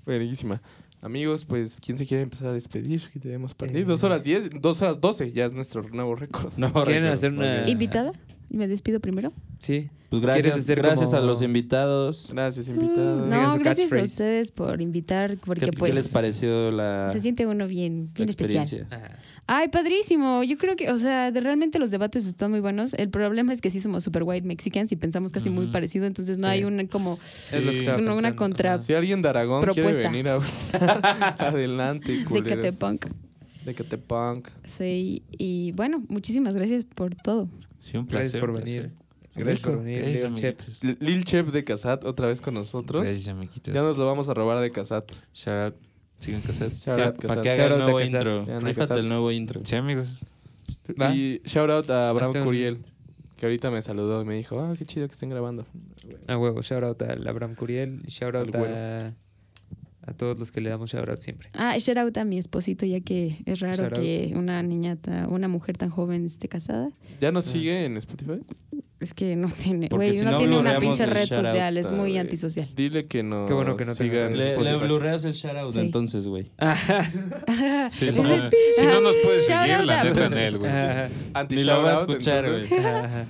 Speaker 4: Buenísima. Amigos, pues, ¿quién se quiere empezar a despedir? Que debemos partir.
Speaker 2: Eh.
Speaker 4: Dos horas diez, dos horas doce, ya es nuestro nuevo récord.
Speaker 5: No,
Speaker 2: ¿Quieren
Speaker 5: Ricardo.
Speaker 2: hacer una.
Speaker 3: ¿Invitada? ¿Me despido primero?
Speaker 2: Sí.
Speaker 5: Pues
Speaker 2: ¿Quieres
Speaker 5: gracias,
Speaker 2: hacer
Speaker 5: gracias
Speaker 2: como-
Speaker 5: a los invitados.
Speaker 4: Gracias, invitados.
Speaker 2: Digan
Speaker 3: Mm, No,
Speaker 2: su
Speaker 3: gracias a
Speaker 2: catchphrase.
Speaker 3: ustedes por invitar, porque
Speaker 5: ¿Qué,
Speaker 3: pues
Speaker 5: qué les pareció la,
Speaker 3: se siente uno bien,
Speaker 5: la
Speaker 3: bien especial.
Speaker 5: experiencia?
Speaker 2: Ah,
Speaker 3: Ay, padrísimo. Yo creo que, o sea, de- realmente los debates están muy buenos. El problema es que sí somos super white mexicans y pensamos casi muy
Speaker 1: Ujú.
Speaker 3: parecido, entonces no
Speaker 2: Sí.
Speaker 3: hay una como
Speaker 2: Es lo que estaba
Speaker 3: una- una
Speaker 2: pensando.
Speaker 3: contra-
Speaker 2: Ajá.
Speaker 4: Si alguien de Aragón quiere
Speaker 3: Propuesta.
Speaker 4: venir a hablar, adelante,
Speaker 3: de
Speaker 4: culeros.
Speaker 3: Catepunk.
Speaker 4: De Catepunk.
Speaker 3: Sí, y bueno, muchísimas gracias por todo.
Speaker 1: Sí, un
Speaker 2: Gracias
Speaker 1: placer.
Speaker 2: por
Speaker 1: un
Speaker 2: venir.
Speaker 1: placer.
Speaker 2: Gracias por venir,
Speaker 1: Gracias,
Speaker 2: Leo Chep.
Speaker 1: amiguitos.
Speaker 4: L- Lil Chef de Casat, otra vez con nosotros.
Speaker 1: Gracias, amiguitos.
Speaker 4: Ya nos lo vamos a robar de Casat.
Speaker 1: Shout out. Sigan cassette.
Speaker 4: Shout out
Speaker 5: para
Speaker 4: Casat.
Speaker 5: que haga el
Speaker 2: Shout out a
Speaker 5: nuevo
Speaker 2: Casat.
Speaker 5: intro.
Speaker 4: Shout out a
Speaker 5: Rífate
Speaker 4: Casat.
Speaker 5: el nuevo intro.
Speaker 1: Sí, amigos.
Speaker 2: Va.
Speaker 4: Y shout out a
Speaker 2: Hace
Speaker 4: Abraham
Speaker 2: un-
Speaker 4: Curiel, que ahorita me saludó y me dijo, ah, qué chido que estén grabando.
Speaker 2: A huevo, shout out al Abraham Curiel, shout out
Speaker 4: Al güero.
Speaker 2: a, a todos los que le damos shout out siempre.
Speaker 3: Ah, shout out a mi esposito, ya que es raro
Speaker 2: Shout out.
Speaker 3: que una niña, ta- una mujer tan joven esté casada.
Speaker 4: ¿Ya nos sigue en Spotify?
Speaker 3: Es que no tiene,
Speaker 5: Porque
Speaker 3: güey,
Speaker 5: si
Speaker 3: no,
Speaker 5: no,
Speaker 3: tiene una
Speaker 5: blurreamos
Speaker 3: pinche
Speaker 5: el
Speaker 3: red
Speaker 5: shout out,
Speaker 3: social, es
Speaker 4: Ah,
Speaker 3: muy
Speaker 4: güey.
Speaker 3: antisocial.
Speaker 4: Dile que no,
Speaker 2: Qué bueno que no te
Speaker 4: siga en
Speaker 2: agregaste.
Speaker 5: Le, le
Speaker 4: Spotify.
Speaker 5: blurreas el shoutout
Speaker 3: Sí.
Speaker 5: entonces, güey.
Speaker 1: Sí,
Speaker 3: Entonces,
Speaker 1: no,
Speaker 3: ajá.
Speaker 1: si no nos puedes
Speaker 3: Shout
Speaker 1: seguir,
Speaker 3: out
Speaker 1: la
Speaker 3: a-
Speaker 1: neta, en él, güey.
Speaker 2: Ajá,
Speaker 4: Anti
Speaker 5: Ni lo va a
Speaker 4: shout out,
Speaker 5: escuchar,
Speaker 4: entonces.
Speaker 5: güey.
Speaker 2: ajá.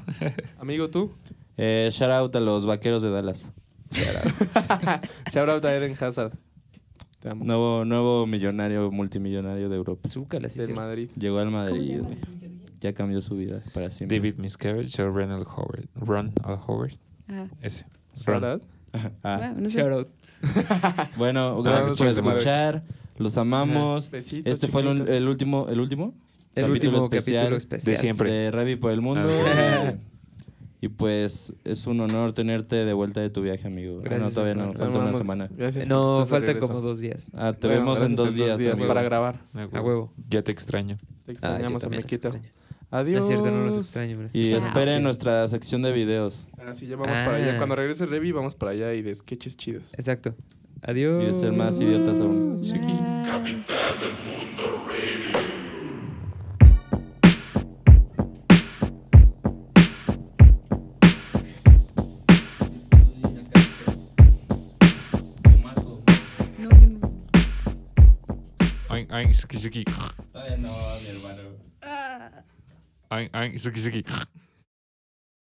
Speaker 4: Amigo, tú.
Speaker 5: Eh, shoutout a los vaqueros de Dallas.
Speaker 4: Shout out a Eden Hazard. Te amo.
Speaker 5: Nuevo, nuevo millonario, multimillonario de Europa.
Speaker 2: Zúcala, sí,
Speaker 4: Del
Speaker 2: sí.
Speaker 4: Madrid.
Speaker 5: Llegó al Madrid, güey. Ya cambió su vida para siempre.
Speaker 1: David Miscavige o Ronald Howard. Ron Al Howard.
Speaker 3: Ah,
Speaker 1: Ese.
Speaker 4: Shout
Speaker 1: Ron.
Speaker 4: out.
Speaker 5: Ah,
Speaker 3: wow, no sé.
Speaker 2: Shout out.
Speaker 5: bueno,
Speaker 4: Gracias
Speaker 5: gracias por
Speaker 4: por llamar.
Speaker 5: escuchar. Los amamos.
Speaker 4: Besitos,
Speaker 5: Este fue el,
Speaker 4: chiquitos.
Speaker 5: el último, el último
Speaker 2: El último capítulo especial.
Speaker 1: De siempre.
Speaker 5: de Revi por el mundo.
Speaker 1: Ah.
Speaker 5: Y pues es un honor tenerte de vuelta de tu viaje, amigo. Ah,
Speaker 2: Gracias,
Speaker 5: no, todavía no,
Speaker 2: hermano.
Speaker 5: falta una
Speaker 4: Vamos.
Speaker 5: semana.
Speaker 4: Gracias por
Speaker 2: No,
Speaker 4: estar de
Speaker 2: falta
Speaker 4: regreso.
Speaker 2: como dos días.
Speaker 5: Ah, te
Speaker 4: Bueno,
Speaker 5: vemos en dos
Speaker 4: gracias,
Speaker 5: días. amigo.
Speaker 4: para grabar.
Speaker 2: A huevo.
Speaker 1: Ya te extraño.
Speaker 4: Te
Speaker 2: Ah, yo
Speaker 4: extrañamos,
Speaker 2: también los
Speaker 4: amiguito.
Speaker 2: extraño. No
Speaker 4: Adiós.
Speaker 2: es cierto, no los extraño. me los
Speaker 5: Y
Speaker 2: extraño.
Speaker 5: esperen
Speaker 2: Sí.
Speaker 5: nuestra sección de videos
Speaker 4: Ah, sí, ya vamos
Speaker 2: Ah.
Speaker 4: para allá. Cuando regrese Revi, vamos para allá y de sketches chidos.
Speaker 2: Exacto. Adiós.
Speaker 5: y de ser más idiotas aún.
Speaker 3: Bye. No, yo no.
Speaker 1: Oink, oink, suki, suki.
Speaker 5: Todavía no, mi hermano.
Speaker 1: Oink, oink, suki, suki.